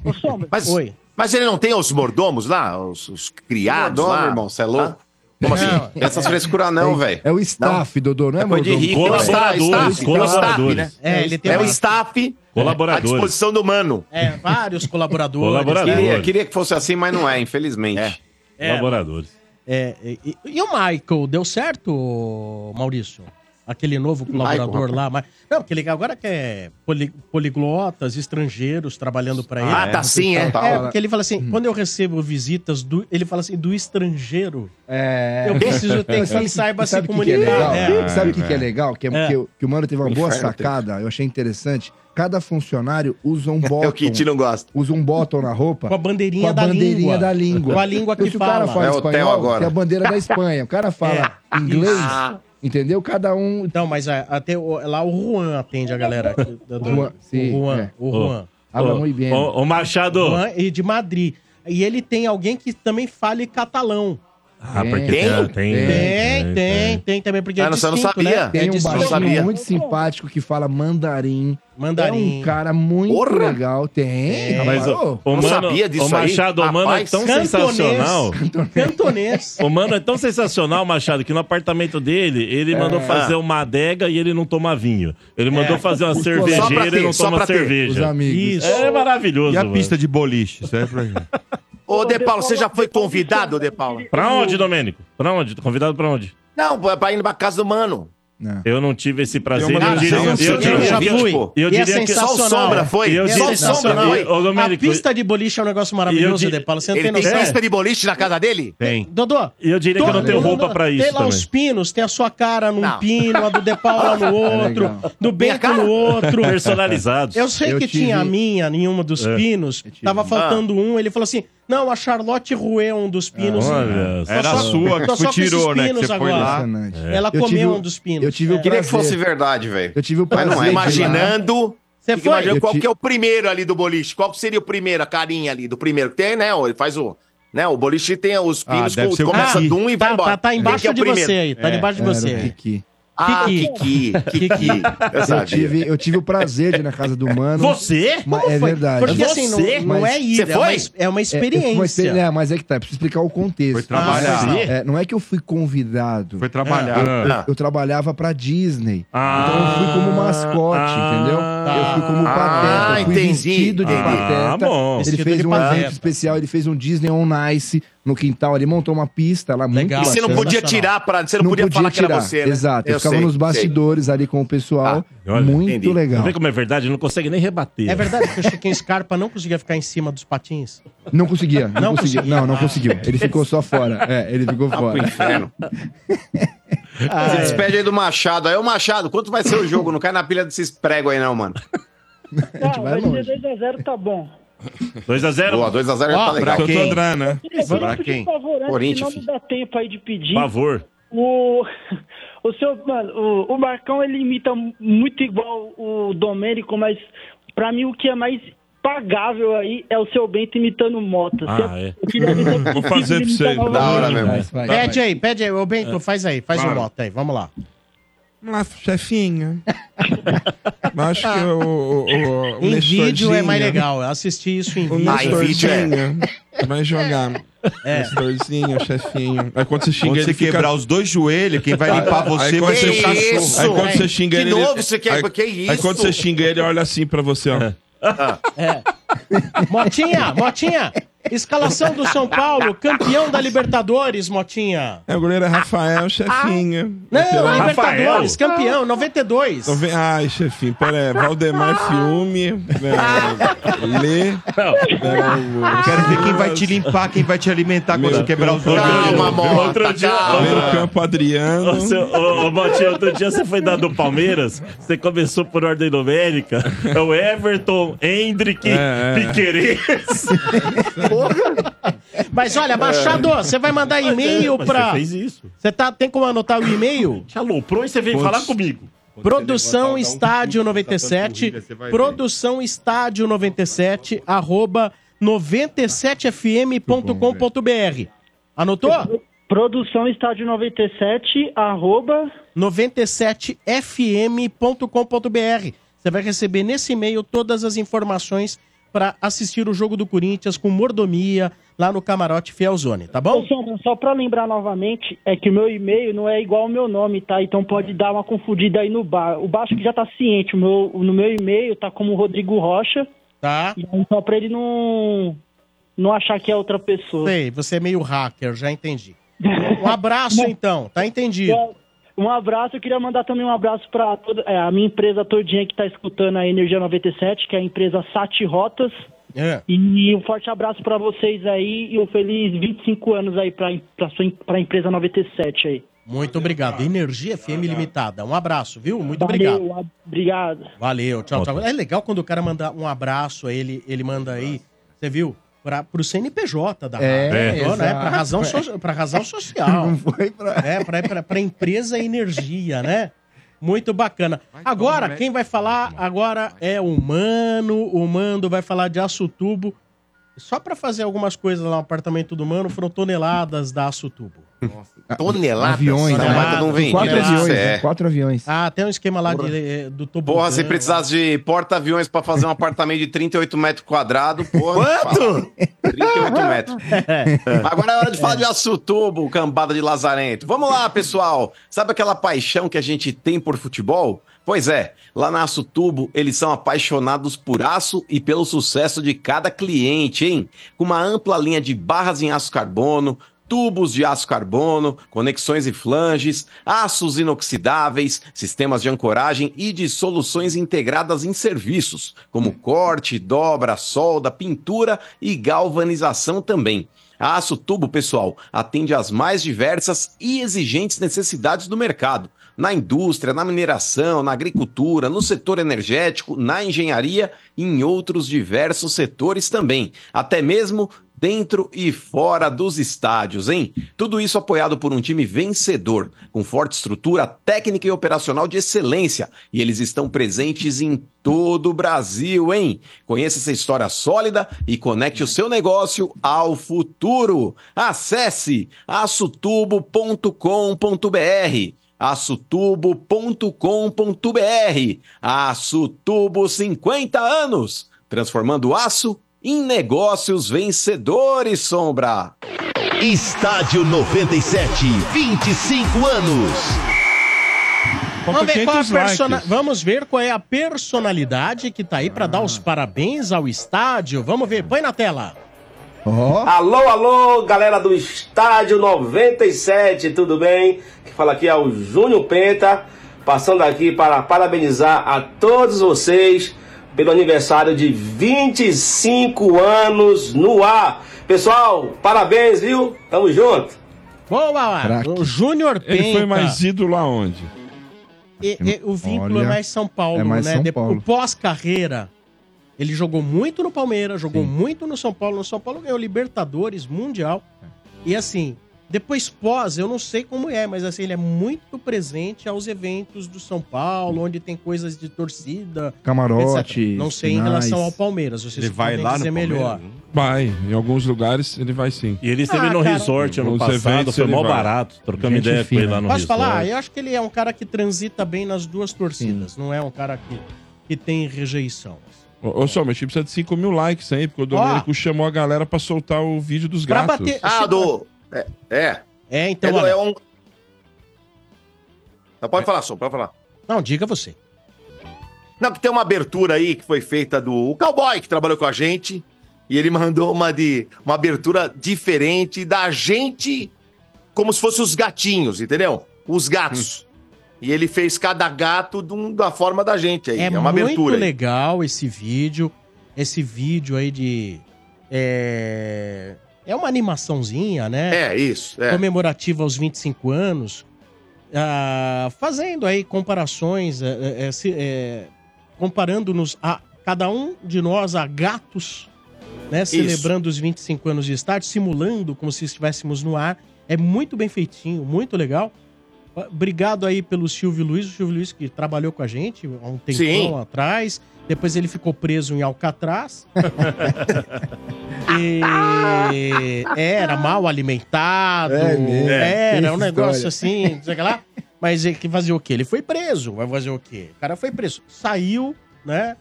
S10: Ô, Sombra,
S1: Mas,
S9: Oi.
S1: mas ele não tem os mordomos lá? Os, os criados
S4: Mordomo,
S1: lá?
S4: irmão, cê é louco?
S1: Hã? Como assim?
S9: Não.
S4: Essas frescuras não, velho.
S3: É o staff, Dodô, não é,
S4: Coisa de
S3: mordomo?
S4: rico,
S1: Colaboradores,
S4: velho.
S1: staff,
S6: colaboradores.
S4: né?
S1: staff,
S9: É, ele tem
S1: É o
S9: uma-
S1: staff à
S6: Colaboradores.
S1: disposição do mano.
S9: É, vários colaboradores.
S6: Colaboradores.
S4: Queria, queria que fosse assim, mas não é, infelizmente.
S9: É,
S6: Colaboradores.
S9: É, e, e- e o Michael, deu certo, ô, Maurício? Aquele novo colaborador lá. Mas, não, porque ele agora quer poli- poliglotas, estrangeiros trabalhando pra ele.
S1: Ah, tá sim, é.
S9: É, porque ele fala assim,
S3: Hum.
S9: quando eu recebo visitas, do, ele fala assim, do estrangeiro,
S3: É.
S9: eu preciso ter
S3: Mas
S9: quem
S3: que-
S9: saiba se
S3: sabe o que que é
S9: comunicar.
S3: legal?
S9: É.
S3: Sabe o que, que é legal? Que, é,
S9: É.
S3: que o- que o Mano teve uma boa
S4: inferno teve.
S3: sacada, eu achei interessante. Cada funcionário usa um bottom.
S1: É o que te não gosta.
S3: Usa um bottom na roupa.
S9: Com a bandeirinha
S3: com a
S9: da
S3: bandeirinha
S9: língua.
S3: da língua.
S9: Com a língua
S3: Então,
S9: que
S3: se
S9: fala. É.
S3: o cara fala
S4: É o
S3: espanhol,
S4: hotel agora.
S3: tem a bandeira da Espanha. O cara fala inglês,
S6: Ah.
S3: entendeu? Cada um...
S9: Não, mas é, até o- lá o Juan atende a galera. aqui, do- do-
S3: Juan, sim,
S9: o Juan,
S3: é.
S9: o Juan.
S3: Habla
S6: Ô,
S3: muito bem.
S6: Ô, ô, Machado.
S9: Juan e de Madrid. E ele tem alguém que também fale catalão.
S6: Ah, porque tem- tem-
S9: Tem, tem, tem também, porque é
S3: Ah, não, você não
S9: distinto,
S3: sabia?
S9: né?
S3: Tem um
S9: distinto.
S3: baixinho muito simpático que fala mandarim.
S9: Mandarim.
S3: É um cara muito
S9: Porra!
S3: legal. Tem,
S6: É, mas o, o mano, o Machado, o mano é tão sensacional.
S9: Cantonês.
S6: O mano é tão sensacional, Machado, que no apartamento dele, ele
S9: É.
S6: mandou fazer
S9: Ah.
S6: uma adega e ele não toma vinho. Ele mandou
S2: É.
S6: fazer uma
S2: Só
S6: cervejeira
S2: pra
S6: e
S2: ter,
S6: não
S2: só
S6: toma
S2: pra ter.
S6: cerveja.
S2: Os amigos.
S6: Isso. É maravilhoso.
S2: E a
S6: mano.
S2: pista de boliche? Isso aí é pra
S1: Ô, De Paulo, você já foi
S9: então,
S1: convidado, De Paulo?
S6: Pra onde, Domênico? Pra onde? Convidado pra onde?
S1: Não, pra pra ir pra casa do mano.
S2: É.
S6: Eu não tive esse prazer.
S1: Eu mandei
S6: Eu
S1: um
S6: diria-
S1: desenho
S6: eu
S1: assim, eu já
S6: diria-
S1: fui.
S6: eu
S1: E é
S6: diria que
S1: sensacional. Só o sombra foi?
S6: Eu
S1: Só
S6: diria-
S1: o sombra
S6: Não,
S1: foi?
S6: eu- Ô,
S9: A
S6: Domênico,
S9: pista de boliche é um negócio maravilhoso,
S6: Eu di-
S9: De Paulo. Você não
S6: Ele
S9: tem
S6: tem
S9: noção.
S6: pista
S1: de boliche na casa dele?
S6: Tem.
S9: Dodô.
S6: E eu diria que eu não tenho roupa pra isso
S9: Tem lá
S6: também.
S9: os pinos, tem a sua cara num pino, a do De Paulo lá no outro,
S6: legal.
S9: do Bento no outro.
S6: Personalizados.
S9: Eu sei
S6: Eu
S9: que
S6: tive-
S9: tinha a minha em uma dos
S6: É.
S9: pinos, tava faltando um, ele falou assim, não, a Charlotte Rouet é um dos pinos.
S2: Olha,
S9: Tô
S2: era
S9: só-
S2: a sua que
S9: tô
S2: você
S9: só com esses
S2: tirou, né, que
S9: pinos
S2: você foi lá.
S9: agora.
S2: É.
S9: Ela
S2: Eu
S9: comeu
S2: tive o-
S9: um dos pinos.
S3: eu tive o
S4: Queria que
S3: prazer.
S4: fosse verdade, velho.
S3: Eu tive
S4: Mas
S3: o prazer.
S4: não é.
S3: de ir lá.
S1: Imaginando.
S9: Você
S1: Fica imaginando
S3: Eu
S1: qual
S3: ti-
S1: que é o primeiro ali do boliche. Qual que seria o primeiro, a carinha ali do primeiro? Tem, né? ó, Ele faz o. Né, o boliche tem os
S9: Ah,
S1: pinos,
S9: deve
S1: com,
S9: ser o
S1: começa
S9: Kiki.
S1: de um e vai
S9: Tá-
S1: embora.
S9: tá- tá
S1: Quem
S9: embaixo
S1: que é o
S9: de
S1: primeiro?
S9: você aí, tá É. debaixo de
S3: Era
S9: você.
S3: o Kiki.
S1: Ah, Kiki. Kiki. Eu
S3: Eu
S1: sabia.
S3: tive, eu tive o prazer de ir na casa do mano.
S6: Você?
S3: Ma- é verdade.
S9: Porque assim, não, não é
S3: isso.
S9: ida, é uma, ex- é uma experiência.
S3: É, uma experiência. É, mas é que tá, preciso explicar o contexto. Foi
S2: trabalhar.
S3: não é que eu fui convidado. Foi
S2: trabalhar.
S3: Eu,
S1: Ah.
S3: eu- eu trabalhava pra Disney.
S9: Ah.
S3: então eu fui como mascote, entendeu? Eu fui como pateta.
S1: Ah,
S3: eu fui
S1: entendi.
S3: vestido de
S1: Ah,
S3: pateta.
S1: bom.
S3: Ele
S1: Vestido
S3: fez
S1: de
S3: um
S1: pateta.
S3: evento especial, ele fez um Disney on Ice no quintal. Ele montou uma pista lá muito
S1: E você não
S3: bacana.
S1: podia tirar pra. Você não, podia, falar que era você, né?
S3: Exato. Eu, ficava
S1: sei,
S3: nos bastidores ali com o pessoal.
S6: Ah, Olha,
S3: muito
S6: entendi.
S3: legal.
S6: Vê como é verdade, não consegue nem rebater.
S9: É verdade que o Chiquinho Scarpa não conseguia ficar em cima dos patins?
S3: Não conseguia, não,
S9: Não
S3: conseguia.
S9: conseguia.
S3: Não, não conseguiu. Ele ficou só fora. É, ele ficou
S12: Tá
S10: Tá
S3: fora. Ah, é.
S4: Se despede aí do Machado. Aí, ô Machado, quanto vai ser o jogo? Não cai na pilha desses pregos aí, não, mano.
S10: Ah, vai ser 2x0, tá bom.
S6: 2x0.
S4: Boa, 2x0
S10: Ó,
S4: tá legal.
S10: pra quem?
S5: André, né?
S10: Eu queria
S4: Pra
S10: pedir
S4: quem?
S10: favor, antes,
S4: Corinthians,
S10: se não me dá tempo aí de pedir.
S6: Favor.
S10: O, o seu, mano, o, o Marcão ele imita muito igual o Domênico, mas pra mim o que é mais pagável aí é o seu Bento imitando moto.
S6: Ah, é.
S10: Vou fazer pra você. Da hora mesmo.
S9: É, Pede aí, pede aí. Ô,
S6: É.
S9: Bento, faz aí. Faz o
S5: Claro.
S9: moto aí. Vamos lá.
S5: Vamos lá, chefinho. Eu acho que o, o, o, o
S9: em vídeo é mais
S5: Nestorzinho- né?
S9: legal. Eu assisti isso em
S5: O
S9: vídeo.
S5: Nestorzinho vai jogar. Nestorzinho, chefinho. Aí quando você xinga
S2: É. Quando
S5: ele
S2: você
S5: fica-
S2: quebrar os dois joelhos, quem vai
S5: Aí-
S2: limpar você
S5: aí quando
S2: vai ser o
S5: você-
S2: cachorro.
S5: Aí quando você xinga
S1: Que
S5: ele...
S1: novo você quer-
S5: aí-
S4: é
S1: que
S5: Aí
S1: isso?
S5: quando você xinga ele, olha assim pra você,
S2: É.
S5: ó.
S6: Ah, é.
S9: É. Motinha, Motinha. Escalação do São Paulo, campeão da Libertadores, Motinha. Ah,
S5: É, o goleiro é Rafael, chefinho.
S9: Não,
S5: Lateral-
S9: Libertadores, campeão, 92.
S5: Então vem- Ai, chefinho, pera aí. Valdemar Fiume. né, Lê.
S2: Eu quero ver quem vai te limpar, quem vai te alimentar quando você quebrar os dois joelhos.
S4: tá
S6: outro dia,
S5: Pelo campo Adriano.
S6: Ô, seu- ô, ô, Motinha, outro dia você foi dar do Palmeiras, você começou por ordem numérica. É o Everton, Hendrick,
S5: É, é.
S6: Piquerez.
S9: Mas olha, Machado, você vai mandar
S6: É. Mas é,
S9: e-mail
S6: mas
S9: pra.
S6: você fez isso.
S9: Você tá, tem como anotar o e-mail?
S6: Te aloprou e você veio
S9: Quantos-
S6: falar comigo.
S5: um
S9: Produção Estádio 97, produção estádio 97, arroba 97fm.com.br. Anotou?
S10: Produção estádio 97, arroba
S9: 97fm.com.br. Você vai receber nesse e-mail todas as informações para assistir o jogo do Corinthians com mordomia lá no camarote Fielzone, tá bom?
S10: Ô, Sombra, só pra lembrar novamente, é que o meu e-mail não é igual ao meu nome, tá? Então pode dar uma confundida aí no bar. O Baixo que já tá ciente, o meu, no meu e-mail tá como Rodrigo Rocha.
S9: Tá.
S10: E aí só pra ele não, não achar que é outra pessoa.
S9: Sei, você é meio hacker, já entendi. Um abraço então, tá entendido.
S10: Um abraço, eu queria mandar também um abraço pra toda, é, a minha empresa todinha que tá escutando a Energia 97, que é a empresa Sati Rotas.
S9: É.
S10: E um forte abraço pra vocês aí e um feliz 25 anos aí pra, pra, sua, em- pra empresa 97 aí.
S9: Muito obrigado. Energia FM Limitada. Um abraço, viu? Muito
S10: Valeu,
S9: obrigado.
S10: ab- Obrigado.
S9: Valeu, tchau, tchau. É legal quando o cara manda um abraço, aí ele, ele manda aí, você viu? Pra, pro CNPJ da
S3: É,
S9: rádio, né?
S3: é,
S9: Pra
S3: exato.
S9: razão, so, pra razão social. Não
S3: foi pra...
S9: É, pra, pra, pra empresa energia, né? Muito bacana. Agora, quem vai falar agora é o Mano. O Mando vai falar de Açutubo. Só pra fazer algumas coisas lá no apartamento do Mano, foram toneladas da aço tubo.
S3: Tá,
S1: Toneladas?
S3: Aviões,
S1: Essa
S3: né?
S1: marca não vende,
S3: Quatro
S1: né?
S3: aviões,
S1: Isso
S3: né?
S1: é.
S3: Quatro aviões.
S9: Ah, tem um esquema lá de, eh, do tubo.
S4: Porra, se precisasse de porta-aviões pra fazer um apartamento de 38 metros quadrados,
S1: um
S4: porra.
S1: Quanto?
S4: 38 metros. Agora é hora de falar de Assutubo, cambada de lazarento. Vamos lá, pessoal. Sabe aquela paixão que a gente tem por futebol? Pois é, lá na Assutubo, eles são apaixonados por aço e pelo sucesso de cada cliente, hein? Com uma ampla linha de barras em aço carbono, tubos de aço carbono, conexões e flanges, aços inoxidáveis, sistemas de ancoragem e de soluções integradas em serviços, como corte, dobra, solda, pintura e galvanização também. A Aço Tubo, pessoal, atende às mais diversas e exigentes necessidades do mercado, na indústria, na mineração, na agricultura, no setor energético, na engenharia e em outros diversos setores também, até mesmo dentro e fora dos estádios, hein? Tudo isso apoiado por um time vencedor, com forte estrutura técnica e operacional de excelência, e eles estão presentes em todo o Brasil, hein? Conheça essa história sólida e conecte o seu negócio ao futuro. Acesse assutubo.com.br assutubo.com.br Assutubo 50 anos, transformando aço em negócios vencedores, Sombra.
S1: Estádio 97, 25 anos.
S9: Vamos ver, qual a
S5: 500 likes.
S9: persona- Vamos ver qual é a personalidade que tá aí pra dar
S3: Ah.
S9: os parabéns ao estádio. Vamos ver, põe na tela.
S3: Ó,
S11: Alô, alô, galera do Estádio 97, tudo bem? Que fala aqui é o Júnior Penta, passando aqui para parabenizar a todos vocês pelo aniversário de 25 anos no ar. Pessoal, parabéns, viu? Tamo junto.
S9: Boa, lá.
S3: Craque.
S9: o Júnior Penta.
S5: Ele foi mais ídolo aonde?
S9: E- e- o vínculo
S3: Olha,
S9: é mais São Paulo,
S3: é mais
S9: né?
S3: São
S9: De-
S3: Paulo.
S9: O pós-carreira, ele jogou muito no Palmeiras, jogou
S3: Sim.
S9: muito no São Paulo. No São Paulo ganhou Libertadores, Mundial. E assim, depois pós, eu não sei como é, mas assim, ele é muito presente aos eventos do São Paulo, onde tem coisas de torcida,
S3: camarote.
S9: etc. Não sei em
S3: finais.
S9: relação ao Palmeiras, vocês
S2: Ele vai
S9: podem
S2: lá
S9: dizer
S2: no
S9: melhor.
S2: melhor.
S5: Vai, em alguns lugares ele vai sim.
S6: E ele esteve
S9: Ah,
S6: no
S9: cara.
S6: resort ano
S5: Nos
S6: passado,
S5: eventos
S6: foi
S5: ele
S6: mó
S5: vai.
S6: barato. Trocamos
S3: Gente
S6: ideia com
S3: fina.
S6: ele lá no
S9: Posso
S6: resort.
S9: falar? Eu acho que ele é um cara que transita bem nas duas torcidas, não é um cara que, que tem rejeição.
S5: Ô, ô só, meu time precisa de 5 mil likes aí, porque o Domênico chamou a galera pra soltar o vídeo dos
S9: Pra
S5: gatos.
S9: bater-
S1: Ah, do. É. é.
S9: É,
S1: É
S9: então.
S1: do-
S9: olha-
S1: é um. Não, pode falar, Som, pode falar.
S9: Não, diga você.
S1: Não, que tem uma abertura aí que foi feita do o cowboy que trabalhou com a gente. E ele mandou uma de uma abertura diferente da gente, como se fossem os gatinhos, entendeu? Os
S9: Hum.
S1: gatos. E ele fez cada gato de um- da forma da gente aí. É, uma
S9: muito
S1: abertura. aí.
S9: legal esse vídeo. Esse vídeo aí de. É, é uma animaçãozinha, né?
S1: É, isso. É.
S9: Comemorativa aos 25 anos. Ah, fazendo aí comparações, é, é, é, se- é, comparando-nos a cada um de nós a gatos, né? Celebrando os 25 anos de estádio, simulando como se estivéssemos no ar. É muito bem feitinho, muito legal. Ah, Obrigado aí pelo Silvio Luiz, o Silvio Luiz que trabalhou com a gente há um tempão
S1: Sim.
S9: atrás. Depois ele ficou preso em Alcatraz. e era mal alimentado.
S3: É mesmo,
S9: era
S3: tem
S9: um
S3: essa
S9: negócio assim, não sei o que lá. Mas ele que fazia o quê? Ele foi preso. Vai fazer o quê? O cara foi preso. Saiu, né?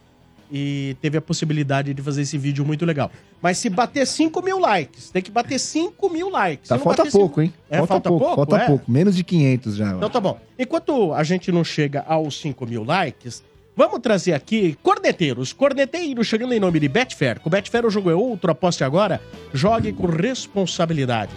S9: E teve a possibilidade de fazer esse vídeo muito legal. Mas se bater 5 mil likes, tem que bater 5 mil likes.
S3: Tá,
S9: Se não
S3: falta
S9: bater cinco-
S3: pouco, hein?
S9: É,
S3: falta,
S9: falta
S3: pouco,
S9: pouco,
S3: falta
S9: é.
S3: pouco. Menos de 500 já. eu
S9: Então tá bom. Enquanto a gente não chega aos 5 mil likes, vamos trazer aqui corneteiros. Corneteiros chegando em nome de Betfair. Com Betfair o jogo é outro, aposte agora. Jogue com responsabilidade.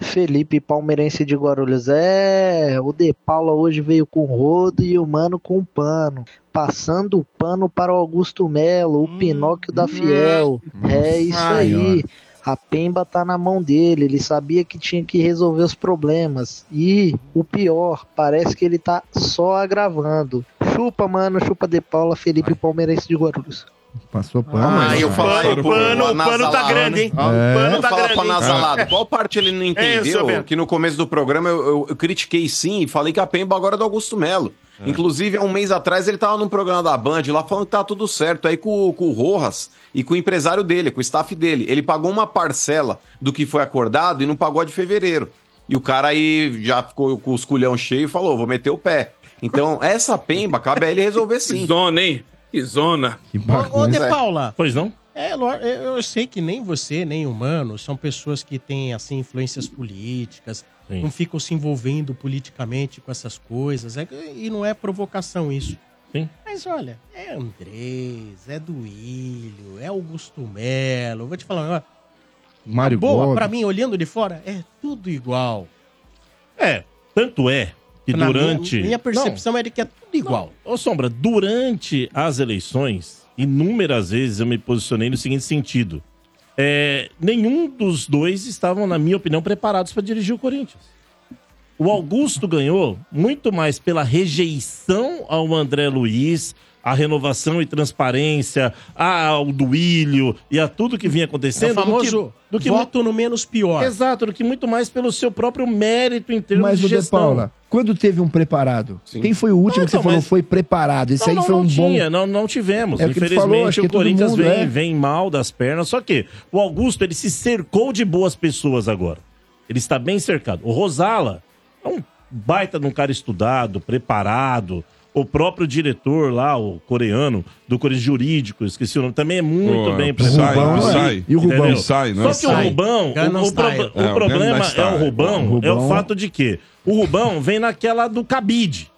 S13: Felipe Palmeirense de Guarulhos. É, o De Paula hoje veio com rodo e o Mano com pano. Passando o pano para o Augusto Melo, o Pinóquio da Fiel. É isso aí. A Pemba tá na mão dele, ele sabia que tinha que resolver os problemas. E o pior, parece que ele tá só agravando. Chupa, mano, chupa De Paula, Felipe Palmeirense de Guarulhos.
S3: Passou
S6: tá,
S3: pano.
S4: Ah,
S1: Aí
S3: né,
S1: o
S4: eu
S3: cara?
S4: falo-
S1: pano, o
S4: Pô,
S1: pano, o pano tá
S4: anasalado,
S1: grande, hein?
S4: né?
S1: O pano
S4: Não
S1: tá
S4: fala pra
S1: grande. hein?
S4: Nasalado. Qual parte ele não
S1: É isso,
S4: entendeu?
S1: Bento.
S4: que no começo do programa eu, eu- eu critiquei sim e falei que a Pemba agora é do Augusto Melo. Inclusive, há um mês atrás, ele tava num programa da Band lá falando que tá tudo certo aí com, o- com o Rojas e com o empresário dele, com o staff dele. Ele pagou uma parcela do que foi acordado e não pagou a de fevereiro. E o cara aí já ficou com os culhão cheio e falou: vou meter o pé. Então, essa pemba cabe a ele resolver sim.
S8: Zona, hein? Que zona.
S3: Que
S9: Ô, De Paula.
S6: Pois não?
S9: É, Ló, eu eu sei que nem você, nem o Mano, são pessoas que têm, assim, influências políticas,
S6: Sim.
S9: não ficam se envolvendo politicamente com essas coisas, é que- e não é provocação isso.
S6: Sim.
S9: Mas olha, é Andrés, é Duílio, é Augusto Melo, vou te falar, ó,
S3: Mário
S9: boa,
S3: Gomes.
S9: pra mim, olhando de fora, é tudo igual.
S6: É, tanto é que
S9: Na
S6: durante.
S9: Minha, minha percepção é de que é tudo igual.
S6: Ô, Sombra, durante as eleições, inúmeras vezes eu me posicionei no seguinte sentido. É, nenhum dos dois estavam, na minha opinião, preparados para dirigir o Corinthians. O Augusto ganhou muito mais pela rejeição ao André Luiz, à renovação e transparência, ao Duílio e a tudo que vinha acontecendo.
S9: É o famoso
S6: do que, do que
S9: voto no menos pior.
S6: Exato, do que muito mais pelo seu próprio mérito em termos
S3: Mas
S6: de
S3: o De
S6: gestão.
S3: Paula, quando teve um preparado? Quem foi o último
S6: Não,
S3: que você
S6: então,
S3: falou
S6: mas-
S3: foi preparado? Esse
S6: não,
S3: aí
S6: não,
S3: foi
S6: não
S3: um bom.
S6: tinha, não, não tivemos.
S3: É o que ele
S6: Infelizmente,
S3: falou, acho que
S6: o
S3: todo
S6: Corinthians
S3: mundo,
S6: vem,
S3: é.
S6: vem mal das pernas. Só que o Augusto, ele se cercou de boas pessoas agora. Ele está bem cercado. O Rosala é um baita de um cara estudado, preparado. O próprio diretor lá, o coreano, do Corinthians Jurídico, esqueci o nome, também é muito
S5: Pô,
S6: bem
S5: Psy, Psy. E o Rubão?
S6: Entendeu?
S5: Psy, né?
S6: Só que o
S5: Psy.
S6: Rubão, o, o, prob-
S5: Gangnam
S6: o
S5: Style. É, o Gangnam
S6: problema é
S5: Style.
S6: o Rubão,
S5: O
S6: é o
S5: Rubão-
S6: fato de que o Rubão vem naquela do cabide.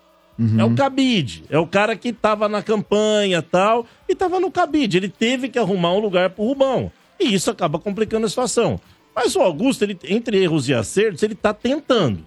S6: É o cabide. É o cara que tava na campanha tal, e tava no cabide. Ele teve que arrumar um lugar pro Rubão. E isso acaba complicando a situação. Mas o Augusto, ele, entre erros e acertos, ele tá tentando.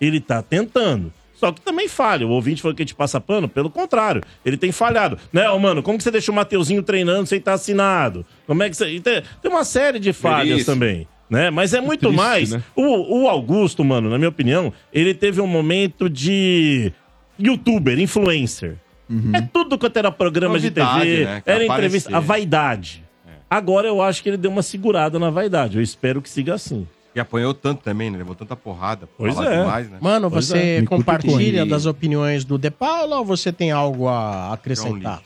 S6: Ele tá tentando. Só que também falha. O ouvinte falou que a gente passa pano. Pelo contrário, ele tem falhado. Né, ô, mano? Como que você deixa o Mateuzinho treinando sem estar assinado? Como é que você. e Tem tem uma série de falhas
S5: Veríssimo.
S6: também. Né? Mas é muito
S5: triste,
S6: mais.
S5: né?
S6: O, o Augusto, mano, na minha opinião, ele teve um momento de youtuber, influencer.
S9: Uhum.
S6: É tudo quanto era programa
S5: Novidade,
S6: de TV,
S5: né? Que
S6: era
S5: aparecer.
S6: entrevista, a vaidade.
S2: É.
S6: Agora eu acho que ele deu uma segurada na vaidade. Eu espero que siga assim.
S2: E apanhou tanto também, né? Levou tanta porrada.
S6: Pois
S2: fala
S6: é.
S2: demais, né?
S9: Mano,
S2: Pois
S9: você
S2: é. Me
S9: compartilha
S2: cutucou.
S9: das opiniões do De Paula ou você tem algo a acrescentar?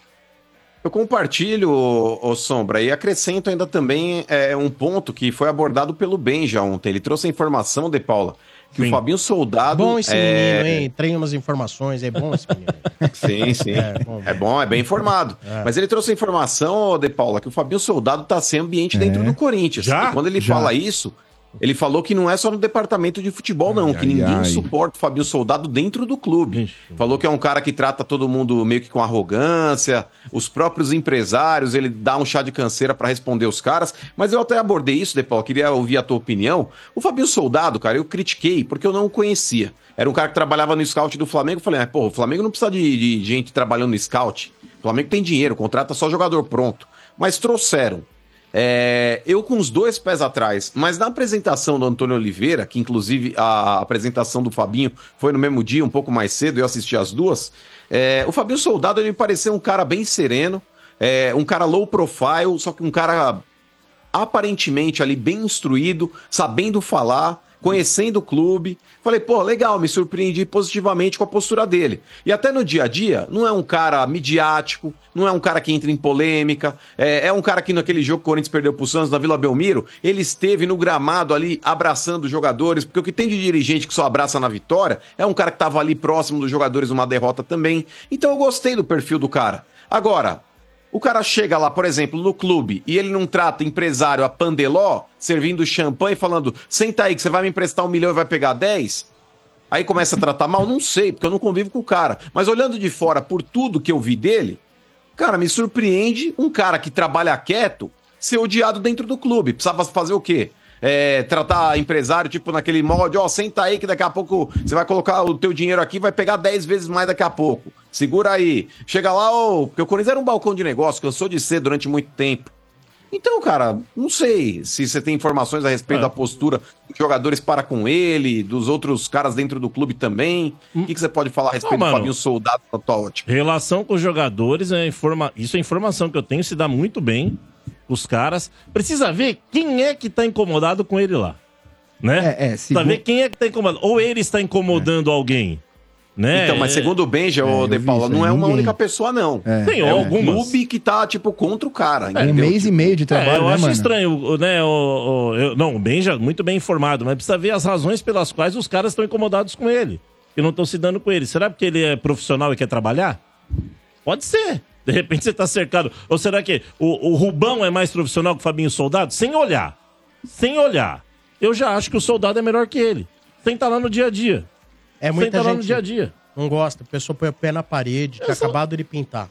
S4: Eu compartilho, ô, ô Sombra, e acrescento ainda também é, um ponto que foi abordado pelo Benja ontem. Ele trouxe a informação, De Paula, que o Fabinho Soldado.
S9: Bom esse
S4: é,
S9: menino, hein? Treina umas informações, é bom esse menino.
S4: Sim, sim. É bom, é, bem informado.
S9: É.
S4: Mas ele trouxe a informação, ô De Paula, que o Fabinho Soldado está sem ambiente
S9: É.
S4: dentro do Corinthians.
S5: Já?
S4: E quando ele
S5: Já.
S4: fala isso, ele falou que não é só no departamento de futebol, não, que
S5: ai,
S4: ninguém
S5: ai.
S4: suporta o Fabinho Soldado dentro do clube. Falou que é um cara que trata todo mundo meio que com arrogância, os próprios empresários, ele dá um chá de canseira para responder os caras. Mas eu até abordei isso, De Paula, queria ouvir a tua opinião. O Fabinho Soldado, cara, eu critiquei porque eu não o conhecia. Era um cara que trabalhava no scout do Flamengo. Eu falei, ah, pô, o Flamengo não precisa de, de gente trabalhando no scout. O Flamengo tem dinheiro, contrata só jogador pronto. Mas trouxeram. É, eu com os dois pés atrás, mas na apresentação do Antônio Oliveira, que inclusive a apresentação do Fabinho foi no mesmo dia, um pouco mais cedo, eu assisti as duas. é, o Fabinho Soldado ele me pareceu um cara bem sereno, é, um cara low profile, só que um cara aparentemente ali bem instruído, sabendo falar, conhecendo o clube. Falei, pô, legal, me surpreendi positivamente com a postura dele. E até no dia a dia, não é um cara midiático, não é um cara que entra em polêmica, é, é um cara que naquele jogo que o Corinthians perdeu pro Santos na Vila Belmiro, ele esteve no gramado ali abraçando os jogadores, porque o que tem de dirigente que só abraça na vitória é um cara que tava ali próximo dos jogadores numa derrota também. Então eu gostei do perfil do cara. Agora, o cara chega lá, por exemplo, no clube e ele não trata empresário a pandeló, servindo champanhe e falando: senta aí que você vai me emprestar um milhão e vai pegar 10. Aí começa a tratar mal? Não sei, porque eu não convivo com o cara. Mas olhando de fora por tudo que eu vi dele, cara, me surpreende um cara que trabalha quieto ser odiado dentro do clube. Precisava fazer o quê? É, tratar empresário, tipo, naquele molde, ó, senta aí que daqui a pouco você vai colocar o teu dinheiro aqui, vai pegar 10 vezes mais daqui a pouco. Segura aí. Chega lá, ô, porque o Corinthians era um balcão de negócio, cansou de ser durante muito tempo. Então, cara, não sei se você tem informações a
S6: É.
S4: respeito da postura dos jogadores para com ele, dos outros caras dentro do clube também. O que, que você pode falar a respeito do
S6: Hum. mano.
S4: Fabinho Soldado na tua ótica?
S6: Relação com os jogadores, é informa... isso é informação que eu tenho, se dá muito bem. Os caras. Precisa ver quem é que tá incomodado com ele lá. Né?
S3: É, é,
S6: Precisa
S3: segu-
S6: ver quem é que tá incomodado. Ou ele está incomodando alguém. Né?
S4: Então, mas
S6: É.
S4: segundo o Benja,
S6: É,
S4: ô
S6: eu
S4: De
S6: vi
S4: Paula,
S6: isso
S4: não
S6: aí,
S4: é uma
S6: ninguém.
S4: única pessoa, não.
S6: É. Tem
S4: é
S6: algumas.
S4: um clube que tá, tipo, contra o cara.
S6: É,
S3: um
S4: entendeu? Tipo,
S3: mês e meio de trabalho,
S6: É, eu
S3: né,
S6: acho
S3: mano?
S6: estranho, o- né? O, o- eu- não, o Benja, muito bem informado, mas precisa ver as razões pelas quais os caras estão incomodados com ele. E não estão se dando com ele. Será porque ele é profissional e quer trabalhar? Pode ser. De repente você tá cercado. Ou será que o, o Rubão é mais profissional que o Fabinho Soldado? Sem olhar. Sem olhar. Eu já acho que o soldado é melhor que ele. Sem estar lá no dia a dia.
S9: É muita
S6: Sem tá lá
S9: gente
S6: no dia a dia.
S9: Não gosta, a pessoa põe o pé na parede, tinha acabado de pintar.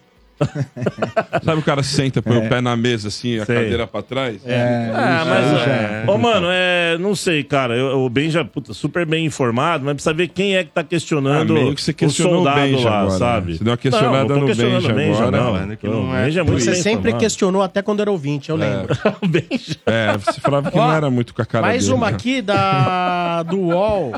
S5: Sabe o cara senta, põe
S9: É.
S5: o pé na mesa, assim, a
S6: Sei.
S5: cadeira pra trás?
S6: Ah, mas. é, Ô, mano, é, não sei, cara. Eu- o Benja, puta, super bem informado, mas precisa ver quem é que tá questionando
S5: Ah, meio que você
S6: o
S5: questionou o
S6: soldado
S5: Benja
S6: lá,
S5: agora, né?
S6: sabe?
S5: Você deu uma questionada
S6: não, não tô
S5: no
S6: questionando
S5: Benja
S6: o
S5: agora,
S6: não.
S5: mano, que não
S6: o
S5: é
S6: Benja é muito
S5: Você
S6: bem
S9: Sempre
S6: informado.
S9: questionou até quando era ouvinte, eu lembro.
S5: É, você falava que
S9: Ó,
S5: não era muito com a cara
S9: Mais
S5: dele,
S9: uma
S5: né?
S9: aqui da do UOL.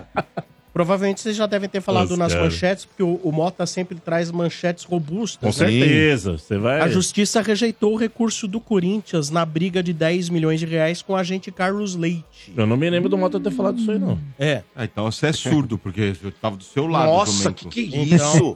S9: Provavelmente vocês já devem ter falado
S6: Os
S9: nas
S6: caras.
S9: manchetes, porque o, o Mota sempre traz manchetes robustas.
S6: Com
S9: né?
S6: certeza. Você vai.
S9: A justiça rejeitou o recurso do Corinthians na briga de 10 milhões de reais com o agente Carlos Leite.
S6: Eu não me lembro do Mota ter falado isso aí, não.
S9: É.
S2: Ah, então você é surdo, porque eu tava do seu lado.
S9: Nossa,
S2: Domênico.
S9: que que é isso?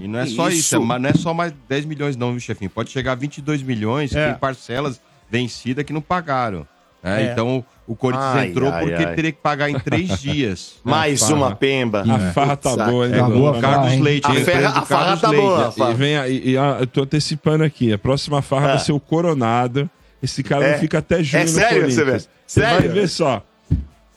S2: E não é
S9: Que
S2: só isso,
S9: isso?
S2: mas não é só mais 10 milhões não, viu, chefinho? Pode chegar a 22 milhões,
S9: É.
S2: tem parcelas vencidas que não pagaram. né?
S9: É.
S2: Então, o Corinthians
S1: Ai,
S2: entrou
S1: ai,
S2: porque
S1: ai.
S2: teria que pagar em três dias.
S1: Mais
S2: Farra.
S1: uma pemba.
S2: É.
S5: A farra tá
S2: Saco.
S5: boa, hein?
S2: Tá
S5: Dudu?
S2: boa a farra, Carlos hein? Leite,
S5: A,
S2: hein?
S5: ferra-
S2: Empresa
S5: a
S2: do
S5: farra
S2: Carlos
S5: tá
S2: Leite.
S5: boa. a
S2: E-
S5: farra. E vem aí, e a- eu tô antecipando aqui. A próxima farra vai ser o Coronado. Esse cara
S1: É.
S5: não fica até junho
S1: É
S5: no
S1: sério, você vê?
S5: Corinthians. Você vai
S1: Sério?
S5: ver só.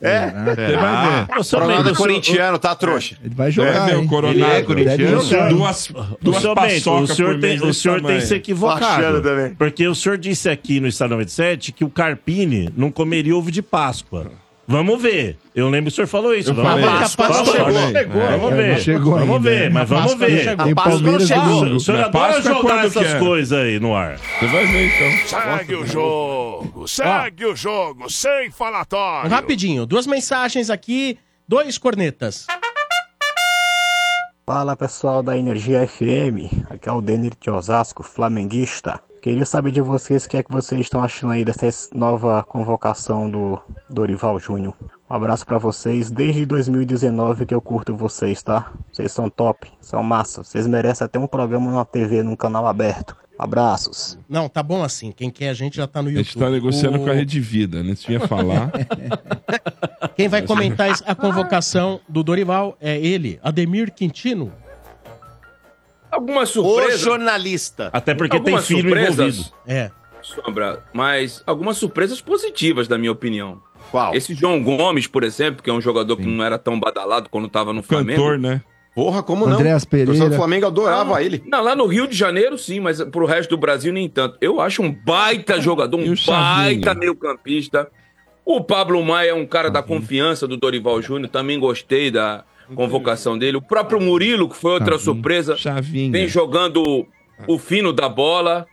S1: É?
S5: Você vai ver.
S1: O seu Coronado é corintiano, tá, trouxa?
S3: Ele vai
S5: jogar, hein? Ele é corintiano? Duas- duas
S6: o senhor, Bento,
S5: paçoca
S6: o senhor,
S5: por
S6: tem,
S5: mês
S6: o
S5: desse
S6: senhor tem
S5: tamanho.
S6: que se
S5: Achando
S4: Tá
S6: equivocado.
S5: também.
S6: Porque o senhor disse aqui no Estado 97 que o Carpini não comeria ovo de Páscoa. Vamos ver. Eu lembro que o senhor falou isso.
S5: Eu
S6: vamos
S5: falei.
S6: ver.
S5: A Páscoa
S6: Vamos
S5: chegou.
S6: ver.
S5: Chegou.
S6: Vamos
S5: É,
S6: ver.
S5: não chegou
S6: vamos
S5: ainda,
S6: ver,
S5: né?
S6: mas
S5: A
S6: vamos
S5: Páscoa
S6: ver.
S5: chegou. A Páscoa
S6: Palmeiras
S5: chegou.
S6: chegou. O senhor
S5: Mas
S6: adora
S5: Páscoa
S6: jogar
S5: quando que
S6: essas
S5: é?
S6: coisas aí no ar.
S5: Você vai ver, então.
S14: Segue o jogo, segue o jogo, sem falatório.
S9: um Rapidinho, duas mensagens aqui, dois cornetas.
S15: Fala pessoal da Energia FM, aqui é o Denner de Osasco, flamenguista. Queria saber de vocês o que é que vocês estão achando aí dessa nova convocação do Dorival Júnior. Um abraço pra vocês, desde 2019 que eu curto vocês, tá? Vocês são top, são massa, vocês merecem até um programa na TV, num canal aberto. Abraços.
S9: Não, tá bom assim. Quem quer a gente já tá no
S5: A
S9: YouTube.
S5: gente tá negociando
S9: O-
S5: com a Rede Vida, né? Você ia falar.
S9: Quem vai comentar a convocação do Dorival é ele, Ademir Quintino.
S8: Alguma surpresa.
S1: O jornalista.
S6: Até porque
S8: Algumas
S6: tem filho
S8: surpresas,
S6: envolvido.
S9: É.
S8: Sombra, mas algumas surpresas positivas, na minha opinião. Qual? Esse João Gomes, por exemplo, que é um jogador que não era tão badalado quando tava no Flamengo.
S5: Cantor, né?
S4: Porra, como
S8: não?
S3: Andréas Pereira.
S4: O pessoal do Flamengo adorava ele.
S8: Não, lá no Rio de Janeiro, sim, mas pro resto do Brasil, nem tanto. Eu acho um baita jogador, um baita meio-campista. O Pablo Maia é um cara da confiança do Dorival Júnior, também gostei da convocação dele. O próprio Murilo, que foi outra surpresa, vem jogando o fino da bola.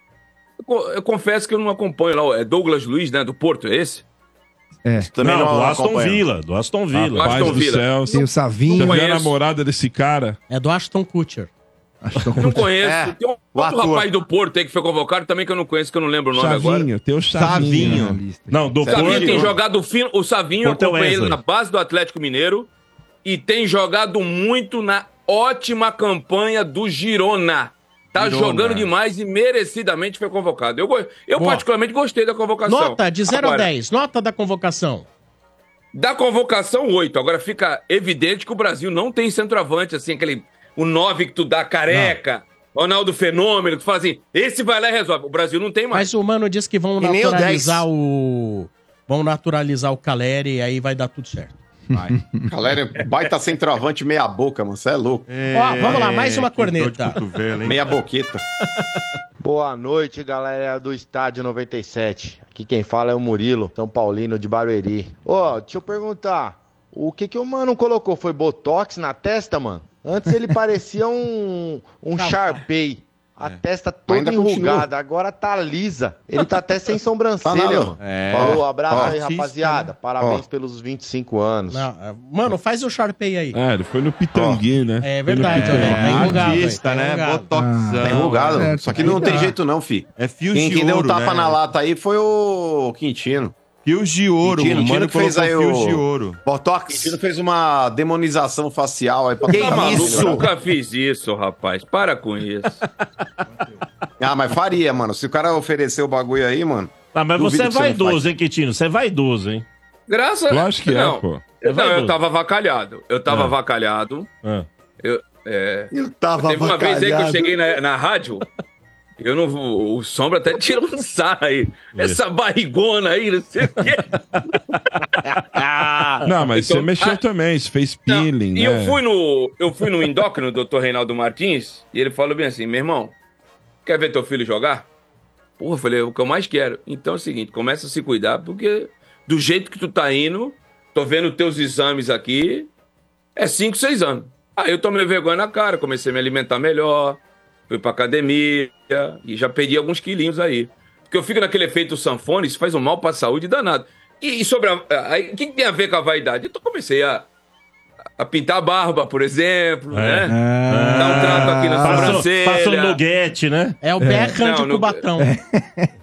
S8: Eu co- Eu confesso que eu não acompanho lá, é Douglas Luiz, né, do Porto, é esse?
S3: É.
S8: Também
S6: não,
S8: não
S6: do Aston
S8: acompanho.
S6: Villa. Do Aston Villa.
S5: Rapaz
S8: Aston
S5: do
S8: Villa.
S5: céu.
S3: Tem
S5: Você
S3: o Savinho.
S5: vê a namorada desse cara?
S9: É do Aston Kutcher.
S8: Não conheço. Tem um
S5: o
S8: outro
S5: ator.
S8: rapaz do Porto aí que foi convocado também que eu não conheço, que eu não lembro o nome agora.
S5: Savinho, tem o Savinho.
S6: Não, do
S8: O Savinho tem
S6: Porto.
S8: jogado fino. O Savinho, eu
S6: Porto é
S8: acompanhei ele
S6: Wesley.
S8: na base do Atlético Mineiro e tem jogado muito na ótima campanha do Girona. Tá
S9: Girona.
S8: jogando demais e merecidamente foi convocado. Eu, go- eu
S9: Boa.
S8: particularmente gostei da convocação.
S9: Nota de 0 a
S8: Agora,
S9: 10, nota da convocação.
S8: Da convocação, 8. Agora fica evidente que o Brasil não tem centroavante, assim, aquele. O 9 que tu dá careca, Ronaldo Fenômeno, que tu fala assim, esse vai lá e resolve. O Brasil não tem mais.
S9: Mas o mano diz que vão
S8: E nem o
S9: naturalizar o, Vão naturalizar o Caleri e aí vai dar tudo certo.
S4: Galera, baita centroavante meia boca, mano. Você é louco.
S9: Ó, vamos lá, mais uma corneta.
S4: Meia boqueta.
S12: Boa noite, galera do Estádio 97. Aqui quem fala é o Murilo, São Paulino de Barueri. Ô, deixa eu perguntar, o que que o mano colocou? Foi botox na testa, mano? Antes ele parecia um, um
S5: É.
S12: Sharpei. A testa toda
S4: Ainda continua.
S12: enrugada, agora tá lisa. Ele tá até sem
S4: Tá
S12: sobrancelha,
S4: nada,
S12: mano.
S4: mano. É.
S12: Falou, abraço
S4: Ó,
S12: aí,
S4: artista,
S12: rapaziada.
S4: né?
S12: Parabéns
S4: Ó.
S12: pelos 25 anos.
S9: Não, é- mano, faz o Sharpei aí.
S5: Ah, ele foi no Pitangui, né?
S9: É verdade,
S5: Foi no
S9: olha aí, tá
S5: Pitangui. Ah, é.
S9: enrugado,
S2: Artista,
S9: aí, tá
S2: né?
S9: enrugado.
S2: Botoxão.
S4: Tá enrugado. tá. mano. Isso aqui não tem jeito, não, fi.
S2: É fio
S4: Quem
S2: de
S4: que deu um
S2: ouro,
S4: tapa
S2: né?
S4: na lata aí foi o Quintino.
S2: Fios de ouro.
S4: Tino,
S2: o
S4: Tino
S2: mano
S4: que fez
S2: colocou
S4: aí
S2: fios
S4: o...
S2: de ouro.
S4: Botox. Tino fez uma demonização facial aí pra
S8: Que
S4: ficar maluco,
S8: isso?
S4: né?
S8: Tá Nunca fiz isso, rapaz. Para com isso.
S4: Ah, mas faria, mano. Se o cara oferecer o bagulho aí, mano.
S6: Tá, mas
S4: duvido
S6: você é
S4: que não faz.
S6: vaidoso, hein, Quitino? Você é vaidoso, hein?
S8: Graças
S6: Lógico que é,
S8: né? não.
S6: pô.
S8: Eu- Não,
S6: vaidoso.
S8: eu tava avacalhado. Eu tava
S6: Ah.
S8: avacalhado.
S6: Ah.
S8: Eu, é...
S4: eu tava
S8: Teve uma vez aí que eu
S4: avacalhado.
S8: cheguei na, na rádio. Eu não vou. O Sombra até tirou um sarro aí.
S5: É.
S8: Essa barrigona aí, não sei o quê.
S5: Não, mas
S8: Então,
S5: você mexeu
S8: ah,
S5: também, você fez peeling,
S8: E
S5: né?
S8: eu fui no. Eu fui no endócrino, doutor Reinaldo Martins, e ele falou bem assim, meu irmão, quer ver teu filho jogar? Porra, eu falei, é o que eu mais quero. Então é o seguinte, começa a se cuidar, porque do jeito que tu tá indo, tô vendo teus exames aqui, é 5, 6 anos. Aí eu tomei vergonha na cara, comecei a me alimentar melhor, fui pra academia e já perdi alguns quilinhos aí. Porque eu fico naquele efeito sanfone, isso faz um mal pra saúde danado. E, e sobre a. a- aí, O que que tem a ver com a vaidade? Eu tô- comecei a, a pintar a barba, por exemplo,
S2: É.
S8: né?
S2: Ah.
S8: Dar um trato aqui
S5: Ah,
S8: na
S6: Passou,
S8: sobrancelha.
S6: passou no Luguete, um né?
S9: É o
S8: Beckham de
S9: Cubatão.
S5: É.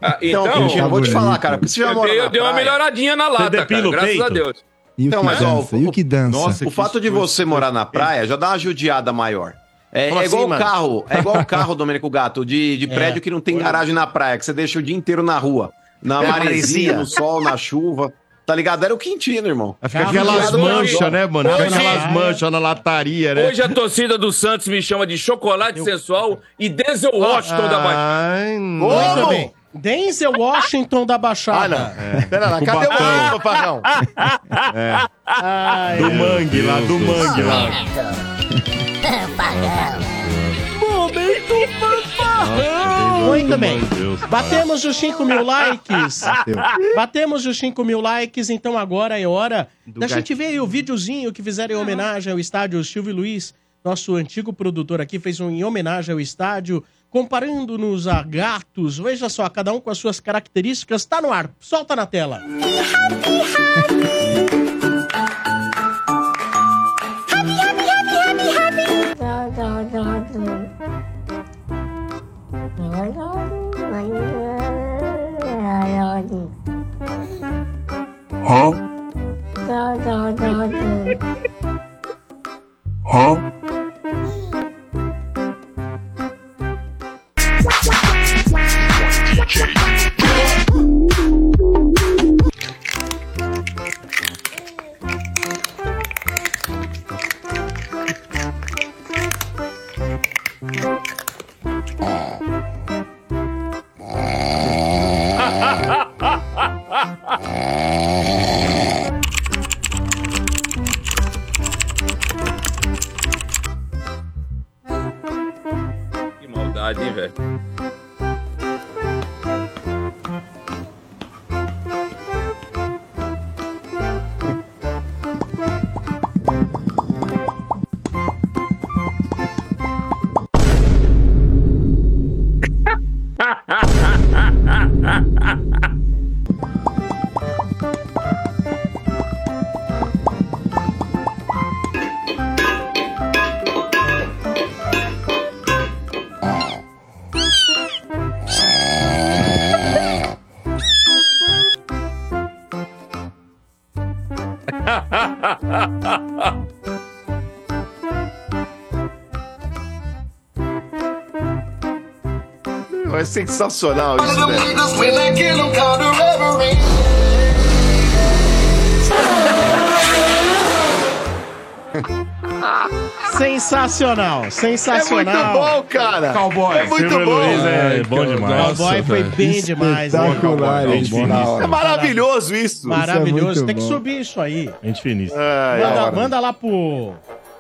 S8: Ah,
S4: Então,
S8: então,
S4: Quintino, eu vou te falar, cara, porque você já
S8: eu
S4: mora
S8: dei-
S4: na
S8: eu dei uma
S4: praia.
S8: melhoradinha na
S4: Você
S8: lata,
S4: depila
S8: cara,
S4: o
S8: graças a
S4: peito?
S8: Deus.
S3: E o
S4: Então,
S3: que
S4: mas, ó,
S3: dança? e o que dança?
S4: Nossa, o fato de você morar na praia já dá uma judiada maior. É,
S3: Como
S4: é igual
S3: assim,
S4: o
S3: mano?
S4: carro, é igual o carro, Domênico Gato, de, de
S3: É.
S4: prédio que não tem garagem na praia, que você deixa o dia inteiro na rua. Na
S2: É,
S4: maresia,
S2: maresia.
S4: no sol, na chuva. Tá ligado? Era o Quintino, irmão.
S2: Fica aquelas manchas, né, mano? Fica
S8: Hoje- é.
S2: aquelas manchas na lataria, né?
S8: Hoje a torcida do Santos me chama de chocolate sensual e Denzel Washington
S2: Ah.
S8: da Bahia.
S9: Muito bem. Denzel Washington da Baixada. Ah, não.
S1: Pera lá, cadê o Cubatão.
S9: o Paparrão?
S2: Do mangue lá, do mangue lá.
S9: Momento fanfarrão! Muito bem. Batemos os 5 mil likes. Batemos os 5 mil likes, então agora é hora da
S16: gatinho.
S9: gente ver aí o videozinho que fizeram em homenagem ao estádio Silvio Luiz. Nosso antigo produtor aqui fez um em homenagem ao estádio, comparando-nos a gatos. Veja só, cada um com as suas características. Tá no ar, solta na tela.
S8: Que maldade, hein, velho?
S4: É sensacional isso, velho.
S9: Sensacional, sensacional. né?
S1: É muito bom, cara. Cowboy. É muito
S6: Silvio
S1: bom.
S6: Luiz é
S1: Ai,
S6: bom demais.
S9: Cowboy foi bem demais. né?
S6: Espetacular,
S9: Cowboy.
S6: gente, da hora.
S1: É maravilhoso isso.
S9: Maravilhoso. Tem que subir isso aí.
S6: Gente finíssima.
S9: manda, manda lá pro,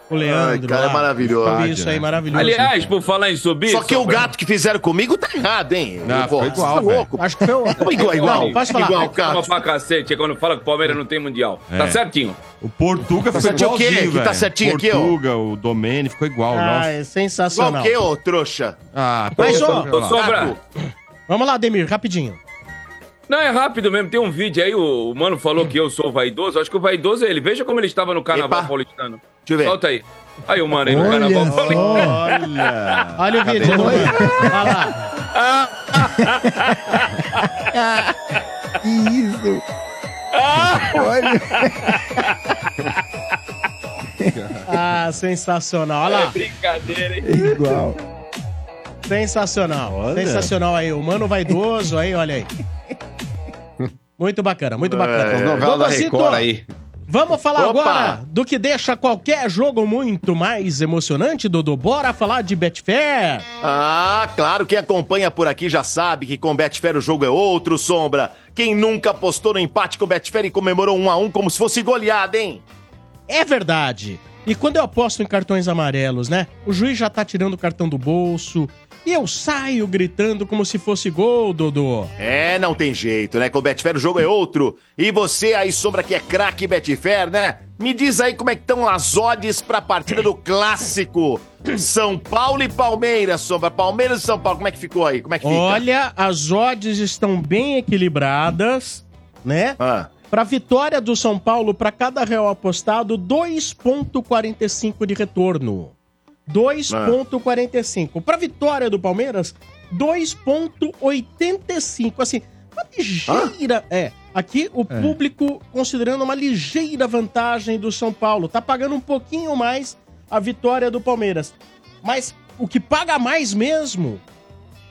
S9: pro Leandro.
S1: cara,
S9: lá.
S1: é maravilhoso.
S9: Subir isso aí, maravilhoso.
S8: Aliás, por falar em subir.
S1: Só que o
S8: Sombra,
S1: gato que fizeram comigo tá errado, hein?
S8: Não,
S1: Eu vou-
S8: foi igual,
S1: Tá
S8: velho.
S1: louco.
S9: Acho que foi
S1: Foi igual, igual. Igual,
S8: Igual,
S1: gato.
S8: pra cacete, é quando fala que o Palmeiras não tem mundial.
S2: É.
S8: Tá certinho.
S2: O Portuga
S1: Tá
S2: ficou
S1: certinho o quê?
S2: igualzinho,
S1: Que tá
S2: velho.
S1: certinho aqui, ó.
S2: Portuga, o Domene ficou igual,
S9: Ah,
S2: nossa.
S9: é sensacional.
S1: Igual o quê, ô trouxa?
S2: Ah,
S9: Mas,
S2: pô,
S9: ó,
S2: sei lá.
S9: Vamos lá, Demir, rapidinho.
S8: Não, é rápido mesmo. Tem um vídeo aí, o, o mano falou que eu sou vaidoso. Acho que o vaidoso é ele. Veja como ele estava no carnaval paulistano.
S1: Deixa eu ver.
S8: Solta aí. Aí o mano aí no carnaval paulistano.
S1: Olha.
S9: Olha o
S1: Cadê?
S9: vídeo.
S1: Olha.
S9: Olha lá.
S1: Ah,
S9: Que isso? Ah, sensacional. Olha lá.
S8: É brincadeira, hein?
S9: É
S3: Igual.
S9: Sensacional.
S8: Olha.
S9: Sensacional aí. O mano vaidoso aí, olha aí. Muito bacana, muito bacana.
S4: Essas É, novelas da
S9: Dodocito,
S4: Record aí.
S9: Vamos falar
S4: Opa!
S9: agora do que deixa qualquer jogo muito mais emocionante, Dodô. Bora falar de Betfair.
S1: Ah, claro, quem acompanha por aqui já sabe que com Betfair o jogo é outro, Sombra. Quem nunca apostou no empate com Betfair e comemorou um a um como se fosse goleada, hein?
S9: É verdade. E quando eu aposto em cartões amarelos, né? O juiz já tá tirando o cartão do bolso. E eu saio gritando como se fosse gol, Dodô.
S1: É, não tem jeito, né? Com o Betfair o jogo é outro. E você aí, Sombra, que é craque Betfair, né? Me diz aí como é que estão as odds pra partida do Clássico. São Paulo e Palmeiras, Sombra. Palmeiras e São Paulo, como é que ficou aí? Como é que fica?
S9: Olha, as odds estão bem equilibradas, né?
S1: Ah.
S9: Para vitória do São Paulo, para cada real apostado, 2,45 de retorno. 2,45. Para vitória do Palmeiras, 2,85. Assim, uma ligeira. É. Aqui o
S16: É.
S9: público considerando uma ligeira vantagem do São Paulo. Tá pagando um pouquinho mais a vitória do Palmeiras. Mas o que paga mais mesmo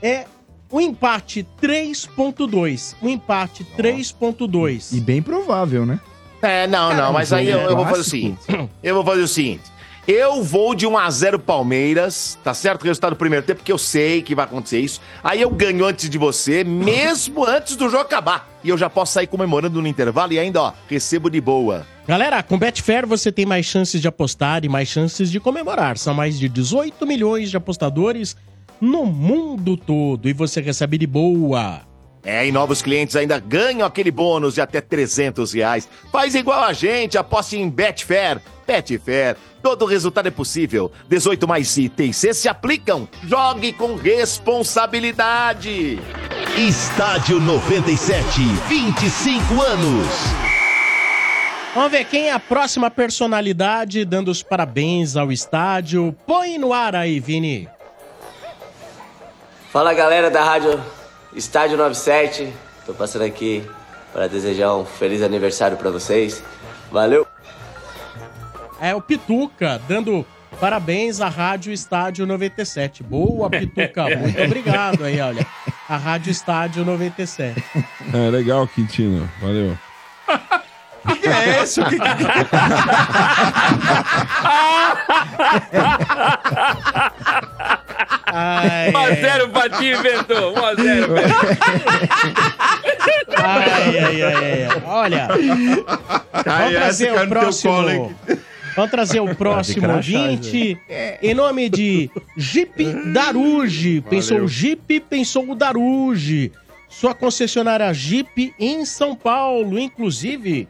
S9: é o empate 3.2. O Um empate 3.2.
S3: E bem provável, né?
S1: É, não,
S9: Cara,
S1: não, mas
S9: mas
S1: aí
S9: é
S1: eu, eu vou fazer o
S9: clássico.
S1: seguinte. Eu vou fazer o seguinte. Eu vou de 1x0 Palmeiras, tá certo? Resultado do primeiro tempo, porque eu sei que vai acontecer isso. Aí eu ganho antes de você, mesmo antes do jogo acabar. E eu já posso sair comemorando no intervalo e ainda, ó, recebo de boa.
S9: Galera, com Betfair você tem mais chances de apostar e mais chances de comemorar. São mais de 18 milhões de apostadores no mundo todo e você recebe de boa.
S1: É, e novos clientes ainda ganham aquele bônus de até 300 reais. Faz igual a gente, aposte em Betfair. Betfair, todo resultado é possível. 18 mais ITC se aplicam. Jogue com responsabilidade.
S17: Estádio 97, 25 anos.
S9: Vamos ver quem é a próxima personalidade dando os parabéns ao estádio. Põe no ar aí, Vini.
S18: Fala galera da Rádio Estádio 97. Tô passando aqui para desejar um feliz aniversário para vocês. Valeu!
S9: É o Pituca dando parabéns à Rádio Estádio 97. Boa, Pituca. Muito obrigado aí, olha. A Rádio Estádio 97.
S5: É legal, Quintino. Valeu.
S9: O que é isso?
S8: é.
S9: Ai,
S8: 1x0 pra ti, Beto. 1x0,
S9: Ai, ai, ai, ai. Olha. Vamos trazer o próximo. Vamos trazer o próximo
S16: Tá de crachá,
S9: ouvinte. Em nome de Jeep Daruge. Pensou o Jeep, pensou o Daruge. Sua concessionária Jeep em São Paulo, inclusive.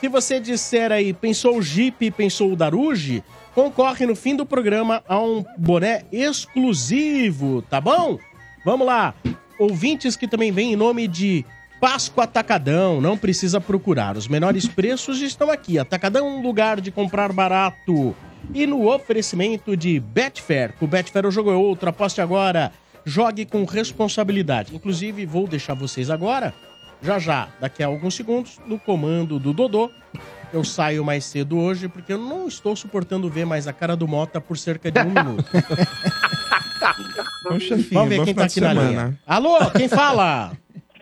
S9: Se você disser aí, pensou o Jeep, pensou o Daruge, concorre no fim do programa a um boné exclusivo, tá bom? Vamos lá. Ouvintes que também vêm em nome de Páscoa Atacadão, não precisa procurar. Os menores preços estão aqui. Atacadão é um lugar de comprar barato. E no oferecimento de Betfair. Com Betfair o jogo é outro. Aposte agora. Jogue com responsabilidade. Inclusive, vou deixar vocês agora, já já, daqui a alguns segundos, no comando do Dodô. Eu saio mais cedo hoje porque eu não estou suportando ver mais a cara do Mota por cerca de um minuto. Vamos ver
S19: bom
S9: quem tá aqui
S19: final de
S9: na
S19: semana.
S9: linha. Alô, quem fala?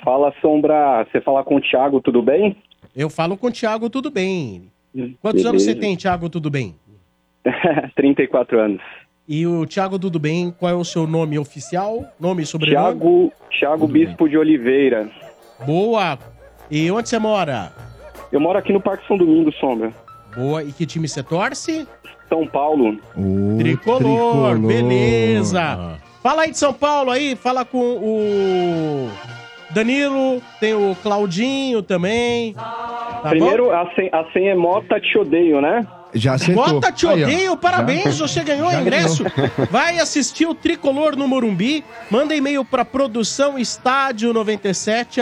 S19: Fala, Sombra. Você fala com o Thiago, tudo bem?
S9: Eu falo com o Thiago, tudo bem. Quantos
S19: Beleza.
S9: anos você tem, Thiago, tudo bem?
S19: 34 anos.
S9: E o Thiago, tudo bem? Qual é o seu nome oficial? Nome e sobrenome?
S19: Thiago, Thiago Bispo de Oliveira.
S9: Boa. E onde você mora?
S19: Eu moro aqui no Parque São Domingos, Sombra.
S9: Boa. E que time você torce?
S19: São Paulo.
S9: tricolor,
S19: tricolor.
S9: beleza. Fala aí de São Paulo aí, fala com o Danilo, tem o Claudinho também. Tá bom?
S19: Primeiro, a senha, a senha é Mota Te Odeio, né?
S3: Já acertou.
S9: Bota te
S3: Aí, ó.
S9: odeio, parabéns,
S3: Já.
S9: você ganhou
S3: Já
S9: ingresso.
S3: ganhou.
S9: Vai assistir o Tricolor no Morumbi. Manda e-mail para produção estádio 97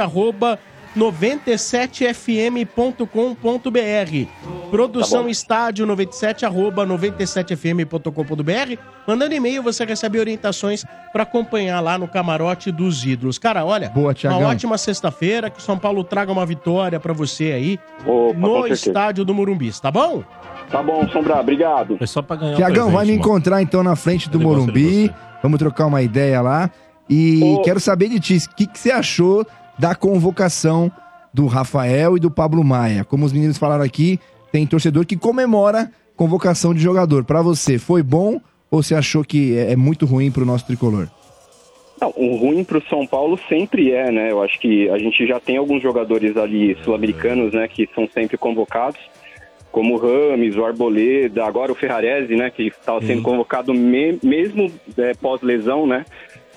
S9: 97fm.com.br. Produção
S19: bom.
S9: estádio 97 arroba 97fm.com.br. Mandando e-mail, você recebe orientações para acompanhar lá no camarote dos ídolos. Cara, olha,
S3: Boa, Thiagão.
S9: uma ótima sexta-feira, que o São Paulo traga uma vitória para você aí
S19: Opa, com
S9: no
S19: certeza.
S9: estádio do Morumbis, tá bom?
S19: Tá bom, Sombra, obrigado.
S6: É só pra
S9: um
S6: ganhar
S3: Tiagão, vai me encontrar então na frente do Morumbi. Vamos trocar uma ideia lá. E quero saber de ti, o que, que você achou da convocação do Rafael e do Pablo Maia? Como os meninos falaram aqui, tem torcedor que comemora convocação de jogador. Pra você, foi bom ou você achou que é é muito ruim pro nosso tricolor?
S19: Não, o ruim para o São Paulo sempre é, né? Eu acho que a gente já tem alguns jogadores ali sul-americanos, né, que são sempre convocados, como o Rames, o Arboleda, agora o Ferrarese, né, que estava sendo convocado me- mesmo é, pós-lesão, né?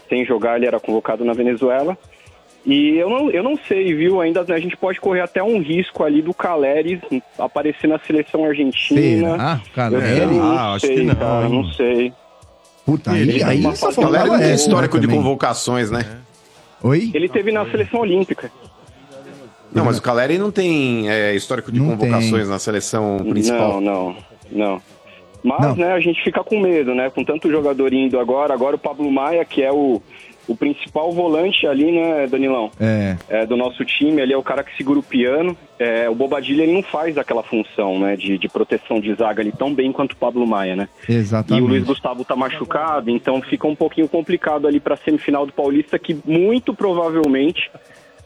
S19: Sem jogar, ele era convocado na Venezuela. E eu não, eu não sei, viu? Ainda né, a gente pode correr até um risco ali do Caleri aparecer na seleção argentina.
S3: Será?
S19: Eu
S3: Caleri?
S19: também não
S3: Ah, acho
S19: sei,
S3: que não.
S19: Cara, não sei.
S3: Puta, aí, aí só
S4: Galera,
S3: faltava
S4: não tem
S3: essa,
S4: é histórico
S3: né,
S4: de
S3: também.
S4: convocações, né?
S3: Oi?
S19: Ele teve na seleção olímpica.
S4: Não, mas o Caleri não tem é, histórico de convocações na seleção principal.
S19: Não, não, Mas, né, a gente fica com medo, né? Com tanto jogador indo agora, agora o Pablo Maia, que é o, o principal volante ali, né, Danilão?
S3: É.
S19: É, do nosso time, ele é o cara que segura o piano. É, o Bobadilha, ele não faz aquela função, né, de, de proteção de zaga ali tão bem quanto o Pablo Maia, né? E o Luiz
S3: Exatamente.
S19: Gustavo tá machucado, então fica um pouquinho complicado ali pra semifinal do Paulista, que muito provavelmente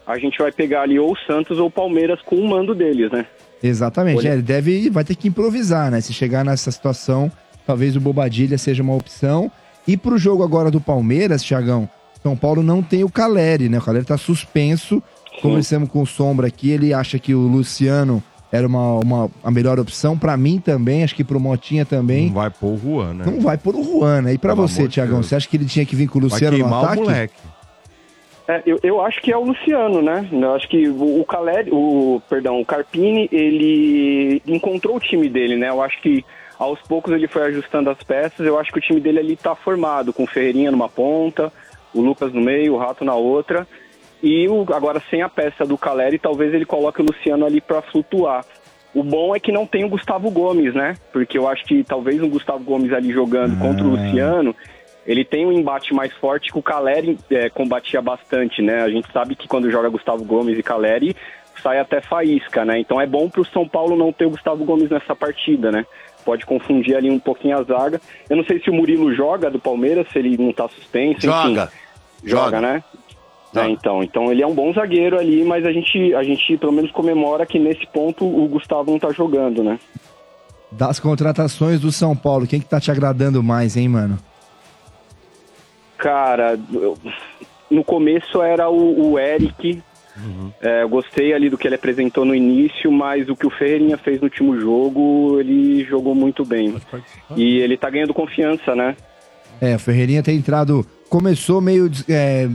S19: a gente vai pegar ali ou o Santos ou o Palmeiras com o mando deles, né?
S3: Exatamente. É, ele deve, vai ter que improvisar, né? Se chegar nessa situação, talvez o Bobadilha seja uma opção. E pro jogo agora do Palmeiras, Thiagão, São Paulo não tem o Caleri, né? O Caleri tá suspenso. Conversamos com o Sombra aqui, ele acha que o Luciano era uma, uma- a melhor opção. Pra mim também, acho que pro Motinha também. Não
S2: vai pôr o Juan, né?
S3: Não vai pôr o Juan, né? E pra
S2: Pelo
S3: você,
S2: amor de
S3: Thiagão,
S2: Deus.
S3: você acha que ele tinha que vir com o
S2: Vai
S3: Luciano no
S2: queimar
S3: ataque?
S2: o moleque.
S19: É, eu, eu acho que é o Luciano, né? Eu acho que o, o Caleri, o perdão, o Carpini, ele encontrou o time dele, né? Eu acho que aos poucos ele foi ajustando as peças. Eu acho que o time dele ali tá formado, com o Ferreirinha numa ponta, o Lucas no meio, o Rato na outra. E o, agora sem a peça do Caleri, talvez ele coloque o Luciano ali pra flutuar. O bom é que não tem o Gustavo Gomes, né? Porque eu acho que talvez o Gustavo Gomes ali jogando contra o Luciano, ele tem um embate mais forte que o Caleri é, combatia bastante, né? A gente sabe que quando joga Gustavo Gomes e Caleri, sai até faísca, né? Então é bom pro São Paulo não ter o Gustavo Gomes nessa partida, né? Pode confundir ali um pouquinho a zaga. Eu não sei se o Murilo joga do Palmeiras, se ele não tá suspenso. enfim.
S4: Joga.
S19: Joga, né? É, então, então ele é um bom zagueiro ali, mas a gente, a gente pelo menos comemora que nesse ponto o Gustavo não tá jogando, né?
S3: Das contratações do São Paulo, quem que tá te agradando mais, hein, mano?
S19: Cara, eu- no começo era o, o Eric.
S3: Uhum.
S19: É, eu gostei ali do que ele apresentou no início, mas o que o Ferreirinha fez no último jogo, ele jogou muito bem. E ele tá ganhando confiança, né?
S3: É, o Ferreirinha tem entrado. Começou meio des- é,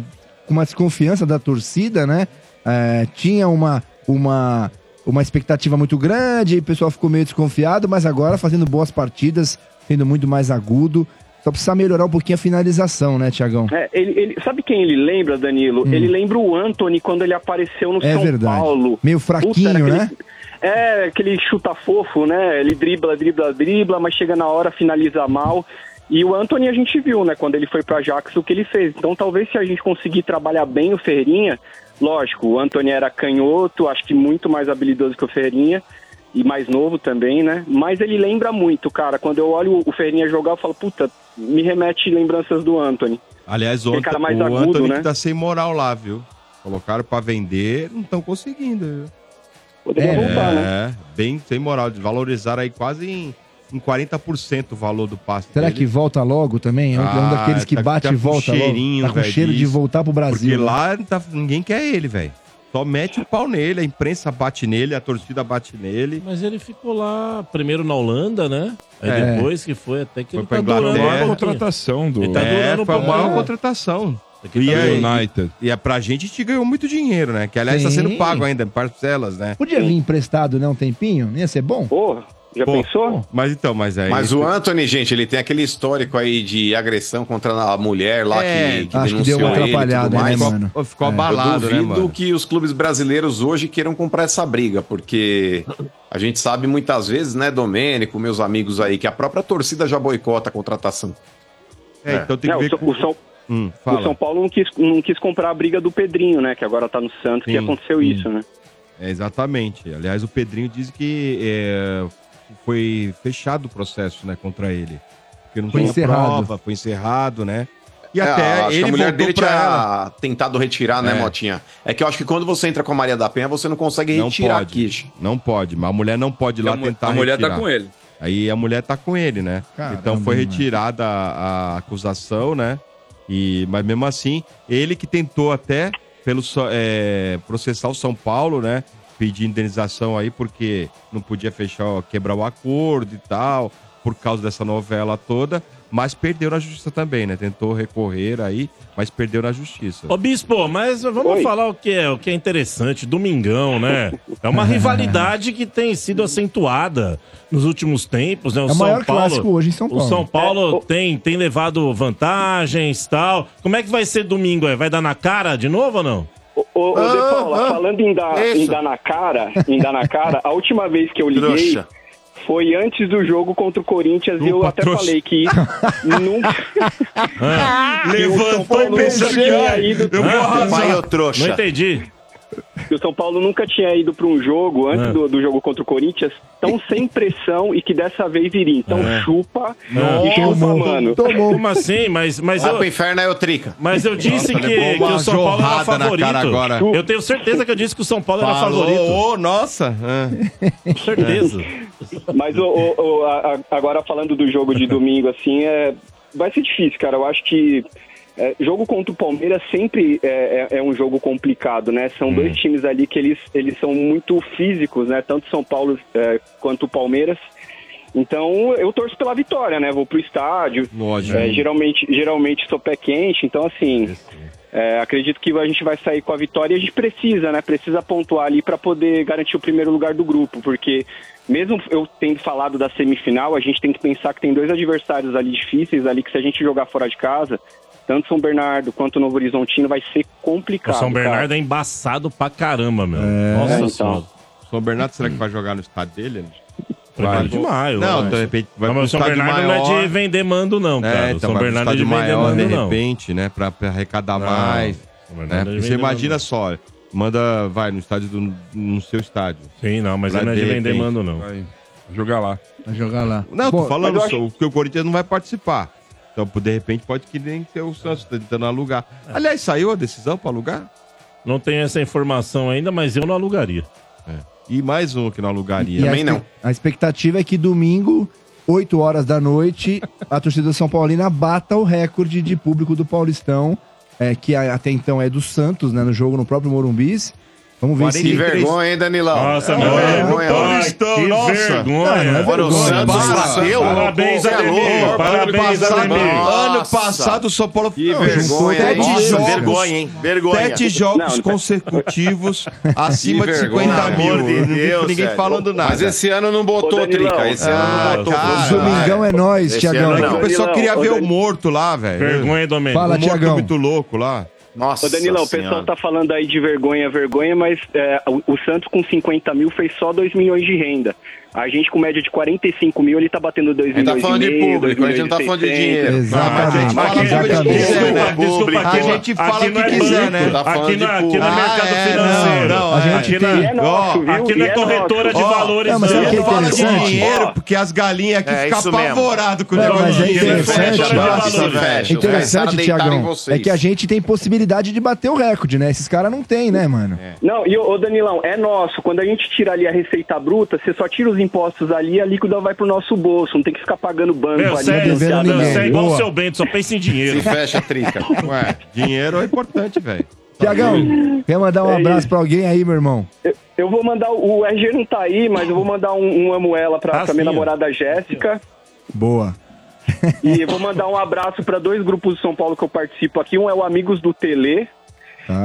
S3: com uma desconfiança da torcida, né? É, tinha uma, uma, uma expectativa muito grande, e o pessoal ficou meio desconfiado, mas agora fazendo boas partidas, sendo muito mais agudo. Só precisa melhorar um pouquinho a finalização, né, Tiagão?
S19: É, ele, ele- sabe quem ele lembra, Danilo? Ele lembra o Anthony quando ele apareceu no
S3: Hum. É
S19: São
S3: verdade.
S19: Paulo.
S3: Meio
S19: Puta, era
S3: fraquinho,
S19: aquele-
S3: né?
S19: É, aquele chuta fofo, né? Ele dribla, dribla, dribla, mas chega na hora, finaliza mal. E o Anthony a gente viu, né, quando ele foi pra Ajax, o que ele fez. Então talvez se a gente conseguir trabalhar bem o Ferreirinha, lógico, o Anthony era canhoto, acho que muito mais habilidoso que o Ferreirinha. E mais novo também, né? Mas ele lembra muito, cara. Quando eu olho o Ferreirinha jogar, eu falo, puta, me remete lembranças do Anthony.
S2: Aliás,
S19: Aquele
S2: ontem
S19: cara mais
S2: o
S19: agudo,
S2: Anthony
S19: né?
S2: que tá sem moral lá, viu? Colocaram pra vender, não estão conseguindo, viu?
S19: Poderia voltar, né?
S2: É, bem sem moral. Desvalorizaram aí quase em, em 40% o valor do passe
S3: Será
S2: dele.
S3: que volta logo também? É um
S2: Ah,
S3: daqueles que
S2: tá-
S3: bate
S2: tá
S3: e
S2: com
S3: volta logo.
S2: cheirinho,
S3: Tá com
S2: velho,
S3: cheiro de
S2: disso.
S3: voltar pro Brasil.
S2: Porque
S3: né?
S2: lá tá- ninguém quer ele, velho. Só mete o pau nele, a imprensa bate nele, a torcida bate nele.
S6: Mas ele ficou lá primeiro na Holanda, né? Aí
S2: É.
S6: depois que foi até que
S2: Foi
S6: ele
S2: pra
S6: tá durando.
S2: Inglaterra.
S6: um pouquinho.
S2: Contratação do-
S6: Ele tá
S2: É,
S6: durando um
S2: foi a
S6: pouquinho.
S2: maior contratação.
S6: que tá
S2: aí-
S6: do United.
S2: E, é pra gente, a gente ganhou muito dinheiro, né? Que aliás tá
S3: Sim.
S2: sendo pago ainda, em parcelas, né?
S3: Podia vir emprestado, né, um tempinho? Ia ser bom?
S19: Porra. Já pensou?
S2: Mas então, mas aí.
S4: Mas o Anthony, gente, ele tem aquele histórico aí de agressão contra a mulher lá
S2: É,
S4: que, que
S2: acho que
S4: denunciou
S2: deu uma
S4: ele e
S2: atrapalhada,
S4: tudo
S2: né,
S4: mais.
S2: mano? Ficou- ficou abalado,
S4: Eu
S2: né,
S4: duvido
S2: mano?
S4: que os clubes brasileiros hoje queiram comprar essa briga, porque a gente sabe muitas vezes, né, Domênico, meus amigos aí, que a própria torcida já boicota a contratação.
S2: É, então tem
S19: É,
S2: que
S19: o
S2: ver
S19: São-
S2: com...
S19: o São-
S2: Hum,
S19: O São Paulo não quis, não quis comprar a briga do Pedrinho, né? Que agora tá no Santos, que
S2: Sim,
S19: aconteceu
S2: sim.
S19: isso, né?
S2: É, exatamente. Aliás, o Pedrinho diz que é, foi fechado o processo né, contra ele. Porque não
S3: Foi
S2: foi tinha
S3: encerrado.
S2: prova, foi encerrado, né? E
S4: É,
S2: até
S4: acho que
S2: ele
S4: a mulher
S2: voltou
S4: dele
S2: pra
S4: tinha
S2: ela.
S4: tentado retirar, né,
S2: É.
S4: Motinha? É que eu acho que quando você entra com a Maria da Penha, você não consegue
S2: Não
S4: retirar
S2: pode.
S4: aqui.
S2: Não pode, mas a mulher não pode ir lá
S4: a mu-
S2: tentar
S4: a mulher
S2: retirar.
S4: tá com ele.
S2: Aí a mulher tá com ele, né?
S4: Caramba,
S2: então foi
S4: mano.
S2: retirada a, a acusação, né? E, mas mesmo assim, ele que tentou até pelo, Sa- é, processar o São Paulo, né? Pedir indenização aí porque não podia fechar, quebrar o acordo e tal, por causa dessa novela toda. Mas perdeu na justiça também, né? Tentou recorrer aí, mas perdeu na justiça.
S6: Ô Bispo, mas vamos
S2: Oi.
S6: falar o que é, o que é interessante, domingão, né? É uma rivalidade que tem sido acentuada nos últimos tempos, né? O
S3: É o
S6: São
S3: maior
S6: Paulo,
S3: clássico hoje em São Paulo.
S6: O São Paulo tem, tem levado vantagens tal. Como é que vai ser domingo aí? Vai dar na cara de novo ou não?
S19: Ô, ô, De Paula,
S6: ah,
S19: falando em dar,
S6: isso.
S19: em dar na cara, em dar na cara, a última vez que eu liguei
S6: Trouxa.
S19: foi antes do jogo contra o Corinthians e eu
S6: Opa,
S19: até
S6: trouxa. Ah.
S19: falei que nunca.
S6: Levantou
S19: pensando que ia ido-
S6: Eu vou arrasar.
S19: Vai, ô trouxa.
S6: Não entendi.
S19: que o São Paulo nunca tinha ido para um jogo antes
S6: É.
S19: do, do jogo contra o Corinthians tão sem pressão e que dessa vez iria. Então
S6: É.
S19: chupa
S6: Não.
S19: e chupa, mano.
S6: Como assim? Mas, mas
S4: Lá
S6: eu...
S4: pro inferno é o Trica.
S6: Mas eu disse
S4: Nossa, é
S6: que,
S4: levou
S6: que
S4: uma
S6: o São Paulo era
S4: jorrada na
S6: favorito.
S4: cara agora.
S6: Eu tenho certeza que eu disse que o São Paulo era
S2: Falou,
S6: favorito.
S2: ô, nossa! é.
S6: Com certeza.
S19: Mas ô, ô, ô, a- a- agora falando do jogo de domingo, assim, é, vai ser difícil, cara. Eu acho que é, jogo contra o Palmeiras sempre é, é- é um jogo complicado, né? São dois times ali que eles, eles são muito físicos, né? Tanto São Paulo é, quanto o Palmeiras. Então eu torço pela vitória, né? Vou pro estádio.
S2: Lógico.
S19: É, geralmente, geralmente sou pé quente, então assim. é, acredito que a gente vai sair com a vitória e a gente precisa, né? Precisa pontuar ali para poder garantir o primeiro lugar do grupo, porque mesmo eu tendo falado da semifinal, a gente tem que pensar que tem dois adversários ali difíceis ali que se a gente jogar fora de casa, tanto São Bernardo quanto Novo Horizontino vai ser
S6: O
S19: complicado.
S6: São
S19: cara.
S6: Bernardo é embaçado pra caramba, meu. Nossa
S2: então.
S6: senhora.
S2: São Bernardo, será que vai jogar no estádio dele? né?
S6: Vai de maio.
S2: Não, então,
S6: vai.
S2: de repente vai
S6: Não,
S2: pro
S6: mas o São
S2: estádio
S6: Bernardo não é
S2: maior.
S6: de vender mando, não, cara.
S2: É,
S6: o
S2: então,
S6: São
S2: vai pro
S6: Bernardo é de
S2: estádio
S6: vender
S2: maior,
S6: mando,
S2: de
S6: não.
S2: repente, né? Pra, pra arrecadar
S6: Não,
S2: mais.
S6: São
S2: Né?
S6: Bernardo é de
S2: Porque você
S6: vender
S2: imagina só, manda, vai no estádio do, no seu estádio.
S6: Sim, não, mas
S2: Lá
S6: ele não é de
S2: repente.
S6: vender mando, não.
S2: Vai jogar lá.
S3: Vai jogar lá.
S2: Não,
S3: Bom,
S2: tô falando
S3: mas eu
S2: só, que o Corinthians não vai participar. Então, de repente, pode que nem ser o Santos tá tentando alugar. Aliás, saiu a decisão pra alugar?
S6: É. Não tenho essa informação ainda, mas eu não alugaria.
S2: É. E mais um que não alugaria.
S3: a, expe- a expectativa é que domingo, 8 horas da noite, a torcida São Paulina bata o recorde de público do Paulistão, é, que a- até então é do Santos, né? No jogo no próprio Morumbis. Vamos ver
S4: Que
S3: se.
S4: vergonha, hein, Danilão?
S3: Nossa,
S4: É
S3: meu,
S4: uma
S3: é
S4: vergonha.
S3: muito Paulistão,
S4: Que
S3: nossa.
S4: vergonha.
S3: Não, não é
S4: Olha, o
S3: vergonha,
S4: Santos
S3: para.
S4: bateu.
S3: Parabéns,
S4: Pô, você é
S3: Ademir,
S4: louco.
S3: parabéns,
S4: Ano passado-
S3: Ademir.
S4: Ano
S3: Nossa.
S4: passado o
S2: São Paulo...
S4: Que
S2: Não,
S4: vergonha,
S2: juntou
S4: hein?
S2: sete
S4: Nossa,
S2: jogos.
S4: vergonha, hein? Vergonha.
S2: Sete jogos
S4: Não,
S2: consecutivos acima
S4: Que
S2: de
S4: vergonha.
S2: 50 mil.
S4: Pelo amor de
S2: Não fico
S4: Deus,
S2: ninguém
S4: velho.
S2: falando nada.
S4: Mas esse ano não botou,
S2: Ô, Danilão.
S4: Trica. Esse ano não
S2: Ah,
S4: botou.
S2: cara,
S4: Cara,
S3: Domingão é nóis,
S4: Esse
S3: Tiagão.
S4: ano não.
S2: O pessoal
S4: Danilão,
S2: queria
S4: ô,
S2: ver o
S4: Dan-
S2: morto lá, velho.
S6: Vergonha, Domênico.
S2: O
S6: Fala,
S2: morto
S6: Tiagão.
S2: muito louco lá.
S19: Ô Danilão, o pessoal tá falando aí de vergonha, vergonha, mas é, o, o Santos com 50 mil fez só 2 milhões de renda. A gente com média de 45 mil, ele tá batendo 2
S4: Ele
S19: milhões
S4: tá
S19: e
S4: falando de
S19: meio,
S4: público,
S19: dois
S4: a gente não tá
S19: milhões e
S4: falando de
S19: 600.
S4: dinheiro.
S3: Exatamente.
S4: Ah, mas a gente fala o que
S3: Exatamente.
S4: quiser, né?
S6: Desculpa, aqui,
S4: A gente fala
S6: aqui
S4: o
S6: não
S4: que
S6: é
S4: quiser,
S6: banco,
S4: né? Tá falando
S6: aqui, não,
S4: de
S6: aqui não é
S4: público.
S6: mercado
S4: Ah, é,
S6: financeiro.
S4: não, não, é.
S6: aqui não
S4: E é nosso, viu?
S6: aqui não é
S4: E é
S6: corretora de
S4: nosso.
S6: valores,
S4: Ó, mas sabe o que é
S2: Fala de
S4: interessante?
S2: dinheiro, porque as galinhas aqui
S4: É isso
S2: ficam
S4: mesmo.
S2: apavoradas com o
S4: Não,
S2: negócio
S4: mas
S2: de
S4: é
S2: dinheiro.
S4: interessante,
S2: Fecha,
S3: é
S4: nossa,
S2: fecha,
S4: velho.
S2: fecha.
S3: Interessante,
S4: Os caras deitaram em
S3: Tiagão, é
S4: vocês.
S3: que a gente tem possibilidade de bater o recorde, né? Esses caras não tem, né, mano?
S4: É.
S19: Não, e ô ô, Danilão, é nosso. Quando a gente tira ali a receita bruta, você só tira os impostos ali, a líquida vai pro nosso bolso. Não tem que ficar pagando banco
S6: Meu,
S19: ali.
S6: cê é-
S19: não tem nada.
S6: cê é igual o seu Bento, só pensa em dinheiro.
S4: Se fecha, Trica.
S2: Ué, dinheiro é importante, velho.
S4: Tá
S3: Tiagão, quer mandar
S19: É
S3: um abraço pra alguém aí, meu irmão?
S19: Eu- Eu vou mandar, o o RG não tá aí, mas eu vou mandar um, um amo ela
S4: Ah,
S19: pra, pra minha namorada Jéssica.
S3: Boa.
S19: E eu vou mandar um abraço pra dois grupos de São Paulo que eu participo aqui. Um é o Amigos do Tele.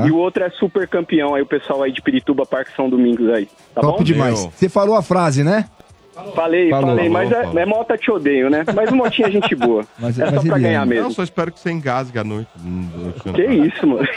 S19: E o outro é super campeão aí, o pessoal aí de Pirituba, Parque São Domingos aí. Tá
S3: Top
S19: bom?
S3: demais. Você falou a frase, né?
S19: Falei,
S2: Falou, falou,
S19: falei, mas é-
S2: falou.
S19: é, mota te odeio, né? Mas o motinha é gente boa. é só pra ganhar mesmo.
S2: Não, só espero que você engasgue à noite. Hum, Luciano.
S19: Que isso, mano.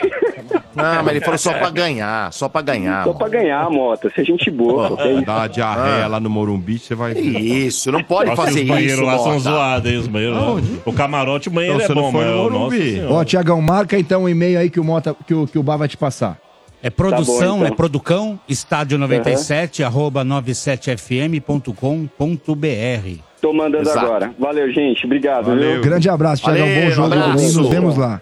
S1: Não, mas ele falou só pra ganhar, só pra ganhar.
S19: Só pra ganhar, Mota. Se a gente boa, pô, que isso.
S2: Dá uma diarreia lá no Morumbi, você vai.
S1: Isso, não
S6: Nossa, e os banheiros lá são zoados, hein? Os banheiros lá. O camarote, o banheiro
S2: Então,
S6: é
S2: você não
S6: bom,
S2: foi
S6: mas
S2: no
S6: o nosso... é
S2: Morumbi.
S6: senhora.
S3: Ó, Tiagão, marca então o e-mail aí que o, Mota, que o, que o Bar vai te passar.
S7: É produção,
S3: Tá bom, então.
S7: é producão, estádio 97, arroba 97fm.com.br.
S19: Tô mandando
S7: Exato.
S19: agora. Valeu, gente. Obrigado. viu?
S3: Grande abraço, Tiagão.
S1: Valeu,
S3: Bom jogo também.
S1: abraço.
S3: Nos vemos lá.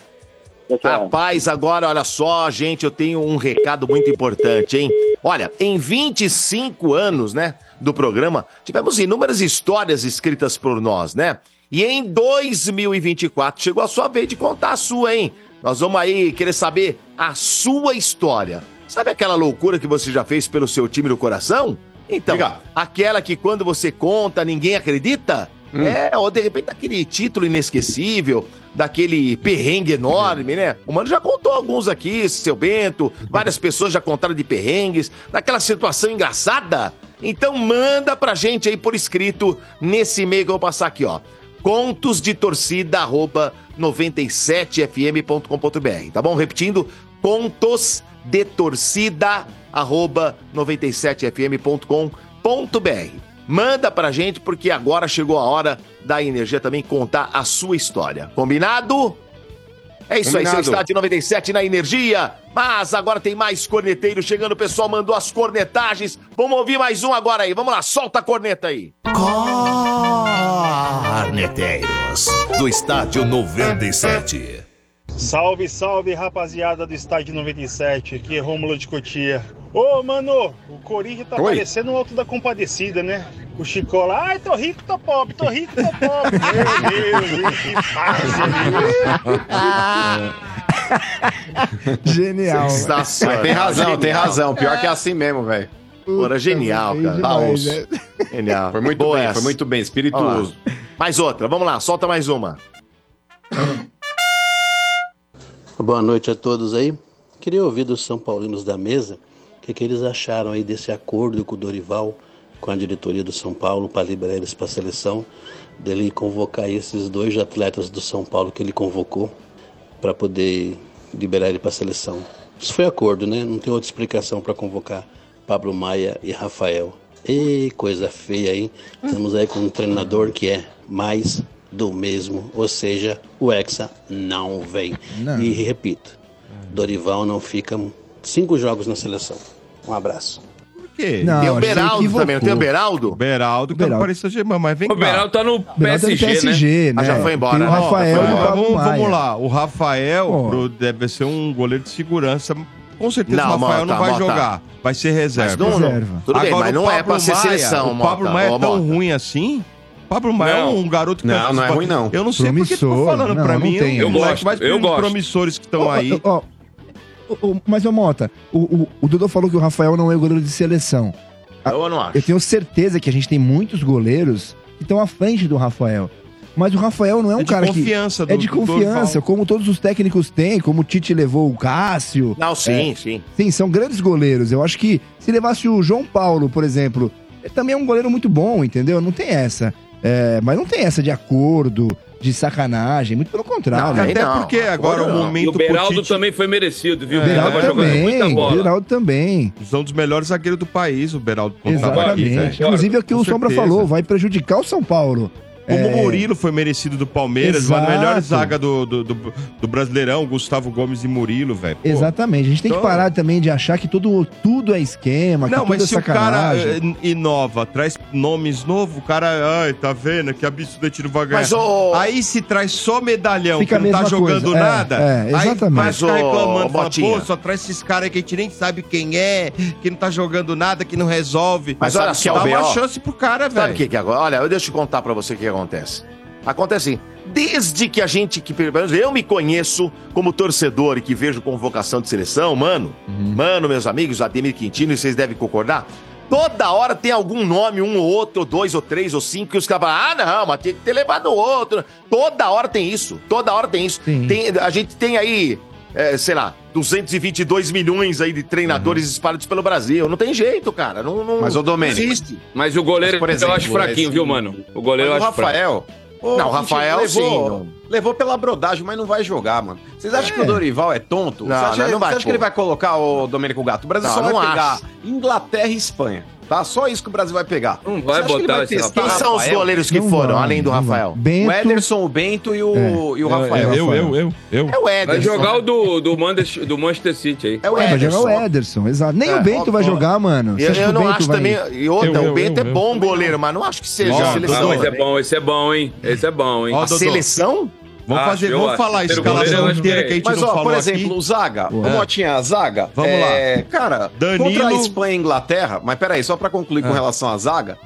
S1: Rapaz, agora olha só, gente, eu tenho um recado muito importante, hein? Olha, em 25 anos, né, do programa, tivemos inúmeras histórias escritas por nós, né? E em 2024 chegou a sua vez de contar a sua, hein? Nós vamos aí querer saber a sua história. Sabe aquela loucura que você já fez pelo seu time do coração? Então, aquela que quando você conta, ninguém acredita? É, ou de repente aquele título inesquecível, daquele perrengue enorme, né? O Mano já contou alguns aqui, seu Bento, várias pessoas já contaram de perrengues, daquela situação engraçada. Então manda pra gente aí por escrito, nesse e-mail que eu vou passar aqui, ó. Contos de torcida, 97fm.com.br, tá bom? Repetindo, contos de torcida, 97fm.com.br. Manda pra gente, porque agora chegou a hora da Energia também contar a sua história. Combinado? É isso aí, seu
S4: Combinado.
S1: estádio 97 na Energia. Mas agora tem mais corneteiro chegando, o pessoal mandou as cornetagens. Vamos ouvir mais um agora aí. Vamos lá, solta a corneta aí.
S9: Ah,
S17: Corneteiros do estádio 97.
S16: Salve, salve, rapaziada do estádio 97, aqui é Rômulo de Cotia. Ô, mano, o Corinthians tá
S20: Oi.
S16: parecendo o Alto da Compadecida, né? O Chicó lá, ai, tô rico, tô pobre, tô rico, tô pobre. Meu Deus, hein, que fase,
S3: Genial.
S4: Sensacional. Tem razão, tem razão. Pior que é assim mesmo, velho.
S1: Porra, genial, cara.
S4: Tá osso.
S1: Genial.
S4: Foi muito
S1: Boa
S4: bem,
S1: essa.
S4: foi muito bem, espirituoso.
S1: Olha lá. Mais outra, vamos lá, solta mais uma.
S20: Boa noite a todos aí. Queria ouvir dos São Paulinos da mesa o que, que eles acharam aí desse acordo com o Dorival, com a diretoria do São Paulo, para liberar eles para a seleção, dele convocar esses dois atletas do São Paulo que ele convocou para poder liberar ele para a seleção. Isso foi acordo, né? Não tem outra explicação para convocar Pablo Maia e Rafael. Ei, coisa feia, hein? Estamos aí com um treinador que é mais do mesmo, ou seja, o Hexa não vem.
S3: Não.
S20: E repito, Dorival não fica cinco jogos na seleção. Um abraço.
S2: quê?
S20: Não,
S2: tem o
S20: ele se
S2: Beraldo
S20: equivocou.
S2: também, não tem o
S1: Beraldo?
S2: Beraldo, que é do Paris Saint-Germain, mas vem
S20: O Beraldo
S2: tá no
S20: Beraldo é do PSG, né? PSG,
S1: né? Ah, já foi embora, Tem o né? Rafael e o Pablo
S2: vamos,
S1: Maia.
S2: vamos lá, o Rafael
S1: Pô.
S2: pro- deve ser um goleiro de segurança. Com certeza
S1: Não,
S2: o Rafael
S1: Mota,
S2: não vai
S1: Mota.
S2: jogar, vai ser reserva.
S1: não- não- Reserva. tudo bem, mas
S2: o
S1: não é
S2: Pablo
S1: pra ser
S2: Maia,
S1: seleção,
S2: O Pablo
S1: Mota.
S2: Maia é
S1: Ô,
S2: tão
S1: Mota.
S2: ruim assim? Pablo Maia é
S4: Não.
S2: um garoto que
S4: Não, não é ruim, não.
S2: Eu não sei por que tu tá
S4: Promissor.
S2: falando
S4: Não,
S2: pra
S4: não
S2: mim.
S4: tem. Eu
S2: um moleque
S4: gosto,
S2: mais
S4: eu gosto.
S2: promissores que estão
S3: Ó,
S2: aí.
S3: ó, ó, ó, mas, ô Mota, o, o, o Dudu falou que o Rafael não é goleiro de seleção.
S1: Eu não acho.
S3: Eu tenho certeza que a gente tem muitos goleiros que estão à frente do Rafael. Mas o Rafael não é um
S2: de
S3: cara que.
S2: confiança do-
S3: É de
S2: do
S3: confiança,
S2: Dorival.
S3: como todos os técnicos têm, como o Tite levou o Cássio.
S1: Não, sim,
S3: É,
S1: sim.
S3: Sim, são grandes goleiros. Eu acho que se levasse o João Paulo, por exemplo, ele também é um goleiro muito bom, entendeu? Não tem essa. É, mas não tem essa de acordo, de sacanagem, muito pelo contrário.
S1: Não, Até não. porque
S2: agora
S1: o
S8: E o Beraldo também foi merecido, viu?
S3: O Beraldo
S8: Tava É, jogando muita
S3: também, o
S8: bola.
S3: Beraldo também.
S2: São dos melhores zagueiros do país, o Beraldo.
S3: Exatamente. Inclusive é o que o Sombra falou, vai prejudicar o São Paulo.
S2: Como
S3: É,
S2: o Murilo foi merecido do Palmeiras, a melhor
S3: Exato.
S2: zaga do, do, do, do Brasileirão, Gustavo Gomes e Murilo, velho. Pô.
S3: Exatamente. A gente tem que parar também de achar que tudo, tudo é esquema, que
S2: Não,
S3: tudo
S2: mas
S3: é
S2: se o cara
S3: sacanagem.
S2: eh, inova, traz nomes novos, o cara, ai, tá vendo? Que absurdo a gente não vai ganhar.
S1: Mas, ô-
S2: Aí se traz só medalhão,
S3: Fica
S2: que não
S3: a
S2: tá
S3: mesma
S2: jogando
S3: coisa. É,
S2: nada,
S3: é,
S2: aí
S3: exatamente.
S2: vai
S3: Mas,
S2: ficar
S3: ô,
S2: reclamando, fala,
S1: Botinha.
S2: pô, só traz esses caras que a gente nem sabe quem é, que não tá jogando nada, que não resolve.
S1: Mas olha só,
S2: dá
S1: o
S2: uma
S1: B.O..
S2: chance pro cara,
S1: Sabe o
S2: velho.
S1: que que agora? Olha, eu deixa eu contar pra você o que acontece. Acontece assim, desde que a gente, que pelo menos eu me conheço como torcedor e que vejo convocação de seleção, mano,
S4: Uhum.
S1: mano, meus amigos, Ademir Quintino, e vocês devem concordar, toda hora tem algum nome, um ou outro, ou dois, ou três, ou cinco, que os caras falam, ah, não, mas tem que ter levado outro. Toda hora tem isso, toda hora tem isso. Tem, a gente tem aí é, sei lá, 222 milhões aí de treinadores espalhados pelo Brasil. Não tem jeito, cara. Não, não
S4: Uhum. Mas, ô, Domênico,
S1: existe.
S8: Mas o goleiro eu acho fraquinho, viu, mano? O goleiro eu
S4: Mas
S8: acho
S4: o Rafael.
S8: fraco.
S4: Ô,
S8: Não, o
S4: gente,
S1: é
S8: Rafael,
S4: levou,
S8: sim,
S4: Levou pela brodagem, mas não vai jogar, mano. Vocês acham
S1: É.
S4: que o Dorival é tonto?
S1: Não,
S4: Você acha,
S1: não, não vai,
S4: você acha
S1: pô.
S4: que ele vai colocar o Domênico Gato? O Brasil
S1: Não,
S4: só
S1: não
S4: vai pegar
S1: acho.
S4: Inglaterra e Espanha, tá? Só isso que o Brasil vai pegar. Não
S1: vai botar esse rapaz. Quem são os goleiros que Não foram, vai, além do não Rafael? vai.
S4: O Ederson, o Bento e o,
S6: É.
S4: e o Rafael.
S5: É, Eu, eu, eu, eu.
S1: É o
S8: Vai jogar o do, do, Manchester, do Manchester City aí.
S1: É
S3: Ué, vai jogar o Ederson, exato. Nem
S1: É,
S3: o Bento vai jogar, mano. Você
S1: Eu,
S3: acha
S1: eu
S3: que o
S1: não
S3: Bento
S1: acho
S3: vai-
S1: também. E outra, o Bento é bom goleiro, mas não acho que seja a
S8: Não,
S1: seleção.
S8: esse é bom, esse é bom, hein? Esse é bom, hein?
S1: A seleção?
S4: Vamos
S8: Ah,
S4: fazer,
S8: eu
S4: vamos
S8: acho.
S4: falar a
S8: Primeiro
S4: escalação
S8: goleiro, eu acho
S4: inteira
S8: que
S4: que a gente
S8: Mas,
S4: não
S8: ó,
S4: falou
S8: por exemplo,
S4: aqui. É. o Zaga,
S8: Ué.
S4: o Motinha, a Zaga.
S8: Vamos
S4: é,
S8: lá.
S4: Cara,
S8: Danilo.
S4: contra a Espanha e Inglaterra, mas peraí, só pra concluir com relação à Zaga,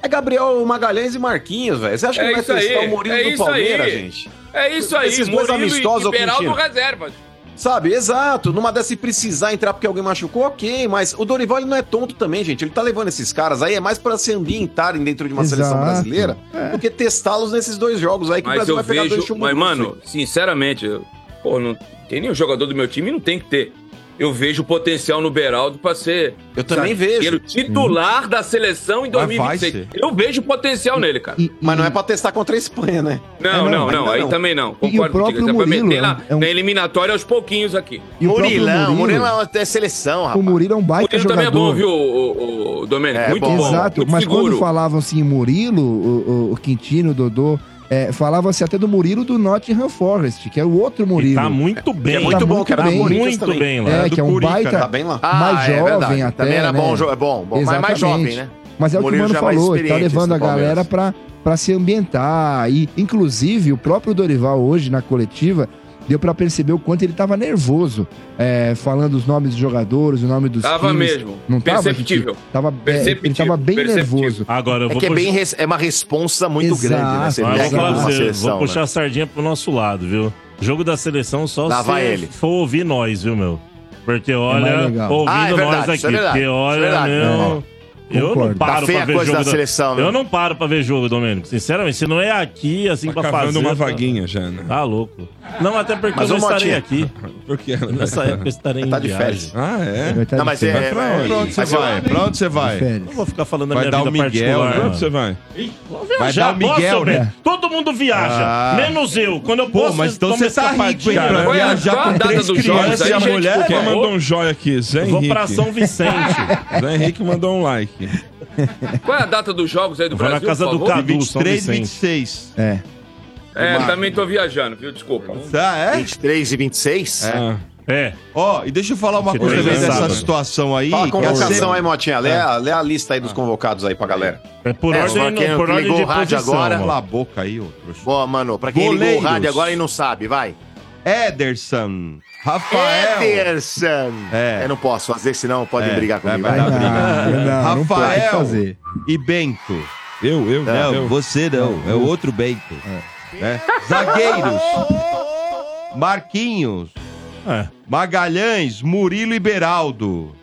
S4: é Gabriel Magalhães e Marquinhos, velho. Você acha que
S8: É
S4: ele vai
S8: isso aí,
S4: testar o Murilo
S8: é
S4: do
S8: isso
S4: Palmeiras,
S8: aí.
S4: gente?
S8: É isso aí,
S4: Esses dois
S8: Murilo e
S4: amistosos com o
S8: Beraldo
S4: time.
S8: reservas.
S4: Sabe, exato. Numa dessa, se precisar entrar porque alguém machucou, ok. Mas o Dorival ele não é tonto também, gente. Ele tá levando esses caras aí, é mais pra se ambientarem dentro de uma seleção
S3: Exato.
S4: brasileira do que testá-los nesses dois jogos aí É que o
S8: Mas
S4: Brasil
S8: eu
S4: vai pegar dois
S8: vejo.
S4: chumbos.
S8: Mas, mano, sinceramente, eu- pô, não tem nenhum jogador do meu time não tem que ter. Eu vejo potencial no Beraldo pra ser. Eu
S4: também vejo.
S8: Titular da seleção
S4: Mas
S8: em
S4: vai
S8: 2026.
S4: ser.
S8: Eu vejo potencial nele, cara.
S4: Mas não é pra testar contra a Espanha, né?
S8: Não, não, não, aí também não.
S4: E o
S8: Concordo
S4: próprio
S8: contigo. Você vai
S4: Murilo
S8: meter
S4: é
S8: lá na eliminatória aos pouquinhos aqui.
S3: E o próprio Murilo-
S1: é seleção,
S3: O Murilo é um baita
S8: Murilo também é
S3: jogador.
S8: bom, viu, o, Domênico?
S1: É
S8: Muito bom.
S3: Exato,
S8: muito
S3: mas
S8: seguro.
S3: quando falavam assim Murilo, o, o- o Quintino, o Dodô, é, falava-se até do Murilo do Nottingham Forest, que é o outro Murilo.
S6: tá muito bem.
S3: Tá
S6: É muito bom, que era do Corinthians Muito também. bem lá.
S3: É,
S6: Era do
S3: que é um
S6: Curica,
S3: baita,
S6: tá bem lá.
S3: mais
S1: Ah, é
S3: jovem
S1: verdade.
S3: até,
S1: Também era
S3: né?
S1: bom, jo- é bom, bom, mas mais
S3: Exatamente.
S1: jovem, né?
S3: Mas é o que o
S1: Murilo
S3: Mano
S1: já mais
S3: falou, ele tá
S1: experiente,
S3: levando a
S1: esse do Palmeiras.
S3: galera pra, pra se ambientar. E, inclusive, o próprio Dorival hoje, na coletiva, deu pra perceber o quanto ele tava nervoso, é, falando os nomes dos jogadores, o nome dos
S8: Tava
S3: times.
S8: mesmo.
S3: Não tava,
S8: Perceptível.
S3: Titi? Tava, é, ele
S1: Perceptível,
S3: tava bem
S1: perceptível.
S3: nervoso.
S6: Agora eu
S1: É
S6: vou
S1: que é,
S6: puxar-
S1: bem res- é uma responsa muito
S6: Exato.
S1: grande,
S2: Ah,
S1: né? Você
S6: Mas
S1: pega
S6: vou, falar
S1: uma
S6: pra você,
S1: seleção,
S6: vou puxar
S1: né?
S6: a sardinha pro nosso lado, viu? Jogo da seleção só
S1: Lá
S6: se
S1: vai ele.
S6: for ouvir nós, viu, meu? Porque olha,
S1: mais legal.
S6: ouvindo
S1: Ah, é verdade,
S6: nós
S1: isso é
S6: aqui,
S1: verdade,
S6: porque
S1: isso é
S6: olha,
S1: verdade.
S6: meu...
S1: É.
S6: Eu não
S1: Concordo. Tá
S6: paro
S1: feia
S6: pra
S1: a
S6: ver
S1: coisa
S6: jogo
S1: da seleção, né?
S6: Eu não paro pra ver jogo, Domênico. Sinceramente, se não é aqui, assim, pra
S5: cavando
S6: fazer...
S5: uma
S6: tá-
S5: vaguinha já, né?
S6: Tá louco. Não, até porque
S5: Mas,
S6: eu
S5: ô,
S1: um
S6: não estarei
S5: Motinha,
S6: aqui.
S5: Por quê?
S6: Nessa época eu estarei
S5: Tá
S6: em
S5: de
S6: viagem.
S5: férias. né? Ah, é?
S3: tá
S6: Vai estar
S5: Não,
S6: de
S5: mas é-
S6: férias.
S5: Pra onde? Pra onde você vai? Pra onde você vai?
S6: Não vou ficar falando da
S5: Vai
S6: minha
S5: dar
S6: vida
S5: o Miguel,
S6: particular.
S5: né? Pra
S6: mano.
S5: onde você vai?
S6: Vou
S5: Vai
S6: viajar,
S5: dar o Miguel,
S6: posso,
S5: né?
S6: né? Todo mundo viaja,
S5: Ah.
S6: menos eu. Quando eu posso,
S5: mas então
S6: dou
S5: você
S6: uma
S5: tá
S6: escapadinha.
S5: rico, hein, pra Qual é a- viajar qual a com data três do jogo? crianças Isso aí, e a gente, mulher? por quê? Quem mandou um joia aqui? Zé
S6: Eu Vou pra
S5: Henrique.
S6: São Vicente.
S5: Zé Henrique mandou um like.
S8: Qual é a data dos jogos aí do
S5: Vai na
S8: Brasil?
S5: casa
S8: por
S5: do
S8: favor?
S5: Cadu, 23, 26.
S3: É.
S8: É, também tô viajando, viu? Desculpa.
S5: Ah, é?
S1: 23 e 26?
S5: É.
S6: É.
S2: Ó, e deixa eu falar uma coisa também dessa situação aí.
S4: Fala a
S2: que é
S4: convocação
S2: sempre-
S4: aí, Motinha. Lê, a,
S2: É.
S4: lê a lista aí
S8: Ah.
S4: dos convocados aí pra galera.
S6: É
S1: por ordem- por ordem de posição, mano.
S2: Cala a boca aí, ô trouxa.
S1: Ó, mano, pra quem ligou o
S2: Goleiros.
S1: rádio agora e não sabe, vai.
S2: Ederson. Rafael.
S1: Ederson. É. Eu não posso fazer, senão podem
S2: É,
S1: brigar
S2: é,
S1: comigo.
S2: vai dar Vai dar, briga. vai dar, não pode
S1: Rafael.
S2: fazer. E Bento.
S5: Eu, eu,
S2: Não,
S5: eu.
S2: você não. É o outro Bento. Né? Zagueiros. Marquinhos.
S5: É.
S2: Magalhães, Murilo e Beraldo.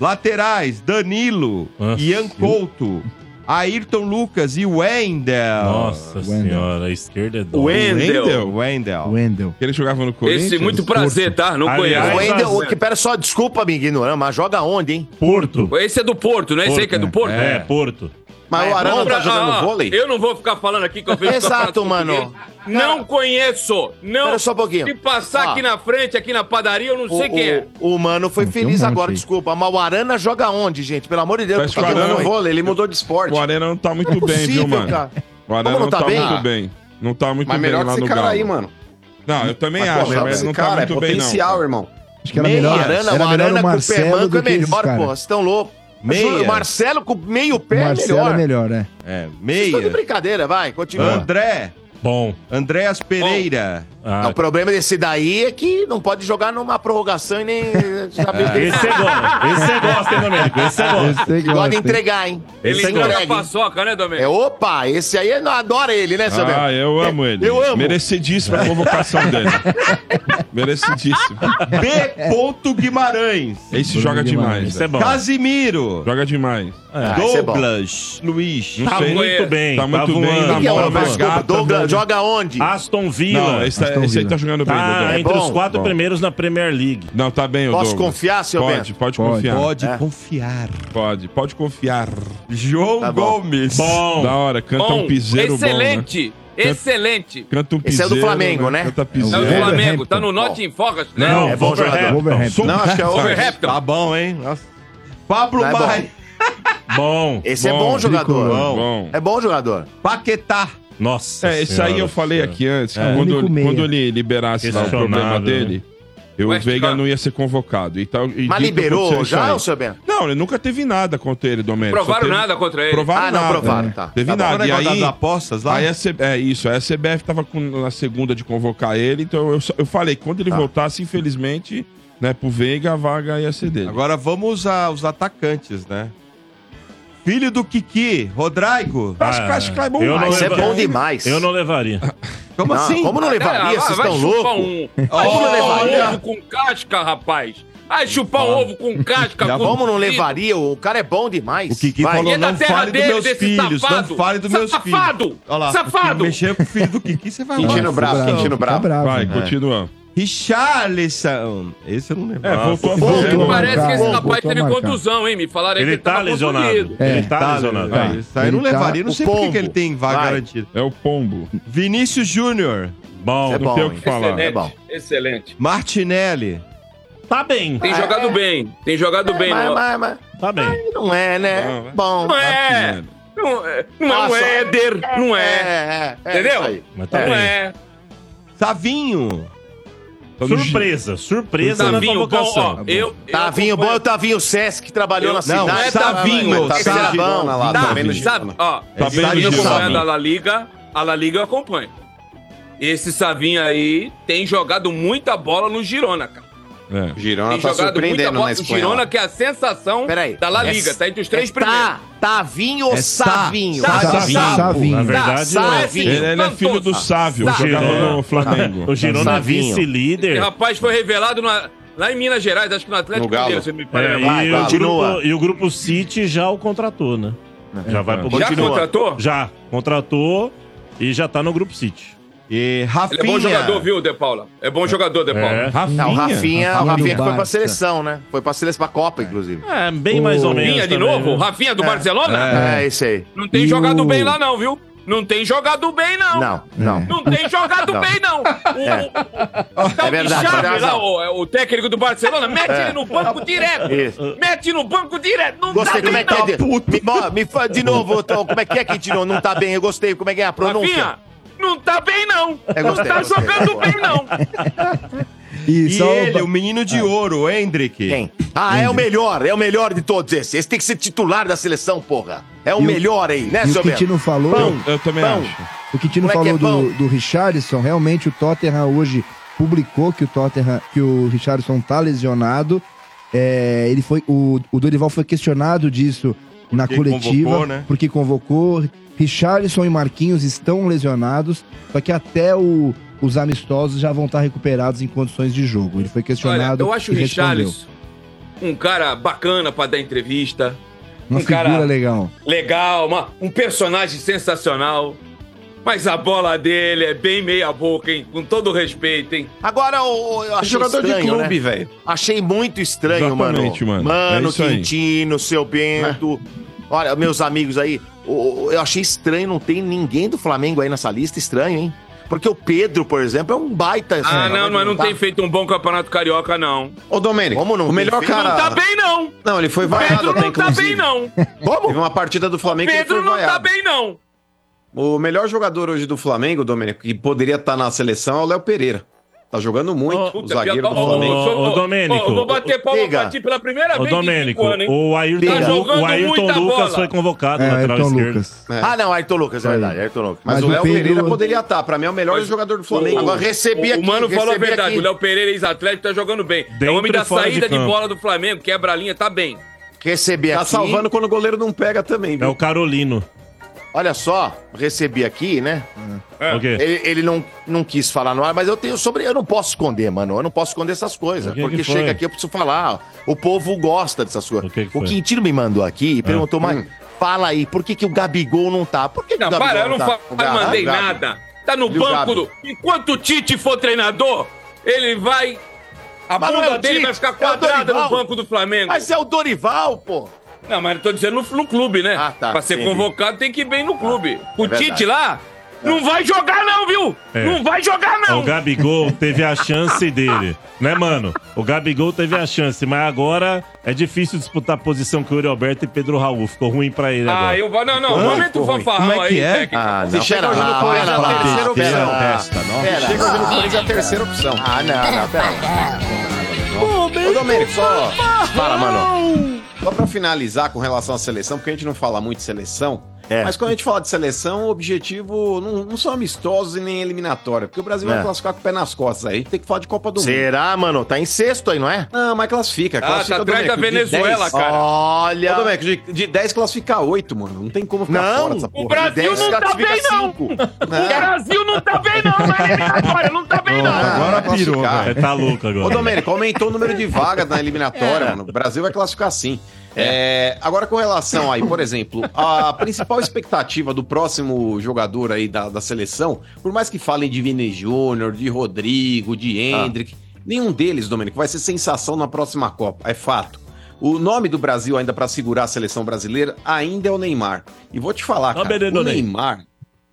S2: Laterais, Danilo, Ian Couto, Ayrton Lucas e Wendel.
S6: Nossa senhora, a esquerda é dó.
S2: Wendel. Wendel.
S3: Wendel.
S5: Ele jogava no
S8: Corinthians? Esse, muito prazer, tá? Não conheço.
S1: O Wendel,
S8: Aliás,
S1: que, pera só, desculpa, me ignorando, mas joga onde, hein?
S6: Porto.
S8: Esse é do Porto, né? Esse aí que é do Porto?
S1: É,
S6: Porto.
S1: Mas o Arana tá jogando vôlei?
S8: Eu não vou ficar falando aqui que eu vejo
S1: Exato,
S8: campeonato
S1: mano.
S8: português. Não conheço. Não.
S1: Pera só um pouquinho.
S8: Se passar
S1: Ó.
S8: aqui na frente, aqui na padaria, eu não
S1: O,
S8: sei quem é.
S1: o, o Mano foi feliz
S3: um
S5: monte
S1: agora,
S5: aí.
S1: desculpa. Mas o Arana joga onde, gente? Pelo amor de Deus, tá
S5: Parece que o Arana-
S1: ele mudou de esporte. é
S5: O Arena não tá muito bem, viu,
S1: possível,
S5: mano?
S1: cara.
S5: O Arena
S1: Como
S5: não tá,
S1: bem?
S5: muito
S1: Ah.
S5: bem. Não tá muito
S4: Mas
S5: bem
S4: melhor que
S5: lá
S4: esse
S5: no
S4: cara
S5: Galo.
S4: aí, mano.
S5: Não, eu também
S4: Mas, pô,
S5: acho,
S4: melhor
S5: mas
S4: que
S5: não
S4: esse
S5: tá
S4: cara,
S5: muito
S4: é
S5: bem, não.
S4: potencial, irmão.
S3: Acho que era melhor.
S1: O Arana,
S3: era
S1: o
S3: melhor
S1: Arana
S3: o
S1: com o pé
S3: Marcelo
S1: manco
S3: do
S1: é
S3: que esses
S1: melhor,
S3: caras.
S1: pô. Vocês estão loucos.
S2: Meia.
S1: Marcelo com meio
S3: O
S1: pé
S3: Marcelo
S1: é
S3: é melhor, né?
S2: É,
S1: Tô de
S2: meia.
S1: brincadeira, vai, continua.
S5: Ah.
S2: André.
S6: Bom.
S2: Andréas Pereira.
S5: Ah.
S1: Não, o problema desse daí é que não pode jogar numa prorrogação e nem saber
S5: Ah,
S6: É. Esse é gosta. Esse é gosta, hein, Domênico? Esse é gosta. Esse é
S1: Ele
S6: gosta,
S1: gosta de
S6: hein?
S1: entregar, hein?
S6: Ele
S1: Se
S6: entrega
S1: hein? É, opa, esse aí eu adoro ele, né, Samuel?
S5: Ah, eu amo ele.
S1: Eu amo.
S5: Merecidíssima a convocação dele. Merecidíssima.
S2: B. Ponto Guimarães.
S5: Esse joga demais.
S2: Esse é bom. Casimiro.
S5: Joga demais.
S2: Ah, esse é bom. Douglas Luiz.
S5: Não sei. Tá muito bem.
S6: voando.
S5: Na
S6: Tá
S5: bola
S6: voando.
S5: mais
S6: Desculpa,
S5: gata.
S6: Douglas,
S5: velho.
S6: joga onde? Aston Villa.
S5: Não, esse tá- esse aí tá jogando bem,
S6: Tá
S5: Dodô.
S6: entre
S5: Bom,
S6: os quatro
S5: bom.
S6: primeiros na Premier League.
S5: Não, tá bem, ô
S6: Posso
S5: Douglas.
S6: confiar, seu
S5: pode,
S6: Bento?
S5: Pode,
S6: Pode.
S5: confiar.
S6: Pode É.
S5: confiar. Pode, pode confiar. João
S6: Tá bom.
S5: Gomes.
S6: Bom.
S5: Da hora, canta
S8: Bom,
S5: um piseiro
S8: Excelente!
S5: bom, né? Canta-
S8: Excelente!
S5: Canta um
S8: Esse é
S5: piseiro.
S8: do Flamengo, né?
S5: Canta
S8: É o
S5: piseiro.
S8: Flamengo, tá no Nottingham Forest, né?
S5: Não, é bom jogador. Wolverhampton.
S4: Não, acho que é
S5: Wolverhampton.
S4: Overhampton.
S2: Tá bom, hein? Nossa. Pablo
S4: Não, é bom.
S2: Mari.
S6: Bom.
S4: Esse é bom jogador.
S1: É bom jogador.
S2: Paquetá.
S6: Nossa.
S5: É, esse aí eu falei aqui antes, que
S2: É.
S5: quando,
S2: Único meia.
S5: quando ele liberasse lá o problema
S6: Questionado, né?
S5: dele, eu, o Veiga não ia ser convocado. E tal, e
S1: Mas
S5: dito
S1: liberou
S5: aconteceu
S1: já,
S5: isso aí.
S1: ô, seu Bento?
S5: Não, ele nunca teve nada contra ele, Domênico. Só
S8: Provaram
S5: teve-
S8: nada contra ele.
S5: Provaram
S8: Ah, não,
S5: nada.
S8: provaram,
S5: É.
S8: tá.
S5: Teve
S8: Tá bom.
S5: nada.
S8: O
S5: E
S8: negócio
S5: aí,
S8: das apostas lá?
S5: Aí a C- é isso, aí a CBF tava com, na segunda de convocar ele, então eu, só- eu falei, quando
S8: Tá.
S5: ele voltasse, infelizmente, né, pro Veiga, a vaga ia ser dele.
S2: Agora vamos aos atacantes, né? Filho do Kiki, Rodrigo.
S5: Acho que- acho que é bom Eu não demais.
S1: Isso é bom demais.
S6: Eu não levaria.
S1: Como assim? Como não levaria? Vocês
S8: tá- É, vai
S1: estão
S8: chupar
S1: loucos?
S8: Um. Vai
S1: Como não
S8: chupar um
S1: levaria?
S8: ovo com casca, rapaz. Ai, chupar um ovo com casca.
S1: Já
S8: com
S1: vamos não
S8: frito.
S1: levaria? O cara é bom demais.
S2: O Kiki
S1: Vai.
S2: falou,
S1: E é da
S2: não
S1: terra
S2: fale dos
S1: dele,
S2: meus
S1: desse
S2: filhos,
S1: safado.
S2: não fale dos meus filhos.
S1: Safado!
S2: Olha lá,
S1: Safado!
S2: Mexer com o filho do Kiki, você vai
S1: Quintino
S2: Nossa,
S1: bravo,
S2: não,
S1: Quintino
S2: fica né?
S1: bravo.
S5: Vai, continua.
S2: Richarlison. Esse eu não lembro.
S5: É, voltou a
S2: Voltou,
S5: fazer gol.
S8: Parece que esse
S2: Voltou
S8: rapaz
S2: a
S8: teve
S2: marcar.
S8: contusão, hein? Me falaram aí
S2: Ele
S8: que
S2: tá
S8: tava
S2: lesionado.
S8: contundido.
S2: É, Ele tá tá lesionado. lesionado.
S8: né?
S2: Tá. Isso aí eu não levaria, eu não sei por que que ele tem vaga
S5: Vai.
S2: garantida.
S5: É o pombo.
S2: Vinícius Júnior. é
S6: Bom,
S2: não tem o que falar.
S8: Excelente, Excelente.
S2: Martinelli. É.
S6: Tá bem.
S8: Tem jogado bem. Tem jogado bem.
S1: mas-
S8: no-
S1: mas- mas-
S6: Tá bem.
S1: Não é, né? Bom.
S8: Não é. Não é. Não
S1: Passa.
S8: é, Éder. Não
S1: É,
S8: é.
S1: é, é,
S8: Entendeu?
S1: isso aí.
S6: Mas tá
S8: não
S6: bem.
S8: é.
S2: Savinho. né?
S6: Surpresa,
S2: Tá,
S6: surpresa na
S1: Tavinho, bom,
S6: convocação.
S1: ó, eu, Tavinho bom é o Tavinho Sesc que trabalhou na cidade.
S8: Não, é Tavinho.
S1: tá
S8: sabe,
S1: bom.
S8: lá,
S1: Tá
S8: tá vendo, sabe, ó, tá vendo
S1: Gil,
S8: acompanhando
S1: Savinho.
S8: a La Liga, a La Liga eu acompanho. Esse Savinho aí tem jogado muita bola no Girona, cara.
S5: É.
S4: Girona
S8: tem
S4: tá surpreendendo na
S8: bola no
S4: Espanha.
S8: Girona, que é a sensação
S1: Peraí.
S8: da La
S1: É
S8: Liga.
S1: s-
S8: tá entre os três
S1: é
S8: primeiros.
S1: Tá, Tavinho ou
S8: É
S1: Savinho?
S8: Sa-
S1: Sa-
S8: Savinho.
S1: Sapo.
S8: Savinho.
S6: Na
S1: Tá,
S6: verdade,
S1: Savinho.
S5: Ele, ele é filho do Sávio,
S6: Sa-
S5: jogava
S6: Girona.
S5: no Flamengo.
S6: O Girona é
S5: Savinho.
S8: Esse
S6: vice-líder.
S8: rapaz foi revelado na- lá em Minas Gerais, acho que no Atlético
S6: No Galo.
S8: Mineiro, se me
S6: É,
S8: parece.
S6: e, o grupo, e o grupo City já o contratou, né?
S5: É,
S6: Já vai pro
S8: Já
S6: Continua.
S8: contratou?
S6: Já, contratou e já tá no grupo City.
S2: E
S8: Ele é bom jogador, viu, De Paula? É bom jogador, De Paula.
S6: É.
S1: Não, o Rafinha, o
S6: Rafinha
S1: Rafinha
S6: do
S1: que foi pra
S6: Barça.
S1: seleção, né? Foi pra seleção, pra Copa, inclusive.
S6: É, bem mais ou menos
S8: Rafinha de
S6: também,
S8: novo?
S6: né?
S8: Rafinha do Barcelona?
S1: É, é esse aí.
S8: Não tem
S1: E
S8: jogado
S1: o-
S8: bem lá, não, viu? Não tem jogado bem, não.
S1: Não, não.
S8: Não tem jogado
S1: Não.
S8: bem, não. O,
S1: É.
S8: o, o tal
S1: É verdade,
S8: de Xavi
S1: tem
S8: lá,
S1: razão.
S8: o, o técnico do Barcelona, mete
S1: É.
S8: ele no banco direto.
S1: Isso.
S8: Mete no banco direto. Não tá
S1: Gostei,
S8: dá
S1: como
S8: bem,
S1: é que
S8: não.
S1: é? De, me, mo- me fa- de novo, Tom, como é que é que de novo? Não tá bem, eu gostei. Como é que é a pronúncia?
S8: Rafinha, não tá bem, não.
S1: É,
S8: não
S1: gostei,
S8: tá
S1: gostei.
S8: jogando bem, não.
S2: E,
S1: só o-
S2: ele, o menino
S3: Ah.
S2: de ouro, o Hendrick.
S1: Quem? Ah, é o melhor, é o melhor de todos esses. Esse tem que ser titular da seleção, porra. É o
S3: E o-
S1: melhor aí, né,
S3: e
S1: seu
S3: o Quintino
S1: Bento?
S3: falou.
S1: Pão,
S5: Eu também
S1: pão.
S5: acho.
S3: O Quintino
S1: Moleque
S3: falou
S1: é
S3: do, do Richarlison, realmente o Tottenham hoje publicou que o Tottenham, que o Richarlison tá lesionado. É, ele foi, o, o Dorival foi questionado disso na
S2: Porque
S3: coletiva,
S2: convocou, né?
S3: porque convocou. Richarlison e Marquinhos estão lesionados, só que até o- os amistosos já vão estar recuperados em condições de jogo. Ele foi
S8: Olha,
S3: questionado
S8: eu acho o
S3: e respondeu.
S8: Richarlison um cara bacana pra dar entrevista.
S3: Uma
S8: um
S3: figura
S8: cara
S3: legal.
S8: legal, uma- um personagem sensacional. Mas a bola dele é bem meia boca, hein? Com todo respeito, hein?
S1: Agora, o, eu achei
S8: jogador de
S1: estranho,
S8: clube,
S1: né?
S8: velho.
S1: Achei muito estranho,
S5: Exatamente,
S1: mano.
S5: mano. É isso aí.
S1: Quintino, seu Bento. Olha, meus amigos aí, o- o- eu achei estranho, não tem ninguém do Flamengo aí nessa lista, estranho, hein? Porque o Pedro, por exemplo, é um baita.
S8: Ah, não, mas não
S1: tá-
S8: tem feito um bom campeonato carioca, não.
S4: Ô, Domênico,
S1: Como não
S4: o melhor
S1: tem feito?
S4: cara...
S8: Não tá bem, não.
S4: Não, ele foi vaiado
S8: Pedro
S4: até,
S8: não tá
S4: inclusive.
S8: bem, não.
S1: Como?
S4: Teve uma partida do Flamengo que ele
S8: Pedro
S4: foi
S8: não tá
S4: vaiado.
S8: bem, não.
S4: O melhor jogador hoje do Flamengo, Domênico, que poderia estar na seleção é o Léo Pereira. Tá jogando muito, o zagueiro do
S8: Ô,
S4: Flamengo.
S8: ô, ô,
S6: Ô, Domênico.
S8: ô, eu vou bater palma pra ti pela primeira
S6: Ô,
S8: vez. em cinco
S6: Domênico,
S8: anos, hein?
S6: o Ayrton,
S8: Tá
S6: Lu-
S8: jogando
S6: o Ayrton
S8: muita
S6: Lucas
S8: bola.
S6: foi convocado,
S3: É,
S6: lateral
S3: Ayrton
S6: esquerdo.
S3: Lucas.
S4: É.
S1: Ah, não, Ayrton Lucas, é verdade, Ayrton Lucas.
S4: Mas,
S3: Mas
S4: o
S3: o
S4: Léo
S3: Pedro-
S4: Pereira poderia estar. Pra mim é o melhor jogador do Flamengo.
S1: Agora recebi
S8: o,
S1: aqui.
S8: o Mano falou a
S1: recebi
S8: verdade.
S1: aqui.
S8: O Léo Pereira, ex-atlético, tá jogando bem. é o
S6: Dentro
S8: homem
S6: e
S8: da
S6: fora de
S8: saída de,
S6: campo.
S8: bola do Flamengo, quebra a linha, tá bem.
S1: Recebi
S4: Tá
S1: aqui.
S4: salvando quando o goleiro não pega também.
S6: É o Carolino.
S1: Olha só, recebi aqui, né?
S6: É. O quê?
S1: Ele, ele não, não quis falar no ar, mas eu tenho sobre. Eu não posso esconder, mano. Eu não posso esconder essas coisas.
S6: O que
S1: porque
S6: que foi?
S1: chega aqui, eu preciso falar. ó. O povo gosta dessas coisas. O,
S6: que que foi? Ah.
S1: Quintino me mandou aqui e perguntou, mas fala aí, por que, que o Gabigol não tá? Por que, que
S8: Não,
S1: o Gabigol
S8: para, eu não
S1: tá?
S8: fa-
S1: O Gabigol,
S8: mandei
S1: o Gabigol.
S8: nada. Tá no
S4: E o
S8: banco
S4: Gabi?
S8: do. Enquanto o Tite for treinador, ele vai. A
S1: Mas não é
S8: bunda
S1: o
S8: dele
S1: Tite,
S8: vai ficar
S1: é o
S8: quadrada
S1: Dorival.
S8: no banco do Flamengo.
S1: Mas é o Dorival, pô.
S8: Não, mas eu tô dizendo no, no clube, né? Ah, tá. Pra ser
S1: entendi.
S8: convocado tem que ir bem no clube. o
S6: verdade.
S8: Tite lá não vai jogar, não, viu?
S6: É.
S8: Não vai
S1: Tá,
S8: jogar, não.
S6: O Gabigol teve a chance dele, né, mano? O Gabigol teve a chance, mas agora é difícil disputar a posição com o Yuri Alberto e Pedro Raul. Ficou ruim pra ele agora.
S8: Ah, eu vou. Não, não,
S6: Hã?
S8: aumenta o
S6: Ficou ruim.
S8: fanfarrão
S6: Como é que
S8: aí,
S6: é?
S8: técnico.
S6: Ah, não,
S8: Se
S6: pera lá,
S8: Corinthians,
S6: pera
S8: a
S6: lá,
S8: terceira
S6: besteira
S8: opção.
S6: desta, não. Ah,
S4: Pera. Chega hoje no Corinthians é a terceira opção. Ah, não, não, pera lá. Ô, Domênico, só. Para, mano. Só pra finalizar com relação à seleção, porque a gente não fala muito de seleção.
S6: É.
S4: Mas quando a gente fala de seleção, o objetivo não, não são amistosos e nem eliminatória. Porque o Brasil
S1: É.
S4: vai classificar com o pé nas costas aí. A gente tem que falar de Copa do Mundo.
S1: Será, mano? Tá em sexto aí, não é?
S4: Não, mas classifica.
S1: Ah,
S4: classifica
S1: tá atrás da
S4: Domênico, de
S1: Venezuela,
S4: 10.
S1: cara. Olha.
S4: Ô, Domênico, de, de 10 classificar 8, mano. Não tem como ficar
S1: Não,
S4: fora dessa
S1: o
S4: porra. De
S1: Brasil
S4: 10
S1: não tá
S4: classifica
S1: bem, não.
S4: cinco.
S1: O Brasil
S8: não tá bem, não, na eliminatória. Não tá bem,
S4: não.
S6: Agora pirou, velho. Tá louco
S4: Ô,
S6: agora.
S4: Domênico, aumentou o número de vagas na eliminatória,
S6: É.
S4: mano. O Brasil vai classificar sim. É, agora, com relação aí, por exemplo, a principal expectativa do próximo jogador aí da, da seleção, por mais que falem de Vini Júnior, de Rodrigo, de
S6: Ah.
S4: Hendrick, nenhum deles, Domênico, vai ser sensação na próxima Copa. É fato. O nome do Brasil ainda pra segurar a seleção brasileira ainda é o Neymar. E vou te falar,
S6: Tá
S4: cara,
S6: beleza,
S4: o
S6: Ney. Ah.
S4: Neymar,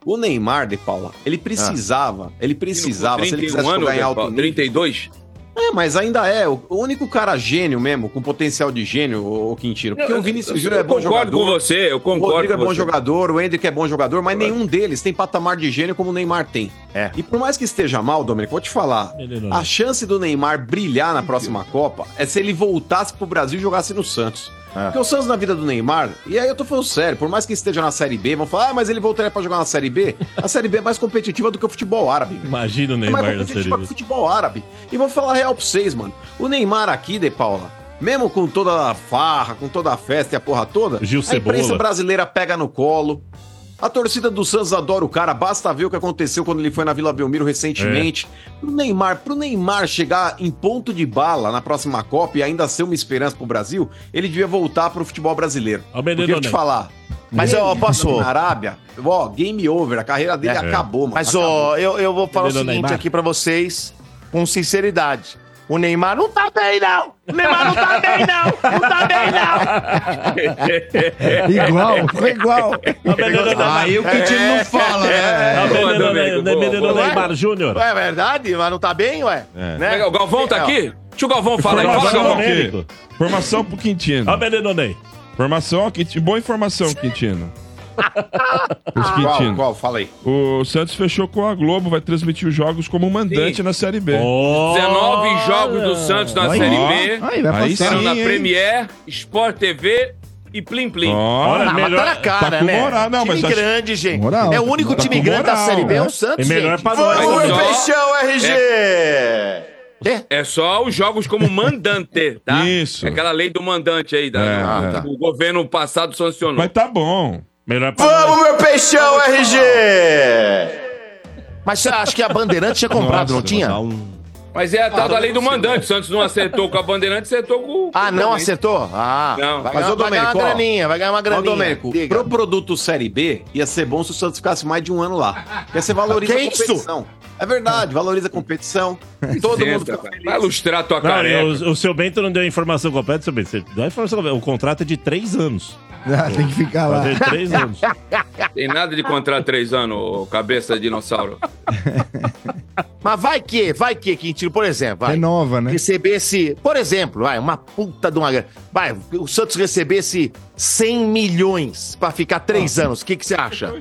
S4: o Neymar, De Paula, ele precisava, ele precisava, se ele quisesse
S8: um anos,
S4: jogar em
S8: Bepal,
S4: alto nível,
S8: 32?
S4: é, mas ainda é. O o único cara gênio mesmo, com potencial de gênio, o Quintino. Porque
S8: Eu-
S4: o
S8: eu-
S4: Vinícius Júnior é
S8: eu
S4: bom jogador.
S8: concordo com você, eu concordo
S4: O Rodrigo é
S8: com
S4: bom
S8: você.
S4: jogador, o Hendrick é bom jogador, mas nenhum deles tem patamar de gênio como o Neymar tem. É. E por mais que esteja mal, Domenico, vou te falar.
S6: Menino.
S4: A chance do Neymar brilhar na próxima Copa é se ele voltasse pro Brasil e jogasse no Santos.
S6: É.
S4: Porque o Santos na vida do Neymar, e aí eu tô falando sério, por mais que esteja na Série B, vão falar, ah, mas ele voltaria pra jogar na Série B. A Série B é mais competitiva do que o futebol árabe.
S6: Imagina o
S4: É mais
S6: Neymar na
S4: competitivo
S6: série.
S4: que o futebol árabe. E vou falar a real pra vocês, mano. O Neymar aqui, De Paula, mesmo com toda a farra, com toda a festa e a porra toda,
S6: Gil
S4: a imprensa
S6: Cebola.
S4: brasileira pega no colo. A torcida do Santos adora o cara, basta ver o que aconteceu quando ele foi na Vila Belmiro recentemente. Pro Neymar, pro Neymar chegar em ponto de bala na próxima Copa e ainda ser uma esperança pro Brasil, ele devia voltar pro futebol brasileiro. Porque
S1: Benedone.
S4: eu te falar.
S1: Mas,
S4: ele
S1: ó, posso-
S4: Na Arábia, ó, game over, a carreira dele
S1: É.
S4: acabou, mano.
S1: Mas,
S4: acabou.
S1: ó, eu, eu vou falar o
S4: Entendeu,
S1: seguinte
S4: Neymar?
S1: aqui pra vocês, com sinceridade. O Neymar não tá bem, não! O Neymar não tá bem, não! Não tá bem, não!
S3: Igual, foi igual.
S1: Tá Aí o Quintino não fala,
S6: né? Tá vendo, né, né, menino Neymar
S1: Júnior. É verdade, mas não tá bem, ué? Né?
S8: Legal, O Galvão tá
S1: É, ó.
S8: aqui? Deixa o Galvão falar então aí. Fala,
S5: Informação,
S8: Galvão.
S5: pro Quintino. Informação pro Quintino. Ó,
S6: Benedonei.
S5: Informação, ó, Quintino. Boa informação, Quintino.
S2: Ah,
S5: Os
S4: Qual,
S5: Quintino.
S4: qual? Fala aí.
S5: O Santos fechou com a Globo, vai transmitir os jogos como mandante
S8: Sim.
S5: na Série B.
S8: 19 jogos do Santos na
S5: Olha.
S8: Série
S5: Ó, aí vai
S8: B.
S5: passar.
S8: Serão na
S5: Aí sim, hein?
S8: Premier, Sport TV e Plim Plim.
S5: Olha, Ah, mas melhor- tá na cara, tá com né? moral, não, Time mas acho- grande, gente. Moral. É o único Tá time com grande da moral, Série B, é o né? Santos, E melhor gente. pra nós né? É
S1: Vamos,
S5: também.
S1: Peixão, RG!
S8: É... é só os jogos como mandante, tá?
S5: Isso.
S8: É aquela lei do mandante aí, da,
S5: É,
S8: Ah,
S5: tá.
S8: o governo passado sancionou.
S5: Mas tá bom.
S6: Melhor
S1: Vamos, meu peixão,
S5: Tá
S1: RG! Mas acho que a Bandeirante tinha comprado, não tinha?
S5: um-
S8: Mas é a
S5: Ah,
S8: tal da lei do mandante. O Santos não acertou com a Bandeirante, acertou com o.
S1: Ah, não acertou? Ah,
S8: Não.
S4: Mas,
S1: vai ganhar,
S4: ô,
S1: vai ganhar
S4: Domênico,
S1: uma
S4: ó,
S1: graninha, vai ganhar uma
S4: Ô,
S1: graninha.
S4: Domênico, pro produto Série B, ia ser bom se o Santos ficasse mais de um ano lá. Porque você valoriza
S1: Que
S4: a
S1: isso?
S4: competição. É verdade, valoriza a competição. Todo mundo fica feliz.
S8: Vai lustrar tua
S6: Não, e
S8: careca.
S6: o, o seu Bento não deu a informação completa, seu Bento. Você deu a informação completa. O contrato é de três anos.
S3: Tem que ficar lá.
S6: Fazer três anos.
S8: Tem nada de contrato três anos, ô cabeça de dinossauro.
S1: Mas vai que, vai que, Quintino, por exemplo. Vai,
S3: Renova, né?
S1: Recebesse, por exemplo, vai, uma puta de uma grana. Vai, o Santos recebesse 100 milhões pra ficar três
S5: Ah.
S1: anos. O que que você acha?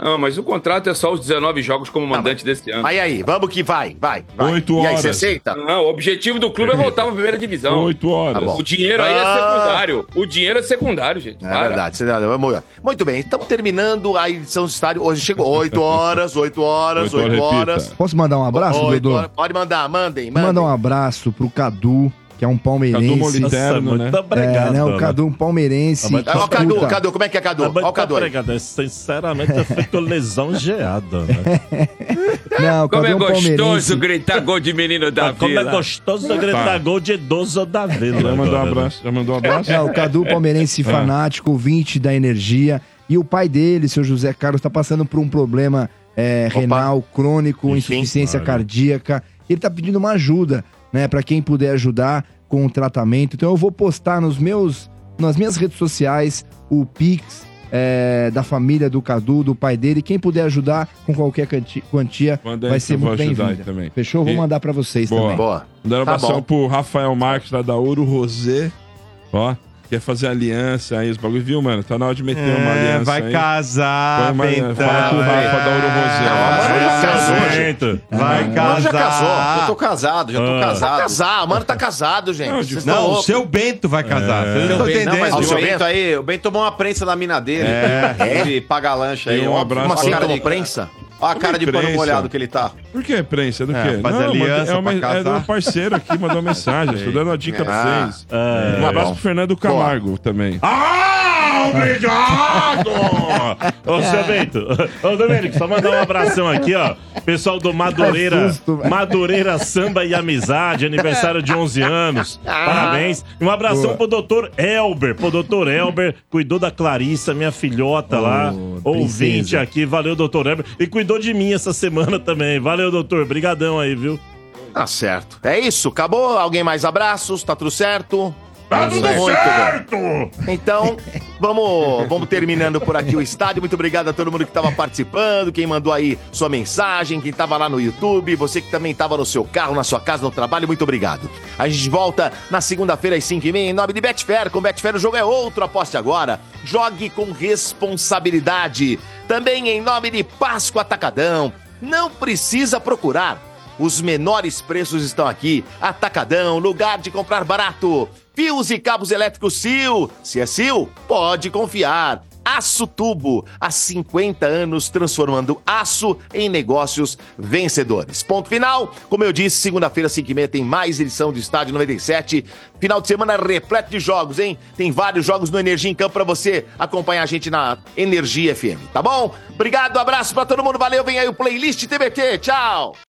S8: Não, mas o contrato é só os 19 jogos como mandante desse ano.
S1: Tá Aí, aí, vamos que vai, vai. vai.
S5: Oito
S1: e aí,
S5: horas.
S1: você aceita?
S8: Não, o objetivo do clube é voltar pra primeira divisão.
S5: Oito horas.
S1: Tá bom.
S8: O dinheiro aí é
S1: Ah.
S8: secundário. O dinheiro é secundário, gente.
S1: É
S8: Para.
S2: Ah,
S1: verdade, você dá- muito- muito bem. Estamos terminando a edição do estádio. Hoje chegou 8 horas, 8 horas, 8 horas.
S3: Posso mandar um abraço,
S1: Oito
S3: Dudu?
S1: horas. Pode mandar, mandem, mandem.
S3: Mandar um abraço pro Cadu, que é um palmeirense.
S1: Cadu Moliterno, Nossa, né? muito obrigado,
S3: É, né? O
S1: mano.
S3: Cadu, um palmeirense.
S6: tá
S1: Ah, ó, Cadu, Cadu, como é que é
S6: Ah,
S1: Cadu? Ó o Cadu aí.
S6: Obrigado. tá Sinceramente, eu fico lisonjeado. Né?
S3: Não, o
S8: Como
S3: Cadu é
S8: é
S3: um
S8: gostoso
S3: palmeirense.
S8: gritar gol de menino da
S6: Como
S8: vila.
S6: é gostoso gritar gol de idoso da vila.
S5: Tá. Já mandou um
S6: agora, né?
S5: abraço. Já mandou um abraço.
S3: É, o Cadu, palmeirense fanático, 20 da energia. E o pai dele, seu José Carlos, tá passando por um problema é, renal crônico, insuficiência cardíaca. Ele tá pedindo uma ajuda, né? Para quem puder ajudar com o tratamento. Então eu vou postar nos meus, nas minhas redes sociais o Pix é, da família do Cadu, do pai dele. Quem puder ajudar com qualquer canti- quantia
S5: Manda aí
S3: vai
S5: que
S3: ser
S5: eu vou
S3: muito
S5: ajudar aí
S3: bem-vinda.
S5: também.
S3: Fechou? Vou
S5: E-
S3: mandar para vocês
S5: Boa.
S3: também.
S5: Boa. Mandando
S3: Tá
S5: abração
S3: bom.
S5: pro Rafael Marques, lá da Ouro Rosé. Ó, quer fazer aliança aí, os bagulhos. Viu, mano? Tá na hora de meter uma
S21: É,
S5: aliança
S21: vai
S5: aí.
S21: casar,
S5: Põe uma aliança.
S21: Bentão,
S5: Fala com o
S21: vai-
S5: Rafa da Ouro Rosé.
S21: Ah,
S5: Ó,
S21: vai
S5: vai
S21: casar,
S5: casar,
S21: gente.
S5: gente.
S21: Vai
S5: Não,
S21: casar.
S3: Tá.
S4: Já casou, eu tô casado, já tô
S1: Ah.
S4: casado.
S1: Vai casar, o mano tá casado, gente.
S4: Não,
S1: Vocês
S4: não,
S1: tão
S4: o
S1: loucos.
S21: seu Bento vai casar.
S4: É.
S21: Vocês não
S4: Não,
S21: estão entendendo.
S4: mas o
S21: Seu
S4: Bento aí, o Bento tomou uma prensa na mina dele.
S21: É.
S4: De pagar lanche
S5: E
S4: aí.
S5: um
S4: ó,
S5: abraço.
S4: ó a
S5: Mas você
S4: cara
S5: tomou
S4: de-
S5: prensa?
S4: Ó a cara de pano
S5: Prensa.
S4: molhado que ele tá.
S5: Por que prensa? Do
S4: É,
S5: quê?
S4: fazer aliança
S5: é, uma,
S4: pra
S5: é do
S4: casar.
S5: parceiro aqui, mandou uma mensagem. Estou dando uma dica pra
S4: Ah.
S5: vocês.
S4: É.
S5: Um abraço
S4: Bom.
S5: pro Fernando Camargo também.
S6: Ah, obrigado! Ô, seu Bento, ô, Domênico, só mandar um abração aqui, ó. Pessoal do
S3: Tá
S6: Madureira, Madureira Samba e Amizade, aniversário de 11 anos.
S3: Ah.
S6: Parabéns. E um abração
S21: Boa.
S6: pro doutor Elber. Pô, doutor Elber cuidou da Clarissa, minha filhota lá. Ouvinte
S21: princesa.
S6: aqui, valeu, doutor Elber. E cuidou de mim essa semana também. Valeu, doutor. Brigadão aí, viu?
S1: Tá certo. É isso, acabou. Alguém mais abraços? Tá tudo certo? Tá
S6: tudo
S1: certo! Então, vamos, vamos terminando por aqui o estádio. Muito obrigado a todo mundo que estava participando, quem mandou aí sua mensagem, quem estava lá no YouTube, você que também estava no seu carro, na sua casa, no trabalho. Muito obrigado. A gente volta na segunda-feira às 5h30 em nome de Betfair. Com Betfair o jogo é outro. Aposte agora. Jogue com responsabilidade. Também em nome de Páscoa Atacadão. Não precisa procurar. Os menores preços estão aqui. Atacadão, lugar de comprar barato. Fios e cabos elétricos Sil. Se é Sil, pode confiar. Aço Tubo, há 50 anos transformando aço em negócios vencedores. Ponto final. Como eu disse, segunda-feira, 5h30, tem mais edição do Estádio 97. Final de semana repleto de jogos, hein? Tem vários jogos no Energia em Campo pra você acompanhar a gente na Energia FM, tá bom? Obrigado, abraço pra todo mundo. Valeu, vem aí o playlist TBT. Tchau!